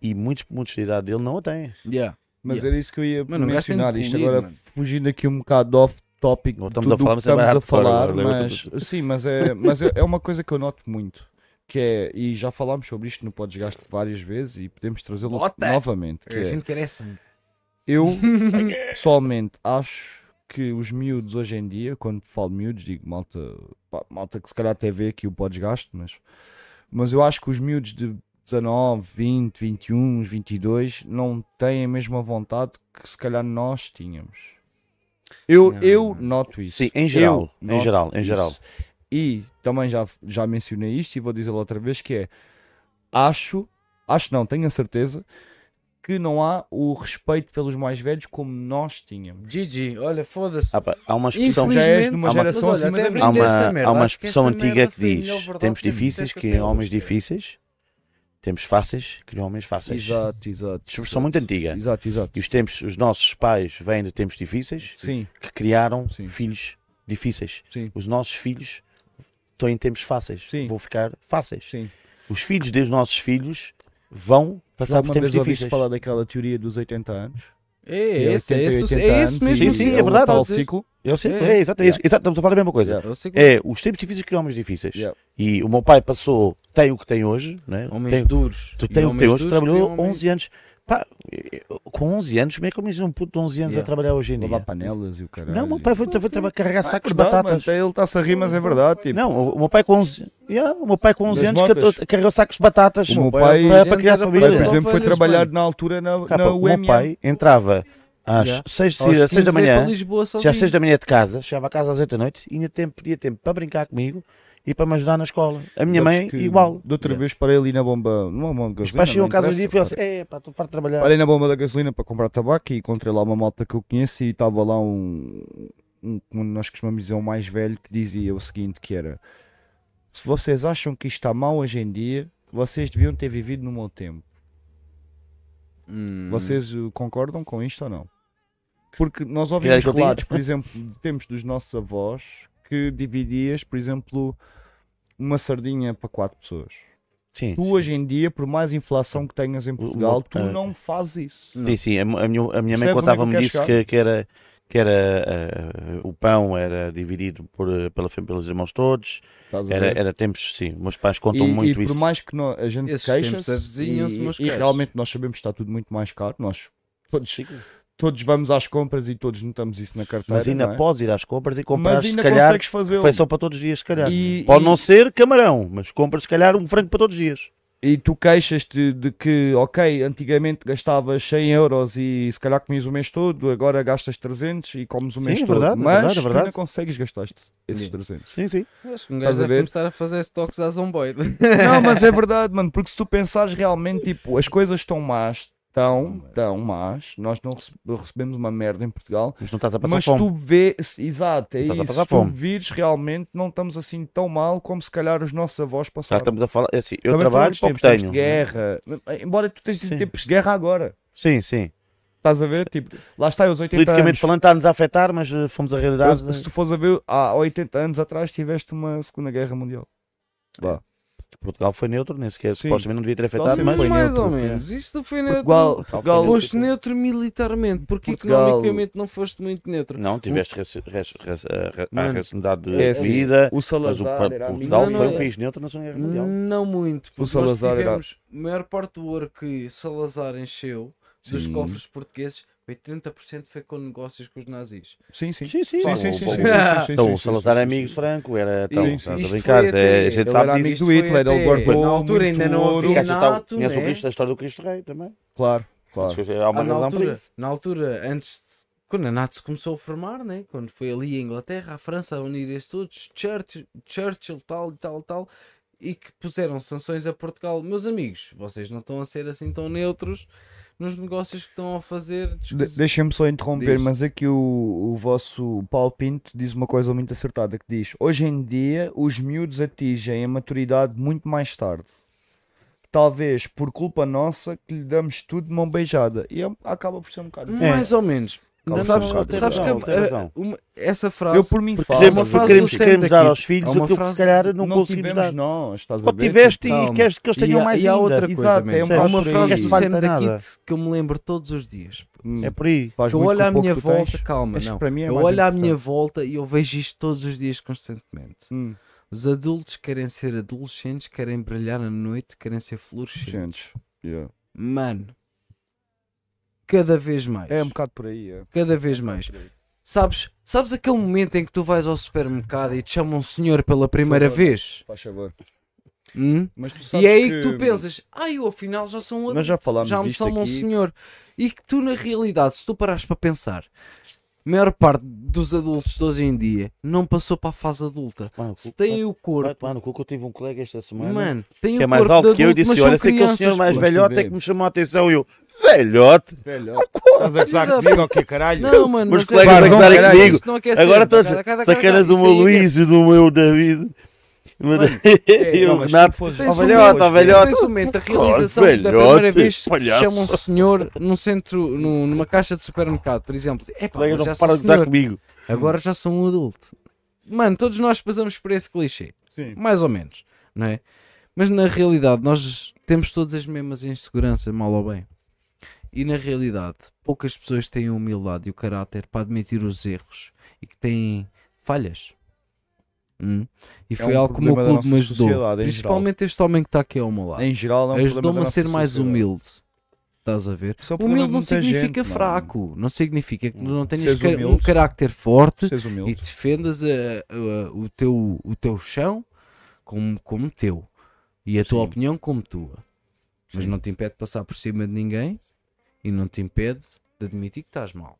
Speaker 8: e muitos, muitos da idade dele não a têm.
Speaker 7: Yeah.
Speaker 3: Mas
Speaker 7: Yeah.
Speaker 3: era isso que eu ia
Speaker 7: Mano, o gajo tem de
Speaker 3: mencionar. Isto
Speaker 7: polir,
Speaker 3: agora,
Speaker 7: mano.
Speaker 3: fugindo aqui um bocado off topic
Speaker 8: Não
Speaker 3: do
Speaker 8: estamos
Speaker 3: do
Speaker 8: a falar,
Speaker 3: que
Speaker 8: mas é
Speaker 3: estamos a
Speaker 8: hardcore,
Speaker 3: falar,
Speaker 8: agora lembra
Speaker 3: mas
Speaker 8: tudo.
Speaker 3: sim, mas é, mas é é uma coisa que eu noto muito. Que é, e já falámos sobre isto no Podesgaste várias vezes e podemos trazê-lo
Speaker 7: Bota!
Speaker 3: novamente. Que
Speaker 7: a
Speaker 3: é,
Speaker 7: gente quer é sangue.
Speaker 3: eu pessoalmente acho que os miúdos hoje em dia, quando falo miúdos, digo malta, pá, malta que se calhar até vê aqui o Podesgaste, mas, mas eu acho que os miúdos de 19, 20, 21, 22 não têm a mesma vontade que se calhar nós tínhamos. Eu,
Speaker 7: Não,
Speaker 3: eu
Speaker 7: não.
Speaker 3: noto isso.
Speaker 8: Sim, em geral.
Speaker 3: Eu
Speaker 8: em
Speaker 3: noto
Speaker 8: geral, em
Speaker 3: isso.
Speaker 8: geral.
Speaker 3: E também já, já mencionei isto e vou dizê-lo outra vez que é acho, acho não, tenho a certeza que não há o respeito pelos mais velhos como nós tínhamos.
Speaker 7: Gigi, olha, foda-se.
Speaker 8: Ah, pá, há uma expressão.
Speaker 3: Infelizmente, já és de
Speaker 8: uma
Speaker 3: geração acima da
Speaker 8: Há uma, há uma expressão antiga que diz: tempos difíceis criam homens difíceis, tempos fáceis criam homens fáceis.
Speaker 3: Exato, exato.
Speaker 8: Expressão muito antiga.
Speaker 3: Exato, exato.
Speaker 8: E os tempos, os nossos pais vêm de tempos difíceis
Speaker 3: Sim,
Speaker 8: que criaram
Speaker 3: Sim.
Speaker 8: filhos difíceis.
Speaker 3: sim,
Speaker 8: Os nossos filhos estão em tempos fáceis,
Speaker 3: Sim.
Speaker 8: vão ficar fáceis.
Speaker 3: sim.
Speaker 8: Os filhos dos nossos filhos vão passar por
Speaker 3: Alguma
Speaker 8: tempos
Speaker 3: vez ouviste
Speaker 8: difíceis.
Speaker 3: falar daquela teoria dos 80 anos?
Speaker 7: É,
Speaker 3: E
Speaker 7: esse, é
Speaker 3: 80 e
Speaker 7: esse,
Speaker 3: 80
Speaker 7: é
Speaker 3: anos
Speaker 7: esse
Speaker 3: e
Speaker 7: mesmo.
Speaker 8: sim, sim,
Speaker 7: que
Speaker 8: é
Speaker 7: eu
Speaker 8: verdade.
Speaker 7: tava a
Speaker 3: Tal
Speaker 7: dizer.
Speaker 3: ciclo.
Speaker 8: Eu sei,
Speaker 7: É.
Speaker 8: é, exato, é isso, exato, estamos a falar da mesma coisa.
Speaker 3: Yeah.
Speaker 7: Eu sei que-
Speaker 8: É, os tempos difíceis criam homens difíceis.
Speaker 3: Yeah.
Speaker 8: E o meu pai passou, tem o que tem hoje, né?
Speaker 7: Homens
Speaker 8: tem,
Speaker 7: duros.
Speaker 8: Tu
Speaker 7: E
Speaker 8: tens o
Speaker 7: homens
Speaker 8: teu hoje,
Speaker 7: duros
Speaker 8: trabalhou
Speaker 7: criam homens-
Speaker 8: 11 anos. Pá, eu- com 11 anos, como é que eu me um puto de 11 anos
Speaker 3: Yeah.
Speaker 8: a trabalhar hoje em
Speaker 3: Lavar
Speaker 8: dia?
Speaker 3: panelas e o caralho.
Speaker 8: Não, meu pai foi, foi trabalhar, carregar
Speaker 3: Ah, é
Speaker 8: sacos de
Speaker 3: verdade,
Speaker 8: batatas.
Speaker 3: mas Ele está-se a rir, mas é verdade. Tipo,
Speaker 8: Não, o, o meu pai com 11, yeah, o meu pai com 11
Speaker 3: Das
Speaker 8: anos
Speaker 3: motas.
Speaker 8: catou- carregou sacos de batatas
Speaker 3: O meu
Speaker 8: para-
Speaker 3: pai-
Speaker 8: para, para criar
Speaker 7: era
Speaker 8: a
Speaker 3: o pai, por
Speaker 7: Não,
Speaker 8: família.
Speaker 3: exemplo, foi
Speaker 7: ovelhas,
Speaker 3: trabalhado
Speaker 7: mano.
Speaker 3: na altura na,
Speaker 8: Capa,
Speaker 3: na
Speaker 8: o meu
Speaker 3: UMM.
Speaker 8: pai entrava às
Speaker 7: Yeah.
Speaker 8: 6
Speaker 7: Aos
Speaker 8: da
Speaker 7: 15 veio
Speaker 8: manhã,
Speaker 7: para Lisboa
Speaker 8: já às
Speaker 7: sozinho.
Speaker 8: 6 da manhã de casa, chegava a casa às 8 da noite e ainda tempo, tinha tempo para brincar comigo. e para me ajudar na escola. A minha
Speaker 3: Sabes
Speaker 8: mãe,
Speaker 3: que
Speaker 8: igual.
Speaker 3: De outra vez parei ali na bomba. Não é uma bomba
Speaker 8: Os pais chegam a casa um dia e falam
Speaker 3: assim.
Speaker 8: assim: é, pá, estou farto de trabalhar.
Speaker 3: Parei na bomba da gasolina para comprar tabaco e encontrei lá uma malta que eu conheço e estava lá um, um, como nós costumamos dizer, um mais velho que dizia o seguinte, que era se vocês acham que isto está mal hoje em dia, vocês deviam ter vivido no meu tempo.
Speaker 7: Hum.
Speaker 3: Vocês eh, concordam com isto ou não? Porque nós
Speaker 8: Era
Speaker 3: ouvimos
Speaker 8: aquilo que eu
Speaker 3: relatos, por exemplo, de tempos dos nossos avós que dividias, por exemplo, uma sardinha para quatro pessoas.
Speaker 8: Sim,
Speaker 3: Tu
Speaker 8: sim.
Speaker 3: hoje em dia, por mais inflação que tenhas em Portugal, tu
Speaker 8: ah,
Speaker 3: não fazes isso.
Speaker 8: Sim, sim, a, mi- a minha, a minha
Speaker 3: Percebes onde é
Speaker 8: mãe
Speaker 3: que eu
Speaker 8: contava-me
Speaker 3: quero
Speaker 8: disso
Speaker 3: chegar?
Speaker 8: que, que era, que era ah, o pão era dividido por, eh, pela, fam- pelos irmãos todos,
Speaker 3: Estás a
Speaker 8: era,
Speaker 3: ver?
Speaker 8: era tempos, sim, meus pais contam
Speaker 3: e,
Speaker 8: muito
Speaker 3: e
Speaker 8: isso.
Speaker 3: por mais que nó- a gente
Speaker 7: Esses
Speaker 3: se queixa
Speaker 7: tempos avizinham-se, meus
Speaker 3: e, e
Speaker 7: caros.
Speaker 3: realmente nós sabemos que está tudo muito mais caro, nós todos, todos vamos às compras e todos notamos isso na carteira,
Speaker 8: Mas ainda
Speaker 3: não é?
Speaker 8: podes ir às compras e comprar,
Speaker 3: mas
Speaker 8: se
Speaker 3: ainda
Speaker 8: calhar,
Speaker 3: consegues fazê-lo.
Speaker 8: refeição para todos os dias, se calhar.
Speaker 3: E-
Speaker 8: Pode
Speaker 3: e-
Speaker 8: não ser camarão, mas compras, se calhar, um frango para todos os dias.
Speaker 3: E tu queixas-te de que, ok, antigamente gastavas 100 euros e se calhar comias o mês todo, agora gastas 300 e comes o
Speaker 8: Sim,
Speaker 3: mês
Speaker 8: é
Speaker 3: todo,
Speaker 8: verdade, é
Speaker 3: mas
Speaker 8: verdade, é
Speaker 3: tu
Speaker 8: verdade.
Speaker 3: ainda consegues gastar estes- esses 300.
Speaker 8: Sim, sim.
Speaker 7: Acho que um
Speaker 3: Estás
Speaker 7: gajo
Speaker 3: a
Speaker 7: deve
Speaker 3: ver?
Speaker 7: começar a fazer stocks à zomboide.
Speaker 3: Não, mas é verdade, mano, porque se tu pensares realmente, tipo, as coisas estão más, estão, estão más, nós não rece- recebemos uma merda em Portugal,
Speaker 8: Mas não estás a passar
Speaker 3: mas
Speaker 8: fome.
Speaker 3: tu vês, exato, é
Speaker 8: Não estás a
Speaker 3: isso,
Speaker 8: passar
Speaker 3: se tu
Speaker 8: fome.
Speaker 3: vires realmente, não estamos assim tão mal como se calhar os nossos avós
Speaker 8: Já
Speaker 3: passaram.
Speaker 8: estamos a falar, é assim, eu
Speaker 3: Também
Speaker 8: trabalho
Speaker 3: falamos de
Speaker 8: para o que
Speaker 3: tempos, tempos
Speaker 8: tenho. é?
Speaker 3: de guerra, embora tu tenhas de tempos de guerra agora.
Speaker 8: Sim, sim.
Speaker 3: Estás a ver? Tipo, lá está, os 80
Speaker 8: Politicamente
Speaker 3: anos.
Speaker 8: falando está-nos a afetar, mas eh, fomos a realidade.
Speaker 3: Eu- se tu fores a ver, há 80 anos atrás tiveste uma Segunda Guerra Mundial. Vá.
Speaker 8: eh, Portugal foi neutro, nem sequer
Speaker 3: Sim.
Speaker 8: supostamente não devia ter
Speaker 3: Portugal
Speaker 8: afetado,
Speaker 3: sempre
Speaker 8: mas
Speaker 7: Mas
Speaker 3: foi
Speaker 7: mais
Speaker 3: neutro,
Speaker 7: ou
Speaker 3: é.
Speaker 7: menos. Isso tu foi neutro.
Speaker 3: Portugal, Portugal,
Speaker 7: Foste neutro militarmente, porque
Speaker 3: Portugal-
Speaker 7: economicamente não foste muito neutro.
Speaker 8: Não, tiveste raci- res- res- eh, a ra- a
Speaker 7: Mano,
Speaker 8: racionalidade de
Speaker 3: é assim,
Speaker 8: vida,
Speaker 3: o
Speaker 8: mas o
Speaker 3: Salazar
Speaker 8: pa-
Speaker 3: era amigo. Hum.
Speaker 8: Portugal
Speaker 7: Não,
Speaker 8: foi
Speaker 7: não,
Speaker 8: um
Speaker 7: é-
Speaker 8: país neutro na Segunda Guerra Mundial.
Speaker 7: Não muito, porque nós
Speaker 3: Salazar era-
Speaker 7: tivemos a maior parte do ouro que Salazar encheu dos
Speaker 3: Sim.
Speaker 7: cofres portugueses, 80% foi com negócios com os nazis.
Speaker 3: Sim, sim.
Speaker 8: Sim, sim,
Speaker 3: Sim,
Speaker 8: pá,
Speaker 3: sim,
Speaker 8: o-
Speaker 3: sim,
Speaker 8: o-
Speaker 3: sim, sim,
Speaker 7: Ah.
Speaker 3: sim, sim,
Speaker 8: Então,
Speaker 3: sim,
Speaker 8: o
Speaker 3: sim,
Speaker 8: Salazar
Speaker 3: sim,
Speaker 8: é
Speaker 3: sim,
Speaker 8: amigo de
Speaker 3: sim.
Speaker 8: Franco, era
Speaker 3: Sim,
Speaker 8: então,
Speaker 3: sim.
Speaker 8: estás
Speaker 7: Isto
Speaker 8: a brincar,
Speaker 7: foi até-
Speaker 8: é, a gente
Speaker 3: ele
Speaker 8: sabe
Speaker 3: era amigo
Speaker 8: disso.
Speaker 3: do Hitler,
Speaker 7: foi
Speaker 3: ele
Speaker 7: até-
Speaker 3: guardou
Speaker 7: na altura
Speaker 3: muito
Speaker 7: ainda não havia
Speaker 3: ouro.
Speaker 8: Cá já está o-
Speaker 7: Renato,
Speaker 8: Conhece o
Speaker 7: né?
Speaker 8: Cristo, a história do Cristo Rei também.
Speaker 3: Claro, claro.
Speaker 8: Há uma
Speaker 7: Ah, na,
Speaker 8: razão por
Speaker 7: altura,
Speaker 8: isso.
Speaker 7: na altura, antes de- quando a NATO se começou a formar, né? quando foi ali a Inglaterra, a França a unirem-se todos, Churchill, Churchill, tal e tal, tal, e que puseram sanções a Portugal. Meus amigos, vocês não estão a ser assim tão neutros nos negócios que estão a fazer.
Speaker 3: De- Deixem-me só interromper,
Speaker 7: Diz.
Speaker 3: mas aqui o, o vosso Paulo Pinto diz uma coisa muito acertada que diz: hoje em dia os miúdos atingem a maturidade muito mais tarde. Talvez por culpa nossa que lhe damos tudo de mão beijada. E é- acaba por ser um bocado.
Speaker 7: Mais ou menos.
Speaker 3: Calma,
Speaker 7: sabes
Speaker 3: calma,
Speaker 7: sabes
Speaker 8: tem
Speaker 7: que
Speaker 8: razão, tem
Speaker 7: a-
Speaker 8: razão.
Speaker 7: uma- essa frase.
Speaker 3: Eu por mim falo.
Speaker 7: Ah, é uma
Speaker 8: Queremos,
Speaker 7: frase
Speaker 8: queremos,
Speaker 7: do
Speaker 8: queremos
Speaker 7: Sam
Speaker 8: dar
Speaker 7: daqui.
Speaker 8: aos filhos
Speaker 7: É uma
Speaker 8: aquilo que se
Speaker 7: frase-
Speaker 8: calhar não,
Speaker 3: não
Speaker 8: conseguimos
Speaker 3: tivemos
Speaker 8: dar.
Speaker 3: nós, estás a
Speaker 8: Ou
Speaker 3: ver?
Speaker 8: tiveste
Speaker 3: Tipo,
Speaker 8: e queres que eles
Speaker 7: E
Speaker 8: tenham
Speaker 7: há-
Speaker 8: mais
Speaker 7: e há
Speaker 8: ainda.
Speaker 7: outra coisa,
Speaker 3: Exato,
Speaker 7: man.
Speaker 3: é um
Speaker 7: Há
Speaker 3: bocado
Speaker 7: uma
Speaker 3: por aí.
Speaker 7: frase do
Speaker 8: Este
Speaker 7: Sam
Speaker 8: não tem
Speaker 7: da
Speaker 8: nada.
Speaker 7: Kid que eu me lembro todos os dias.
Speaker 3: Hum,
Speaker 8: É por aí.
Speaker 3: faz
Speaker 7: Eu
Speaker 3: muito
Speaker 7: olho
Speaker 3: com
Speaker 7: à
Speaker 3: o pouco
Speaker 7: minha
Speaker 3: que tu
Speaker 7: volta,
Speaker 3: tens.
Speaker 7: calma,
Speaker 3: Este
Speaker 7: não.
Speaker 3: para mim é
Speaker 7: eu
Speaker 3: mais
Speaker 7: olho à
Speaker 3: importante.
Speaker 7: minha volta e eu vejo isto todos os dias constantemente.
Speaker 3: Hum,
Speaker 7: Os adultos querem ser adolescentes, querem brilhar na noite, querem ser fluorescentes.
Speaker 3: gente, yeah.
Speaker 7: Mano, cada vez mais.
Speaker 3: É um bocado por aí. é.
Speaker 7: Cada vez mais. Sabes, sabes aquele momento em que tu vais ao supermercado e te chama um senhor pela primeira
Speaker 3: Por
Speaker 7: vez?
Speaker 3: Faz favor.
Speaker 7: Hum?
Speaker 3: Mas tu sabes
Speaker 7: E é aí que tu pensas, ah, eu afinal já sou um adulto.
Speaker 3: Nós já falámos
Speaker 7: já me
Speaker 3: disto
Speaker 7: são um
Speaker 3: aqui.
Speaker 7: senhor. E que tu, na realidade, se tu parares para pensar, a maior parte dos adultos de hoje em dia não passou para a fase adulta.
Speaker 8: Mano,
Speaker 7: Se
Speaker 8: cu-
Speaker 7: têm o
Speaker 8: Vai
Speaker 7: corpo,
Speaker 8: tomar no cu que eu tive um colega esta semana.
Speaker 7: mano, têm
Speaker 8: que é
Speaker 7: o corpo
Speaker 8: mais
Speaker 7: de
Speaker 8: alto que eu e
Speaker 7: adulto, mas
Speaker 8: disse:
Speaker 7: são
Speaker 8: Olha, sei que é o
Speaker 7: crianças,
Speaker 8: senhor mais
Speaker 7: pô."
Speaker 8: velhote é
Speaker 3: dele.
Speaker 8: que me chamou a atenção. E eu, velhote?
Speaker 3: Estás a gozar
Speaker 7: Filho da
Speaker 3: comigo ou que caralho?
Speaker 7: Não, mano,
Speaker 8: Meus
Speaker 7: mas
Speaker 8: colegas
Speaker 7: é-
Speaker 3: a gozarem
Speaker 7: Caralho,
Speaker 8: comigo.
Speaker 7: isto não quer ser.
Speaker 8: Agora estás
Speaker 7: assim, Cada- cada-
Speaker 8: sacanas
Speaker 7: cada-
Speaker 8: do meu
Speaker 7: isso aí é-
Speaker 8: Luís e do meu David. E
Speaker 3: não,
Speaker 8: o
Speaker 3: mas
Speaker 8: Renato.
Speaker 3: tu fores-
Speaker 8: Ó
Speaker 7: Tens um
Speaker 8: velhote, ó
Speaker 7: momento-
Speaker 8: velhote.
Speaker 7: Tens um momento da realização
Speaker 8: Olha,
Speaker 7: da primeira
Speaker 8: velhote,
Speaker 7: vez que te
Speaker 8: palhaço.
Speaker 7: chama um senhor num centro, num- numa caixa de supermercado, por exemplo. É
Speaker 8: O colega
Speaker 7: já
Speaker 8: não
Speaker 7: sou
Speaker 8: para de gozar
Speaker 7: senhor.
Speaker 8: comigo.
Speaker 7: Agora já sou um adulto. Mano, todos nós passamos por esse clichê.
Speaker 3: Sim.
Speaker 7: Mais ou menos, não é? Mas na realidade, nós temos todas as mesmas inseguranças, mal ou bem. E na realidade, poucas pessoas têm a humildade e o caráter para admitir os erros e que têm falhas. Hum? E foi
Speaker 3: um
Speaker 7: algo que o meu
Speaker 3: problema da
Speaker 7: clube me
Speaker 3: nossa
Speaker 7: ajudou.
Speaker 3: sociedade, em
Speaker 7: Principalmente este homem que está aqui ao meu lado.
Speaker 3: Em geral, é um problema da
Speaker 7: Ajudou-me a
Speaker 3: nossa
Speaker 7: ser mais
Speaker 3: sociedade.
Speaker 7: humilde. Estás a ver?
Speaker 3: Isso é o problema
Speaker 7: Humilde
Speaker 3: de
Speaker 7: não
Speaker 3: muita
Speaker 7: significa
Speaker 3: gente, mano.
Speaker 7: fraco, não significa que não tenhas
Speaker 3: Seres
Speaker 7: ca- um
Speaker 3: humilde.
Speaker 7: carácter forte
Speaker 3: Seres
Speaker 7: e
Speaker 3: humilde.
Speaker 7: defendas eh, eh, o, teu, o teu chão como, como teu e a tua opinião como tua. Mas não te impede de passar por cima de ninguém e não te impede de admitir que estás mal.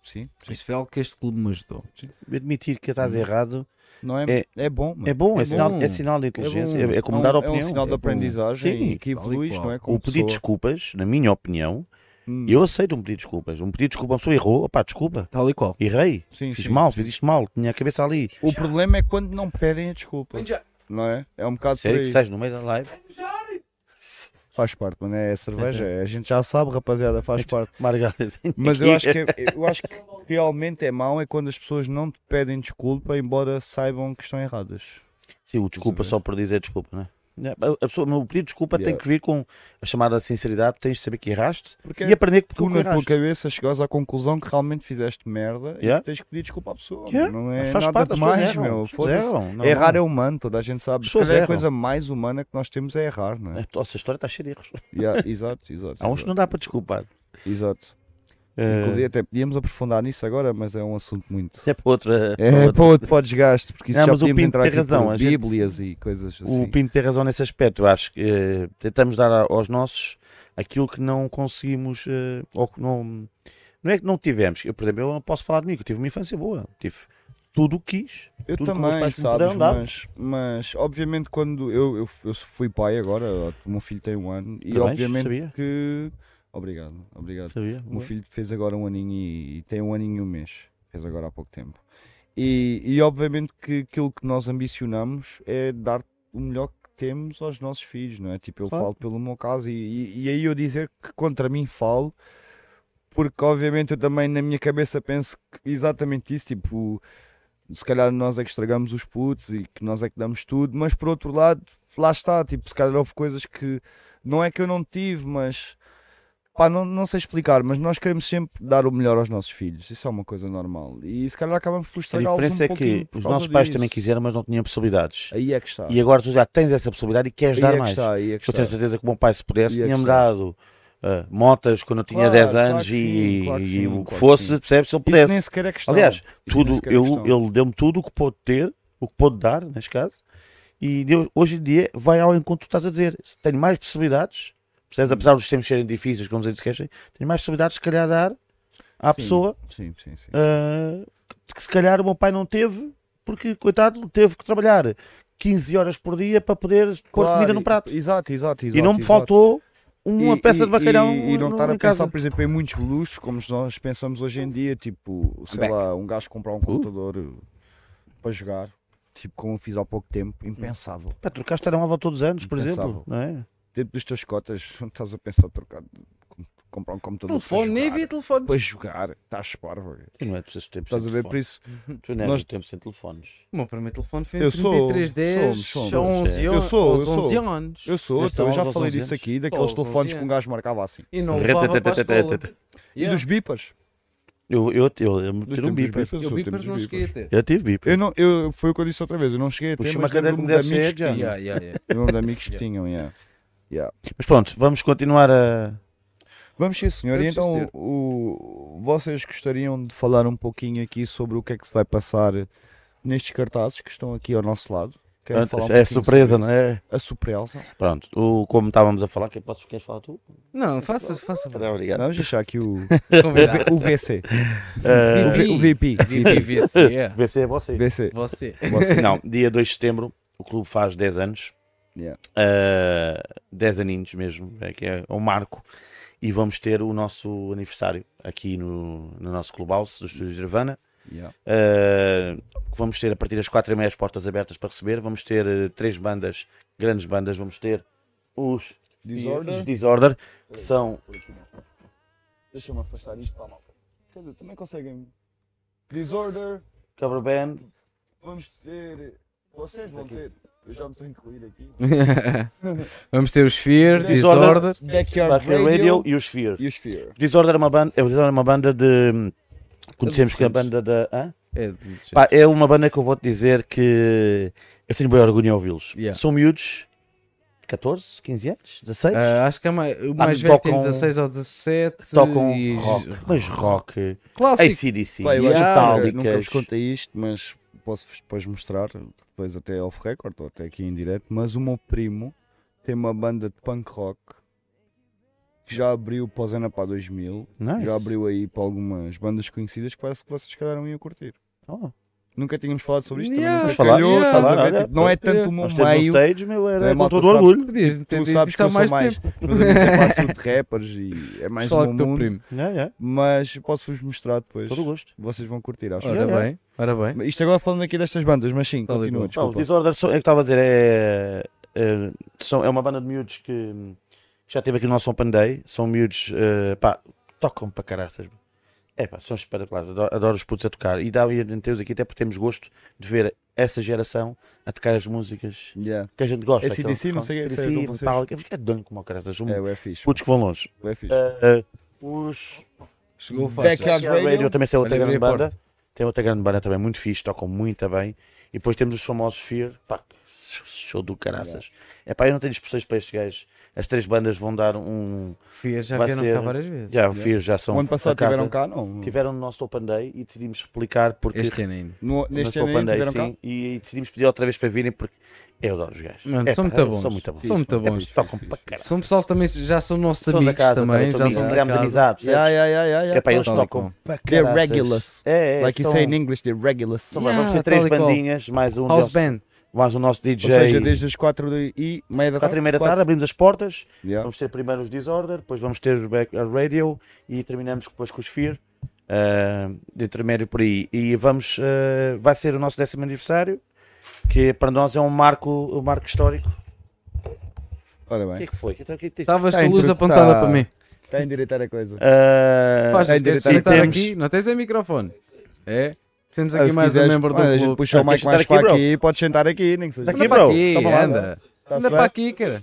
Speaker 3: Sim, sim.
Speaker 7: Isso foi algo que este clube me ajudou.
Speaker 8: Admitir que estás errado
Speaker 3: Não é, é,
Speaker 8: É-
Speaker 3: bom, mano.
Speaker 8: é bom, é,
Speaker 7: Hum. É
Speaker 8: Sinal,
Speaker 7: bom.
Speaker 8: é sinal de inteligência,
Speaker 7: É
Speaker 8: é,
Speaker 7: bom.
Speaker 8: é como dar
Speaker 3: um-
Speaker 8: opinião.
Speaker 3: É um sinal de
Speaker 7: É bom.
Speaker 3: aprendizagem
Speaker 8: Sim,
Speaker 3: e que
Speaker 7: tal e
Speaker 3: evoluís,
Speaker 7: qual.
Speaker 3: não é? Como
Speaker 8: o pedir
Speaker 3: pessoa.
Speaker 8: desculpas, na minha opinião,
Speaker 3: Hum,
Speaker 8: eu aceito um pedido de desculpas. Um pedido de desculpa, uma pessoa errou, opá, desculpa,
Speaker 7: Tal e qual.
Speaker 8: errei,
Speaker 3: Sim,
Speaker 8: fiz
Speaker 3: sim,
Speaker 8: mal,
Speaker 3: sim.
Speaker 8: fiz isto mal, tinha a cabeça ali.
Speaker 3: O problema é quando não pedem a desculpa,
Speaker 7: Já.
Speaker 3: não é? É um bocado por
Speaker 8: Sério
Speaker 3: aí.
Speaker 8: que estás no meio da live?
Speaker 3: Faz parte, mano. É a cerveja. A gente já sabe, rapaziada, faz parte.
Speaker 8: Margada,
Speaker 3: Mas
Speaker 8: é-
Speaker 3: eu acho, que, é- eu acho que realmente é mau é quando as pessoas não te pedem desculpa, embora saibam que estão erradas.
Speaker 8: Sim, o desculpa só por dizer desculpa, não é? Não, a- A pessoa, o pedido de desculpa
Speaker 3: Yeah.
Speaker 8: tem que vir com a chamada sinceridade, tens de saber que erraste
Speaker 3: Porque é
Speaker 8: e aprender que
Speaker 3: tu
Speaker 8: porque
Speaker 3: na tua
Speaker 8: erraste.
Speaker 3: cabeça chegas à conclusão que realmente fizeste merda e
Speaker 8: Yeah.
Speaker 3: tens que pedir desculpa à pessoa.
Speaker 8: Yeah.
Speaker 3: Não é
Speaker 8: Mas faz
Speaker 3: nada
Speaker 8: parte, as pessoas
Speaker 3: demais,
Speaker 8: erram,
Speaker 3: meu.
Speaker 8: as pessoas
Speaker 3: Foda-se.
Speaker 8: erram, não-
Speaker 3: Errar é
Speaker 8: não.
Speaker 3: humano, toda a gente sabe. Se
Speaker 8: As pessoas
Speaker 3: calhar é a
Speaker 8: erram.
Speaker 3: coisa mais humana que nós temos é errar, não é?
Speaker 8: Nossa, a história está cheia de erros.
Speaker 3: Yeah, exato, exato.
Speaker 8: Há uns Eh. que não dá para desculpar.
Speaker 3: exato, exato. Inclusive, até podíamos aprofundar nisso agora, mas é um assunto muito.
Speaker 8: É para outra. para
Speaker 3: É
Speaker 8: outra-
Speaker 3: para outro desgaste, porque isso
Speaker 8: Não,
Speaker 3: já
Speaker 8: mas o
Speaker 3: podíamos
Speaker 8: Pinto
Speaker 3: entrar
Speaker 8: tem
Speaker 3: aqui
Speaker 8: razão,
Speaker 3: por
Speaker 8: a gente-
Speaker 3: bíblias e coisas assim.
Speaker 8: O Pinto tem razão nesse aspecto, eu acho que eh, tentamos dar a- aos nossos aquilo que não conseguimos, eh, ou que não, não é que não tivemos. Eu, por exemplo, eu posso falar de mim, que eu tive uma infância boa, tive tudo o que quis.
Speaker 3: Eu
Speaker 8: tudo que meus
Speaker 3: também,
Speaker 8: pais me
Speaker 3: sabes,
Speaker 8: puderam dar.
Speaker 3: mas, mas obviamente quando eu, eu, eu fui pai agora, o meu filho tem um ano, e
Speaker 8: Parabéns,
Speaker 3: obviamente
Speaker 8: sabia.
Speaker 3: que. Obrigado, obrigado.
Speaker 8: Sabia?
Speaker 3: O meu filho fez agora um aninho e, e tem um aninho e um mês. Fez agora há pouco tempo. E, e obviamente que aquilo que nós ambicionamos é dar o melhor que temos aos nossos filhos, não é? Tipo, eu
Speaker 8: Claro.
Speaker 3: falo pelo meu caso e, e, e aí eu dizer que contra mim falo, porque obviamente eu também na minha cabeça penso que exatamente isso, tipo, se calhar nós é que estragamos os putos e que nós é que damos tudo, mas por outro lado, lá está, tipo, se calhar houve coisas que não é que eu não tive, mas pá, não, não sei explicar, mas nós queremos sempre dar o melhor aos nossos filhos, isso é uma coisa normal. E se calhar acabamos por
Speaker 8: A
Speaker 3: estragá-los
Speaker 8: diferença
Speaker 3: um
Speaker 8: é
Speaker 3: pouquinho
Speaker 8: que
Speaker 3: por
Speaker 8: os
Speaker 3: causa
Speaker 8: nossos pais
Speaker 3: disso.
Speaker 8: também quiseram, mas não tinham possibilidades.
Speaker 3: Aí é que está.
Speaker 8: E agora tu já tens essa possibilidade e queres
Speaker 3: aí
Speaker 8: dar
Speaker 3: é que
Speaker 8: mais.
Speaker 3: está, aí é que
Speaker 8: Eu tenho
Speaker 3: está.
Speaker 8: certeza que o meu pai, se pudesse,
Speaker 3: Ia
Speaker 8: tinha-me
Speaker 3: gostar.
Speaker 8: dado ah, motas quando eu tinha
Speaker 3: Claro,
Speaker 8: 10
Speaker 3: claro
Speaker 8: anos
Speaker 3: que
Speaker 8: e,
Speaker 3: sim, claro que
Speaker 8: e
Speaker 3: sim,
Speaker 8: o que
Speaker 3: claro que
Speaker 8: fosse,
Speaker 3: sim.
Speaker 8: percebes? Se
Speaker 3: Isso
Speaker 8: ele pudesse.
Speaker 3: nem sequer é questão.
Speaker 8: Aliás,
Speaker 3: Isso nem
Speaker 8: tudo,
Speaker 3: sequer é
Speaker 8: eu,
Speaker 3: questão.
Speaker 8: ele deu-me tudo o que pôde ter, o que pôde dar, neste caso, e deu- hoje em dia vai ao encontro que tu estás a dizer. Se Tenho mais possibilidades,
Speaker 3: Hum.
Speaker 8: percebes? Apesar dos tempos serem difíceis, como vocês queixem, tenho mais possibilidades, se calhar, dar à
Speaker 3: Sim,
Speaker 8: pessoa
Speaker 3: Sim, sim, sim.
Speaker 8: ah, que se calhar o meu pai não teve, porque, coitado, teve que trabalhar 15 horas por dia para poder pôr
Speaker 3: Claro,
Speaker 8: comida no
Speaker 3: e-
Speaker 8: prato.
Speaker 3: Exato, exato, exato.
Speaker 8: e não me
Speaker 3: exato.
Speaker 8: faltou uma
Speaker 3: E-
Speaker 8: peça
Speaker 3: e-
Speaker 8: de bacalhau
Speaker 3: E, e não
Speaker 8: no-
Speaker 3: estar a
Speaker 8: em
Speaker 3: pensar,
Speaker 8: casa.
Speaker 3: por exemplo, em muitos luxos, como nós pensamos hoje em dia, tipo, sei
Speaker 7: Back.
Speaker 3: lá, um gajo comprar um computador uh, para jogar, tipo, como eu fiz há pouco tempo, impensável.
Speaker 8: Pá, trocaste telemóvel um todos os anos, por
Speaker 3: Impensável.
Speaker 8: exemplo. Não é?
Speaker 3: Dentro dos teus cotas, não estás a pensar em trocar, com- comprar um computador
Speaker 7: Telefone,
Speaker 3: para
Speaker 7: nem
Speaker 3: jogar.
Speaker 7: havia telefone.
Speaker 3: Para jogar, estás parvo.
Speaker 8: E não é dos teus tempos
Speaker 3: Estás a
Speaker 8: sem
Speaker 3: ver? Por
Speaker 8: telefone.
Speaker 3: isso,
Speaker 8: Tu não és
Speaker 3: Nós-
Speaker 8: dos tempos sem telefones.
Speaker 7: O meu primeiro telefone foi
Speaker 3: Eu
Speaker 7: em
Speaker 3: sou-
Speaker 7: 3310
Speaker 3: somos, somos.
Speaker 7: a 11
Speaker 3: Eu
Speaker 7: anos.
Speaker 3: sou, eu
Speaker 7: aos
Speaker 3: sou.
Speaker 7: 11 anos.
Speaker 3: eu sou, então,
Speaker 8: Esta
Speaker 3: eu já
Speaker 8: aula aos
Speaker 3: falei
Speaker 8: 11
Speaker 3: disso
Speaker 8: anos.
Speaker 3: aqui, daqueles
Speaker 7: Aos 11
Speaker 3: telefones que um
Speaker 7: anos.
Speaker 3: gajo marcava assim.
Speaker 7: E não levava para a escola.
Speaker 3: E dos bipas?
Speaker 8: Eu, eu, eu, eu ter um
Speaker 3: tempos
Speaker 8: beeper.
Speaker 3: dos
Speaker 7: Eu
Speaker 3: eu
Speaker 7: vi
Speaker 3: tenho
Speaker 7: para não
Speaker 3: dos
Speaker 7: cheguei a ter.
Speaker 8: Eu tive beeper.
Speaker 3: Eu não, eu, foi o que eu disse outra vez, eu não cheguei a ter,
Speaker 8: Puxa,
Speaker 3: mas
Speaker 8: uma cadeira
Speaker 3: lembro-me
Speaker 8: que
Speaker 3: de
Speaker 8: deve
Speaker 3: amigos
Speaker 8: ser,
Speaker 3: que
Speaker 8: já.
Speaker 3: tinham.
Speaker 7: Yeah, yeah, yeah.
Speaker 3: Lembro-me de amigos que tinham, yeah.
Speaker 8: Mas pronto, vamos continuar a.
Speaker 3: Vamos sim, senhor. E
Speaker 7: Vamos sim,
Speaker 3: então,
Speaker 7: senhor.
Speaker 3: o, vocês gostariam de falar um pouquinho aqui sobre o que é que se vai passar nestes cartazes que estão aqui ao nosso lado? Querem falar um
Speaker 8: é
Speaker 3: pouquinho
Speaker 8: surpresa,
Speaker 3: sobre
Speaker 8: não é?
Speaker 3: isso? A surpresa.
Speaker 8: Pronto, o, como estávamos a falar, quem posso, queres falar tu?
Speaker 7: Não, faça, faça.
Speaker 8: Tá, Obrigado.
Speaker 3: Vamos deixar aqui o,
Speaker 7: Convidado.
Speaker 3: o VC.
Speaker 8: Ah,
Speaker 3: O Uh, V- o VP.
Speaker 7: VVC, é.
Speaker 8: VC é você.
Speaker 3: VC.
Speaker 7: Você.
Speaker 8: assim, Não, dia 2 de setembro, o clube faz 10 anos.
Speaker 3: Yeah.
Speaker 8: Ah, 10 aninhos mesmo, é que é o marco. E vamos ter o nosso aniversário aqui no, no nosso clubhouse dos Estúdios de Nirvana.
Speaker 3: Yeah.
Speaker 8: Uh, vamos ter a partir das 4 e meia as portas abertas para receber. Vamos ter eh, três bandas, grandes bandas. Vamos ter os
Speaker 3: Disorder.
Speaker 8: os Disorder, que são.
Speaker 3: Deixa-me afastar isto para a malta. Cadê? Também conseguem. Disorder.
Speaker 8: Cover Band,
Speaker 3: Vamos ter. Vocês vão ter. Eu já me estou a incluir aqui.
Speaker 7: Vamos ter os Fear,
Speaker 8: Disorder.
Speaker 7: Disorder.
Speaker 3: Backyard
Speaker 8: Backyard
Speaker 3: Radio,
Speaker 8: Radio e os Fear.
Speaker 3: e os Fear.
Speaker 8: Disorder é uma banda, é Disorder é uma banda de. Conhecemos que é a banda da. hã?
Speaker 7: É, de- de-
Speaker 8: Pá, é uma banda que eu vou-te dizer que eu tenho bem orgulho em ouvi-los.
Speaker 7: Yeah.
Speaker 8: São miúdos, 14, 15 anos, 16?
Speaker 7: Ah, acho que é mais, o mais
Speaker 8: Ah,
Speaker 7: velho tem
Speaker 8: tocam-
Speaker 7: 16 ou 17.
Speaker 8: Tocam um
Speaker 7: e-
Speaker 8: rock, mas rock,
Speaker 7: Clássico.
Speaker 8: ACDC,
Speaker 3: Ah, Pá, eu acho
Speaker 7: Yeah.
Speaker 3: que
Speaker 8: Metallica,
Speaker 3: nunca, nunca vos contei isto, mas posso-vos depois mostrar, depois até off record ou até aqui em direto, mas o meu primo tem uma banda de punk rock que já abriu para o Zena para 2000,
Speaker 8: Nice.
Speaker 3: já abriu aí para algumas bandas conhecidas que parece que vocês se calhar não iam curtir.
Speaker 8: Oh,
Speaker 3: Nunca tínhamos falado sobre isto,
Speaker 7: Yeah.
Speaker 3: também
Speaker 8: Vamos
Speaker 3: nunca
Speaker 8: falar,
Speaker 3: calhou,
Speaker 7: yeah,
Speaker 3: estás a ver?
Speaker 8: olha,
Speaker 3: Tipo, não é tanto o meu
Speaker 8: nós temos um
Speaker 3: meio,
Speaker 8: stage, meu,
Speaker 3: É,
Speaker 8: era com
Speaker 3: malta
Speaker 8: todo o
Speaker 3: sabe.
Speaker 8: orgulho.
Speaker 7: Podias
Speaker 3: tu
Speaker 7: ter dito
Speaker 3: sabes
Speaker 7: isso
Speaker 3: que
Speaker 7: há
Speaker 3: eu sou
Speaker 7: mais
Speaker 3: mais,
Speaker 7: tempo.
Speaker 3: meus amigos é quase tudo rappers e é mais
Speaker 7: Fala
Speaker 3: do
Speaker 7: com
Speaker 3: meu
Speaker 7: o teu
Speaker 3: mundo,
Speaker 7: primo.
Speaker 8: Yeah, yeah,
Speaker 3: mas posso-vos mostrar depois,
Speaker 8: todo o gosto.
Speaker 3: vocês vão curtir, acho.
Speaker 7: Ora bem, ora bem.
Speaker 3: Mas Isto agora falando aqui destas bandas, mas sim,
Speaker 7: Tal e
Speaker 3: continua,
Speaker 7: qual.
Speaker 8: Pá, o
Speaker 3: desculpa.
Speaker 8: Disorder são- é o que estava a dizer, é, é, são, é uma banda de miúdos que, hum, que já teve aqui no nosso Open Day. São miúdos, eh, pá, tocam para caraças. É pá, são espetaculares, adoro, adoro os putos a tocar. E dá a temos aqui, até porque temos gosto de ver essa geração a tocar as músicas
Speaker 3: Yeah.
Speaker 8: que a gente gosta.
Speaker 3: AC/DC,
Speaker 8: aquele
Speaker 3: não sei o que,
Speaker 8: funk,
Speaker 3: sei,
Speaker 8: AC/DC,
Speaker 3: com vocês.
Speaker 8: Metallica, é dono como o caraças. São
Speaker 3: É, o é fixe,
Speaker 8: putos que vão longe.
Speaker 3: o é fixe.
Speaker 8: Eh, eh, os
Speaker 7: Chegou fácil.
Speaker 3: Backyard
Speaker 8: Backyard Radio,
Speaker 3: Radio,
Speaker 8: também saiu outra
Speaker 7: Olha, abri
Speaker 8: grande
Speaker 7: a
Speaker 8: banda. Tem outra grande banda também, muito fixe, tocam muito bem. E depois temos os famosos Fear, pá, que show do caraças. É pá, eu não tenho expressões para estes gajos. As três bandas vão dar um.
Speaker 7: Fia, já
Speaker 8: vai
Speaker 7: vieram
Speaker 8: ser-
Speaker 7: cá várias vezes.
Speaker 8: Já, o Fear já são.
Speaker 3: o ano passado
Speaker 8: a casa.
Speaker 3: tiveram cá, não?
Speaker 8: Tiveram no nosso Open Day e decidimos replicar porque.
Speaker 7: Este ano ainda.
Speaker 3: No,
Speaker 8: no
Speaker 3: neste
Speaker 8: nosso
Speaker 3: ano
Speaker 8: Open
Speaker 3: ainda
Speaker 8: Day,
Speaker 3: tiveram cá?
Speaker 8: sim. E, decidimos pedir outra vez para virem porque. Eu adoro os gajos.
Speaker 7: Mano,
Speaker 8: É
Speaker 7: são
Speaker 8: pá,
Speaker 7: muito bons.
Speaker 8: São muito bons.
Speaker 7: São muito
Speaker 8: É,
Speaker 7: bons.
Speaker 8: Tocam para caralho.
Speaker 7: São pessoal que também, já são nossos
Speaker 8: São
Speaker 7: amigos
Speaker 8: da casa,
Speaker 7: também.
Speaker 8: são
Speaker 7: já
Speaker 8: amigos,
Speaker 7: são da
Speaker 8: criamos
Speaker 7: casa.
Speaker 8: amizade. percebes?
Speaker 3: Yeah, yeah, yeah, yeah, yeah.
Speaker 8: É pá, eles
Speaker 7: Tal e
Speaker 8: tocam
Speaker 7: qual.
Speaker 8: para
Speaker 3: They're
Speaker 8: caraças.
Speaker 3: regulars.
Speaker 8: É, é,
Speaker 3: Like you
Speaker 8: são-
Speaker 3: say in English, they're regulars.
Speaker 8: Então, vai, vamos ter
Speaker 7: Yeah,
Speaker 8: três
Speaker 7: Ah, tal e qual.
Speaker 8: bandinhas, mais um,
Speaker 7: House
Speaker 8: deles,
Speaker 7: Band.
Speaker 8: mais um nosso
Speaker 3: Ou
Speaker 8: DJ.
Speaker 3: seja, desde as 4 e meia da tarde.
Speaker 8: 4 e meia da
Speaker 3: Quatro.
Speaker 8: tarde abrimos as portas.
Speaker 3: Yeah.
Speaker 8: Vamos ter primeiro os Disorder, depois vamos ter o Back- a Radio e terminamos depois com os Fear. ah, de intermédio por aí. E vamos, ah, vai ser o nosso décimo aniversário, que para nós é um marco, um marco histórico.
Speaker 3: Ora
Speaker 8: O que é
Speaker 3: bem.
Speaker 8: que foi? Que- que- que-
Speaker 7: Estavas
Speaker 3: Tá
Speaker 7: com a luz
Speaker 3: entre-
Speaker 7: apontada
Speaker 3: tá.
Speaker 7: para mim.
Speaker 3: Está a endireitar a coisa.
Speaker 8: Ah,
Speaker 7: Pá,
Speaker 3: tem
Speaker 7: queres
Speaker 3: direito a-
Speaker 7: sentar
Speaker 8: temos-
Speaker 7: Tá aqui? Não tens aí microfone? É? Temos
Speaker 3: Ah,
Speaker 7: aqui
Speaker 3: se
Speaker 7: mais um
Speaker 3: quiseres-
Speaker 7: membro do
Speaker 3: olha, a gente
Speaker 7: clube.
Speaker 3: puxa o
Speaker 8: Ah, queres
Speaker 3: Mike mais
Speaker 8: sentar aqui,
Speaker 3: para
Speaker 8: bro?
Speaker 3: aqui, pode sentar aqui, nem que seja.
Speaker 8: Daqui,
Speaker 7: Anda
Speaker 8: bro.
Speaker 7: para aqui,
Speaker 8: Toma lá,
Speaker 7: anda.
Speaker 3: Tá
Speaker 7: Anda
Speaker 3: bem?
Speaker 7: para aqui, cara.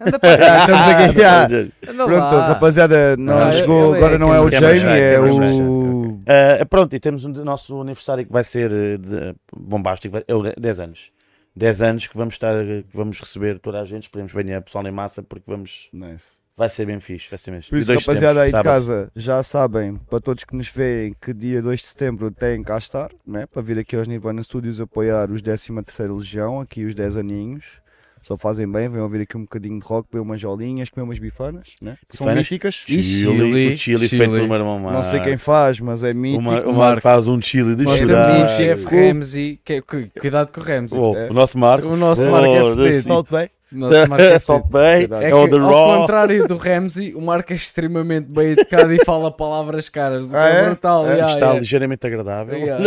Speaker 7: Anda
Speaker 3: Ah,
Speaker 7: para Tá aqui.
Speaker 3: estamos aqui. ah.
Speaker 7: Anda
Speaker 3: Pronto,
Speaker 7: lá.
Speaker 3: rapaziada, não
Speaker 7: Ah,
Speaker 3: chegou,
Speaker 7: ele é
Speaker 3: agora não é o
Speaker 8: quem vai já,
Speaker 3: Jamie, é
Speaker 8: quem vai já.
Speaker 3: o.
Speaker 8: Ah, pronto, e temos o nosso aniversário que vai ser eh, de- bombástico, vai- é o de- 10 anos. 10 anos que vamos estar, eh, que vamos receber toda a gente, esperemos que venha pessoal em massa, porque vamos,
Speaker 3: Nice.
Speaker 8: vai ser bem fixe, vai ser mesmo.
Speaker 3: Por
Speaker 8: E
Speaker 3: isso,
Speaker 8: dois
Speaker 3: rapaziada aí
Speaker 8: tempos,
Speaker 3: de
Speaker 8: sábado.
Speaker 3: casa, já sabem, para todos que nos veem, que dia 2 de setembro têm cá estar, né? para vir aqui aos Nirvana Studios apoiar os 13ª Legião, aqui os 10 aninhos. Só fazem bem, vêm ouvir aqui um bocadinho de rock, beber umas jolinhas, comer umas bifanas, né? que são
Speaker 8: Bifanas?
Speaker 3: míticas.
Speaker 7: E
Speaker 8: Chile,
Speaker 7: Chile,
Speaker 8: o Chile, feito
Speaker 7: Chile.
Speaker 8: pelo meu irmão
Speaker 3: Não sei quem
Speaker 8: Marco.
Speaker 3: faz, mas é
Speaker 8: O
Speaker 3: mítico.
Speaker 8: Mar- o Marco
Speaker 7: Tipo Marco.
Speaker 8: faz um Chile de
Speaker 7: Nós temos aí o
Speaker 8: chorar.
Speaker 7: chefe Ramsey. que- cu- Cuidado com o Ramsey.
Speaker 8: Oh, O nosso Marco.
Speaker 7: O nosso Marco é
Speaker 8: Foda-se.
Speaker 7: fedido.
Speaker 3: Solte bem.
Speaker 7: Nosso Marco é
Speaker 8: Só
Speaker 7: fedido.
Speaker 8: bem,
Speaker 3: Cuidado.
Speaker 7: É
Speaker 8: é
Speaker 7: que,
Speaker 8: o The
Speaker 7: ao
Speaker 8: Raw.
Speaker 7: contrário do Ramsey, o Marco é extremamente bem educado e fala palavras caras. O que
Speaker 3: Ah, é?
Speaker 7: é brutal.
Speaker 3: É,
Speaker 7: yeah,
Speaker 8: Está
Speaker 7: yeah.
Speaker 8: ligeiramente agradável.
Speaker 7: Yeah.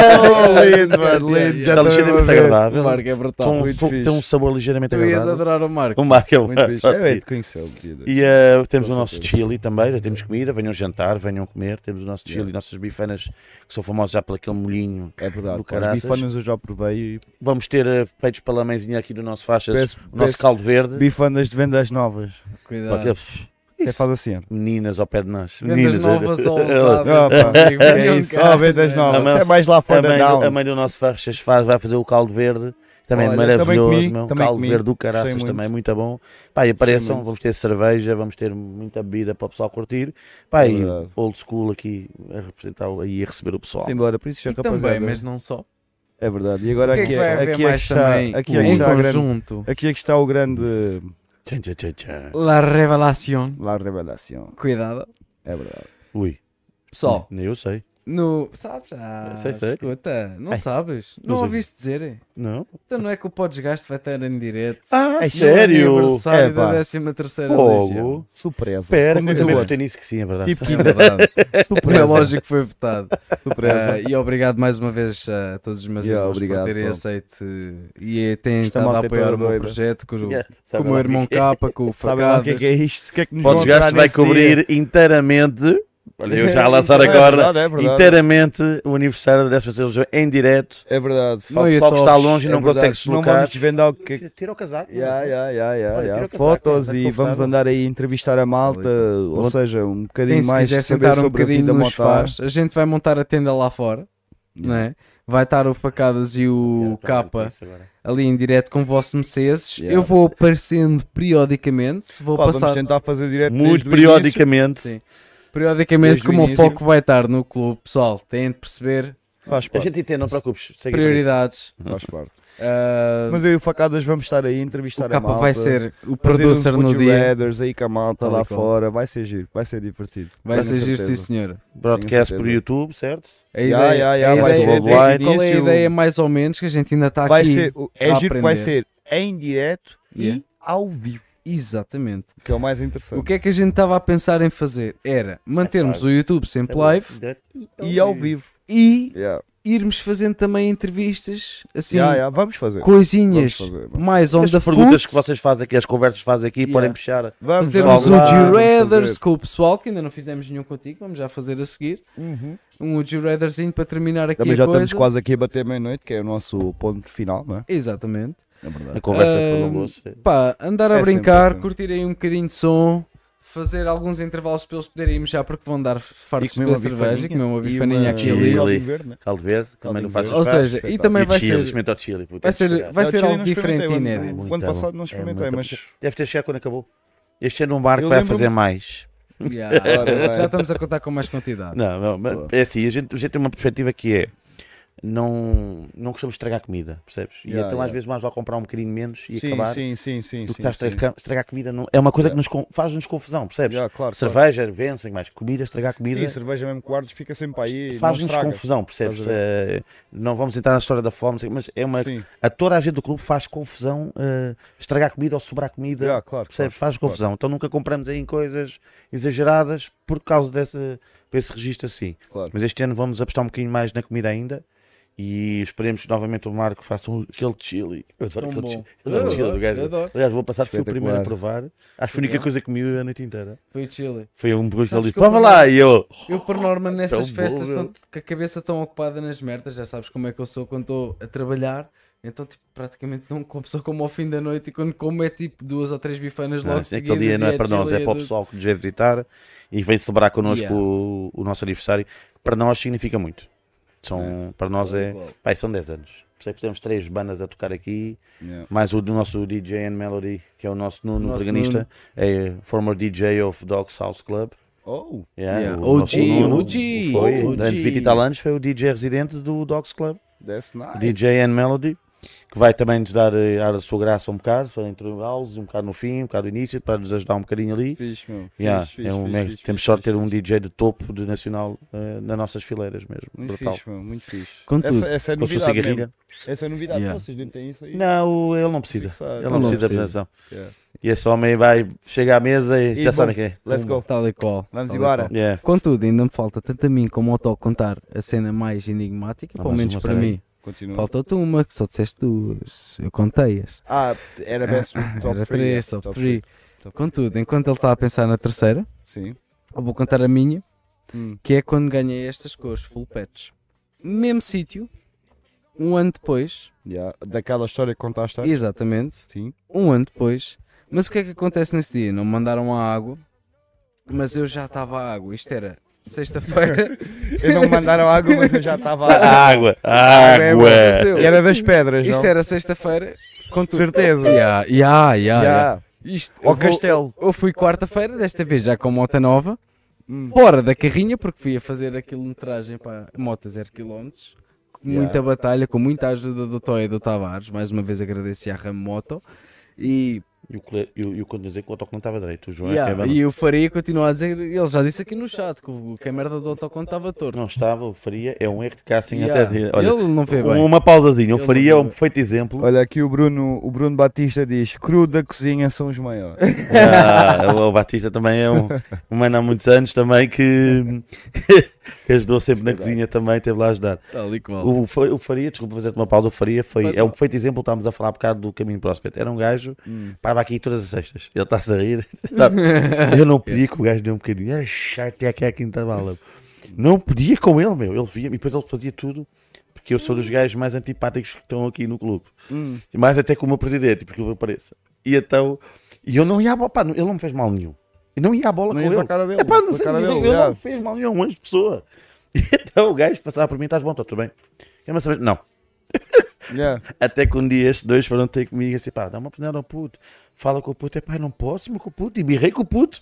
Speaker 3: Oh, lindo, mano,
Speaker 7: Yeah,
Speaker 3: lindo.
Speaker 7: yeah.
Speaker 3: Já
Speaker 8: Está
Speaker 3: estou mesmo a
Speaker 8: ligeiramente
Speaker 3: ver.
Speaker 7: O
Speaker 8: agradável.
Speaker 7: Marco é
Speaker 8: Tem
Speaker 7: brutal.
Speaker 8: um-
Speaker 3: Muito fixe.
Speaker 8: Tem um sabor ligeiramente
Speaker 7: Tu ias
Speaker 8: agradável.
Speaker 7: adorar o Marco.
Speaker 8: O Marco é o
Speaker 3: Muito fixe. Eu
Speaker 8: Marco.
Speaker 3: hei de conhecê-lo. dia dois.
Speaker 8: E eh, temos
Speaker 3: Com
Speaker 8: o nosso
Speaker 3: certeza.
Speaker 8: chili também, já temos comida, venham jantar, venham comer, temos o nosso chili, nossas bifanas que são famosas já por aquele molhinho.
Speaker 3: É verdade.
Speaker 8: Do
Speaker 3: pá, Os
Speaker 8: caraças.
Speaker 3: bifanas eu já provei. e
Speaker 8: Vamos ter eh, peitos para lamãezinha aqui do nosso faixas,
Speaker 3: Peço-
Speaker 8: o nosso
Speaker 3: peço
Speaker 8: caldo verde.
Speaker 3: Bifanas de vendas novas.
Speaker 8: Pá,
Speaker 7: Cuidado.
Speaker 8: que- é-
Speaker 3: Até faz assim, ó.
Speaker 8: Meninas ao pé de nós. É
Speaker 7: Vendas novas ao alçado.
Speaker 3: Não, pá,
Speaker 7: meu amigo.
Speaker 3: é isso, só vendas novas.
Speaker 8: Amanhã-
Speaker 3: Isso é mais lá
Speaker 8: a,
Speaker 3: fora,
Speaker 8: mãe,
Speaker 3: não.
Speaker 8: do- a mãe do nosso faixas faz, vai fazer o caldo verde. Também é
Speaker 3: Olha, também
Speaker 8: maravilhoso,
Speaker 3: comi,
Speaker 8: meu.
Speaker 3: também
Speaker 8: caldo
Speaker 3: comi.
Speaker 8: verde do
Speaker 3: Gostei
Speaker 8: caraças
Speaker 3: muito.
Speaker 8: também, é muito bom. Pá, e apareçam,
Speaker 3: muito.
Speaker 8: vamos ter cerveja, vamos ter muita bebida para o pessoal curtir. Pá,
Speaker 3: É
Speaker 8: e
Speaker 3: verdade.
Speaker 8: old school aqui a representar o- e a receber o pessoal.
Speaker 3: Simbora, por isso já
Speaker 7: E também,
Speaker 3: rapaziada.
Speaker 7: mas não só.
Speaker 3: É verdade. E agora
Speaker 7: O que é
Speaker 3: aqui
Speaker 7: que vai
Speaker 3: é
Speaker 7: haver
Speaker 3: aqui é que
Speaker 7: mais
Speaker 3: está
Speaker 7: também
Speaker 3: aqui é que
Speaker 7: em
Speaker 3: está a grande-
Speaker 7: conjunto?
Speaker 3: aqui é que está o grande
Speaker 8: Tchan, tchan, tchan, tchan.
Speaker 7: La Revelación.
Speaker 3: La Revelación.
Speaker 7: Cuidado.
Speaker 3: É verdade.
Speaker 8: Ui.
Speaker 7: Pessoal,
Speaker 8: Nem eu sei.
Speaker 7: no... Sabes? Ah,
Speaker 8: Sei, sei.
Speaker 7: Escuta, não
Speaker 8: Ai,
Speaker 7: sabes?
Speaker 8: não
Speaker 7: Não
Speaker 8: sei.
Speaker 7: ouviste dizer?
Speaker 8: Não.
Speaker 7: Então não é que o Podesgaste vai estar em direto.
Speaker 8: Ah,
Speaker 7: No
Speaker 3: É,
Speaker 7: aniversário
Speaker 3: pá.
Speaker 7: da 13 terceira legião.
Speaker 8: Fogo.
Speaker 3: Surpresa.
Speaker 8: Espera,
Speaker 3: Como
Speaker 8: mas
Speaker 3: diz o
Speaker 8: eu também
Speaker 3: outro.
Speaker 8: votei nisso que sim, é verdade.
Speaker 3: Tipo
Speaker 7: É
Speaker 3: quinta.
Speaker 7: verdade. é
Speaker 3: Surpresa.
Speaker 7: lógico que foi votado.
Speaker 3: Surpresa.
Speaker 7: Ah, e obrigado mais uma vez a todos os meus
Speaker 3: Yeah,
Speaker 7: irmãos
Speaker 3: obrigado,
Speaker 7: por terem
Speaker 3: pá.
Speaker 7: aceito e terem
Speaker 3: Esta
Speaker 7: estado a
Speaker 3: malta é
Speaker 7: apoiar
Speaker 3: toda
Speaker 7: o meu
Speaker 3: doida.
Speaker 7: projeto com, o-
Speaker 3: tipo,
Speaker 8: Yeah,
Speaker 7: com
Speaker 8: sabe
Speaker 7: o meu
Speaker 8: lá
Speaker 7: irmão
Speaker 8: o que é.
Speaker 7: Capa, com o
Speaker 3: Sabem lá o que é
Speaker 7: Facadas.
Speaker 3: que é isto? O que é que nos
Speaker 8: O
Speaker 3: vão tirar
Speaker 8: desgaste vai
Speaker 3: nesse dia?
Speaker 8: cobrir inteiramente. Olha, eu já a lançar
Speaker 3: É
Speaker 8: agora.
Speaker 3: verdade, é verdade.
Speaker 8: inteiramente o aniversário da 16 legião em direto.
Speaker 3: É verdade.
Speaker 8: Para o
Speaker 7: Não, e
Speaker 8: pessoal que está
Speaker 7: tops,
Speaker 8: longe e
Speaker 3: É
Speaker 8: não
Speaker 3: verdade.
Speaker 8: consegue se
Speaker 3: Não
Speaker 8: deslocar.
Speaker 3: vamos desvendar o que é que
Speaker 8: Tira o casaco.
Speaker 3: Ya, ya, ya, ya,
Speaker 8: Olha,
Speaker 3: ya.
Speaker 8: tira o casaco,
Speaker 3: Fotos
Speaker 7: tá
Speaker 8: está
Speaker 3: e
Speaker 8: confortável.
Speaker 3: vamos andar aí a entrevistar a malta, ou
Speaker 7: Vou-
Speaker 3: seja, um
Speaker 7: Quem
Speaker 3: bocadinho
Speaker 7: se
Speaker 3: mais
Speaker 7: quiser
Speaker 3: saber
Speaker 7: sentar um
Speaker 3: sobre a vida
Speaker 7: bocadinho nos
Speaker 3: motar.
Speaker 7: faz, a gente vai montar a tenda lá fora. Não é? Vai estar o Facadas e o
Speaker 8: Tá,
Speaker 7: Capa ali em direto com o vosso Meceses.
Speaker 3: tá, é Yeah.
Speaker 7: Eu vou aparecendo periodicamente. Vou
Speaker 3: Pá, Vamos
Speaker 7: passar
Speaker 3: tentar fazer direto
Speaker 8: Muito
Speaker 3: desde o início.
Speaker 8: periodicamente.
Speaker 7: Sim. periodicamente
Speaker 3: Desde o
Speaker 7: como o
Speaker 3: início.
Speaker 7: foco vai estar no clube. Pessoal, têm de perceber.
Speaker 3: Faz
Speaker 8: A
Speaker 3: parte.
Speaker 8: gente entende, não te preocupes. segue a vida.
Speaker 7: Prioridades.
Speaker 3: Faz parte.
Speaker 7: ah,
Speaker 3: Mas eu e o Facadas vamos estar aí, entrevistar
Speaker 7: o
Speaker 3: a
Speaker 7: capa
Speaker 3: malta. um
Speaker 7: vai ser
Speaker 3: fazer
Speaker 7: o
Speaker 3: uns
Speaker 7: producer no
Speaker 3: Would You
Speaker 7: dia.
Speaker 3: Rathers aí com a malta
Speaker 7: Tal e
Speaker 3: lá
Speaker 7: qual.
Speaker 3: fora. Vai ser giro, vai ser divertido.
Speaker 7: Vai
Speaker 3: Tenho
Speaker 7: ser giro, sim
Speaker 3: certeza.
Speaker 7: senhor.
Speaker 8: Broadcast por
Speaker 3: certeza.
Speaker 8: YouTube, certo?
Speaker 7: A
Speaker 3: Ya,
Speaker 7: ideia,
Speaker 3: ya, ya,
Speaker 7: a
Speaker 8: vai ser
Speaker 7: ideia-
Speaker 8: worldwide.
Speaker 7: desde qual é a
Speaker 3: Início-
Speaker 7: ideia mais ou menos que a gente ainda está aqui.
Speaker 3: um Vai ser, é
Speaker 7: a
Speaker 3: giro que vai
Speaker 7: aprender.
Speaker 3: ser em direto
Speaker 7: Yeah.
Speaker 3: e ao vivo,
Speaker 7: Exatamente.
Speaker 3: que é o mais interessante.
Speaker 7: O que é que a gente estava a pensar em fazer? Era mantermos o YouTube
Speaker 3: É
Speaker 7: sempre live
Speaker 8: É Direto.
Speaker 3: E
Speaker 7: é
Speaker 3: ao vivo.
Speaker 7: e
Speaker 3: Yeah.
Speaker 7: irmos fazendo também entrevistas, assim,
Speaker 3: Yeah, yeah, Vamos fazer.
Speaker 7: coisinhas
Speaker 3: Vamos fazer, vamos
Speaker 7: mais on
Speaker 8: As
Speaker 7: the
Speaker 8: perguntas
Speaker 7: foot.
Speaker 8: que vocês fazem aqui, as conversas que fazem aqui,
Speaker 7: Yeah.
Speaker 8: podem puxar.
Speaker 3: Vamos
Speaker 7: Fazermos
Speaker 8: Vamos
Speaker 7: o
Speaker 8: lá,
Speaker 7: g
Speaker 3: vamos
Speaker 7: Rathers
Speaker 3: fazer.
Speaker 7: com o pessoal, que ainda não fizemos nenhum contigo, vamos já fazer a seguir. Um g Ratherzinho para terminar aqui
Speaker 3: Uhum. Também
Speaker 7: a
Speaker 3: já
Speaker 7: coisa.
Speaker 3: estamos quase aqui a bater meia-noite, que é o nosso ponto final, não é?
Speaker 7: Exatamente.
Speaker 3: É verdade.
Speaker 8: A conversa
Speaker 7: Ah,
Speaker 8: prolongou-se.
Speaker 7: Pá, andar a
Speaker 3: É sempre
Speaker 7: brincar,
Speaker 3: assim.
Speaker 7: curtir aí um bocadinho de som, fazer alguns intervalos para eles poderem mexer porque vão dar fartos
Speaker 3: comer
Speaker 7: de
Speaker 3: uma
Speaker 7: cerveja,
Speaker 3: bifaninha.
Speaker 7: comer uma
Speaker 3: E
Speaker 7: bifaninha
Speaker 3: uma-
Speaker 7: aqui e ali.
Speaker 8: Chili.
Speaker 3: Caldo verde, né?
Speaker 8: Caldo verde, também não faz
Speaker 3: verde.
Speaker 7: Ou
Speaker 8: desfaz.
Speaker 7: seja, e também
Speaker 8: E
Speaker 7: vai
Speaker 8: chile,
Speaker 7: ser,
Speaker 8: experimenta o chile. puto,
Speaker 7: vai ser,
Speaker 8: chegado.
Speaker 7: vai
Speaker 3: Eu
Speaker 7: ser
Speaker 3: chile
Speaker 7: algo
Speaker 3: não experimentei,
Speaker 7: diferente e
Speaker 3: mano.
Speaker 7: inédito.
Speaker 3: O ano passado não
Speaker 8: É
Speaker 3: experimentei,
Speaker 8: muito
Speaker 3: mas-
Speaker 8: bom. Deve ter chegado quando acabou. Este ano um barco
Speaker 3: Eu
Speaker 8: vai
Speaker 3: lembro-me-
Speaker 8: fazer mais.
Speaker 7: Yeah.
Speaker 3: Ora bem.
Speaker 7: Já estamos a contar com mais quantidade.
Speaker 8: Não, não, mas é assim, a gente, a gente tem uma perspectiva que é. Não, não gostamos de estragar comida, percebes? E
Speaker 3: Yeah,
Speaker 8: então às
Speaker 3: yeah.
Speaker 8: vezes mais vale comprar um bocadinho menos e
Speaker 3: Sim,
Speaker 8: acabar
Speaker 3: sim, sim, sim.
Speaker 8: do que
Speaker 3: sim,
Speaker 8: estar a
Speaker 3: sim.
Speaker 8: estragar, estragar comida. Não, é uma coisa que nos con- faz-nos confusão, percebes?
Speaker 3: Já, claro, claro.
Speaker 8: Cerveja, vence, mais comida, estragar comida.
Speaker 3: E cerveja mesmo quartos fica sempre aí. não
Speaker 8: é- Faz-nos
Speaker 3: estraga.
Speaker 8: confusão, percebes?
Speaker 3: Estás a
Speaker 8: Eh, não vamos entrar na história da fome, não sei o quê, mas é uma.
Speaker 3: Sim.
Speaker 8: A toda a gente do clube faz confusão eh, estragar comida ou sobrar comida.
Speaker 3: Já, claro,
Speaker 8: Percebes?
Speaker 3: claro,
Speaker 8: Faz confusão. Então nunca compramos aí em coisas exageradas por causa dessa, desse registro assim.
Speaker 3: Claro.
Speaker 8: Mas este ano vamos apostar um bocadinho mais na comida ainda e esperemos novamente o Marco faça um- aquele chili. Eu adoro
Speaker 7: Tão
Speaker 8: aquele
Speaker 7: bom.
Speaker 8: chili. Eu adoro o chili do
Speaker 7: Adoro,
Speaker 8: gajo.
Speaker 7: adoro.
Speaker 8: Aliás, vou passar, fui o primeiro a
Speaker 3: Espetacular.
Speaker 8: provar. Acho que foi a única
Speaker 7: Legal.
Speaker 8: coisa que comi a noite inteira.
Speaker 7: Foi o Chile.
Speaker 8: Foi um gosto que ele
Speaker 7: Sabes
Speaker 8: disse:
Speaker 7: que eu
Speaker 8: prova lá! E eu.
Speaker 7: Eu, por norma, nessas
Speaker 8: bom,
Speaker 7: festas
Speaker 8: meu.
Speaker 7: tão- com a cabeça tão ocupada nas merdas, já sabes como é que eu sou quando estou a trabalhar. Então, tipo, praticamente não como, só como ao fim da noite e quando como é tipo duas ou três bifanas
Speaker 8: Ah,
Speaker 7: logo
Speaker 8: aquele
Speaker 7: seguidas.
Speaker 8: dia não
Speaker 7: e
Speaker 8: é para nós,
Speaker 7: Chile
Speaker 8: é
Speaker 7: e
Speaker 8: para o
Speaker 7: tudo.
Speaker 8: pessoal que nos vem visitar e vem celebrar connosco
Speaker 7: Yeah.
Speaker 8: o, o nosso aniversário. Para nós significa muito. São, Para nós é.
Speaker 7: Igual.
Speaker 8: Pai, são 10 anos. é Percebes? Temos três bandas a tocar aqui,
Speaker 3: Yeah.
Speaker 8: mais o do nosso DJ and Melody, que é o nosso Nuno,
Speaker 7: Nosso
Speaker 8: organista, é former DJ of Dogs House Club.
Speaker 3: Oh,
Speaker 8: Yeah,
Speaker 7: Yeah,
Speaker 8: o
Speaker 7: OG,
Speaker 8: nosso Nuno
Speaker 7: OG,
Speaker 8: Foi,
Speaker 7: OG.
Speaker 8: durante 20 e tal anos, foi o DJ residente do Dogs Club.
Speaker 3: that's
Speaker 8: Ah,
Speaker 3: nice.
Speaker 8: DJ and Melody, que vai também nos dar, eh, dar a sua graça um bocado, fazer intervalos, um bocado no fim, um bocado no início, para nos ajudar um bocadinho ali.
Speaker 3: Fixe, meu. Fixe,
Speaker 8: Yeah,
Speaker 3: fixe,
Speaker 8: é um
Speaker 3: fixe,
Speaker 8: mega-
Speaker 3: fixe,
Speaker 8: temos
Speaker 3: fixe,
Speaker 8: só de ter um
Speaker 3: fixe.
Speaker 8: DJ de topo de nacional eh, nas nossas fileiras mesmo.
Speaker 3: Muito
Speaker 8: brutal.
Speaker 3: fixe, meu. Muito fixe.
Speaker 7: Contudo,
Speaker 3: essa, essa é a
Speaker 8: Com a sua
Speaker 3: novidade.
Speaker 8: cigarrilha.
Speaker 3: mesmo. Essa é a novidade.
Speaker 7: Yeah.
Speaker 3: Vocês nem têm isso aí.
Speaker 8: Não, ele não precisa.
Speaker 3: Fixado.
Speaker 8: Ele não precisa de apresentação.
Speaker 3: Yeah.
Speaker 8: E esse homem vai chegar à mesa e,
Speaker 3: E
Speaker 8: já
Speaker 3: bom,
Speaker 8: sabe quem é.
Speaker 3: Let's go.
Speaker 7: Tal e qual.
Speaker 3: Vamos
Speaker 7: tal e
Speaker 3: embora.
Speaker 7: qual.
Speaker 8: Yeah.
Speaker 7: Contudo, ainda me falta tanto a mim como ao Tó contar a cena mais enigmática,
Speaker 8: Ah,
Speaker 7: pelo
Speaker 8: mas
Speaker 7: menos
Speaker 8: uma
Speaker 7: para
Speaker 8: série.
Speaker 7: mim.
Speaker 3: Continua.
Speaker 7: Faltou-te uma, que só disseste duas. Eu contei-as.
Speaker 3: Ah, era best top
Speaker 7: Ah, Era
Speaker 3: three,
Speaker 7: três,
Speaker 3: yeah.
Speaker 7: top
Speaker 3: three.
Speaker 7: three.
Speaker 3: Top
Speaker 7: Contudo, enquanto ele está a pensar na terceira,
Speaker 3: Sim.
Speaker 7: eu vou contar a minha,
Speaker 3: Hum.
Speaker 7: que é quando ganhei estas cores, full patch. Mesmo sítio, um ano depois,
Speaker 3: Yeah. Daquela história que contaste antes.
Speaker 7: exatamente,
Speaker 3: Sim.
Speaker 7: um ano depois. Mas o que é que acontece nesse dia? Não me mandaram a água, mas eu já estava à água. Isto era sexta-feira.
Speaker 3: Eles não me mandaram água, mas eu já estava lá.
Speaker 8: Água!
Speaker 7: é
Speaker 8: Água!
Speaker 7: aconteceu.
Speaker 3: E era das pedras,
Speaker 7: Isto
Speaker 3: não?
Speaker 7: era sexta-feira, contudo.
Speaker 3: Certeza.
Speaker 7: Ya, ya, ya, ya.
Speaker 3: Yeah.
Speaker 7: Ah, Isto, eu
Speaker 3: Ao
Speaker 7: vou-
Speaker 3: castelo.
Speaker 7: Eu fui quarta-feira, desta vez já com moto nova,
Speaker 3: Hum.
Speaker 7: fora da carrinha, porque fui a fazer a quilometragem para a moto 0km, com
Speaker 3: Yeah.
Speaker 7: muita batalha, com muita ajuda do Toy e do Tavares. Mais uma vez agradeço à Ram Moto. E,
Speaker 8: E o cole- e o- e o conduzir que o autocolante estava direito. O João é
Speaker 7: yeah,
Speaker 8: que é banda.
Speaker 7: e o Faria continua a dizer, ele já disse aqui no chat que, o- que a merda do autoconto estava torta.
Speaker 8: Não estava, o Faria é um erro de casting
Speaker 7: Yeah.
Speaker 8: até. Olha, um-
Speaker 7: ele não vê bem.
Speaker 8: uma pausadinha. O
Speaker 7: Ele
Speaker 8: Faria é
Speaker 7: não-
Speaker 8: um perfeito exemplo.
Speaker 3: Olha, aqui o Bruno, o Bruno Batista diz: cru da cozinha são os maiores.
Speaker 8: Ah, o Batista também é um, um mano há muitos anos também que, que ajudou sempre na cozinha também, esteve lá a ajudar.
Speaker 7: Tal e qual.
Speaker 8: O, Fa- o Faria, desculpa fazer-te uma pausa, o Faria foi,
Speaker 7: Faz
Speaker 8: é um
Speaker 7: mal.
Speaker 8: perfeito exemplo, estávamos a falar um bocado do caminho Prospect. Era um gajo, parava aqui todas as sextas, ele está-se a rir. sabe? Eu não podia que o gajo dê um bocadinho, era chato, é até aqui a quinta bala. Não podia com ele, meu, ele via e depois ele fazia tudo. Porque eu sou dos gajos mais antipáticos que estão aqui no clube. Mais até com o meu presidente, porque ele apareça. E então, e eu não ia à bola, pá, ele não me fez mal nenhum. Eu não ia à bola
Speaker 3: Não
Speaker 8: com
Speaker 3: ias
Speaker 8: ele.
Speaker 3: à cara dele,
Speaker 8: É pá, não
Speaker 3: à
Speaker 8: sei,
Speaker 3: cara
Speaker 8: ele
Speaker 3: dele,
Speaker 8: ele
Speaker 3: já.
Speaker 8: não fez mal nenhum, um anjo de pessoa. E então o gajo passava por mim, estás bom, está tudo bem. Quer uma cerveja? Não.
Speaker 3: Yeah.
Speaker 8: Até que um dia estes dois foram ter comigo e assim, pá, dá uma oportunidade ao puto. Fala com o puto, é pá, não posso, mas com o puto. E birrei com o puto.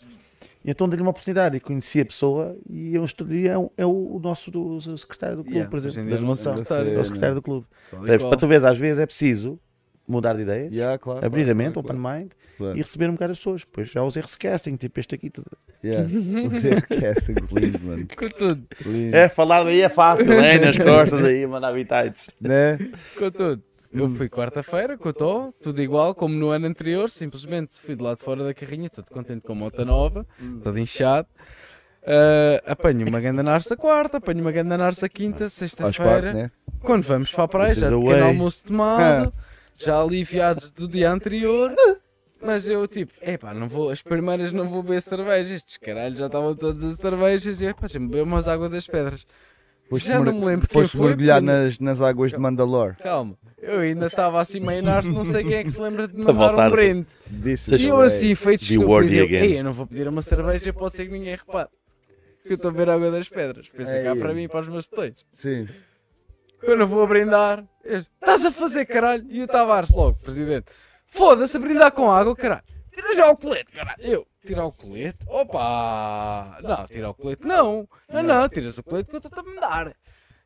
Speaker 8: E E então dei-lhe uma oportunidade e conheci a pessoa e eu estudei, é, o- é o nosso do, o secretário do clube,
Speaker 7: Yeah,
Speaker 8: por
Speaker 7: hoje em
Speaker 8: exemplo,
Speaker 7: dia
Speaker 8: da
Speaker 7: é o nosso
Speaker 8: promoção.
Speaker 7: secretário.
Speaker 8: É o secretário do clube.
Speaker 7: Tal e
Speaker 8: Sabes?
Speaker 7: qual.
Speaker 8: Para tu veres, às vezes é preciso mudar de ideia,
Speaker 3: Yeah, claro,
Speaker 8: abrir a
Speaker 7: é
Speaker 3: claro,
Speaker 8: mente,
Speaker 3: claro,
Speaker 8: open mind
Speaker 3: claro.
Speaker 8: e receber um bocado as pessoas. Pois já os erros casting, tipo este aqui. tudo.
Speaker 3: Yeah. Você é castings, lindo, mano.
Speaker 7: Com tudo,
Speaker 3: Lindo.
Speaker 8: É, falar daí é fácil, é nas costas aí, mandar habitantes.
Speaker 3: Né?
Speaker 7: com tudo. Eu fui quarta-feira, com o Tó, tudo igual como no ano anterior, simplesmente fui de lá de fora da carrinha, todo contente com a moto nova, todo inchado. Ah, apanho uma ganda narça quarta, apanho uma ganda narça quinta,
Speaker 3: Faz parte,
Speaker 7: sexta-feira.
Speaker 3: né?
Speaker 7: Quando vamos para a praia,
Speaker 8: This is
Speaker 7: já de
Speaker 8: the
Speaker 7: pequeno
Speaker 8: way.
Speaker 7: almoço
Speaker 3: Ah.
Speaker 7: tomado, já aliviados do dia anterior. Mas eu, tipo, epá, não vou, as primeiras não vou beber cerveja. Estes caralhos já estavam todas as cervejas. E eu, epá, já me bebeu umas águas das pedras. já não me lembro quem
Speaker 3: Foste
Speaker 7: foi,
Speaker 3: mergulhar
Speaker 7: porque-
Speaker 3: nas, nas águas de Mandalore.
Speaker 7: Calma, eu ainda estava assim meio narso, não sei quem é que se lembra de me
Speaker 8: Tá
Speaker 7: mandar um
Speaker 8: voltado.
Speaker 7: brinde.
Speaker 3: Disse.
Speaker 8: Seja
Speaker 7: E eu assim, feito
Speaker 8: Be worthy
Speaker 7: estúpido, eu,
Speaker 8: again.
Speaker 7: Ei, eu não vou pedir uma cerveja, pode ser que ninguém repare. Que eu estou a beber água das pedras. Pensei cá
Speaker 3: Ei.
Speaker 7: para mim e para os meus pleitos.
Speaker 3: Sim.
Speaker 7: Quando eu vou a brindar, eles, estás a fazer caralho? E o Tavares logo, presidente, foda-se a brindar com água, caralho. Tira já o colete, caralho. Eu, tirar o colete? Opa! Não, tirar o colete não. Não, não, tiras o colete que eu estou a brindar.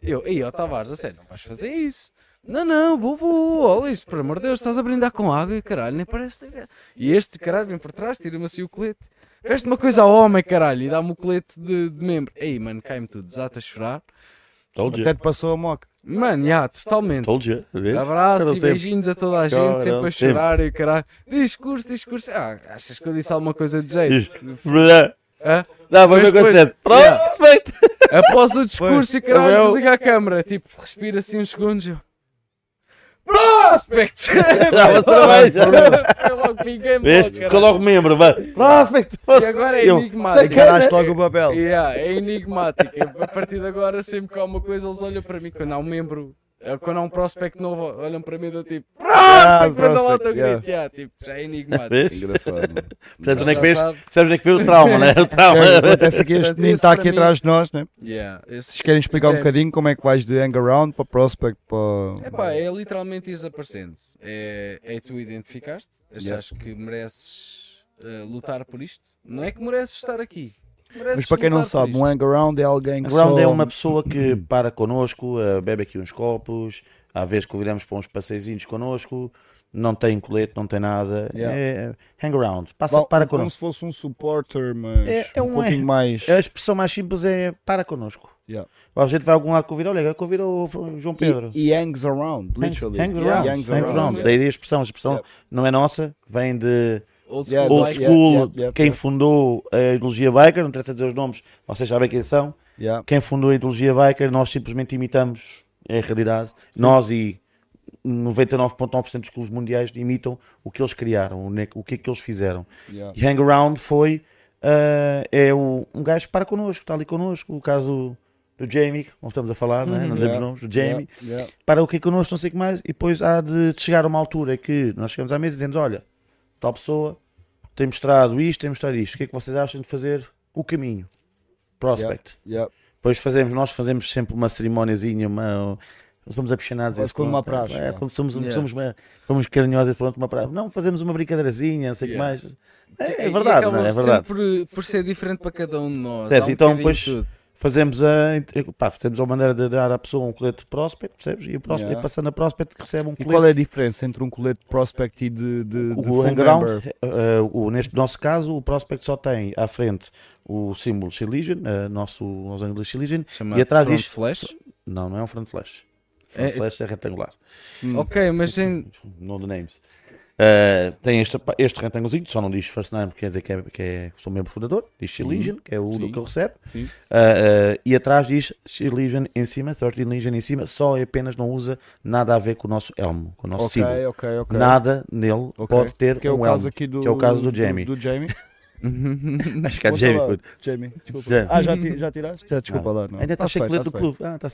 Speaker 7: Eu, aí, ó Tavares, a sério, não vais fazer isso. Não, não, vou, vou, olha isto, por amor de Deus, estás a brindar com água e caralho, nem parece. ter- E este, caralho, vem por trás, tira-me assim o colete. Veste uma coisa ao homem, caralho, e dá-me o colete de, de membro. Ei, mano, cai-me tudo, desata a chorar.
Speaker 8: Told you.
Speaker 3: Até te passou a moca.
Speaker 7: Mano, já, totalmente.
Speaker 8: Told you. vês?
Speaker 7: Abraço
Speaker 8: Cada
Speaker 7: e
Speaker 8: sempre.
Speaker 7: beijinhos a toda a gente,
Speaker 8: Caralho,
Speaker 7: sempre a
Speaker 8: sempre.
Speaker 7: chorar e o caralho. Discurso, discurso. Ah, achas que eu disse alguma coisa de jeito?
Speaker 8: Isto. Blá.
Speaker 7: Hã?
Speaker 8: Dá,
Speaker 7: Mas
Speaker 8: mas
Speaker 7: depois-
Speaker 8: eu gostei.
Speaker 7: Yeah.
Speaker 8: Pronto, feito.
Speaker 7: Após o discurso e o
Speaker 8: Tá bom.
Speaker 7: caralho, liga a câmara. Tipo, respira assim uns segundos. eu, Prospect!
Speaker 8: Dava cerveja.
Speaker 7: Foi logo pingando
Speaker 8: Vês?
Speaker 7: logo,
Speaker 8: Ficou
Speaker 7: caralho.
Speaker 8: logo membro. vá. Prospect.
Speaker 7: E agora é
Speaker 8: Eu-
Speaker 7: enigmático.
Speaker 3: Tiraste logo o papel.
Speaker 7: Yeah, é enigmático. A partir de agora, sempre que há uma coisa, eles olham para mim. Quando há um membro, eh, quando há um prospect novo, olham para mim do tipo,
Speaker 3: Ah,
Speaker 7: prospect, manda lá o teu
Speaker 3: prospect, yeah.
Speaker 7: grito. Yeah, tipo, já é enigmático.
Speaker 8: Vês?
Speaker 3: Engraçado. mano.
Speaker 8: Percebes onde é que
Speaker 7: Já
Speaker 8: vês?
Speaker 7: sabe.
Speaker 8: Sabes onde é que vê o trauma, né?
Speaker 3: O que é
Speaker 7: Tá
Speaker 8: O
Speaker 3: que
Speaker 8: trauma.
Speaker 3: acontece aqui? Este
Speaker 7: Portanto,
Speaker 3: menino
Speaker 7: isso
Speaker 3: está
Speaker 7: para
Speaker 3: aqui
Speaker 7: mim-
Speaker 3: atrás de nós, né?
Speaker 7: Yeah, esses
Speaker 3: Vocês querem explicar um
Speaker 7: James.
Speaker 3: bocadinho como é que vais de hang around para prospect para.
Speaker 7: Epá, é literalmente ires aparecendo. É, é tu identificaste, achas que mereces eh, lutar por isto. Não é que mereces estar aqui.
Speaker 3: Mas para quem não sabe, um hang around é alguém que
Speaker 8: Ground
Speaker 3: só...
Speaker 8: é uma pessoa que para connosco, eh, bebe aqui uns copos, às vezes convidamos para uns passeizinhos connosco, não tem colete, não tem nada.
Speaker 3: Yeah.
Speaker 8: É hang around, passa,
Speaker 3: Bom,
Speaker 8: para
Speaker 3: como
Speaker 8: connosco.
Speaker 3: se fosse um supporter, mas
Speaker 8: É- é
Speaker 3: um
Speaker 8: um-
Speaker 3: pouquinho mais.
Speaker 8: A expressão mais simples é para connosco.
Speaker 3: Yeah.
Speaker 8: A gente vai a algum lado convidar, olha, convida o João Pedro.
Speaker 3: E, e hangs around,
Speaker 8: Hangs-
Speaker 3: literally.
Speaker 8: hang
Speaker 7: Yeah.
Speaker 8: around,
Speaker 3: Hangs
Speaker 8: hang
Speaker 3: around.
Speaker 8: around. Daí a expressão, a expressão não é nossa, vem de
Speaker 7: Old
Speaker 3: Yeah,
Speaker 7: school
Speaker 8: old
Speaker 7: bike.
Speaker 3: yeah,
Speaker 8: school,
Speaker 3: yeah, yeah,
Speaker 8: quem
Speaker 3: yeah.
Speaker 8: fundou a ideologia biker, não interessa dizer os nomes, vocês sabem quem são.
Speaker 3: Yeah.
Speaker 8: quem fundou a ideologia biker, nós simplesmente imitamos, é a realidade. Nós e 99,9% dos clubes mundiais imitam o que eles criaram, o ne- o que é que eles fizeram.
Speaker 3: Yeah.
Speaker 8: E Hangaround foi ah, é o, um gajo que para connosco, está ali connosco. O caso do Jamie, que não estamos a falar, né? não dizemos
Speaker 3: Yeah.
Speaker 8: nomes, o Jamie,
Speaker 3: Yeah.
Speaker 8: para o que é connosco, não sei o que mais. E depois há de chegar a uma altura que nós chegamos à mesa e dizemos: Olha, tal pessoa tem mostrado isto, tem mostrado isto. O que é que vocês acham de fazer o caminho? Prospect.
Speaker 3: Yeah.
Speaker 8: Depois fazemos, nós fazemos sempre uma cerimóniazinha, uma. Somos apaixonados.
Speaker 3: Quase
Speaker 8: esse
Speaker 3: como
Speaker 8: pronto,
Speaker 3: uma praxe,
Speaker 8: É,
Speaker 3: pá.
Speaker 8: como somos,
Speaker 7: Yeah.
Speaker 8: somos, uma- somos carinhosos, esse pronto, uma praxe. Não, fazemos uma brincadeirazinha, não sei o
Speaker 7: Yeah.
Speaker 8: que mais. É,
Speaker 7: E
Speaker 8: é verdade,
Speaker 7: acaba
Speaker 8: não é? É
Speaker 7: sempre
Speaker 8: verdade.
Speaker 7: Por, por ser diferente para cada um de nós.
Speaker 8: Percebes?
Speaker 7: Há um
Speaker 8: Então,
Speaker 7: bocadinho
Speaker 8: depois-
Speaker 7: de tudo.
Speaker 8: Fazemos a, entre- pá, fazemos a maneira de dar à pessoa um colete de prospect, percebes? E, o prospect,
Speaker 3: Yeah.
Speaker 8: e passando a prospect recebe um
Speaker 3: E
Speaker 8: colete.
Speaker 3: qual é a diferença entre um colete de prospect e de, de, de
Speaker 8: o
Speaker 3: full
Speaker 8: hangaround,
Speaker 3: member?
Speaker 8: eh, o, neste nosso caso, o prospect só tem à frente o símbolo Silesian, eh, nosso, nosso English Silesian,
Speaker 7: Chamado
Speaker 8: e atrás
Speaker 7: front
Speaker 8: diz.
Speaker 7: flash.
Speaker 8: Não, não é um front flash. Front
Speaker 7: É-
Speaker 8: flash é retangular.
Speaker 3: Hum.
Speaker 7: Ok, mas em-
Speaker 8: Não Tipo, de names. Uh, tem este, pa- este retângulozinho, só não diz first name, porque quer dizer que, é, que, é, que sou membro fundador, diz Legion, que é o do que ele recebe,
Speaker 3: Uhum. Sim.
Speaker 8: Uh, uh, e atrás diz Legion em cima, 13 Legion em cima, só e apenas não usa nada a ver com o nosso elmo, com o nosso
Speaker 3: Ok,
Speaker 8: símbolo.
Speaker 3: ok, ok.
Speaker 8: Nada nele
Speaker 3: Ok.
Speaker 8: pode ter
Speaker 3: que é o
Speaker 8: um
Speaker 3: caso
Speaker 8: elmo,
Speaker 3: aqui do,
Speaker 8: que é o caso do Jamie.
Speaker 3: Do, Jamie.
Speaker 8: Acho que é
Speaker 3: Ouça
Speaker 8: Jamie.
Speaker 3: lá,
Speaker 8: puto.
Speaker 3: Jamie, desculpa.
Speaker 8: Jamie.
Speaker 3: Ah, já, ti- já tiraste? Já, desculpa
Speaker 8: Não.
Speaker 3: lá. Não.
Speaker 8: Ah,
Speaker 3: Tá
Speaker 8: Ainda tá está
Speaker 3: Tá-se
Speaker 8: sem
Speaker 3: bem,
Speaker 8: colete do
Speaker 3: tá-se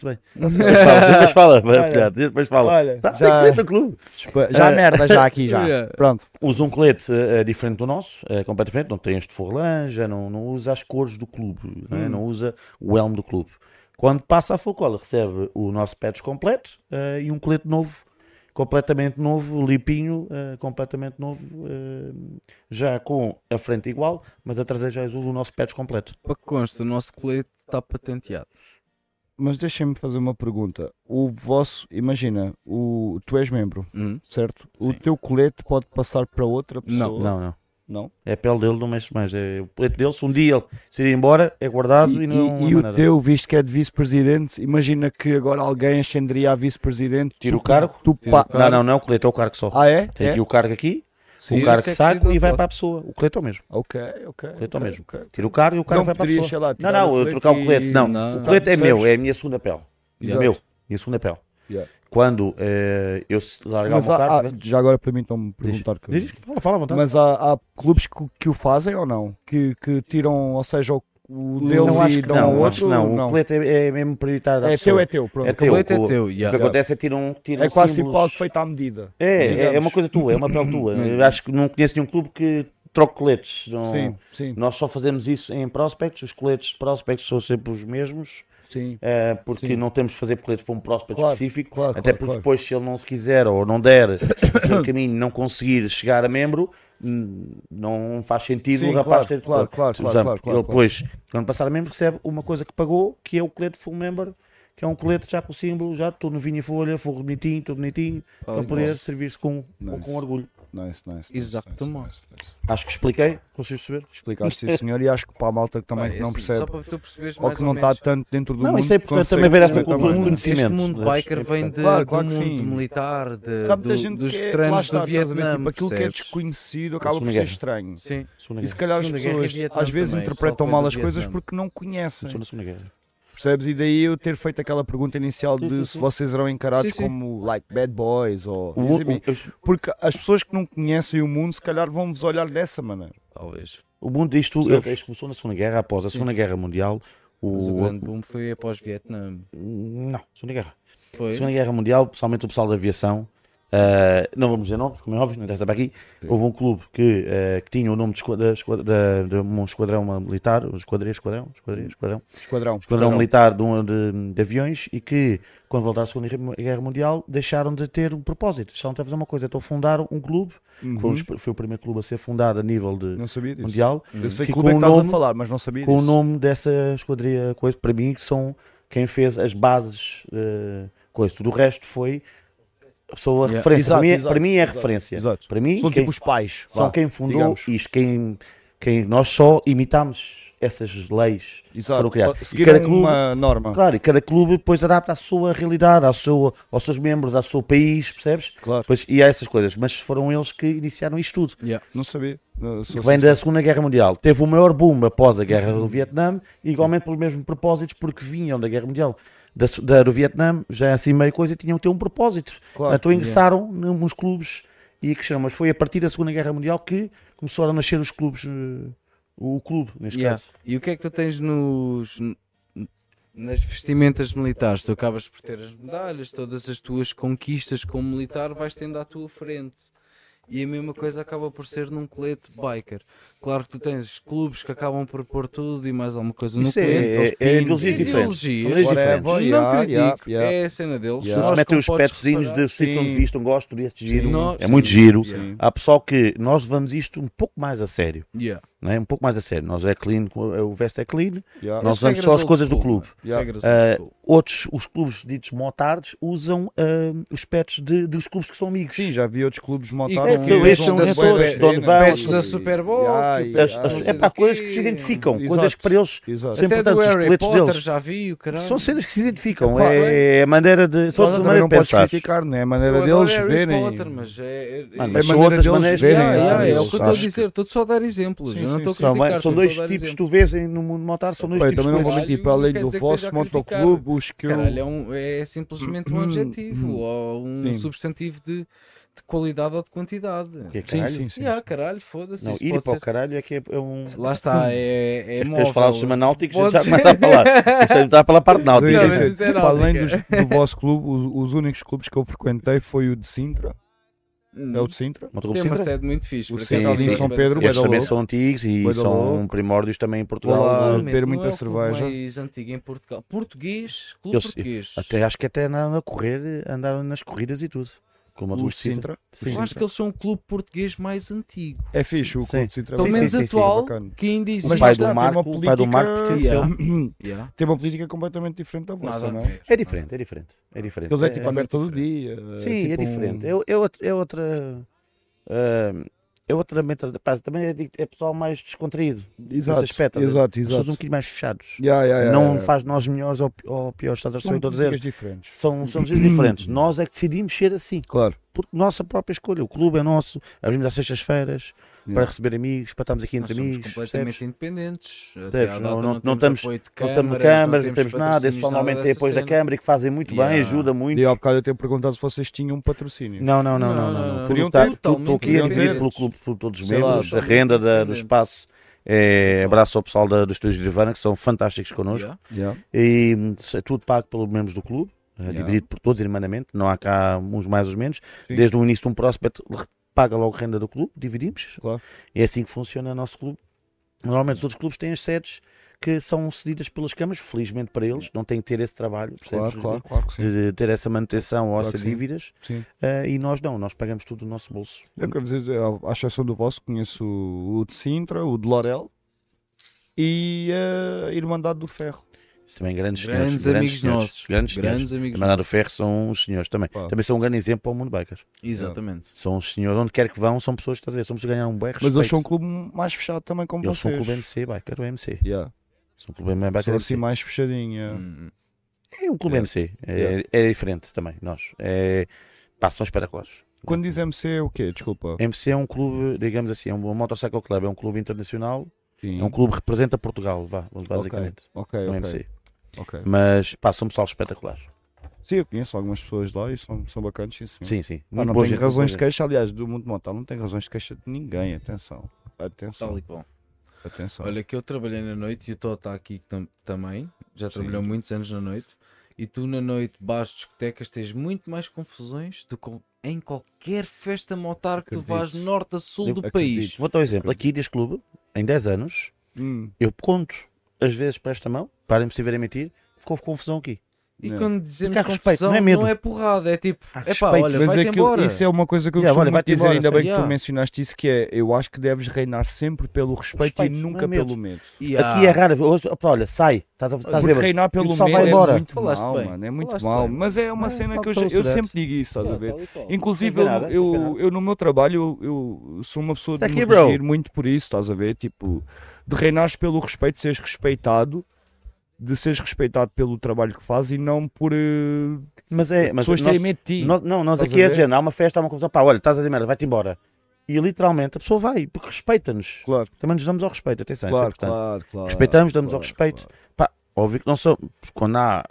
Speaker 3: bem. Tá
Speaker 8: clube. Ah, está-se bem. Depois fala, depois fala, vai,
Speaker 3: Olha.
Speaker 8: filhado, depois fala.
Speaker 3: Olha,
Speaker 8: Tá, tem
Speaker 3: já-
Speaker 8: colete do clube.
Speaker 3: Desculpa, Já é merda, já aqui, já.
Speaker 7: Yeah.
Speaker 3: Pronto.
Speaker 8: Usa um colete eh, eh, diferente do nosso, eh, completamente, não tem este forlanja, não, não usa as cores do clube, né?
Speaker 3: Hum.
Speaker 8: não usa o elmo do clube. Quando passa a Focola, recebe o nosso patch completo eh, e um colete novo, completamente novo, limpinho, eh, completamente novo, eh, já com a frente igual, mas a traseira já é azul, o nosso patch completo.
Speaker 7: Para que conste, o nosso colete está patenteado.
Speaker 3: Mas deixem-me fazer uma pergunta. O vosso, imagina, o, tu és membro,
Speaker 7: Hum?
Speaker 3: certo? O
Speaker 7: Sim.
Speaker 3: teu colete pode passar para outra pessoa?
Speaker 8: Não, não.
Speaker 3: Oh. Não?
Speaker 8: É a pele dele, não mexe mais. É o preto dele, se um dia ele se ir embora, é guardado e,
Speaker 3: E,
Speaker 8: não.
Speaker 3: e-
Speaker 8: é
Speaker 3: e o
Speaker 8: nada.
Speaker 3: teu, visto que é de vice-presidente, imagina que agora alguém ascenderia a vice-presidente.
Speaker 8: Tira o
Speaker 3: tu-
Speaker 8: cargo?
Speaker 3: Tu,
Speaker 7: Tira
Speaker 3: pa-
Speaker 7: o cargo.
Speaker 8: Não, não, não é o colete, é o cargo só.
Speaker 3: Ah, é?
Speaker 8: Tem
Speaker 3: É?
Speaker 8: aqui o cargo aqui,
Speaker 7: Sim.
Speaker 8: o cargo
Speaker 7: Isso é que
Speaker 8: saco
Speaker 7: seria
Speaker 8: e vai
Speaker 7: do
Speaker 8: para a pessoa. O colete é o mesmo.
Speaker 3: Ok, ok.
Speaker 8: Colete é o
Speaker 3: ok,
Speaker 8: mesmo.
Speaker 3: ok.
Speaker 8: Tira o cargo e o cargo
Speaker 3: Não
Speaker 8: vai para a
Speaker 3: poderias,
Speaker 8: pessoa.
Speaker 3: sei lá,
Speaker 8: não,
Speaker 3: tirar
Speaker 8: não,
Speaker 3: o
Speaker 8: eu
Speaker 3: colete
Speaker 8: trocar o
Speaker 3: e-
Speaker 8: colete. Não,
Speaker 7: Não.
Speaker 8: o colete é
Speaker 3: Percebes?
Speaker 8: meu, é a minha segunda pele. É
Speaker 3: Exato.
Speaker 8: meu, minha segunda pele.
Speaker 3: Yeah.
Speaker 8: Quando eh, eu se largar
Speaker 3: Mas
Speaker 8: o meu
Speaker 3: há-
Speaker 8: cargo.
Speaker 3: há- já agora permitam-me
Speaker 8: Diz,
Speaker 3: perguntar. que-
Speaker 8: diz, fala, fala à vontade.
Speaker 3: Tá Mas há, há clubes que, que o fazem ou não? Que, que tiram, ou seja, o, o deles
Speaker 8: não, acho
Speaker 3: e
Speaker 8: que
Speaker 3: dão
Speaker 8: não,
Speaker 3: ao outro?
Speaker 8: acho que não. O colete é, é mesmo prioritário da
Speaker 3: É
Speaker 8: pessoa.
Speaker 3: teu, é teu. Pronto.
Speaker 8: É teu.
Speaker 7: O colete é
Speaker 8: o-
Speaker 7: teu,
Speaker 8: O que
Speaker 7: yeah.
Speaker 8: acontece é tiram, tiram
Speaker 3: É quase tipo
Speaker 8: símbolos.
Speaker 3: algo feito à medida.
Speaker 8: É, é, é
Speaker 3: digamos.
Speaker 8: uma coisa tua, é uma pele tua. Eu
Speaker 7: Mesmo.
Speaker 8: acho que não conheço nenhum clube que troque coletes. Não-
Speaker 3: Sim, sim,
Speaker 8: Nós só fazemos isso em prospects, os coletes de prospects são sempre os mesmos,
Speaker 3: sim.
Speaker 8: eh, porque
Speaker 3: Sim.
Speaker 8: não temos de fazer coletes para um prospect
Speaker 3: Claro,
Speaker 8: específico,
Speaker 3: claro,
Speaker 8: até
Speaker 3: claro,
Speaker 8: porque
Speaker 3: claro.
Speaker 8: depois se ele não se quiser ou não der fazer o caminho, não conseguir chegar a membro, hum, não faz sentido
Speaker 3: Sim,
Speaker 8: o rapaz
Speaker 3: claro,
Speaker 8: ter de
Speaker 3: claro,
Speaker 8: colar.
Speaker 3: claro, claro,
Speaker 8: Usamos.
Speaker 3: claro, claro,
Speaker 8: Ele depois, quando passar a membro, recebe uma coisa que pagou, que é o colete full member, que é um colete já com o símbolo, já tudo no vinho e folha, forro bonitinho, tudo bonitinho, para poder servir-se com,
Speaker 3: Ah, Nice.
Speaker 8: com orgulho.
Speaker 3: Nice, nice.
Speaker 7: Exatamente.
Speaker 8: Acho que expliquei, consigo perceber?
Speaker 3: Explicaste sim, senhor, e acho que para a malta que também
Speaker 7: Pá,
Speaker 3: que
Speaker 7: é
Speaker 3: não
Speaker 7: assim,
Speaker 3: percebe,
Speaker 7: Só para tu perceberes
Speaker 3: ou
Speaker 7: mais
Speaker 3: que não está tanto dentro do
Speaker 8: Não,
Speaker 3: mundo,
Speaker 8: isso é importante
Speaker 3: consegue
Speaker 8: também ver esta
Speaker 3: perceber
Speaker 8: cultura
Speaker 3: também, não é?
Speaker 8: do mundo.
Speaker 7: Este
Speaker 8: conhecimento,
Speaker 7: mundo
Speaker 8: percebes?
Speaker 7: biker vem de,
Speaker 3: Claro, claro
Speaker 7: do
Speaker 3: que
Speaker 7: mundo
Speaker 3: sim.
Speaker 7: militar, de-
Speaker 3: Há muita
Speaker 7: do-
Speaker 3: gente
Speaker 7: dos
Speaker 3: que é- lá
Speaker 7: veteranos
Speaker 3: está, estás
Speaker 7: do
Speaker 3: a ver,
Speaker 7: Vietnã.
Speaker 3: tipo, aquilo que é
Speaker 7: percebes?
Speaker 3: desconhecido acaba por
Speaker 8: Segunda
Speaker 3: ser
Speaker 8: é Guerra.
Speaker 3: estranho.
Speaker 7: Sim.
Speaker 8: Segunda
Speaker 3: E se
Speaker 8: guerra.
Speaker 3: calhar as
Speaker 7: Segunda Guerra e
Speaker 3: pessoas
Speaker 7: Vietnã
Speaker 3: às vezes
Speaker 7: também, o
Speaker 3: interpretam
Speaker 7: pessoal
Speaker 3: mal
Speaker 7: foi
Speaker 3: as
Speaker 7: do
Speaker 3: coisas
Speaker 7: Vietnã.
Speaker 3: porque não conhecem.
Speaker 8: Começou na Segunda Guerra.
Speaker 3: Percebes? E daí eu ter feito aquela pergunta inicial de
Speaker 8: sim,
Speaker 3: se
Speaker 8: sim.
Speaker 3: vocês eram encarados
Speaker 7: Sim, sim.
Speaker 3: como like bad boys ou.
Speaker 8: O-
Speaker 3: Dizem-me,
Speaker 8: o- os-
Speaker 3: porque as pessoas que não conhecem o mundo se calhar vão-vos olhar dessa maneira.
Speaker 7: Talvez.
Speaker 8: O mundo disto
Speaker 3: Percebes?
Speaker 8: ele- isto começou na Segunda Guerra, após a Segunda Guerra Mundial.
Speaker 7: Mas o
Speaker 8: O,
Speaker 7: grande boom foi após Vietnã.
Speaker 8: não, Segunda Guerra.
Speaker 7: Foi.
Speaker 8: Segunda Guerra Mundial, principalmente o pessoal da aviação. ah, não vamos dizer nomes, como é óbvio, não interessa para aqui. Houve um clube que, ah, que tinha o nome de, esqua- da esqua- da- de um esquadrão militar, esquadrão, esquadrão, esquadrão, esquadrão,
Speaker 3: Esquadrão.
Speaker 8: esquadrão militar de, um- de- de aviões e que, quando voltaram à Segunda Guerra Mundial, deixaram de ter um propósito, deixaram de fazer uma coisa. Então fundaram um clube, que foi, um dos- foi o primeiro clube a ser fundado a nível de
Speaker 3: Uhum. Não sabia disso.
Speaker 8: mundial,
Speaker 3: Eu sei
Speaker 8: que
Speaker 3: que clube é
Speaker 8: com
Speaker 3: que
Speaker 8: o
Speaker 3: estás
Speaker 8: nome,
Speaker 3: a falar, mas não sabia
Speaker 8: com o
Speaker 3: disso.
Speaker 8: nome dessa esquadria, coisa, para mim, que são quem fez as bases, eh, coisa. Tudo o resto foi. Sou a
Speaker 7: Yeah.
Speaker 8: referência.
Speaker 3: Exato,
Speaker 8: para, mim, é-
Speaker 3: exato,
Speaker 8: para mim é a
Speaker 3: exato,
Speaker 8: referência.
Speaker 3: exato.
Speaker 8: Para mim,
Speaker 3: São
Speaker 8: quem,
Speaker 3: tipo os pais.
Speaker 8: são
Speaker 3: vá,
Speaker 8: quem fundou
Speaker 3: digamos.
Speaker 8: isto. Quem, quem, nós só imitámos essas leis que
Speaker 3: Exato.
Speaker 8: foram criadas. E
Speaker 3: Seguiram
Speaker 8: cada clube-
Speaker 3: uma norma.
Speaker 8: Claro, e cada clube depois adapta à sua realidade, à sua, aos seus membros, ao seu país, percebes?
Speaker 3: Claro.
Speaker 8: Pois, e a essas coisas. Mas foram eles que iniciaram isto tudo.
Speaker 7: Yeah.
Speaker 3: Não sabia. Não, sou-
Speaker 8: Que vem da Segunda Guerra Mundial. Teve o maior boom após a Guerra do Vietnã, igualmente pelos mesmos propósitos, porque vinham da Guerra Mundial. Da, Su- da- do Vietnã, já assim meio coisa, tinham que ter um propósito.
Speaker 3: Claro.
Speaker 8: então ingressaram nos clubes e cresceram. Mas foi a partir da Segunda Guerra Mundial que começaram a nascer os clubes, eh, o clube, neste
Speaker 7: Yeah.
Speaker 8: caso.
Speaker 7: E o que é que tu tens nos nas vestimentas militares? Tu acabas por ter as medalhas, todas as tuas conquistas como militar vais tendo à tua frente. E a mesma coisa acaba por ser num colete biker. Claro que tu tens clubes que acabam por pôr tudo e mais alguma coisa
Speaker 8: Isso
Speaker 7: no
Speaker 8: é,
Speaker 7: colete.
Speaker 8: é,
Speaker 7: eles
Speaker 8: é
Speaker 7: pintam.
Speaker 8: ideologias diferentes. São leis
Speaker 7: Ideologias.
Speaker 8: diferentes.
Speaker 3: Whatever.
Speaker 7: Não
Speaker 3: É Yeah,
Speaker 7: critico,
Speaker 3: yeah, yeah.
Speaker 7: é a cena deles.
Speaker 3: Yeah.
Speaker 7: Nós
Speaker 8: Eles metem
Speaker 7: como
Speaker 8: os
Speaker 7: um podes
Speaker 8: petzinhos
Speaker 7: reparar-
Speaker 8: de sítio onde
Speaker 3: Sim.
Speaker 8: vistam, gosto deste giro,
Speaker 7: Nós-
Speaker 8: é muito
Speaker 7: Sim.
Speaker 8: giro.
Speaker 7: Sim.
Speaker 8: Há pessoal que nós levamos isto um pouco mais a sério,
Speaker 7: Yeah.
Speaker 8: não é? um pouco mais a sério. Nós é clean, o veste é clean,
Speaker 3: Yeah.
Speaker 8: nós
Speaker 7: As
Speaker 8: usamos
Speaker 7: regras
Speaker 8: só as
Speaker 7: old
Speaker 8: coisas do
Speaker 7: school,
Speaker 8: clube.
Speaker 7: mano. é Regras old
Speaker 8: Ah,
Speaker 7: um school.
Speaker 8: outros, os clubes ditos motards, usam ah, os pets de, dos clubes que são amigos.
Speaker 3: Sim, já vi outros clubes montados.
Speaker 7: É,
Speaker 3: que
Speaker 7: então, estes
Speaker 3: usam
Speaker 7: são
Speaker 3: bué da
Speaker 7: Açores,
Speaker 3: cena,
Speaker 8: Dono Vão,
Speaker 7: Pets
Speaker 8: Pets
Speaker 7: da
Speaker 3: e-
Speaker 7: Super Bowl.
Speaker 3: Yeah,
Speaker 7: que
Speaker 3: e-
Speaker 8: As-
Speaker 7: pets
Speaker 8: as-
Speaker 7: não
Speaker 8: é
Speaker 7: sei
Speaker 8: para
Speaker 7: do
Speaker 8: coisas
Speaker 7: quê.
Speaker 8: que se identificam,
Speaker 3: Exato.
Speaker 8: coisas que para eles
Speaker 3: Exato.
Speaker 8: são
Speaker 7: Até do
Speaker 8: importantes. Os
Speaker 7: Harry
Speaker 8: coletes
Speaker 7: Potter
Speaker 8: deles
Speaker 7: já vi, o caralho.
Speaker 8: são cenas que se identificam.
Speaker 7: Epá,
Speaker 8: é, é a maneira de. São
Speaker 3: Nós
Speaker 8: outras
Speaker 3: também
Speaker 8: maneiras
Speaker 3: não
Speaker 8: de
Speaker 3: podes
Speaker 8: pensar.
Speaker 3: criticar, né? A
Speaker 7: Eu
Speaker 3: maneira
Speaker 7: adoro é
Speaker 3: deles
Speaker 7: Harry
Speaker 3: verem.
Speaker 7: Potter, mas é... é- é-
Speaker 8: Mano, mas são
Speaker 3: maneira
Speaker 8: outras
Speaker 3: deles
Speaker 8: maneiras de
Speaker 3: verem, né?
Speaker 7: Yeah,
Speaker 8: pensar.
Speaker 7: yeah, é
Speaker 3: eu
Speaker 7: o que eu estou a
Speaker 3: acho
Speaker 7: dizer, estou só a dar exemplos.
Speaker 3: Sim,
Speaker 7: eu não
Speaker 3: sim,
Speaker 7: estou a
Speaker 3: sim.
Speaker 8: São,
Speaker 7: criticar,
Speaker 8: são
Speaker 7: estou
Speaker 8: dois
Speaker 7: só a dar
Speaker 8: tipos que
Speaker 7: exemplos.
Speaker 8: tu vês em- no mundo motar, são dois
Speaker 3: Pá, eu
Speaker 8: tipos
Speaker 3: também não
Speaker 8: de
Speaker 3: vou
Speaker 8: coletes.
Speaker 3: mentir,
Speaker 7: Caralho,
Speaker 3: para além
Speaker 7: quer
Speaker 3: do
Speaker 7: dizer que
Speaker 3: vosso
Speaker 7: esteja a criticar.
Speaker 3: motoclube, os que eu.
Speaker 7: Caralho, é, um- é simplesmente um adjetivo ou um
Speaker 3: Sim.
Speaker 7: substantivo de, de qualidade ou de quantidade.
Speaker 8: Que é
Speaker 3: Sim,
Speaker 8: caralho?
Speaker 3: sim, sim.
Speaker 7: Yeah, caralho, foda-se.
Speaker 8: Não,
Speaker 7: isso
Speaker 8: ir
Speaker 7: pode
Speaker 8: para o
Speaker 7: ser-
Speaker 8: caralho é que é, é um.
Speaker 7: Lá está, é, é
Speaker 8: As
Speaker 7: móvel.
Speaker 8: pessoas falavam chama náuticos, a gente
Speaker 7: Pode
Speaker 8: já
Speaker 7: ser.
Speaker 8: começa a falar. Isso é, aí está pela parte
Speaker 3: Eu ia
Speaker 8: náutica.
Speaker 7: Não,
Speaker 3: dizer,
Speaker 7: mas isso é
Speaker 3: para além dos,
Speaker 7: náutica.
Speaker 3: do vosso clube, o- os, únicos clubes que eu frequentei foi o de Sintra.
Speaker 7: Hum,
Speaker 3: É o de Sintra?
Speaker 8: Motor
Speaker 7: Tem
Speaker 8: Clube
Speaker 7: uma
Speaker 8: Sintra.
Speaker 7: sede muito fixe.
Speaker 3: O
Speaker 7: por acaso, é
Speaker 3: Centro
Speaker 8: de
Speaker 7: sim,
Speaker 3: São
Speaker 7: sim.
Speaker 3: Pedro,
Speaker 8: Estes
Speaker 3: Bué da
Speaker 8: também
Speaker 3: louco.
Speaker 8: são antigos e
Speaker 3: Bué da
Speaker 8: são
Speaker 3: louco.
Speaker 8: primórdios também em
Speaker 7: é
Speaker 3: Vou lá
Speaker 8: Portugal.
Speaker 3: beber
Speaker 7: Não
Speaker 3: muita
Speaker 7: é o clube
Speaker 3: cerveja.
Speaker 7: mais antigo em Portugal. Português, clube
Speaker 8: Eu sei,
Speaker 7: português.
Speaker 8: Até acho que até andaram a correr, andaram nas corridas e tudo. como
Speaker 9: Os
Speaker 8: o
Speaker 9: de Sintra?
Speaker 8: Sintra. Sim.
Speaker 7: Eu acho que eles são o clube português mais antigo.
Speaker 3: É fixe o
Speaker 8: Sim.
Speaker 3: Clube de Sintra.
Speaker 7: Pelo
Speaker 8: sim,
Speaker 7: menos
Speaker 8: sim, sim,
Speaker 7: atual,
Speaker 3: bacana.
Speaker 7: que ainda existe.
Speaker 3: Mas
Speaker 8: pai
Speaker 3: lá
Speaker 8: do
Speaker 3: está, tem uma
Speaker 8: Marco, o pai do Marco
Speaker 3: política-
Speaker 8: pertenceu.
Speaker 7: Yeah.
Speaker 3: Tem uma política completamente diferente da vossa,
Speaker 7: Nada a
Speaker 3: não é?
Speaker 7: ver.
Speaker 8: É diferente, é diferente. É diferente.
Speaker 3: Eles é tipo
Speaker 7: é
Speaker 3: aberto
Speaker 7: muito
Speaker 3: todo dia.
Speaker 8: Sim, é
Speaker 3: tipo um-
Speaker 8: diferente. É, o- é outra. É outra ah, é outra mentalidade. Pá, Também é, di- é pessoal mais descontraído.
Speaker 3: Exato,
Speaker 8: nesse aspecto,
Speaker 3: exato,
Speaker 8: As pessoas um
Speaker 3: exato. É,
Speaker 8: bocadinho mais fechados.
Speaker 3: Yeah, yeah, yeah,
Speaker 8: não
Speaker 3: yeah.
Speaker 8: faz nós melhores ou, pi- ou piores. Estás a
Speaker 3: São
Speaker 8: perceber o que estou a
Speaker 3: políticas
Speaker 8: dizer?
Speaker 3: diferentes.
Speaker 8: São, são diferentes. Nós é que decidimos ser assim.
Speaker 3: Claro.
Speaker 8: Por nossa própria escolha. O clube é nosso. Abrimos às sextas-feiras
Speaker 3: Yeah.
Speaker 8: para receber amigos, para estarmos aqui
Speaker 7: Nós
Speaker 8: entre
Speaker 7: somos
Speaker 8: amigos.
Speaker 7: completamente
Speaker 8: percebes?
Speaker 7: independentes. Até
Speaker 8: Percebes?
Speaker 7: à
Speaker 8: Não-
Speaker 7: data
Speaker 8: não- não
Speaker 7: temos
Speaker 8: estamos-
Speaker 7: apoio de
Speaker 8: Não estamos
Speaker 7: câmaras,
Speaker 8: câmaras, não temos nada.
Speaker 7: patrocínios,
Speaker 8: Esse normalmente
Speaker 7: dessa
Speaker 8: é apoio da
Speaker 7: cena.
Speaker 8: câmara e que fazem muito bem,
Speaker 7: Yeah.
Speaker 8: ajuda muito.
Speaker 3: E ao bocado eu tenho perguntado se vocês tinham um patrocínio.
Speaker 8: Não, não, não,
Speaker 7: Não, não,
Speaker 8: não. não,
Speaker 7: não.
Speaker 8: Tudo
Speaker 3: Podiam
Speaker 8: tá-
Speaker 7: ter.
Speaker 8: tudo- tudo aqui
Speaker 7: Totalmente
Speaker 8: é dividido pelo
Speaker 7: independentes.
Speaker 8: clube, por todos os
Speaker 3: Sei lá,
Speaker 8: membros, a
Speaker 7: totalmente
Speaker 8: renda da- do
Speaker 7: independentes.
Speaker 8: espaço. É, abraço ao pessoal da, do Estúdio Nirvana, que são fantásticos connosco.
Speaker 7: Yeah.
Speaker 3: Yeah.
Speaker 8: E hum, é tudo pago pelos membros do clube, é,
Speaker 3: Yeah.
Speaker 8: dividido por todos, irmanamente. Não há cá uns mais ou menos. Desde o início, um prospect re- paga logo renda do clube, dividimos.
Speaker 3: Claro.
Speaker 8: É assim que funciona o nosso clube. Normalmente os outros clubes têm as sedes que são cedidas pelas câmaras, felizmente para eles, não têm que ter esse trabalho, percebes?
Speaker 3: Claro, claro, claro que sim.
Speaker 8: De ter essa manutenção ou
Speaker 3: Claro que
Speaker 8: essas
Speaker 3: sim.
Speaker 8: dívidas,
Speaker 3: Sim.
Speaker 8: eh, e nós não, nós pagamos tudo do nosso bolso.
Speaker 3: É Eu quero dizer, eu, à exceção do vosso, conheço o de Sintra, o de Lorel e a Irmandade do Ferro.
Speaker 8: Isso também grandes,
Speaker 7: Grandes
Speaker 8: senhores,
Speaker 7: amigos
Speaker 8: senhores,
Speaker 7: nossos.
Speaker 8: Grandes,
Speaker 7: Grandes
Speaker 8: senhores. é
Speaker 7: amigos
Speaker 8: A Manada
Speaker 7: nossos.
Speaker 8: Ferro são os senhores também.
Speaker 3: Pá.
Speaker 8: Também são um grande exemplo ao mundo biker.
Speaker 7: Exatamente.
Speaker 8: São os senhores, onde quer que vão, são pessoas que estás a ver, somos ganhar um bem
Speaker 3: Mas
Speaker 8: respeito.
Speaker 3: eles são um clube mais fechado também, como
Speaker 8: Eles são
Speaker 3: vocês.
Speaker 8: um clube MC, biker, o MC.
Speaker 3: Yeah.
Speaker 8: São um clube biker.
Speaker 3: São assim
Speaker 8: MC.
Speaker 3: mais fechadinho. yeah.
Speaker 7: Hum.
Speaker 8: É um clube
Speaker 3: É.
Speaker 8: MC. É,
Speaker 3: Yeah.
Speaker 8: é diferente também, nós. É, pá, são espetaculares.
Speaker 3: Quando diz MC é o quê? Desculpa.
Speaker 8: MC é um clube, digamos assim, é um motorcycle club, é um clube internacional,
Speaker 3: Sim.
Speaker 8: é um clube que representa Portugal, vá,
Speaker 3: Ok,
Speaker 8: basicamente.
Speaker 3: Ok,
Speaker 8: É um
Speaker 3: ok.
Speaker 8: MC.
Speaker 3: ok.
Speaker 8: Mas, pá, são pessoal espetacular.
Speaker 3: Sim, eu conheço algumas pessoas lá e são, são bacanas. Sim, senhor.
Speaker 8: Sim, sim.
Speaker 3: Pá,
Speaker 8: Muito
Speaker 3: Ah, não
Speaker 8: boa
Speaker 3: tenho
Speaker 8: gente,
Speaker 3: razões de
Speaker 8: muito boa
Speaker 3: queixa, aliás, do mundo mortal não tem razões de queixa de ninguém. Atenção,
Speaker 8: Tá
Speaker 3: atenção,
Speaker 7: Tal e qual.
Speaker 3: atenção.
Speaker 7: Olha, que eu trabalhei na noite e o Tó está aqui tam- também. Já trabalhou muitos anos na noite. E tu, na noite, bares, discotecas, tens muito mais confusões do que em qualquer festa motar que tu vás
Speaker 3: Acredito.
Speaker 7: norte a sul
Speaker 8: Eu
Speaker 7: do
Speaker 8: acredito.
Speaker 7: país.
Speaker 8: Vou dar um exemplo. Aqui, deste clube, em 10 anos,
Speaker 3: Hum,
Speaker 8: eu conto, às vezes, para esta mão, parem-me se estiverem a mentir, ficou confusão aqui.
Speaker 7: E
Speaker 3: Não.
Speaker 7: quando dizemos
Speaker 8: Porque há respeito,
Speaker 7: confusão,
Speaker 8: não é
Speaker 7: não é,
Speaker 8: medo.
Speaker 7: porrada, é tipo, é
Speaker 8: Há
Speaker 7: pá,
Speaker 8: respeito.
Speaker 7: olha,
Speaker 3: mas
Speaker 7: vai-te
Speaker 3: aquilo-
Speaker 7: embora.
Speaker 3: isso
Speaker 8: um-
Speaker 3: é uma coisa que eu
Speaker 8: Yeah,
Speaker 3: costumo
Speaker 8: olha,
Speaker 3: muito
Speaker 8: vai-te
Speaker 3: dizer,
Speaker 8: embora,
Speaker 3: ainda bem que tu
Speaker 7: yeah.
Speaker 3: mencionaste isso, que é, eu acho que deves reinar sempre pelo respeito,
Speaker 8: Respeito,
Speaker 3: e
Speaker 8: não é
Speaker 3: nunca
Speaker 8: medo.
Speaker 3: pelo medo.
Speaker 7: E
Speaker 8: Aqui é
Speaker 7: há-
Speaker 8: raro. Hoje, opa, olha, sai. Estás a estás
Speaker 3: Porque
Speaker 8: bêbado.
Speaker 3: reinar pelo
Speaker 8: o pessoal
Speaker 3: medo
Speaker 8: vai
Speaker 3: é
Speaker 8: embora.
Speaker 3: muito
Speaker 7: Falaste
Speaker 3: mal,
Speaker 7: bem,
Speaker 3: mano, é muito
Speaker 7: falaste
Speaker 3: mal.
Speaker 7: bem.
Speaker 3: Mas é uma
Speaker 8: Não,
Speaker 3: cena
Speaker 8: tá
Speaker 3: que eu,
Speaker 8: tão
Speaker 3: eu
Speaker 8: furado.
Speaker 3: sempre digo isso, estás a ver? Inclusive,
Speaker 8: Não
Speaker 3: eu,
Speaker 8: tens nada, não tens
Speaker 3: eu,
Speaker 8: nada.
Speaker 3: eu no meu trabalho, eu, eu sou uma pessoa de
Speaker 8: Tá aqui,
Speaker 3: me
Speaker 8: bro.
Speaker 3: regir muito por isso, estás a ver? Tipo, de reinares pelo respeito, de seres respeitado, de seres respeitado pelo trabalho que fazes e não por eh,
Speaker 8: Mas é. Mas
Speaker 3: pessoas terem
Speaker 8: nós,
Speaker 3: medo de ti.
Speaker 8: nós- não, nós
Speaker 3: Estás
Speaker 8: aqui
Speaker 3: a
Speaker 8: é
Speaker 3: ver?
Speaker 8: de género. Há uma festa, há uma confusão. Pá, olha, estás a dizer merda, vai-te embora. E literalmente a pessoa vai, porque respeita-nos.
Speaker 3: Claro,
Speaker 8: Também nos damos ao respeito. Atenção, isso é
Speaker 3: claro,
Speaker 8: importante.
Speaker 3: claro, claro.
Speaker 8: Respeitamos, damos ao
Speaker 3: claro,
Speaker 8: respeito.
Speaker 3: claro.
Speaker 8: Pá, óbvio que não sou. Quando há.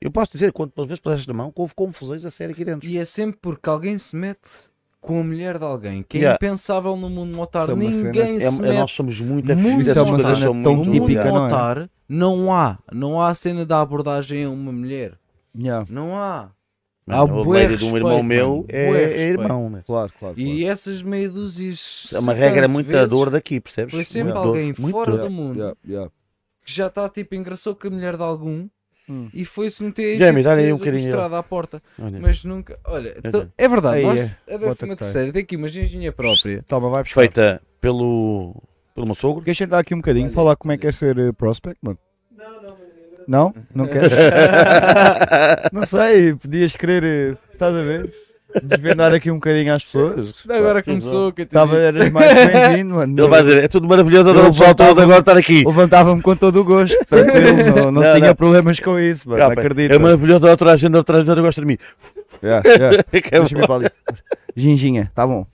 Speaker 8: Eu posso dizer, quando, pelas vezes, pelas da mão, que houve confusões a sério aqui dentro.
Speaker 7: E é sempre porque alguém se mete com a mulher de alguém, que
Speaker 8: Yeah.
Speaker 7: é impensável no mundo motar.
Speaker 3: Isso é uma
Speaker 7: Ninguém
Speaker 8: É-
Speaker 7: se
Speaker 8: é-
Speaker 7: mete.
Speaker 8: nós somos muito
Speaker 7: Muito
Speaker 8: afixos,
Speaker 7: Isso é
Speaker 8: essas
Speaker 7: uma
Speaker 8: coisas
Speaker 7: cena
Speaker 8: são
Speaker 3: tão
Speaker 7: no
Speaker 8: muito
Speaker 7: mundo
Speaker 3: típica, não é?
Speaker 7: motar, não, há. Não há a cena da abordagem a uma mulher.
Speaker 3: Yeah,
Speaker 7: Não há.
Speaker 8: Mano,
Speaker 7: Há
Speaker 8: a
Speaker 7: bué
Speaker 8: mulher de um
Speaker 7: respeito,
Speaker 8: irmão
Speaker 7: mano.
Speaker 8: meu é,
Speaker 7: Bué
Speaker 8: é
Speaker 7: respeito.
Speaker 8: irmão, né?
Speaker 3: Claro, claro. claro.
Speaker 7: E essas meia dúzias.
Speaker 8: É uma regra
Speaker 7: tantas
Speaker 8: muito
Speaker 7: vezes,
Speaker 8: dor daqui, percebes?
Speaker 7: Foi sempre
Speaker 8: Muito
Speaker 7: alguém
Speaker 8: dor, muito
Speaker 7: fora
Speaker 8: dor.
Speaker 7: do mundo
Speaker 3: Yeah, yeah.
Speaker 7: que já está tipo, engraçou com a mulher de algum
Speaker 3: Hum.
Speaker 7: e foi-se meter
Speaker 8: James,
Speaker 7: teve de
Speaker 8: olha aí
Speaker 7: ser
Speaker 8: um bocadinho.
Speaker 7: registrado à porta.
Speaker 8: Olha,
Speaker 7: Mas nunca. Olha,
Speaker 8: Eu
Speaker 7: então-
Speaker 8: sei.
Speaker 7: é verdade,
Speaker 3: Aí
Speaker 7: nós
Speaker 3: é.
Speaker 7: a
Speaker 3: Bota que
Speaker 7: 13 terceira tem aqui uma engenharia própria.
Speaker 3: Toma, vai buscar.
Speaker 8: Feita pelo, pelo meu sogro.
Speaker 3: Queres sentar aqui um bocadinho, falar como é que é ser eh, prospect, mano? Não, não, não queres? não sei, podias querer, eh, estás a ver? Desvendar aqui um bocadinho às pessoas.
Speaker 7: Agora começou, que eu te
Speaker 3: Estava
Speaker 7: digo.
Speaker 3: eras mais que bem-vindo, mano.
Speaker 8: Ele vai dizer, é tudo maravilhoso,
Speaker 3: Eu
Speaker 8: adoro o pessoal todo
Speaker 3: voltava-
Speaker 8: agora estar aqui.
Speaker 3: Levantava-me com todo o gosto, tranquilo, não, não
Speaker 8: Não,
Speaker 3: tinha
Speaker 8: não.
Speaker 3: problemas com isso, mano.
Speaker 8: Capa,
Speaker 3: acredito.
Speaker 8: É maravilhoso, adoro toda a gente, adoro toda a gente, gosta de mim.
Speaker 3: Yeah, yeah.
Speaker 8: Que é bom.
Speaker 3: Deixa-me ir para ali. Ginginha, tá bom.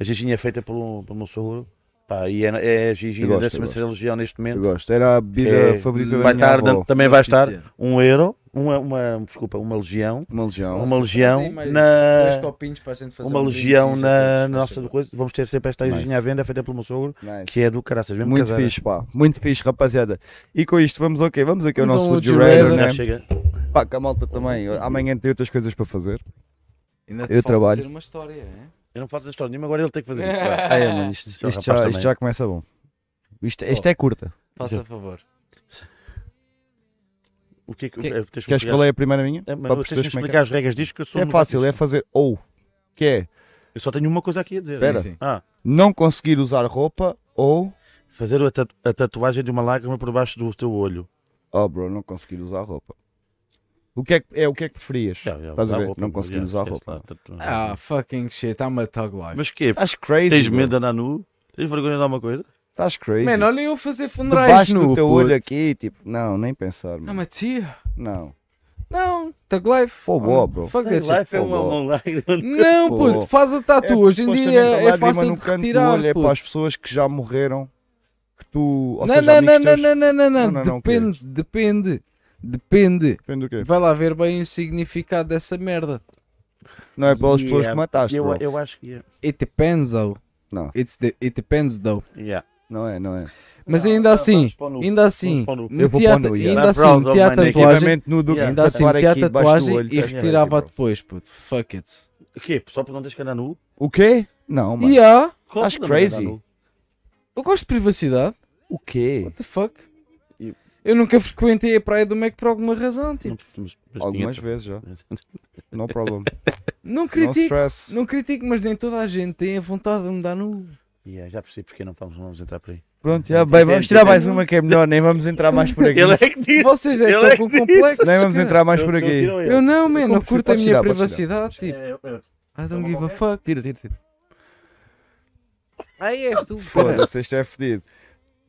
Speaker 8: A giginha é feita pelo, pelo meu sogro. Pá, e é, é a
Speaker 3: Eu
Speaker 8: giginha
Speaker 3: gosto,
Speaker 8: da
Speaker 3: eu
Speaker 8: 16 religião neste
Speaker 3: Eu
Speaker 8: momento.
Speaker 3: gosto. Era a bebida
Speaker 8: É,
Speaker 3: favorita da
Speaker 8: Vai
Speaker 3: minha
Speaker 8: estar,
Speaker 3: avó.
Speaker 8: também vai estar
Speaker 7: Notícia.
Speaker 8: um euro, uma, uma, desculpa, uma legião,
Speaker 3: Uma legião.
Speaker 8: uma
Speaker 7: Fazem
Speaker 8: legião
Speaker 7: mais
Speaker 8: na...
Speaker 7: dois copinhos para a gente fazer
Speaker 8: uma
Speaker 7: um
Speaker 8: legião
Speaker 7: brinde,
Speaker 8: na,
Speaker 7: gente,
Speaker 8: na nossa
Speaker 7: faz favor.
Speaker 8: coisa. Vamos ter sempre esta
Speaker 3: Nice.
Speaker 8: igrejinha à venda feita pelo meu sogro,
Speaker 3: Nice.
Speaker 8: que é do caraças. Mesmo
Speaker 3: Muito
Speaker 8: casada.
Speaker 3: fixe, pá. Muito fixe, rapaziada. E com isto, vamos ok, vamos aqui ao
Speaker 7: Vamos
Speaker 3: nosso
Speaker 7: ao
Speaker 3: Would You
Speaker 7: Would You
Speaker 3: Rather,
Speaker 7: Rather,
Speaker 3: né?
Speaker 8: Já chega.
Speaker 3: Pá, que a malta também. Amanhã tem outras coisas para fazer.
Speaker 7: Ainda te
Speaker 3: Eu
Speaker 7: falta
Speaker 3: trabalho.
Speaker 7: dizer uma história, é?
Speaker 8: Eu não faço a história nenhuma, agora ele tem que fazer isto. vá.
Speaker 3: Ah, é, mano, isto,
Speaker 8: Isto é o
Speaker 3: isto
Speaker 8: rapaz
Speaker 3: já,
Speaker 8: também.
Speaker 3: isto já começa bom. Isto, isto é curta.
Speaker 7: Faça favor.
Speaker 8: O que é que,
Speaker 7: Que-
Speaker 8: é, tens que
Speaker 3: Queres que eu
Speaker 8: explicar-
Speaker 3: leia a primeira minha?
Speaker 8: É, mas
Speaker 3: Para
Speaker 8: vocês têm que
Speaker 3: perceberes como é que
Speaker 8: explicar as regras disto que eu sou
Speaker 3: é
Speaker 8: um
Speaker 3: fácil, é
Speaker 8: novato.
Speaker 3: fazer ou. que é
Speaker 8: Eu só tenho uma coisa aqui a dizer.
Speaker 3: Espera.
Speaker 7: Sim, sim.
Speaker 8: Ah,
Speaker 3: não conseguir usar roupa ou.
Speaker 8: fazer a, tatu- a tatuagem de uma lágrima por baixo do teu olho.
Speaker 3: Oh, bro, não conseguir usar roupa. O que é, que- é o que é que preferias?
Speaker 8: Já, já,
Speaker 3: Estás a
Speaker 8: usar
Speaker 3: ver?
Speaker 8: roupa,
Speaker 3: não conseguir
Speaker 8: já,
Speaker 3: usar
Speaker 8: esquece
Speaker 3: roupa. é
Speaker 8: lá, tatuagem.
Speaker 7: Ah, fucking shit, I'm a thug life.
Speaker 8: Mas quê?
Speaker 3: Estás crazy.
Speaker 8: Tens
Speaker 3: bro.
Speaker 8: medo de andar nu? Tens vergonha de alguma coisa?
Speaker 3: Estás crazy.
Speaker 7: Mano, olha eu fazer funerais
Speaker 3: Debaixo
Speaker 7: no
Speaker 3: do teu
Speaker 7: puto.
Speaker 3: olho aqui, tipo, não, nem pensar,
Speaker 7: Ah,
Speaker 3: mano.
Speaker 7: mas tia,
Speaker 3: Não.
Speaker 7: não, thug life.
Speaker 3: For what, bro?
Speaker 7: Fuck that shit.
Speaker 8: Life é uma
Speaker 3: Pô,
Speaker 8: mão lágrima.
Speaker 7: Não,
Speaker 3: Pô.
Speaker 7: puto, faz a tatu. Hoje em
Speaker 3: supostamente tá
Speaker 7: dia
Speaker 3: a
Speaker 7: é
Speaker 3: lágrima
Speaker 7: fácil
Speaker 3: no
Speaker 7: de
Speaker 3: canto do
Speaker 7: retirar,
Speaker 3: olho É
Speaker 7: puto.
Speaker 3: para as pessoas que já morreram, que tu. Ou
Speaker 7: Não,
Speaker 3: seja,
Speaker 7: não,
Speaker 3: amigos
Speaker 7: não,
Speaker 3: teus-
Speaker 7: não, não, não, não,
Speaker 3: Não,
Speaker 7: não,
Speaker 3: não, não, o quê?
Speaker 7: depende, depende, depende.
Speaker 3: Depende do quê?
Speaker 7: Vai lá ver bem o significado dessa merda.
Speaker 3: Não é pelas pessoas que
Speaker 8: Yeah.
Speaker 3: mataste,
Speaker 8: Eu,
Speaker 3: bro.
Speaker 8: eu acho que é.
Speaker 7: It depends, though.
Speaker 3: Não.
Speaker 7: It's the, it depends, though.
Speaker 8: Yeah.
Speaker 3: Não é, não é.
Speaker 7: Mas
Speaker 8: Não,
Speaker 7: ainda
Speaker 8: não,
Speaker 7: assim,
Speaker 8: vamos para o nu.
Speaker 7: ainda assim,
Speaker 8: Vamos para o nu.
Speaker 7: meti
Speaker 3: Eu vou
Speaker 7: a-
Speaker 3: para o nu, yeah.
Speaker 7: ainda
Speaker 8: I'm
Speaker 7: assim,
Speaker 8: proud
Speaker 7: meti
Speaker 8: of
Speaker 7: a
Speaker 8: my neck.
Speaker 7: tatuagem,
Speaker 3: Equipamento no do
Speaker 8: Yeah.
Speaker 7: ainda assim,
Speaker 3: tatuar
Speaker 7: meti a
Speaker 3: aqui debaixo do
Speaker 7: tatuagem
Speaker 3: olho,
Speaker 7: e
Speaker 3: estás crazy,
Speaker 7: retirava
Speaker 3: bro.
Speaker 7: depois, puto. Fuck it.
Speaker 8: O quê? Só por não teres que andar nu?
Speaker 3: O quê? Não, mano.
Speaker 7: Yeah,
Speaker 8: Qual
Speaker 3: Acho
Speaker 8: o problema de
Speaker 3: crazy.
Speaker 8: andar nu?
Speaker 7: ah, eu gosto de privacidade.
Speaker 3: O quê?
Speaker 7: What the fuck? Eu nunca frequentei a praia do Mac por alguma razão, tipo.
Speaker 8: Não, mas- mas
Speaker 3: Algumas
Speaker 8: tinha-
Speaker 3: vezes já. No problem.
Speaker 7: Não
Speaker 3: no
Speaker 7: critico,
Speaker 3: stress.
Speaker 7: não critico, mas nem toda a gente tem a vontade de me dar no.
Speaker 8: Yeah, já percebi porque não vamos, vamos entrar por aí.
Speaker 3: Pronto, já, bem, vamos tirar mais uma que é melhor, nem vamos entrar mais por aqui.
Speaker 8: Ele é que diz.
Speaker 7: Vocês é que
Speaker 8: Ele é
Speaker 7: estão com
Speaker 8: que
Speaker 7: complexo.
Speaker 3: Nem vamos entrar mais
Speaker 8: Eu-
Speaker 3: por
Speaker 8: eu
Speaker 3: aqui.
Speaker 8: tiro ele.
Speaker 7: Eu não, man, não
Speaker 3: confio,
Speaker 7: curto a
Speaker 3: pode
Speaker 7: minha
Speaker 3: tirar, pode
Speaker 7: privacidade, tipo.
Speaker 8: É, eu- eu-
Speaker 7: I don't give a fuck.
Speaker 3: Tira, tira, tira.
Speaker 7: Ai, és tu.
Speaker 3: Foda-se, isto é fedido.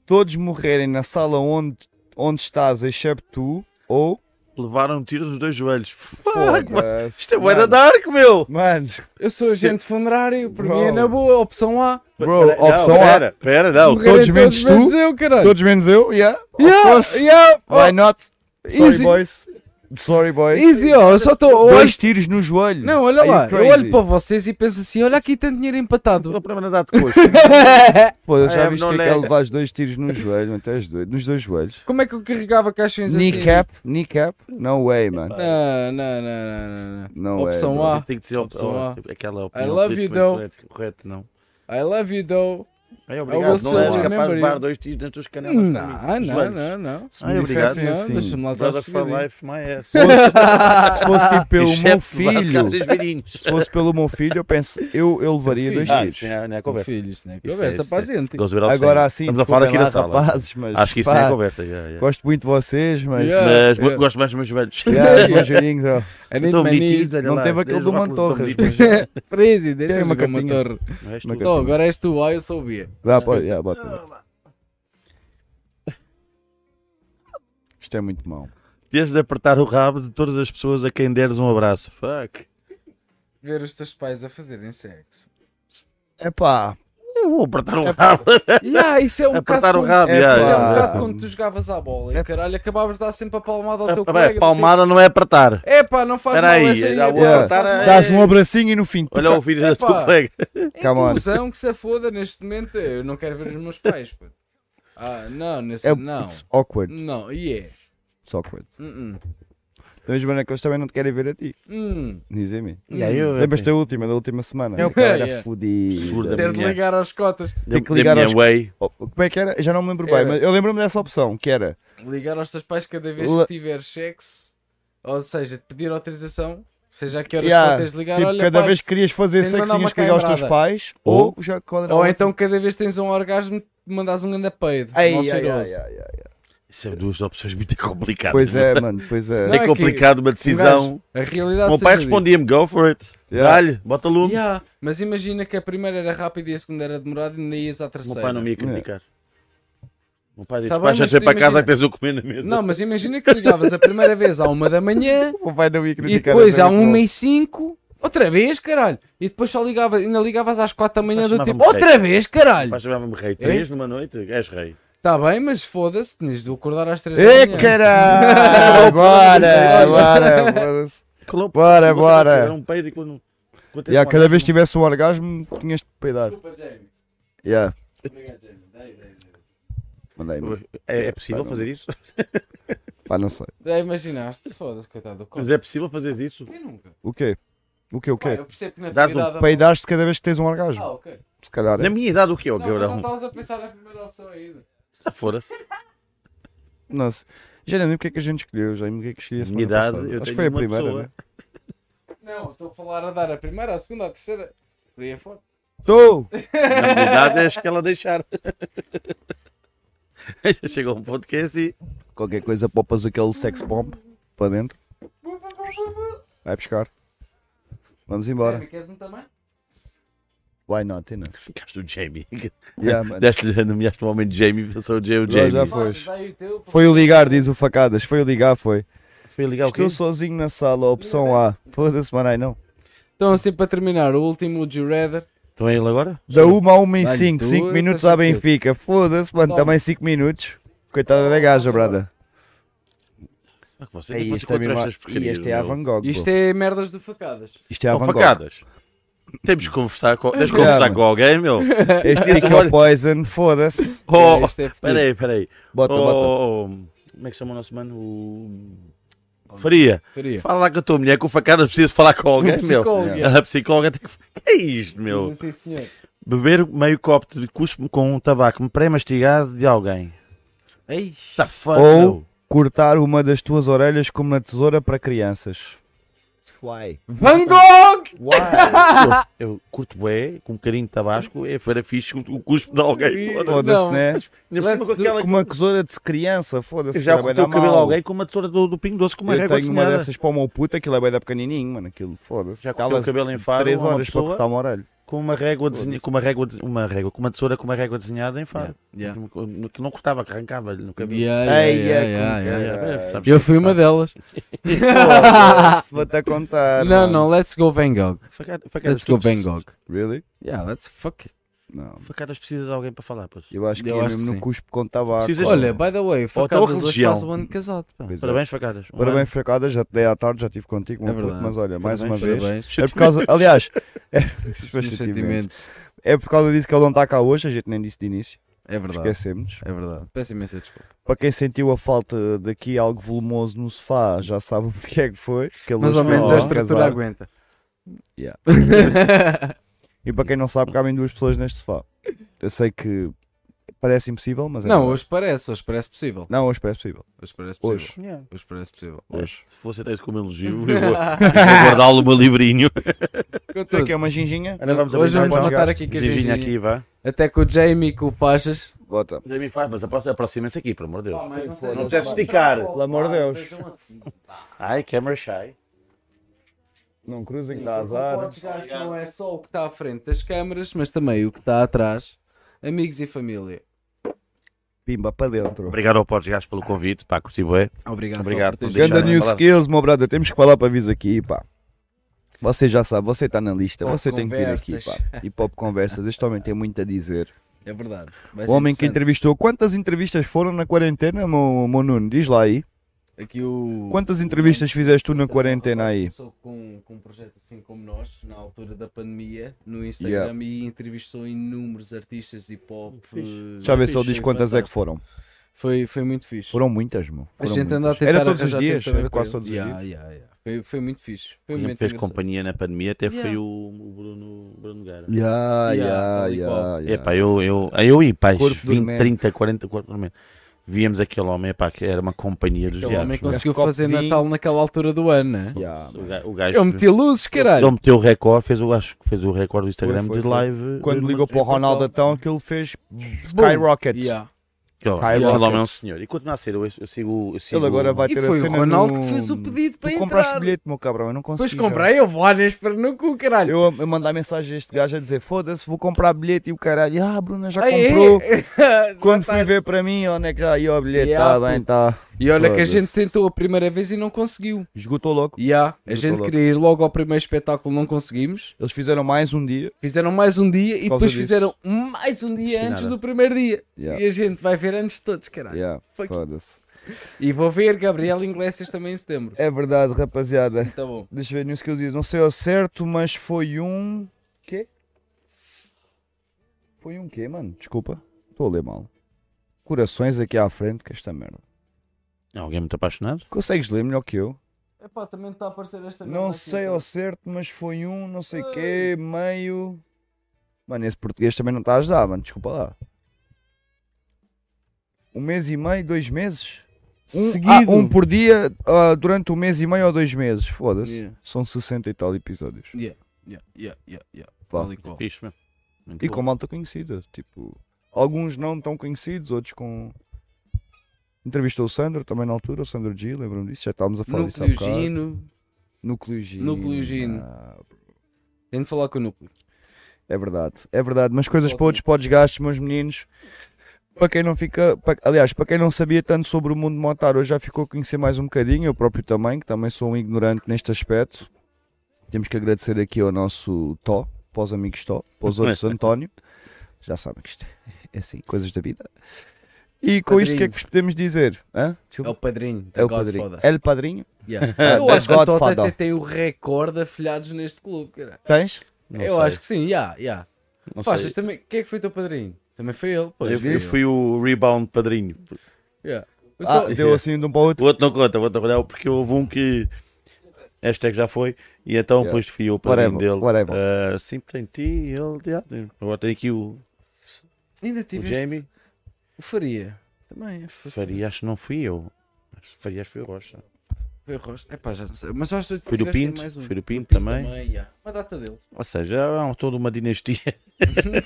Speaker 3: Todos morrerem na sala onde, onde estás, excepto tu, ou.
Speaker 8: Levaram um tiro nos dois joelhos. Fuck, mas-
Speaker 3: Foda-se.
Speaker 8: Isto é bué da
Speaker 3: Mano,
Speaker 8: dark, meu!
Speaker 3: Mano,
Speaker 7: Eu sou agente funerário, para mim é
Speaker 3: Bro.
Speaker 7: na boa, opção A.
Speaker 3: bro,
Speaker 8: Pera-
Speaker 3: opção
Speaker 8: não,
Speaker 3: A.
Speaker 8: Pera, pera, não.
Speaker 7: Morrerem
Speaker 3: todos menos tu?
Speaker 7: menos eu, caralho.
Speaker 3: Todos menos eu, yeah. Of
Speaker 7: Yeah,
Speaker 3: course.
Speaker 7: yeah, oh,
Speaker 3: Why not? Sorry,
Speaker 7: Easy.
Speaker 3: boys. Sorry, boys.
Speaker 7: Easy, ó, eu só estou.
Speaker 3: Dois tiros no joelho.
Speaker 7: Não, olha
Speaker 3: Are you
Speaker 7: lá, eu
Speaker 3: crazy?
Speaker 7: olho para vocês e penso assim: olha aqui, tanto dinheiro
Speaker 8: Não
Speaker 7: empatado.
Speaker 8: dá problema nadar de coxa.
Speaker 3: Pô, eu
Speaker 8: I
Speaker 3: já
Speaker 8: have
Speaker 3: viste
Speaker 8: no
Speaker 3: que é que é
Speaker 8: legs.
Speaker 3: levar os dois tiros no joelho, até os dois, nos dois joelhos.
Speaker 7: Como é que eu carregava caixões assim?
Speaker 3: Kneecap, kneecap, no way, mano.
Speaker 7: Não, não, não, não, não, não.
Speaker 3: No
Speaker 7: Opção
Speaker 3: way. bro.
Speaker 7: A.
Speaker 8: né? Tem que ser
Speaker 7: Opção
Speaker 8: opção
Speaker 7: A.
Speaker 8: A. Tipo, Aquela opinião
Speaker 7: love you,
Speaker 8: politicamente
Speaker 7: though.
Speaker 8: correta, correta, não.
Speaker 7: I love you, though.
Speaker 8: Ai,
Speaker 7: will
Speaker 8: É obrigado.
Speaker 7: still
Speaker 8: Não és capaz
Speaker 7: remember
Speaker 8: de
Speaker 7: you.
Speaker 8: levar dois tiros nas tuas canelas.
Speaker 7: Não,
Speaker 8: comigo, nos
Speaker 7: não,
Speaker 8: joelhos.
Speaker 7: não, não.
Speaker 3: Se
Speaker 8: Ai,
Speaker 3: me
Speaker 8: obrigado.
Speaker 3: dissessem
Speaker 7: Não, tá
Speaker 3: assim, se
Speaker 7: Deixa-me lá dar
Speaker 8: Brother for life, my ass.
Speaker 3: é fosse, se fosse tipo pelo meu
Speaker 8: Excepto lá,
Speaker 3: filho,
Speaker 8: três velhinhos.
Speaker 3: se fosse pelo meu filho, eu penso, eu, eu levaria dois
Speaker 8: Ah, isso
Speaker 3: tiros.
Speaker 8: não é- não é conversa.
Speaker 7: Filho, isso não é
Speaker 8: Isso é-
Speaker 7: conversa,
Speaker 8: isso é-
Speaker 7: pá, gente.
Speaker 8: Gosto de ver ao
Speaker 3: Agora
Speaker 8: cinema.
Speaker 3: assim,
Speaker 8: Estamos a falar aqui
Speaker 3: desculpem
Speaker 8: na
Speaker 3: lá,
Speaker 8: sala.
Speaker 3: rapazes, mas
Speaker 8: Acho que isso não
Speaker 3: pá,
Speaker 8: é conversa. yeah, yeah.
Speaker 3: Gosto muito de vocês, mas.
Speaker 7: Yeah.
Speaker 8: Mas
Speaker 7: Yeah.
Speaker 8: gosto mais dos meus velhos.
Speaker 3: Yeah, meus joelhinhos, ó.
Speaker 7: I need
Speaker 8: Estão
Speaker 7: my
Speaker 8: bonitinhos,
Speaker 7: knees.
Speaker 8: olha
Speaker 3: É, Não
Speaker 8: lá,
Speaker 3: teve aquele do
Speaker 8: desde os óculos
Speaker 3: Mantorras,
Speaker 8: tão
Speaker 3: mas-
Speaker 8: bonitos. é?
Speaker 7: Prezi,
Speaker 3: Tem
Speaker 7: deixa-me
Speaker 3: uma
Speaker 7: com uma
Speaker 3: cartinha.
Speaker 7: torre.
Speaker 8: Não é és tu?
Speaker 3: Uma cartinha.
Speaker 7: Então, agora és tu, ah, eu sou o B.
Speaker 3: Dá, pode, yeah, bota, bota. Isto é muito mau.
Speaker 8: Tens de apertar o rabo de todas as pessoas a quem deres um abraço. Fuck.
Speaker 7: Ver os teus pais a fazerem sexo.
Speaker 3: É pá,
Speaker 8: Eu vou apertar o rabo.
Speaker 7: Yeah, isso é um
Speaker 8: Apertar
Speaker 7: bocado.
Speaker 8: o
Speaker 7: como-
Speaker 8: rabo.
Speaker 3: é
Speaker 8: yeah,
Speaker 7: Isso é um
Speaker 3: Ah.
Speaker 8: yeah.
Speaker 7: bocado quando tu jogavas à bola e caralho, acabavas de dar sempre a palmada ao teu
Speaker 8: Ah, bem,
Speaker 7: colega.
Speaker 8: Palmada não é apertar.
Speaker 7: É pá, não faz
Speaker 8: Espera
Speaker 7: mal
Speaker 8: aí,
Speaker 7: essa aí.
Speaker 8: já
Speaker 7: é
Speaker 8: vou
Speaker 7: pá,
Speaker 3: apertar
Speaker 7: faz
Speaker 8: a-
Speaker 7: mal.
Speaker 3: dás um abracinho e no fim. tu
Speaker 8: Olha o vídeo da
Speaker 7: Epá.
Speaker 8: tua colega.
Speaker 7: É
Speaker 3: Come on.
Speaker 7: inclusão que se foda neste momento. Eu não quero ver os meus pais. pô. Ah, não, nesse,
Speaker 3: É
Speaker 7: não.
Speaker 3: it's awkward.
Speaker 7: Não, e é. yeah.
Speaker 3: It's awkward.
Speaker 7: Hum, hum.
Speaker 3: Então, Joana, que eles também não te querem ver a ti.
Speaker 7: Hum.
Speaker 3: Dizem-me.
Speaker 8: Yeah, eu-
Speaker 3: Lembras-te da última, da última semana? Eu
Speaker 7: Yeah,
Speaker 3: era
Speaker 7: yeah.
Speaker 8: Surda.
Speaker 3: fodido.
Speaker 7: Ter de
Speaker 8: É minha-
Speaker 7: ligar aos cotas.
Speaker 8: Da-
Speaker 3: que
Speaker 8: da
Speaker 3: ligar
Speaker 8: minha
Speaker 3: aos-
Speaker 8: way.
Speaker 3: Oh, Como é que era? Já não me lembro bem,
Speaker 7: Era.
Speaker 3: mas eu lembro-me dessa opção, que era.
Speaker 7: Ligar aos teus pais cada vez
Speaker 3: Le-
Speaker 7: que tiver sexo. Ou seja, te pedir autorização. Seja a que horas
Speaker 3: Yeah,
Speaker 7: for, tens de ligar.
Speaker 3: tipo,
Speaker 7: olha,
Speaker 3: cada
Speaker 7: pai,
Speaker 3: vez que querias fazer
Speaker 7: tens de
Speaker 3: sexo,
Speaker 7: mandar
Speaker 3: tinhas
Speaker 7: uma
Speaker 3: que ligar aos teus
Speaker 7: cãibra.
Speaker 3: pais, ou, já qual era a
Speaker 7: Ou
Speaker 3: outra?
Speaker 7: então cada vez que tens um orgasmo, mandas um grande peido.
Speaker 3: Ai,
Speaker 7: mal
Speaker 3: ai, ai,
Speaker 7: cheiroso.
Speaker 3: ai, ai.
Speaker 8: Isso é duas opções muito complicadas.
Speaker 3: Pois é, mano, pois é.
Speaker 7: Não, é
Speaker 8: É
Speaker 7: que-
Speaker 8: complicado uma
Speaker 7: Um
Speaker 8: decisão.
Speaker 7: gajo, A realidade
Speaker 8: O meu pai
Speaker 7: seja dita.
Speaker 8: respondia-me, um go for it.
Speaker 3: Yeah.
Speaker 8: Dá-lhe, bota lume.
Speaker 7: Yeah, mas imagina que a primeira era rápida e a segunda era demorada e ainda ias à
Speaker 8: O meu
Speaker 7: terceira.
Speaker 8: pai não me ia criticar. O meu pai disse,
Speaker 7: Sabe,
Speaker 8: vai
Speaker 7: mas
Speaker 8: já
Speaker 7: tu
Speaker 8: para casa
Speaker 7: imagina-
Speaker 8: que tens o comer na mesa.
Speaker 7: Não, mas imagina que ligavas a primeira vez à uma da manhã
Speaker 3: O pai não ia
Speaker 7: e
Speaker 3: criticar.
Speaker 7: depois um
Speaker 3: era
Speaker 7: à
Speaker 3: muito
Speaker 7: uma
Speaker 3: bom.
Speaker 7: e cinco, outra vez, caralho. E depois só ligava, ainda ligavas às quatro da manhã
Speaker 8: Mas
Speaker 7: do
Speaker 8: chamava-me
Speaker 7: tipo, outra
Speaker 8: creche.
Speaker 7: vez,
Speaker 8: O
Speaker 7: caralho.
Speaker 8: pai chamava-me rei. Três numa noite, és rei.
Speaker 7: Tá bem, mas foda-se, tens de acordar às três da
Speaker 3: Ê,
Speaker 7: manhã.
Speaker 3: caralho! Agora! Bora! Bora! Bora,
Speaker 8: Era
Speaker 3: bora!
Speaker 8: um peido e quando... quando tens
Speaker 3: Yeah,
Speaker 8: um
Speaker 3: cada vez que
Speaker 8: orgasmo-
Speaker 3: tivesse um orgasmo, tinhas de peidar.
Speaker 7: Desculpa, Jamie.
Speaker 3: Yeah.
Speaker 7: Obrigado, Jamie. Dei, dei, dei.
Speaker 3: Mandei, mano.
Speaker 8: É, é possível fazer isso?
Speaker 3: Pá, não sei.
Speaker 7: Já imaginaste? Foda-se, coitado do
Speaker 8: Mas
Speaker 7: copo.
Speaker 8: é possível fazer isso?
Speaker 7: Eu nunca.
Speaker 3: O quê? O quê? O
Speaker 7: Pá,
Speaker 3: quê?
Speaker 7: Ah, eu percebo que na
Speaker 8: Dás-lhe um
Speaker 7: realidade...
Speaker 3: Peidaste cada vez que tens um
Speaker 7: Ah,
Speaker 3: orgasmo.
Speaker 7: ok.
Speaker 3: Se calhar. é.
Speaker 8: Na minha idade o que é,
Speaker 7: Não, tá. mas só
Speaker 8: cabrão?
Speaker 7: estavas a pensar na primeira opção ainda.
Speaker 8: Ah, Fora-se.
Speaker 3: Nossa. Já nem lembro o que é que a gente escolheu, já nem lembro o que é que escolhi a
Speaker 8: Na
Speaker 3: semana
Speaker 8: minha idade,
Speaker 3: passada.
Speaker 8: eu
Speaker 3: Acho que
Speaker 8: tenho
Speaker 3: foi a
Speaker 8: uma
Speaker 3: primeira,
Speaker 8: pessoa.
Speaker 3: né?
Speaker 7: Não, Não, estou a falar a dar a primeira, a segunda, a terceira. Por aí é fora.
Speaker 5: Tu!
Speaker 3: é?
Speaker 8: Na verdade, acho que ela deixar. Chegou um ponto que é assim.
Speaker 3: Qualquer coisa poupas aquele sex bomb para dentro.
Speaker 5: Vai buscar.
Speaker 3: Vamos embora.
Speaker 7: Jeremy, Queres um também?
Speaker 3: Why not, you know?
Speaker 8: Ficaste o Jamie.
Speaker 3: Yeah, mano.
Speaker 8: Deste-lhe, nomeaste o homem de Jamie, passou o Jamie.
Speaker 5: Já, já
Speaker 7: Faz,
Speaker 5: foi.
Speaker 7: dá aí o teu.
Speaker 5: Foi o ligar, diz o Facadas. Foi o ligar, foi.
Speaker 8: Foi ligar o quê?
Speaker 3: Estou sozinho na sala, opção A. Foda-se, mano, ai não.
Speaker 7: Então, assim para terminar, o último, o G-Rather.
Speaker 8: Estão a ele agora?
Speaker 3: Da 1 a 1 em
Speaker 7: Mano,
Speaker 3: 5,
Speaker 7: tu
Speaker 3: 5
Speaker 7: é
Speaker 3: minutos
Speaker 7: com
Speaker 3: à Benfica. Foda-se, mano,
Speaker 7: Toma.
Speaker 3: também 5 minutos. Coitada da gaja, brada.
Speaker 8: Ah, que Vocês
Speaker 3: Ei,
Speaker 8: não
Speaker 3: Isto é,
Speaker 8: contra
Speaker 3: mesmo-
Speaker 8: estas
Speaker 3: Ih,
Speaker 8: porcarias.
Speaker 3: este é a
Speaker 8: meu.
Speaker 3: Van Gogh.
Speaker 7: Isto
Speaker 3: bro.
Speaker 7: é merdas do facadas.
Speaker 3: Isto é a
Speaker 8: Não,
Speaker 3: Van Gogh.
Speaker 8: facadas. Temos que conversar com, tens
Speaker 3: Yeah,
Speaker 8: que conversar
Speaker 3: mano.
Speaker 8: com alguém, meu.
Speaker 3: Este é que é o Poison, foda-se.
Speaker 8: Oh,
Speaker 7: Este é fudido.
Speaker 8: peraí, peraí.
Speaker 3: Bota,
Speaker 8: Oh,
Speaker 3: bota.
Speaker 8: oh, oh, como é que chama o nosso mano? O... Faria.
Speaker 7: Faria.
Speaker 8: Fala lá com a tua mulher, com o facada preciso falar com alguém, meu.
Speaker 7: Psicóloga.
Speaker 8: A psicóloga tem que. Que é isto, meu?
Speaker 7: Diz assim, senhor.
Speaker 8: Beber meio copo de cuspo com um tabaco pré-mastigado de alguém. Ei, está fuck,
Speaker 3: Ou-
Speaker 8: meu.
Speaker 3: Cortar uma das tuas orelhas como na tesoura para crianças. Why?
Speaker 7: Van Gogh!
Speaker 3: Why?
Speaker 8: Eu, eu curto bué, com um bocadinho de tabasco, é fora fixe o o cuspo de alguém. Foda-se.
Speaker 3: Foda-se,
Speaker 7: Não.
Speaker 3: né?
Speaker 8: Ainda por cima com
Speaker 7: Let's do-
Speaker 8: aquela-
Speaker 3: Com uma tesoura de criança, foda-se. é
Speaker 8: Já
Speaker 3: vai
Speaker 8: cortei
Speaker 3: dar
Speaker 8: o cabelo
Speaker 3: mal.
Speaker 8: a alguém com uma tesoura do, do Pingo Doce com uma
Speaker 3: Eu
Speaker 8: régua
Speaker 3: tenho uma
Speaker 8: assinada.
Speaker 3: dessas para o meu puto, aquilo é bem da pequenininho, mano. Aquilo, foda-se.
Speaker 8: Já cortei o
Speaker 3: Cala-se
Speaker 8: cabelo em faro a
Speaker 3: três
Speaker 8: uma
Speaker 3: horas para
Speaker 8: pessoa
Speaker 3: cortar uma orelha.
Speaker 8: com uma régua desenhada, com uma régua, de- uma régua, com uma tesoura com uma régua desenhada em faro.
Speaker 7: Yeah.
Speaker 8: Que não cortava, que arrancava-lhe no cabelo.
Speaker 7: Yeah, yeah,
Speaker 3: Ei, é
Speaker 7: yeah, yeah,
Speaker 3: com
Speaker 7: yeah.
Speaker 8: Yeah, yeah, sabes
Speaker 7: Eu
Speaker 8: que
Speaker 7: fui uma
Speaker 8: tá.
Speaker 7: delas.
Speaker 3: Foda-se, Vou-te a contar.
Speaker 7: Não,
Speaker 3: mano.
Speaker 7: não, let's go Van Gogh.
Speaker 8: Facada- facadas,
Speaker 7: Let's go
Speaker 8: tu
Speaker 7: Van
Speaker 8: precis-
Speaker 7: Gogh.
Speaker 3: Really?
Speaker 7: Yeah, let's fuck it.
Speaker 3: Não.
Speaker 8: Facadas precisa de alguém para falar, pois.
Speaker 3: Eu acho que
Speaker 7: Eu
Speaker 3: ia
Speaker 7: acho
Speaker 3: mesmo
Speaker 7: que
Speaker 3: no
Speaker 7: sim.
Speaker 3: cuspo com tabaco.
Speaker 8: Precisas-
Speaker 7: Olha, by the way, facadas hoje
Speaker 8: religião.
Speaker 7: faz o ano de casado. pá.
Speaker 3: então Pois é.
Speaker 8: Parabéns, facadas. Um
Speaker 3: Parabéns, fracada. Já te dei à tarde, já estive contigo.
Speaker 7: É
Speaker 3: Meu puto,
Speaker 7: verdade.
Speaker 3: mas olha, mais uma
Speaker 8: Parabéns,
Speaker 3: vez.
Speaker 7: Parabéns.
Speaker 3: É por causa, aliás, é, esses
Speaker 7: Meus
Speaker 3: meus sentimentos.
Speaker 7: sentimentos.
Speaker 3: é por causa disso que ele não está cá hoje. A gente nem disse de início.
Speaker 7: É verdade.
Speaker 3: Esquecemos.
Speaker 7: É verdade. Peço imensa desculpa.
Speaker 3: Para quem sentiu a falta daqui algo volumoso no sofá, já sabe o que é que foi. Que ele
Speaker 7: Mas
Speaker 3: hoje
Speaker 7: ao
Speaker 3: fez
Speaker 7: menos
Speaker 3: um
Speaker 7: a estrutura
Speaker 3: casal.
Speaker 7: aguenta.
Speaker 3: Yeah. E para quem não sabe, cabem duas pessoas neste sofá. Eu sei que parece impossível, mas é
Speaker 7: Não,
Speaker 3: verdade.
Speaker 7: hoje parece, hoje parece possível.
Speaker 3: Não, hoje parece possível.
Speaker 7: Hoje parece
Speaker 3: Hoje.
Speaker 7: possível.
Speaker 8: ano.
Speaker 7: Hoje parece possível.
Speaker 8: É, Se fosse até isso como elogio, eu vou, eu vou guardá-lo no meu livrinho.
Speaker 3: Isso aqui é uma ginginha?
Speaker 8: Agora vamos
Speaker 7: Hoje
Speaker 8: abrir
Speaker 7: vamos
Speaker 8: mais um
Speaker 7: matar
Speaker 8: podcast.
Speaker 7: aqui com a Ginginha.
Speaker 8: Ginginha aqui, vá.
Speaker 7: Até com o Jamie e com o Pachas.
Speaker 3: Bota.
Speaker 8: Já me faz, mas apro- aproxima-se é aqui, pelo amor de Deus.
Speaker 7: Não
Speaker 8: Não queres esticar.
Speaker 3: Pelo amor de Deus.
Speaker 8: Ai, camera shy.
Speaker 3: Não cruzem que dá azar.
Speaker 7: podcast não é só o que está à frente das câmaras, mas também o que está atrás. Amigos e família.
Speaker 3: Pimba para dentro.
Speaker 8: Obrigado ao Podgás pelo convite, pá, curti bué.
Speaker 7: Obrigado. Paulo, por
Speaker 8: Obrigado por
Speaker 7: teres
Speaker 8: deixar-
Speaker 3: Ganda
Speaker 7: vindo.
Speaker 8: Deixa eu
Speaker 3: New
Speaker 8: falar.
Speaker 3: Skills, meu brother. Temos que falar para vir aqui, pá. Você já sabe, você está na lista,
Speaker 7: Pop
Speaker 3: você tem que vir aqui, pá.
Speaker 7: conversas.
Speaker 3: Hip Hop Conversas, este homem tem muito a dizer.
Speaker 7: É verdade. Vai
Speaker 3: O
Speaker 7: ser
Speaker 3: homem que
Speaker 7: interessante.
Speaker 3: entrevistou, quantas entrevistas foram na quarentena, meu, meu Nuno? Diz lá aí.
Speaker 7: Aqui o...
Speaker 3: Quantas entrevistas fizeste tu na
Speaker 7: Então,
Speaker 3: quarentena
Speaker 7: rapaz,
Speaker 3: aí?
Speaker 7: Começou com, com um projeto assim como nós, na altura da pandemia, no Instagram e entrevistou inúmeros artistas de hip hop. eh,
Speaker 3: Deixa eu ver se ele
Speaker 7: fixe,
Speaker 3: diz
Speaker 7: foi
Speaker 3: quantas é que
Speaker 7: fantástico.
Speaker 3: foram.
Speaker 7: foi. Foi muito fixe.
Speaker 3: Foram muitas, meu.
Speaker 7: a
Speaker 3: Foram
Speaker 7: gente anda a
Speaker 3: muitas.
Speaker 7: tentar
Speaker 3: Era todos os
Speaker 7: arranjar tempo
Speaker 3: dias,
Speaker 7: também
Speaker 3: era
Speaker 7: para
Speaker 3: quase
Speaker 7: ele.
Speaker 3: todos os
Speaker 7: Yeah,
Speaker 3: dias.
Speaker 7: yeah, yeah. Foi, foi muito fixe. Foi
Speaker 8: Quem me
Speaker 7: muito
Speaker 8: fez
Speaker 7: engraçado.
Speaker 8: companhia na pandemia até foi
Speaker 7: Yeah.
Speaker 8: o, o Bruno, Bruno Guerra.
Speaker 3: Ya,
Speaker 7: Yeah,
Speaker 3: ya,
Speaker 7: tal e
Speaker 3: ya,
Speaker 7: qual.
Speaker 8: É
Speaker 3: ya.
Speaker 8: pá, eu, eu, eu e pá,
Speaker 3: Corpo
Speaker 8: 20,
Speaker 3: dormente.
Speaker 8: 30, 40, 40 dormente. Víamos aquele homem, pá, que era uma companhia dos
Speaker 7: Aquele homem
Speaker 8: diabos. meu.
Speaker 7: conseguiu
Speaker 3: Esse copo
Speaker 7: fazer
Speaker 3: de vinho.
Speaker 7: Natal naquela altura do ano, né?
Speaker 3: Ya,
Speaker 8: O
Speaker 3: mano.
Speaker 8: ga- O gajo.
Speaker 7: Eu meti luzes,
Speaker 8: ele
Speaker 7: caralho.
Speaker 8: meteu o recorde, fez o, acho que fez o recorde do Instagram
Speaker 3: Foi, foi,
Speaker 8: de
Speaker 3: foi.
Speaker 8: live. eh,
Speaker 3: Quando
Speaker 8: de
Speaker 3: ligou para o
Speaker 8: material.
Speaker 3: Ronaldo, então, aquilo fez skyrocket.
Speaker 7: Yeah.
Speaker 8: Aquele
Speaker 3: Skyrocket.
Speaker 8: aquele homem é um senhor. E continua a ser, eu, eu sigo. Eu sigo
Speaker 3: Ele agora vai
Speaker 7: Tipo, E
Speaker 3: ter a
Speaker 7: foi o
Speaker 3: cena
Speaker 7: Ronaldo
Speaker 3: no-
Speaker 7: que fez o pedido para
Speaker 3: Tu
Speaker 7: entrar.
Speaker 3: compraste bilhete, meu cabrão, eu não consegui.
Speaker 7: Depois
Speaker 3: já.
Speaker 7: comprei, eu vou às para no cu, caralho.
Speaker 3: Eu, eu mandar mensagem a este gajo a dizer: Foda-se, vou comprar bilhete e o caralho. Ah, a Bruna já
Speaker 7: Ai,
Speaker 3: comprou.
Speaker 7: ai, ai.
Speaker 3: Quando
Speaker 7: Já
Speaker 3: fui
Speaker 7: tá-
Speaker 3: ver para mim, onde é que já ia o bilhete?
Speaker 7: Yeah,
Speaker 3: Está bem,
Speaker 7: puto.
Speaker 3: está.
Speaker 7: E olha que a gente
Speaker 3: Foda-se.
Speaker 7: tentou a primeira vez e não conseguiu.
Speaker 3: Esgotou logo.
Speaker 7: E há, a
Speaker 3: Eu tô
Speaker 7: gente
Speaker 3: louco.
Speaker 7: queria ir logo ao primeiro espetáculo, não conseguimos.
Speaker 3: Eles fizeram mais um dia.
Speaker 7: Fizeram mais um dia e
Speaker 3: Por causa
Speaker 7: depois
Speaker 3: disso.
Speaker 7: fizeram mais um dia antes
Speaker 8: nada.
Speaker 7: do primeiro dia.
Speaker 3: Yeah.
Speaker 7: E a gente vai ver antes de todos, caralho.
Speaker 3: Yeah,
Speaker 7: Fuck.
Speaker 3: Foda-se.
Speaker 7: E vou ver Gabriel Iglesias também em setembro.
Speaker 3: É verdade, rapaziada.
Speaker 7: Sim, tá bom.
Speaker 3: Deixa eu ver, nisso que eu disse. Não sei ao certo, mas foi um. Quê? Foi um quê, mano? Desculpa. Estou a ler mal. Corações aqui à frente, que esta merda.
Speaker 8: É Alguém muito apaixonado?
Speaker 3: Consegues ler melhor que eu?
Speaker 7: Epá, também não está a aparecer esta merda
Speaker 3: Não
Speaker 7: aqui,
Speaker 3: sei
Speaker 7: então.
Speaker 3: ao certo, mas foi um, não sei quê, meio. Mano, esse português também não está a ajudar, mano. Desculpa lá. Um mês e meio, dois meses? Um,
Speaker 7: Seguido.
Speaker 3: ah, um por dia ah, durante um mês e meio ou dois meses. Foda-se.
Speaker 7: Yeah.
Speaker 3: São 60 e tal episódios.
Speaker 7: Yeah, yeah, yeah, yeah.
Speaker 3: Pá.
Speaker 7: Tal e qual.
Speaker 8: Fixe, meu. Muito
Speaker 3: E
Speaker 8: bom.
Speaker 3: com malta conhecida. Tipo, alguns não tão conhecidos, outros com. Entrevistou o Sandro também na altura, o Sandro G, lembram disso? Já estávamos a falar disso há
Speaker 7: Núcleo
Speaker 3: bocado.
Speaker 7: Gino.
Speaker 3: Núcleo Gino.
Speaker 7: Núcleo Gino.
Speaker 3: Ah,
Speaker 7: Tenho de falar com o núcleo.
Speaker 3: É verdade, é verdade. Mas coisas
Speaker 7: Ótimo.
Speaker 3: para outros podes gastos, meus meninos. Para quem não fica, para- aliás, para quem não sabia tanto sobre o mundo motar, hoje já ficou a conhecer mais um bocadinho, eu próprio também, que também sou um ignorante neste aspecto. Temos que agradecer aqui ao nosso Tó, para os amigos Tó, para os outros António. Já sabem que isto é assim, coisas da vida. E com isto, o que é que vos podemos dizer? Hã?
Speaker 7: É o padrinho. da
Speaker 3: É o padrinho.
Speaker 7: Godfather.
Speaker 3: É o padrinho?
Speaker 7: Yeah.
Speaker 3: Ah,
Speaker 7: Eu
Speaker 3: da
Speaker 7: acho que o Tota
Speaker 3: Godfather.
Speaker 7: até tem o recorde de afilhados neste clube, cara.
Speaker 3: Tens?
Speaker 8: Não
Speaker 7: eu
Speaker 8: sei,
Speaker 7: acho que sim, já, já.
Speaker 8: não sei.
Speaker 7: Faixas também. Quem é que foi o teu padrinho? Também foi ele. Pois,
Speaker 8: Eu,
Speaker 7: foi
Speaker 8: eu fui o rebound padrinho.
Speaker 7: Yeah.
Speaker 3: Ah,
Speaker 7: Então,
Speaker 3: deu assim de um para o outro.
Speaker 8: O outro não conta, o outro não conta, porque houve um que. Hashtag já foi, e então
Speaker 3: Yeah.
Speaker 8: depois fui eu para
Speaker 3: Whatever,
Speaker 8: dele.
Speaker 3: whatever.
Speaker 8: Ah, sempre tem ti, ele. yeah, tem- Agora tem aqui o,
Speaker 7: ainda
Speaker 8: o
Speaker 7: tiveste.
Speaker 8: Jamie.
Speaker 7: O Faria. Também. é acho que foi
Speaker 8: Faria, acho que não fui eu. Acho que Faria, acho que foi o Rocha.
Speaker 7: Foi o Rocha. É pá, já não sei. Mas acho que
Speaker 8: Foi do
Speaker 7: tiveste aí
Speaker 8: Pinto,
Speaker 7: mais um.
Speaker 8: foi do Pinto
Speaker 7: também.
Speaker 8: também.
Speaker 7: já. Uma data dele.
Speaker 8: Ou seja, há um- toda uma dinastia.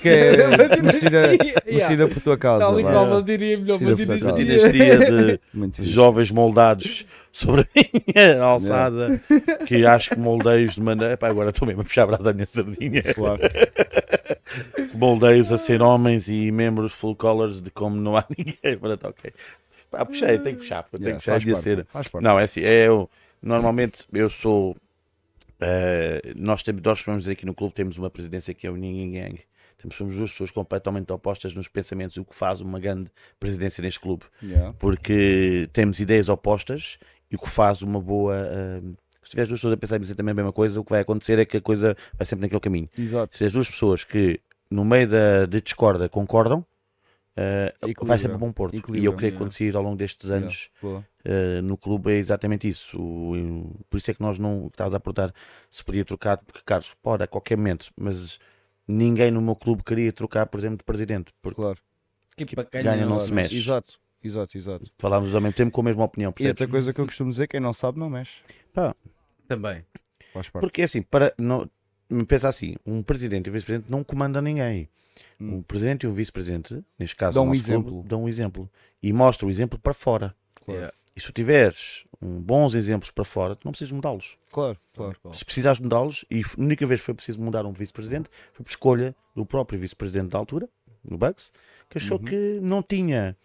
Speaker 3: Que é merecida,
Speaker 7: Yeah.
Speaker 3: merecida por tua causa.
Speaker 7: Tal e
Speaker 3: vá.
Speaker 7: qual, não diria melhor. Uma
Speaker 3: Precisa
Speaker 8: Uma
Speaker 3: Ah.
Speaker 7: dinastia.
Speaker 8: dinastia de
Speaker 3: Muito fixe.
Speaker 8: jovens moldados sobre a minha alçada. Que acho que moldei-os de maneira. Epá, agora estou mesmo a puxar a brasa da minha sardinha.
Speaker 3: Claro.
Speaker 8: moldei-os a ser homens e membros full colors de como não há ninguém. Pronto, ok. Pá, puxei, tenho que puxar, pá, tenho
Speaker 3: Yeah,
Speaker 8: que puxar a minha
Speaker 3: parte,
Speaker 8: cena.
Speaker 3: faz parte.
Speaker 8: Não, é assim, é eu. Normalmente eu sou. eh, nós temos, nós vamos aqui no clube, temos uma presidência que é o Ning Yang. Temos, somos duas pessoas completamente opostas nos pensamentos, o que faz uma grande presidência neste clube
Speaker 3: Yeah.
Speaker 8: porque temos ideias opostas e o que faz uma boa. ah, se tiver as duas pessoas a pensar também a mesma coisa, o que vai acontecer é que a coisa vai sempre naquele caminho.
Speaker 3: Exato.
Speaker 8: Se as duas pessoas que no meio da de discorda concordam, ah,
Speaker 3: Equilibra.
Speaker 8: vai sempre a bom porto. E
Speaker 3: Equilibra,
Speaker 8: eu creio que
Speaker 7: yeah.
Speaker 8: acontecer ao longo destes anos
Speaker 3: Boa.
Speaker 8: ah, no clube é exatamente isso. O- o- por isso é que nós não. O que estavas a aportar se podia trocar, porque Carlos, pode a qualquer momento, mas ninguém no meu clube queria trocar, por exemplo, de presidente, porque
Speaker 3: Claro.
Speaker 7: Que
Speaker 8: ganha
Speaker 7: bacana.
Speaker 8: não se mexe.
Speaker 3: Exato. Exato, exato.
Speaker 8: falámos ao mesmo tempo com a mesma opinião,
Speaker 3: E
Speaker 8: percebes?
Speaker 3: outra coisa que eu costumo dizer, quem não sabe não mexe.
Speaker 7: Também.
Speaker 3: Faz parte.
Speaker 8: Porque assim, para não, pensa assim, um presidente e um vice-presidente não comanda ninguém.
Speaker 3: Hum.
Speaker 8: Um presidente e um vice-presidente, neste caso,
Speaker 3: Dão
Speaker 8: o
Speaker 3: um
Speaker 8: nosso clube,
Speaker 3: exemplo.
Speaker 8: dão um exemplo e mostram o exemplo para fora.
Speaker 3: Claro.
Speaker 7: Yeah.
Speaker 8: E se tu tiveres um, bons exemplos para fora, tu não precisas mudá-los.
Speaker 3: Claro, claro.
Speaker 8: Se precisares mudá-los, e a única vez que foi preciso mudar um vice-presidente foi por escolha do próprio vice-presidente da altura, no Bucks, que
Speaker 3: Uhum.
Speaker 8: achou que não tinha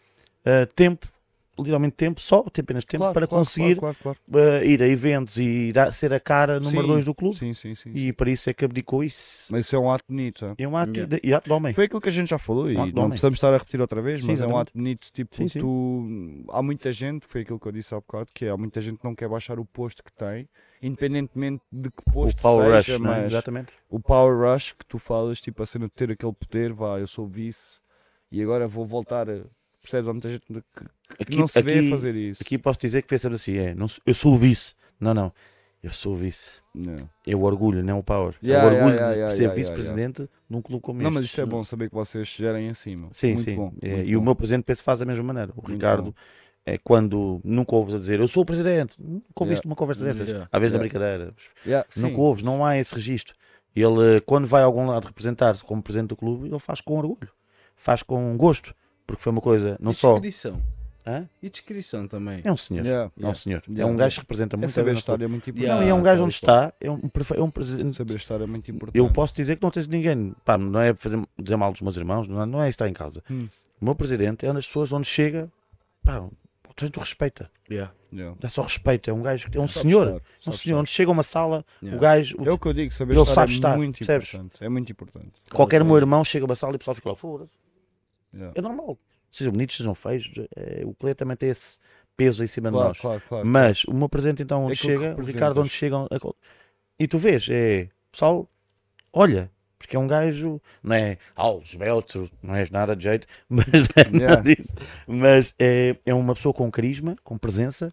Speaker 8: ah, tempo, literalmente tempo, só apenas tempo,
Speaker 3: Claro,
Speaker 8: para
Speaker 3: claro,
Speaker 8: conseguir
Speaker 3: Claro, claro,
Speaker 8: ah, ir a eventos e ir a- ser a cara número
Speaker 3: Sim,
Speaker 8: 2 do clube.
Speaker 3: claro. Sim, sim, sim.
Speaker 8: E para isso é que abdicou isso.
Speaker 3: Mas isso é um ato bonito. é?
Speaker 8: É um ato,
Speaker 7: Yeah.
Speaker 8: de, e ato de homem.
Speaker 3: Foi aquilo que a gente já falou e
Speaker 8: Um ato de
Speaker 3: não
Speaker 8: homem.
Speaker 3: precisamos estar a repetir outra vez,
Speaker 8: Sim,
Speaker 3: mas é um
Speaker 8: exatamente.
Speaker 3: ato bonito. Tipo,
Speaker 8: Sim, sim.
Speaker 3: tu. Há muita gente, que foi aquilo que eu disse há bocado, que é, há muita gente que não quer baixar o posto que tem, independentemente de que
Speaker 8: O
Speaker 3: posto
Speaker 8: Power
Speaker 3: seja,
Speaker 8: Rush, não é?
Speaker 3: mas.
Speaker 8: Exatamente.
Speaker 3: o power rush que tu falas, tipo a cena de ter aquele poder, vá, eu sou vice e agora vou voltar. a- Percebes? Há muita gente que, que
Speaker 8: Aqui,
Speaker 3: não se vê
Speaker 8: aqui-
Speaker 3: a fazer isso.
Speaker 8: aqui posso dizer que pensamos assim: é, não sou- eu sou o vice. Não, não. Eu sou o vice.
Speaker 3: Não.
Speaker 8: É o orgulho, não o power.
Speaker 3: Yeah,
Speaker 8: é o orgulho
Speaker 3: yeah,
Speaker 8: de
Speaker 3: yeah,
Speaker 8: ser
Speaker 3: yeah,
Speaker 8: vice-presidente num clube como
Speaker 3: não,
Speaker 8: este.
Speaker 3: mas isso é bom saber que vocês gerem em cima.
Speaker 8: Sim,
Speaker 3: muito
Speaker 8: sim.
Speaker 3: Bom,
Speaker 8: É,
Speaker 3: muito
Speaker 8: e o
Speaker 3: bom.
Speaker 8: meu presidente pensa faz a mesma maneira. O
Speaker 3: Muito
Speaker 8: Ricardo é quando nunca ouves a dizer eu sou o presidente. Nunca ouviste
Speaker 3: Yeah.
Speaker 8: uma conversa dessas.
Speaker 7: Yeah.
Speaker 8: Às vezes
Speaker 3: Yeah.
Speaker 8: na brincadeira.
Speaker 3: Yeah, sim.
Speaker 8: Nunca ouves, não há esse registro. Ele, eh, quando vai a algum lado representar-se como presidente do clube, ele faz com orgulho, faz com gosto, porque foi uma coisa, não
Speaker 7: e
Speaker 8: só.
Speaker 7: Descrição.
Speaker 8: Hã?
Speaker 7: E descrição também.
Speaker 8: É um senhor.
Speaker 3: Yeah,
Speaker 8: É um
Speaker 3: yeah.
Speaker 8: senhor. É
Speaker 3: Yeah,
Speaker 8: um gajo que representa
Speaker 3: É
Speaker 8: muito
Speaker 3: saber
Speaker 8: bem na
Speaker 3: estar é muito importante.
Speaker 7: Yeah.
Speaker 8: Não, e é um gajo onde
Speaker 3: Tal e
Speaker 8: está, é um, prefe- é um
Speaker 3: qual.
Speaker 8: presidente.
Speaker 3: Saber estar é muito importante.
Speaker 8: Eu posso dizer que não tens ninguém, pá, não é fazer, dizer mal dos meus irmãos, não é, não é estar em casa.
Speaker 3: Hum.
Speaker 8: O meu presidente é uma das pessoas onde chega, pá, o presidente o respeita,
Speaker 7: Yeah.
Speaker 3: Yeah.
Speaker 8: dá só respeito, é um gajo, que- é um
Speaker 3: Sabe
Speaker 8: senhor,
Speaker 3: estar,
Speaker 8: é um
Speaker 3: sabe
Speaker 8: senhor,
Speaker 3: estar.
Speaker 8: onde chega a uma sala,
Speaker 7: Yeah.
Speaker 8: o gajo, o
Speaker 3: É o que eu digo, saber
Speaker 8: Ele
Speaker 3: estar
Speaker 8: sabe
Speaker 3: é
Speaker 8: estar,
Speaker 3: muito
Speaker 8: percebes?
Speaker 3: importante. É muito importante.
Speaker 8: Qualquer meu irmão chega a uma sala e o pessoal fica lá, foda
Speaker 3: Yeah.
Speaker 8: É normal. Sejam bonitos, sejam feios. eh, o cliente também tem esse peso em cima de
Speaker 3: Claro,
Speaker 8: nós.
Speaker 3: claro, claro. É
Speaker 8: Mas o meu presente, então, onde
Speaker 3: Aquilo que
Speaker 8: chega, o
Speaker 3: representas.
Speaker 8: Ricardo, onde chegam. E tu vês, é. Pessoal, olha. Porque é um gajo, não é alves, beltro, não és nada de jeito, mas não é nada
Speaker 3: Yeah.
Speaker 8: disso. Mas é, é uma pessoa com carisma, com presença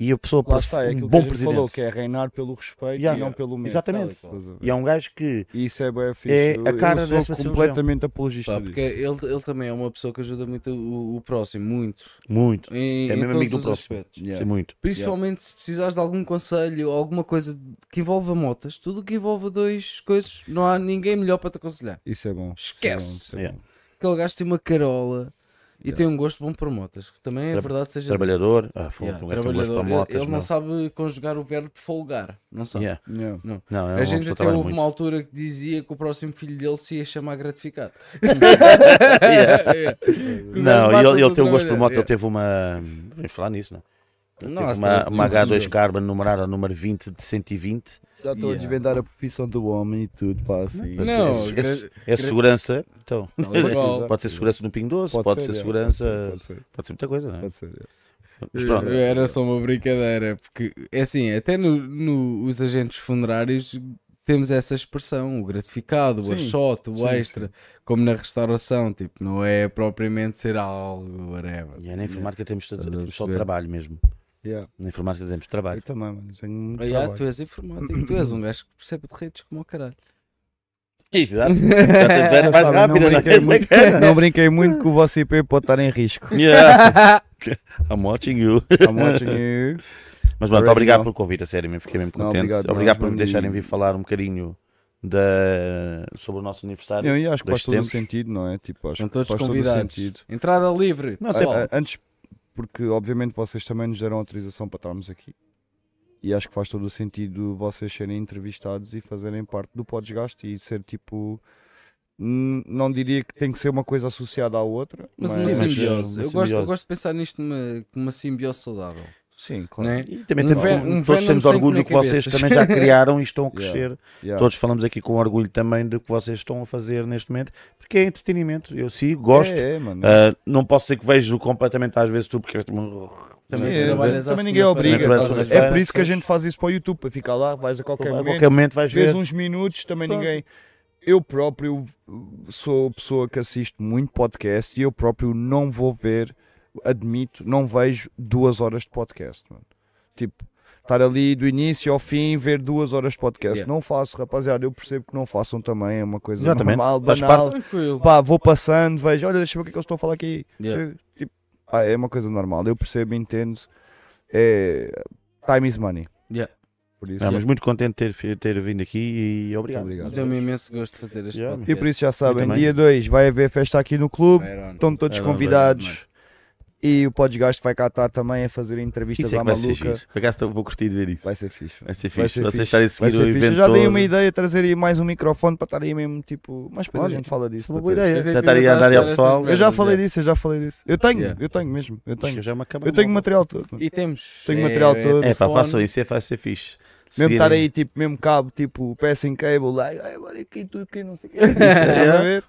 Speaker 8: E a pessoa,
Speaker 3: Lá
Speaker 8: prof-
Speaker 3: está, é
Speaker 8: um
Speaker 3: aquilo
Speaker 8: bom
Speaker 3: que a gente
Speaker 8: presidente.
Speaker 3: falou, que é reinar pelo respeito
Speaker 8: Yeah.
Speaker 3: e não pelo medo.
Speaker 8: Exatamente.
Speaker 3: Tal e qual.
Speaker 8: E é um gajo que
Speaker 3: E isso é bem fixe.
Speaker 8: É
Speaker 3: Eu-
Speaker 8: a cara
Speaker 3: eu
Speaker 8: dessa
Speaker 3: sou
Speaker 8: cirurgião.
Speaker 3: completamente apologista
Speaker 7: Pá,
Speaker 3: disso.
Speaker 7: porque ele, ele também é uma pessoa que ajuda muito o, o próximo, muito.
Speaker 8: muito.
Speaker 7: Em,
Speaker 8: É
Speaker 7: em
Speaker 8: mesmo
Speaker 7: todos
Speaker 8: amigo do
Speaker 7: os
Speaker 8: próximo.
Speaker 7: aspectos.
Speaker 3: Yeah.
Speaker 8: Sim, muito.
Speaker 7: Principalmente se precisares de algum conselho ou alguma coisa que envolva motas, tudo o que envolva dois coisas, não há ninguém melhor para te aconselhar.
Speaker 3: Isso é bom. Isso é
Speaker 7: Esquece.
Speaker 3: bom, isso é
Speaker 8: Yeah.
Speaker 3: bom.
Speaker 7: Aquele gajo tem uma carola e tem um gosto bom para motas, que também é
Speaker 8: Tra-
Speaker 7: verdade seja.
Speaker 8: Trabalhador. Ah, foi
Speaker 7: Yeah,
Speaker 8: um gajo que tem gosto
Speaker 7: trabalhador.
Speaker 8: para
Speaker 7: Ele-
Speaker 8: motas.
Speaker 7: ele não
Speaker 8: meu.
Speaker 7: sabe conjugar o verbo folgar, não sabe.
Speaker 8: Yeah.
Speaker 3: Yeah.
Speaker 8: Não, é uma
Speaker 7: A
Speaker 8: pessoa
Speaker 7: gente um
Speaker 8: que
Speaker 7: até
Speaker 8: trabalha
Speaker 7: houve uma
Speaker 8: muito.
Speaker 7: altura que dizia que o próximo filho dele se ia chamar gratificado.
Speaker 8: É. Não, e ele, ele tem um gosto por moto, ele teve uma. Vamos falar nisso, não? Ele
Speaker 7: Não, há
Speaker 8: teve Tipo uma,
Speaker 7: stress
Speaker 8: uma
Speaker 7: nenhum.
Speaker 8: H2 Carbon numerada número 20 de 120.
Speaker 3: Já estou a
Speaker 7: Yeah.
Speaker 3: desvendar a profissão do homem e tudo, pá, assim.
Speaker 7: Não,
Speaker 8: é, é-
Speaker 7: gra-
Speaker 8: é segurança. Então,
Speaker 7: Não, é igual. é.
Speaker 8: pode ser segurança no Pingo Doce, pode, ser,
Speaker 3: yeah,
Speaker 8: segurança.
Speaker 3: Pode ser,
Speaker 8: Pode ser muita coisa, não é?
Speaker 3: pode ser, pode ser.
Speaker 8: Mas pronto.
Speaker 7: Era só uma brincadeira, porque é assim, até no, no- os agentes funerários temos essa expressão, o gratificado, o
Speaker 3: Sim,
Speaker 7: achote, o
Speaker 3: sim,
Speaker 7: extra, como na restauração, tipo, não é propriamente ser algo, whatever.
Speaker 8: E é na informática temos,
Speaker 7: a
Speaker 8: temos só
Speaker 7: perceber.
Speaker 8: trabalho mesmo.
Speaker 3: Yeah.
Speaker 8: Na informática temos
Speaker 3: Eu
Speaker 8: trabalho.
Speaker 3: também, mano. Tenho muito
Speaker 7: Ah, yeah, tu
Speaker 3: trabalho.
Speaker 7: és informático, tu és um gajo que percebe de redes como o caralho.
Speaker 8: Exato. Era mais
Speaker 3: Sabe, não
Speaker 8: rápida, não
Speaker 3: brinquei muito.
Speaker 8: é?
Speaker 3: Não brinquei muito que o vosso IP pode estar em risco. Tá
Speaker 8: Yeah. I'm watching you.
Speaker 3: I'm watching you.
Speaker 8: Mas pronto,
Speaker 3: Alright,
Speaker 8: obrigado
Speaker 3: não.
Speaker 8: pelo convite, a sério, mesmo fiquei mesmo
Speaker 3: Não,
Speaker 8: contente.
Speaker 3: obrigado,
Speaker 8: obrigado
Speaker 3: nós,
Speaker 8: por me
Speaker 3: mano,
Speaker 8: deixarem
Speaker 3: e-
Speaker 8: vir falar um bocadinho da... sobre o nosso aniversário.
Speaker 3: Eu, e acho que
Speaker 8: Dois
Speaker 3: faz todo o
Speaker 8: tempos.
Speaker 3: sentido, não é? Tipo, acho
Speaker 7: São
Speaker 3: que
Speaker 7: todos
Speaker 3: faz todo o
Speaker 7: convidados.
Speaker 3: sentido.
Speaker 7: Entrada livre.
Speaker 8: Não,
Speaker 3: A-
Speaker 8: até-
Speaker 3: a- é, antes, porque obviamente vocês também nos deram autorização para estarmos aqui. E acho que faz todo o sentido vocês serem entrevistados e fazerem parte do Podesgaste e ser tipo. n- Não diria que tem que ser uma coisa associada à outra,
Speaker 7: mas, é
Speaker 3: é, mas, eh,
Speaker 7: uma
Speaker 8: Sim, mas,
Speaker 7: simbiose.
Speaker 8: uma
Speaker 7: eu, gosto, eu
Speaker 8: simbiose.
Speaker 7: gosto de pensar nisto numa, uma simbiose saudável.
Speaker 3: Sim, claro.
Speaker 7: Né?
Speaker 8: E também
Speaker 7: Um
Speaker 8: temos,
Speaker 7: ven- um
Speaker 8: todos
Speaker 7: Venom
Speaker 8: temos
Speaker 7: sem
Speaker 8: orgulho que vocês
Speaker 7: cabeças.
Speaker 8: também já criaram e estão a crescer.
Speaker 3: Yeah.
Speaker 8: Todos falamos aqui com orgulho também do que vocês estão a fazer neste momento, porque é entretenimento. Eu sigo, gosto.
Speaker 3: É, é, mano.
Speaker 8: Ah, não posso ser que vejo completamente às vezes tu, porque és um-
Speaker 7: Também,
Speaker 3: É,
Speaker 7: trabalhas à
Speaker 3: também ninguém obriga.
Speaker 7: segunda-feira.
Speaker 8: Trabalhas
Speaker 3: estás
Speaker 8: à
Speaker 3: a ver? É
Speaker 8: segunda-feira.
Speaker 3: por isso que a gente faz isso para o YouTube, para ficar lá, vais a qualquer
Speaker 8: a
Speaker 3: momento.
Speaker 8: qualquer momento vais
Speaker 3: Vês um
Speaker 8: ver.
Speaker 3: uns minutos, também
Speaker 8: Pronto.
Speaker 3: ninguém. Eu próprio uh, sou a pessoa que assisto muito podcast e eu próprio não vou ver, admito, não vejo duas horas de podcast. Mano. Tipo, estar ali do início ao fim, ver duas horas de podcast.
Speaker 7: Yeah.
Speaker 3: Não faço, rapaziada. Eu percebo que não façam também, é uma coisa
Speaker 8: Exatamente.
Speaker 3: normal,
Speaker 8: Faz
Speaker 3: banal.
Speaker 7: Tranquilo.
Speaker 3: Pá, vou passando, vejo, olha, deixa eu ver o que é que eles estão a falar aqui.
Speaker 7: Yeah.
Speaker 3: Tipo, pá, é uma coisa normal. Eu percebo, entendo. É, time is money.
Speaker 7: Yeah.
Speaker 3: Por isso,
Speaker 8: Ah, mas muito contente de ter, ter vindo aqui e obrigado.
Speaker 3: Muito obrigado.
Speaker 7: Deu-me imenso gosto de fazer este
Speaker 8: Yeah.
Speaker 7: podcast.
Speaker 3: E por isso já sabem,
Speaker 8: também.
Speaker 3: dia 2 vai haver festa aqui no clube.
Speaker 7: Iron.
Speaker 3: Estão todos
Speaker 8: É, vai,
Speaker 3: convidados. E o Podgasto vai cá estar também a fazer entrevistas
Speaker 8: Isso é
Speaker 3: à
Speaker 8: que vai ser
Speaker 3: maluca.
Speaker 8: giro. Por acaso eu vou curtir de ver isso.
Speaker 3: Vai ser fixe.
Speaker 8: Vai ser
Speaker 3: Vai
Speaker 8: fixe.
Speaker 3: ser
Speaker 8: Vocês
Speaker 3: fixe.
Speaker 8: estarem a
Speaker 3: Vai
Speaker 8: seguir
Speaker 3: ser
Speaker 8: o
Speaker 3: fixe.
Speaker 8: evento
Speaker 3: Eu já dei
Speaker 8: todo.
Speaker 3: uma ideia, trazer aí mais um microfone para estar aí mesmo tipo. Mas depois a
Speaker 8: Olha,
Speaker 3: gente fala disso.
Speaker 8: Uma
Speaker 3: tá
Speaker 8: boa
Speaker 3: tudo.
Speaker 8: ideia.
Speaker 7: Vocês
Speaker 8: Já
Speaker 7: têm que
Speaker 8: estaria a
Speaker 7: inventar
Speaker 8: dar ao
Speaker 7: essas
Speaker 8: pessoal.
Speaker 3: Eu já
Speaker 7: merdas,
Speaker 3: falei
Speaker 7: é.
Speaker 3: disso, eu já falei disso. Eu tenho,
Speaker 7: Yeah.
Speaker 3: eu tenho mesmo. Eu tenho.
Speaker 8: Já é me acabei.
Speaker 3: Eu tenho o material todo. mano.
Speaker 7: E temos.
Speaker 3: Tenho material todo.
Speaker 8: É pá,
Speaker 7: telefone.
Speaker 8: passou isso. É vai ser fixe.
Speaker 3: Mesmo
Speaker 8: Seguirem-
Speaker 3: estar aí, tipo, mesmo cabo, tipo, passing cable, lá, ai, olha aqui tudo, que não sei o que.
Speaker 8: é.
Speaker 3: Estás a ver?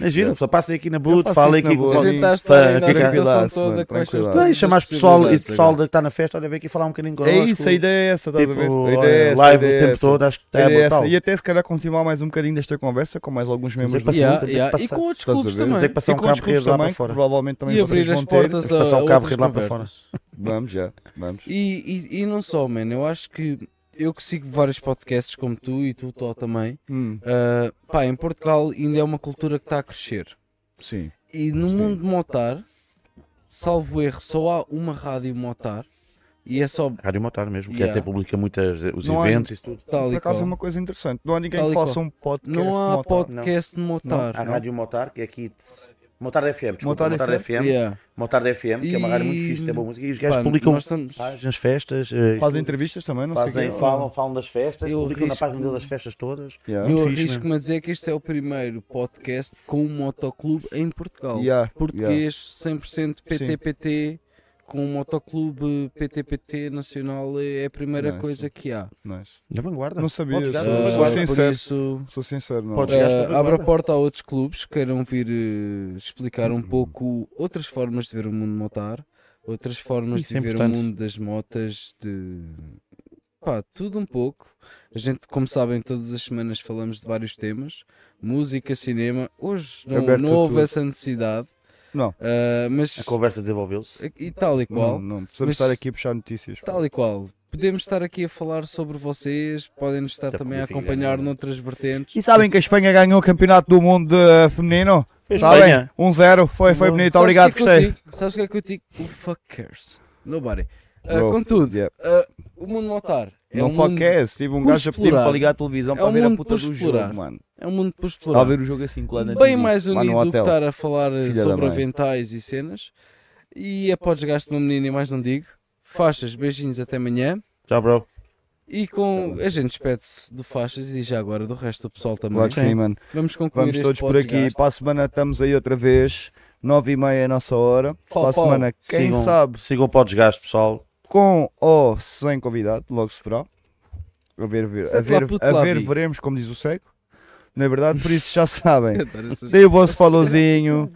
Speaker 8: Mas viram, só passem aqui na
Speaker 3: Eu
Speaker 8: boot,
Speaker 3: passo
Speaker 8: falem
Speaker 3: isso
Speaker 8: aqui
Speaker 3: na
Speaker 8: com o
Speaker 3: boot.
Speaker 7: A gente
Speaker 8: Paulinho.
Speaker 7: está a estudar ainda então a
Speaker 8: Fica-
Speaker 7: situação
Speaker 3: Tranquilaço,
Speaker 7: toda
Speaker 3: mano,
Speaker 7: com estas
Speaker 3: tranquilaço.
Speaker 7: todas
Speaker 8: Não, e
Speaker 7: as
Speaker 8: chamar o pessoal, e
Speaker 7: possibilidades
Speaker 8: pessoal
Speaker 7: agora.
Speaker 8: que está na festa, olha, vem aqui falar um bocadinho
Speaker 3: É
Speaker 8: connosco.
Speaker 3: isso, a ideia é essa, estás a ver?
Speaker 8: Tipo,
Speaker 3: A ideia é
Speaker 8: olha,
Speaker 3: essa, a
Speaker 8: live
Speaker 3: ideia
Speaker 8: o
Speaker 3: é
Speaker 8: tempo
Speaker 3: essa.
Speaker 8: todo, acho que está
Speaker 3: Ideia é essa.
Speaker 8: Tá, brutal.
Speaker 3: E até se calhar continuar mais um bocadinho desta conversa com mais alguns membros
Speaker 8: é
Speaker 3: do
Speaker 8: paciente,
Speaker 7: Yeah,
Speaker 8: temos é que
Speaker 7: yeah. E
Speaker 8: passar.
Speaker 7: com outros
Speaker 3: Estás a
Speaker 7: clubes
Speaker 3: ver?
Speaker 8: Temos é que
Speaker 7: também.
Speaker 8: passar
Speaker 3: e
Speaker 8: um
Speaker 3: com outros
Speaker 8: cabo
Speaker 3: clubes
Speaker 8: rede lá para
Speaker 3: também, que
Speaker 8: fora.
Speaker 3: provavelmente também
Speaker 7: E
Speaker 3: vocês
Speaker 7: abrir
Speaker 3: vão
Speaker 7: as
Speaker 3: ter.
Speaker 7: portas a,
Speaker 8: Passar
Speaker 7: a
Speaker 8: o cabo
Speaker 7: outras
Speaker 8: lá para
Speaker 7: conversas.
Speaker 3: Vamos já, vamos.
Speaker 7: E, e, e não só, mano. Eu acho que eu que sigo vários podcasts como tu e tu, Tó, também.
Speaker 3: Hum,
Speaker 7: ah, pá, em Portugal ainda é uma cultura que está a crescer.
Speaker 3: sim.
Speaker 7: E no mundo de motar, salvo erro, só há uma rádio motar e é só
Speaker 8: Rádio Motar mesmo, que é
Speaker 7: Yeah.
Speaker 8: até publica muitas os
Speaker 3: Não há-
Speaker 8: eventos e isso tudo.
Speaker 7: tal
Speaker 3: Por
Speaker 7: e
Speaker 3: acaso é
Speaker 7: qual.
Speaker 3: uma coisa interessante. Não há ninguém
Speaker 7: Tal e
Speaker 3: que faça
Speaker 7: qual.
Speaker 3: um podcast.
Speaker 7: Não há
Speaker 3: motar.
Speaker 7: podcast de motar.
Speaker 8: Há Rádio Motar, que é aqui. de- Motar FM, desculpa,
Speaker 3: Motar
Speaker 8: Motar,
Speaker 3: FM.
Speaker 8: FM.
Speaker 7: Yeah.
Speaker 8: Motar FM, que é uma rádio muito
Speaker 7: E-
Speaker 8: fixe, tem boa música. E os
Speaker 7: Pá,
Speaker 8: gajos publicam
Speaker 7: nós estamos-
Speaker 8: páginas, festas, eh,
Speaker 3: Fazem entrevistas também, não sei.
Speaker 8: fazem,
Speaker 3: o quê.
Speaker 8: falam, falam das festas,
Speaker 7: Eu
Speaker 8: publicam na
Speaker 7: arrisco-
Speaker 8: página deles as festas todas.
Speaker 3: Yeah.
Speaker 7: Eu
Speaker 8: Muito fixe,
Speaker 7: arrisco-me a dizer que este é o primeiro podcast com um motoclube em Portugal.
Speaker 3: Yeah,
Speaker 7: Português, 100%
Speaker 3: Sim.
Speaker 7: PTPT, com um motoclube PTPT nacional, é a primeira
Speaker 3: Nice.
Speaker 7: coisa que há.
Speaker 3: Nice.
Speaker 8: Na vanguarda.
Speaker 3: Não sabia.
Speaker 8: Podes dar-
Speaker 3: Sou
Speaker 7: Ah,
Speaker 8: Vanguarda.
Speaker 3: sou
Speaker 7: por
Speaker 3: sincero.
Speaker 7: isso,
Speaker 3: é? Sou sincero, não.
Speaker 8: Podes-
Speaker 7: ah,
Speaker 8: Chegaste a vanguarda.
Speaker 7: abre a porta a outros clubes que queiram vir eh, explicar
Speaker 8: Uhum.
Speaker 7: um pouco outras formas de ver o mundo motar, outras formas
Speaker 8: Isso
Speaker 7: de
Speaker 8: é
Speaker 7: ver
Speaker 8: importante.
Speaker 7: o mundo das motas, de pá, tudo um pouco. A gente, como sabem, todas as semanas falamos de vários temas, música, cinema. Hoje não,
Speaker 3: Abertos a
Speaker 7: não houve
Speaker 3: tudo.
Speaker 7: essa necessidade.
Speaker 3: Não.
Speaker 7: Ah, mas
Speaker 8: A conversa desenvolveu-se.
Speaker 7: e tal e qual.
Speaker 3: Não, não precisamos
Speaker 7: Mas-
Speaker 3: estar aqui a puxar notícias. pá.
Speaker 7: Tal e qual. Podemos estar aqui a falar sobre vocês, podem-nos estar
Speaker 8: Até
Speaker 7: também a
Speaker 8: porque é eu fico
Speaker 7: acompanhar
Speaker 8: enganado.
Speaker 7: noutras vertentes.
Speaker 10: E sabem que a Espanha ganhou o campeonato do mundo eh, feminino?
Speaker 8: Foi a
Speaker 10: Sabem?
Speaker 8: Espanha.
Speaker 10: 1-0, foi, foi bonito,
Speaker 7: Sabes
Speaker 10: obrigado,
Speaker 7: o que é que eu
Speaker 10: gostei.
Speaker 7: digo? Sabes o que é que eu digo? Who fuck cares? Nobody. Ah,
Speaker 3: Bro,
Speaker 7: contudo,
Speaker 3: yeah.
Speaker 7: ah, o mundo notar é,
Speaker 3: não
Speaker 7: um
Speaker 3: fuck
Speaker 7: mundo,
Speaker 3: é esse. Tive um
Speaker 7: por
Speaker 3: gajo a pedir
Speaker 7: explorar.
Speaker 3: para ligar a televisão
Speaker 7: É
Speaker 3: para
Speaker 7: um
Speaker 3: ver a
Speaker 7: mundo
Speaker 3: puta
Speaker 7: por
Speaker 3: do
Speaker 7: explorar.
Speaker 3: jogo, mano.
Speaker 7: é um mundo por
Speaker 3: Para
Speaker 7: explorar.
Speaker 3: ver o jogo assim, lá na
Speaker 7: Bem
Speaker 3: TV,
Speaker 7: mais
Speaker 3: lá no
Speaker 7: unido do que
Speaker 3: hotel.
Speaker 7: estar a falar ah,
Speaker 3: Filha da
Speaker 7: sobre
Speaker 3: mãe.
Speaker 7: aventais e cenas. E é para o desgaste de uma menina e mais não digo. Faixas, beijinhos até amanhã.
Speaker 8: Tchau, bro.
Speaker 7: E com a gente despede-se do Faixas e já agora do resto do pessoal também.
Speaker 3: Claro que sim, mano.
Speaker 7: Vamos concluir
Speaker 3: Vamos
Speaker 7: este
Speaker 3: todos por aqui.
Speaker 7: podcast.
Speaker 3: Para a semana estamos aí outra vez. Nove e meia é a nossa hora.
Speaker 7: Pau,
Speaker 3: para a
Speaker 7: pau.
Speaker 3: semana, quem
Speaker 8: sigam,
Speaker 3: sabe,
Speaker 8: Sigam para o desgaste, pessoal.
Speaker 3: com ou sem convidado, logo se verá. A ver, ver, a
Speaker 7: Sete lá,
Speaker 3: ver,
Speaker 7: puto,
Speaker 3: a
Speaker 7: lá
Speaker 3: ver
Speaker 7: vi.
Speaker 3: veremos, como diz o cego. Não é verdade? Por isso já sabem.
Speaker 7: Adoro essas-
Speaker 3: Deem o vosso followzinho.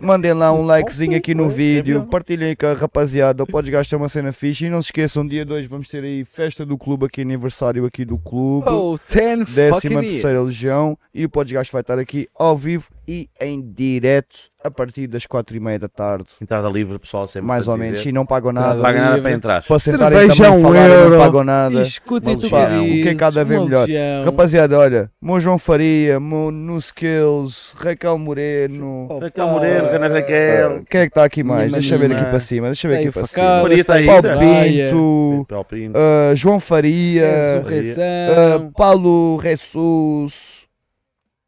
Speaker 3: Mandem lá um likezinho aqui no vídeo. Partilhem com a rapaziada. Podes gastar é uma cena fixe. E não se esqueçam, dia 2 vamos ter aí festa do clube aqui, aniversário aqui do clube.
Speaker 7: Oh, 10
Speaker 3: 13
Speaker 7: fucking years.
Speaker 3: Legião e o Podesgaste vai estar aqui ao vivo e em direto a partir das 4h30 da tarde,
Speaker 8: Entrada livre, pessoal, sempre.
Speaker 3: mais ou menos. E não pagam
Speaker 8: Não
Speaker 3: nada.
Speaker 8: paga nada
Speaker 7: livre.
Speaker 8: para entrar.
Speaker 3: Para sentarem também
Speaker 7: Cerveja é um
Speaker 3: a falar,
Speaker 7: euro.
Speaker 3: não pagam nada.
Speaker 7: Escutem
Speaker 8: Uma
Speaker 7: tu
Speaker 8: legião.
Speaker 7: dizes,
Speaker 3: O que é que há de haver
Speaker 7: uma
Speaker 3: melhor?
Speaker 7: legião.
Speaker 3: Rapaziada, olha, Mo João Faria, Mo Nuskills, Raquel Moreno.
Speaker 7: Opa.
Speaker 8: Raquel Moreno, Ana Raquel.
Speaker 3: ah, Quem é que está aqui mais?
Speaker 7: Minha
Speaker 3: Deixa eu ver
Speaker 7: menina. Tá
Speaker 3: aqui para cima. Deixa eu ver aqui
Speaker 7: Tem
Speaker 3: é
Speaker 7: o
Speaker 3: para
Speaker 7: Facada,
Speaker 3: cima.
Speaker 8: Maria está
Speaker 7: tem
Speaker 8: aí,
Speaker 7: o
Speaker 3: Paulo
Speaker 8: Zé.
Speaker 7: Braia,
Speaker 3: Pinto,
Speaker 8: Para o print.
Speaker 3: ah, João
Speaker 7: tens
Speaker 3: Faria,
Speaker 7: o Rezão.
Speaker 3: Uh, Paulo Ressus.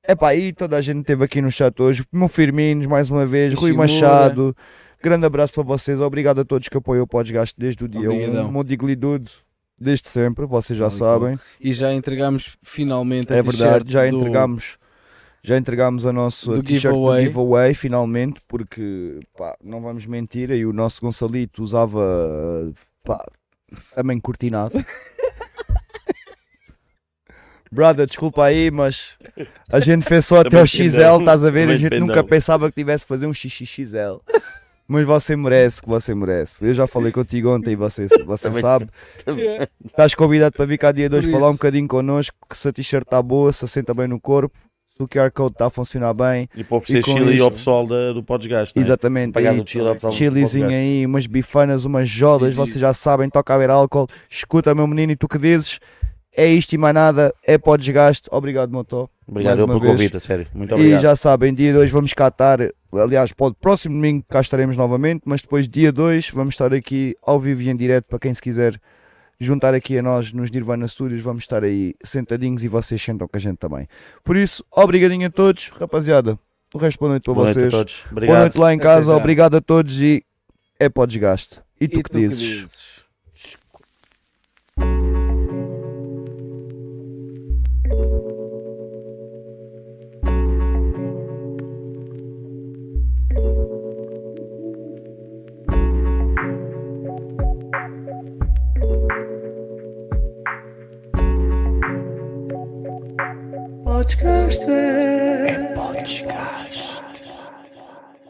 Speaker 3: Epá, e toda a gente esteve aqui no chat hoje. Meu Firminos, mais uma vez. Rui
Speaker 7: Shimura.
Speaker 3: Machado. Grande abraço para vocês. Obrigado a todos que apoiam o Podgasto desde o dia 1.
Speaker 7: Obrigadão.
Speaker 3: Um. Modiglidude, desde sempre, vocês já
Speaker 7: Muito
Speaker 3: sabem.
Speaker 7: E já entregámos finalmente a
Speaker 3: É verdade,
Speaker 7: t-shirt
Speaker 3: já
Speaker 7: do-
Speaker 3: entregámos. Já entregámos a nossa
Speaker 7: do
Speaker 3: t-shirt do
Speaker 7: giveaway.
Speaker 3: giveaway, finalmente, porque, pá, não vamos mentir, aí o nosso Gonçalito usava, pá, também cortinado. Brother, desculpa aí, mas a gente fez só até
Speaker 8: Também
Speaker 3: o XL,
Speaker 8: entendeu.
Speaker 3: estás a ver? A
Speaker 8: Também né?
Speaker 3: gente nunca
Speaker 8: entendeu.
Speaker 3: pensava que tivesse de fazer um XXXL. Mas você merece, que você merece. Eu já falei contigo ontem e você, você
Speaker 8: Também-
Speaker 3: sabe. Estás convidado para vir cá dia 2
Speaker 7: Por
Speaker 3: falar um
Speaker 7: isso.
Speaker 3: bocadinho connosco, que se a t-shirt está boa, se assenta bem no corpo, se o QR Code está a funcionar bem.
Speaker 8: E para oferecer
Speaker 3: E com
Speaker 8: Chile
Speaker 3: isto-
Speaker 8: ao pessoal da, do Podesgaste. não é?
Speaker 3: Exatamente.
Speaker 8: Pagar
Speaker 3: Aí,
Speaker 8: do Chile ao pessoal do
Speaker 3: chilizinho
Speaker 8: Podesgaste.
Speaker 3: aí, umas bifanas, umas jolas, vocês já sabem, toca a beber álcool. Escuta, meu menino, e tu que dizes, é isto e mais nada, é para o desgaste. Obrigado, Motó.
Speaker 8: Obrigado
Speaker 3: mais
Speaker 8: eu
Speaker 3: uma
Speaker 8: pelo
Speaker 3: vez.
Speaker 8: convite, a sério. Muito
Speaker 3: E
Speaker 8: obrigado.
Speaker 3: já sabem, dia 2 vamos cá estar. Aliás, pode, próximo domingo cá estaremos novamente, mas depois, dia 2, vamos estar aqui ao vivo e em direto para quem se quiser juntar aqui a nós nos Nirvana Studios. Vamos estar aí sentadinhos e vocês sentam com a gente também. Por isso, obrigadinho a todos, rapaziada. O resto, boa noite para
Speaker 8: Boa noite a
Speaker 3: vocês.
Speaker 8: todos.
Speaker 3: boa noite
Speaker 8: Obrigado.
Speaker 3: lá em
Speaker 7: Até
Speaker 3: casa,
Speaker 7: já.
Speaker 3: obrigado a todos e é para o desgaste. E tu,
Speaker 7: E
Speaker 3: que, dizes?
Speaker 11: Podcast.
Speaker 10: Podcast.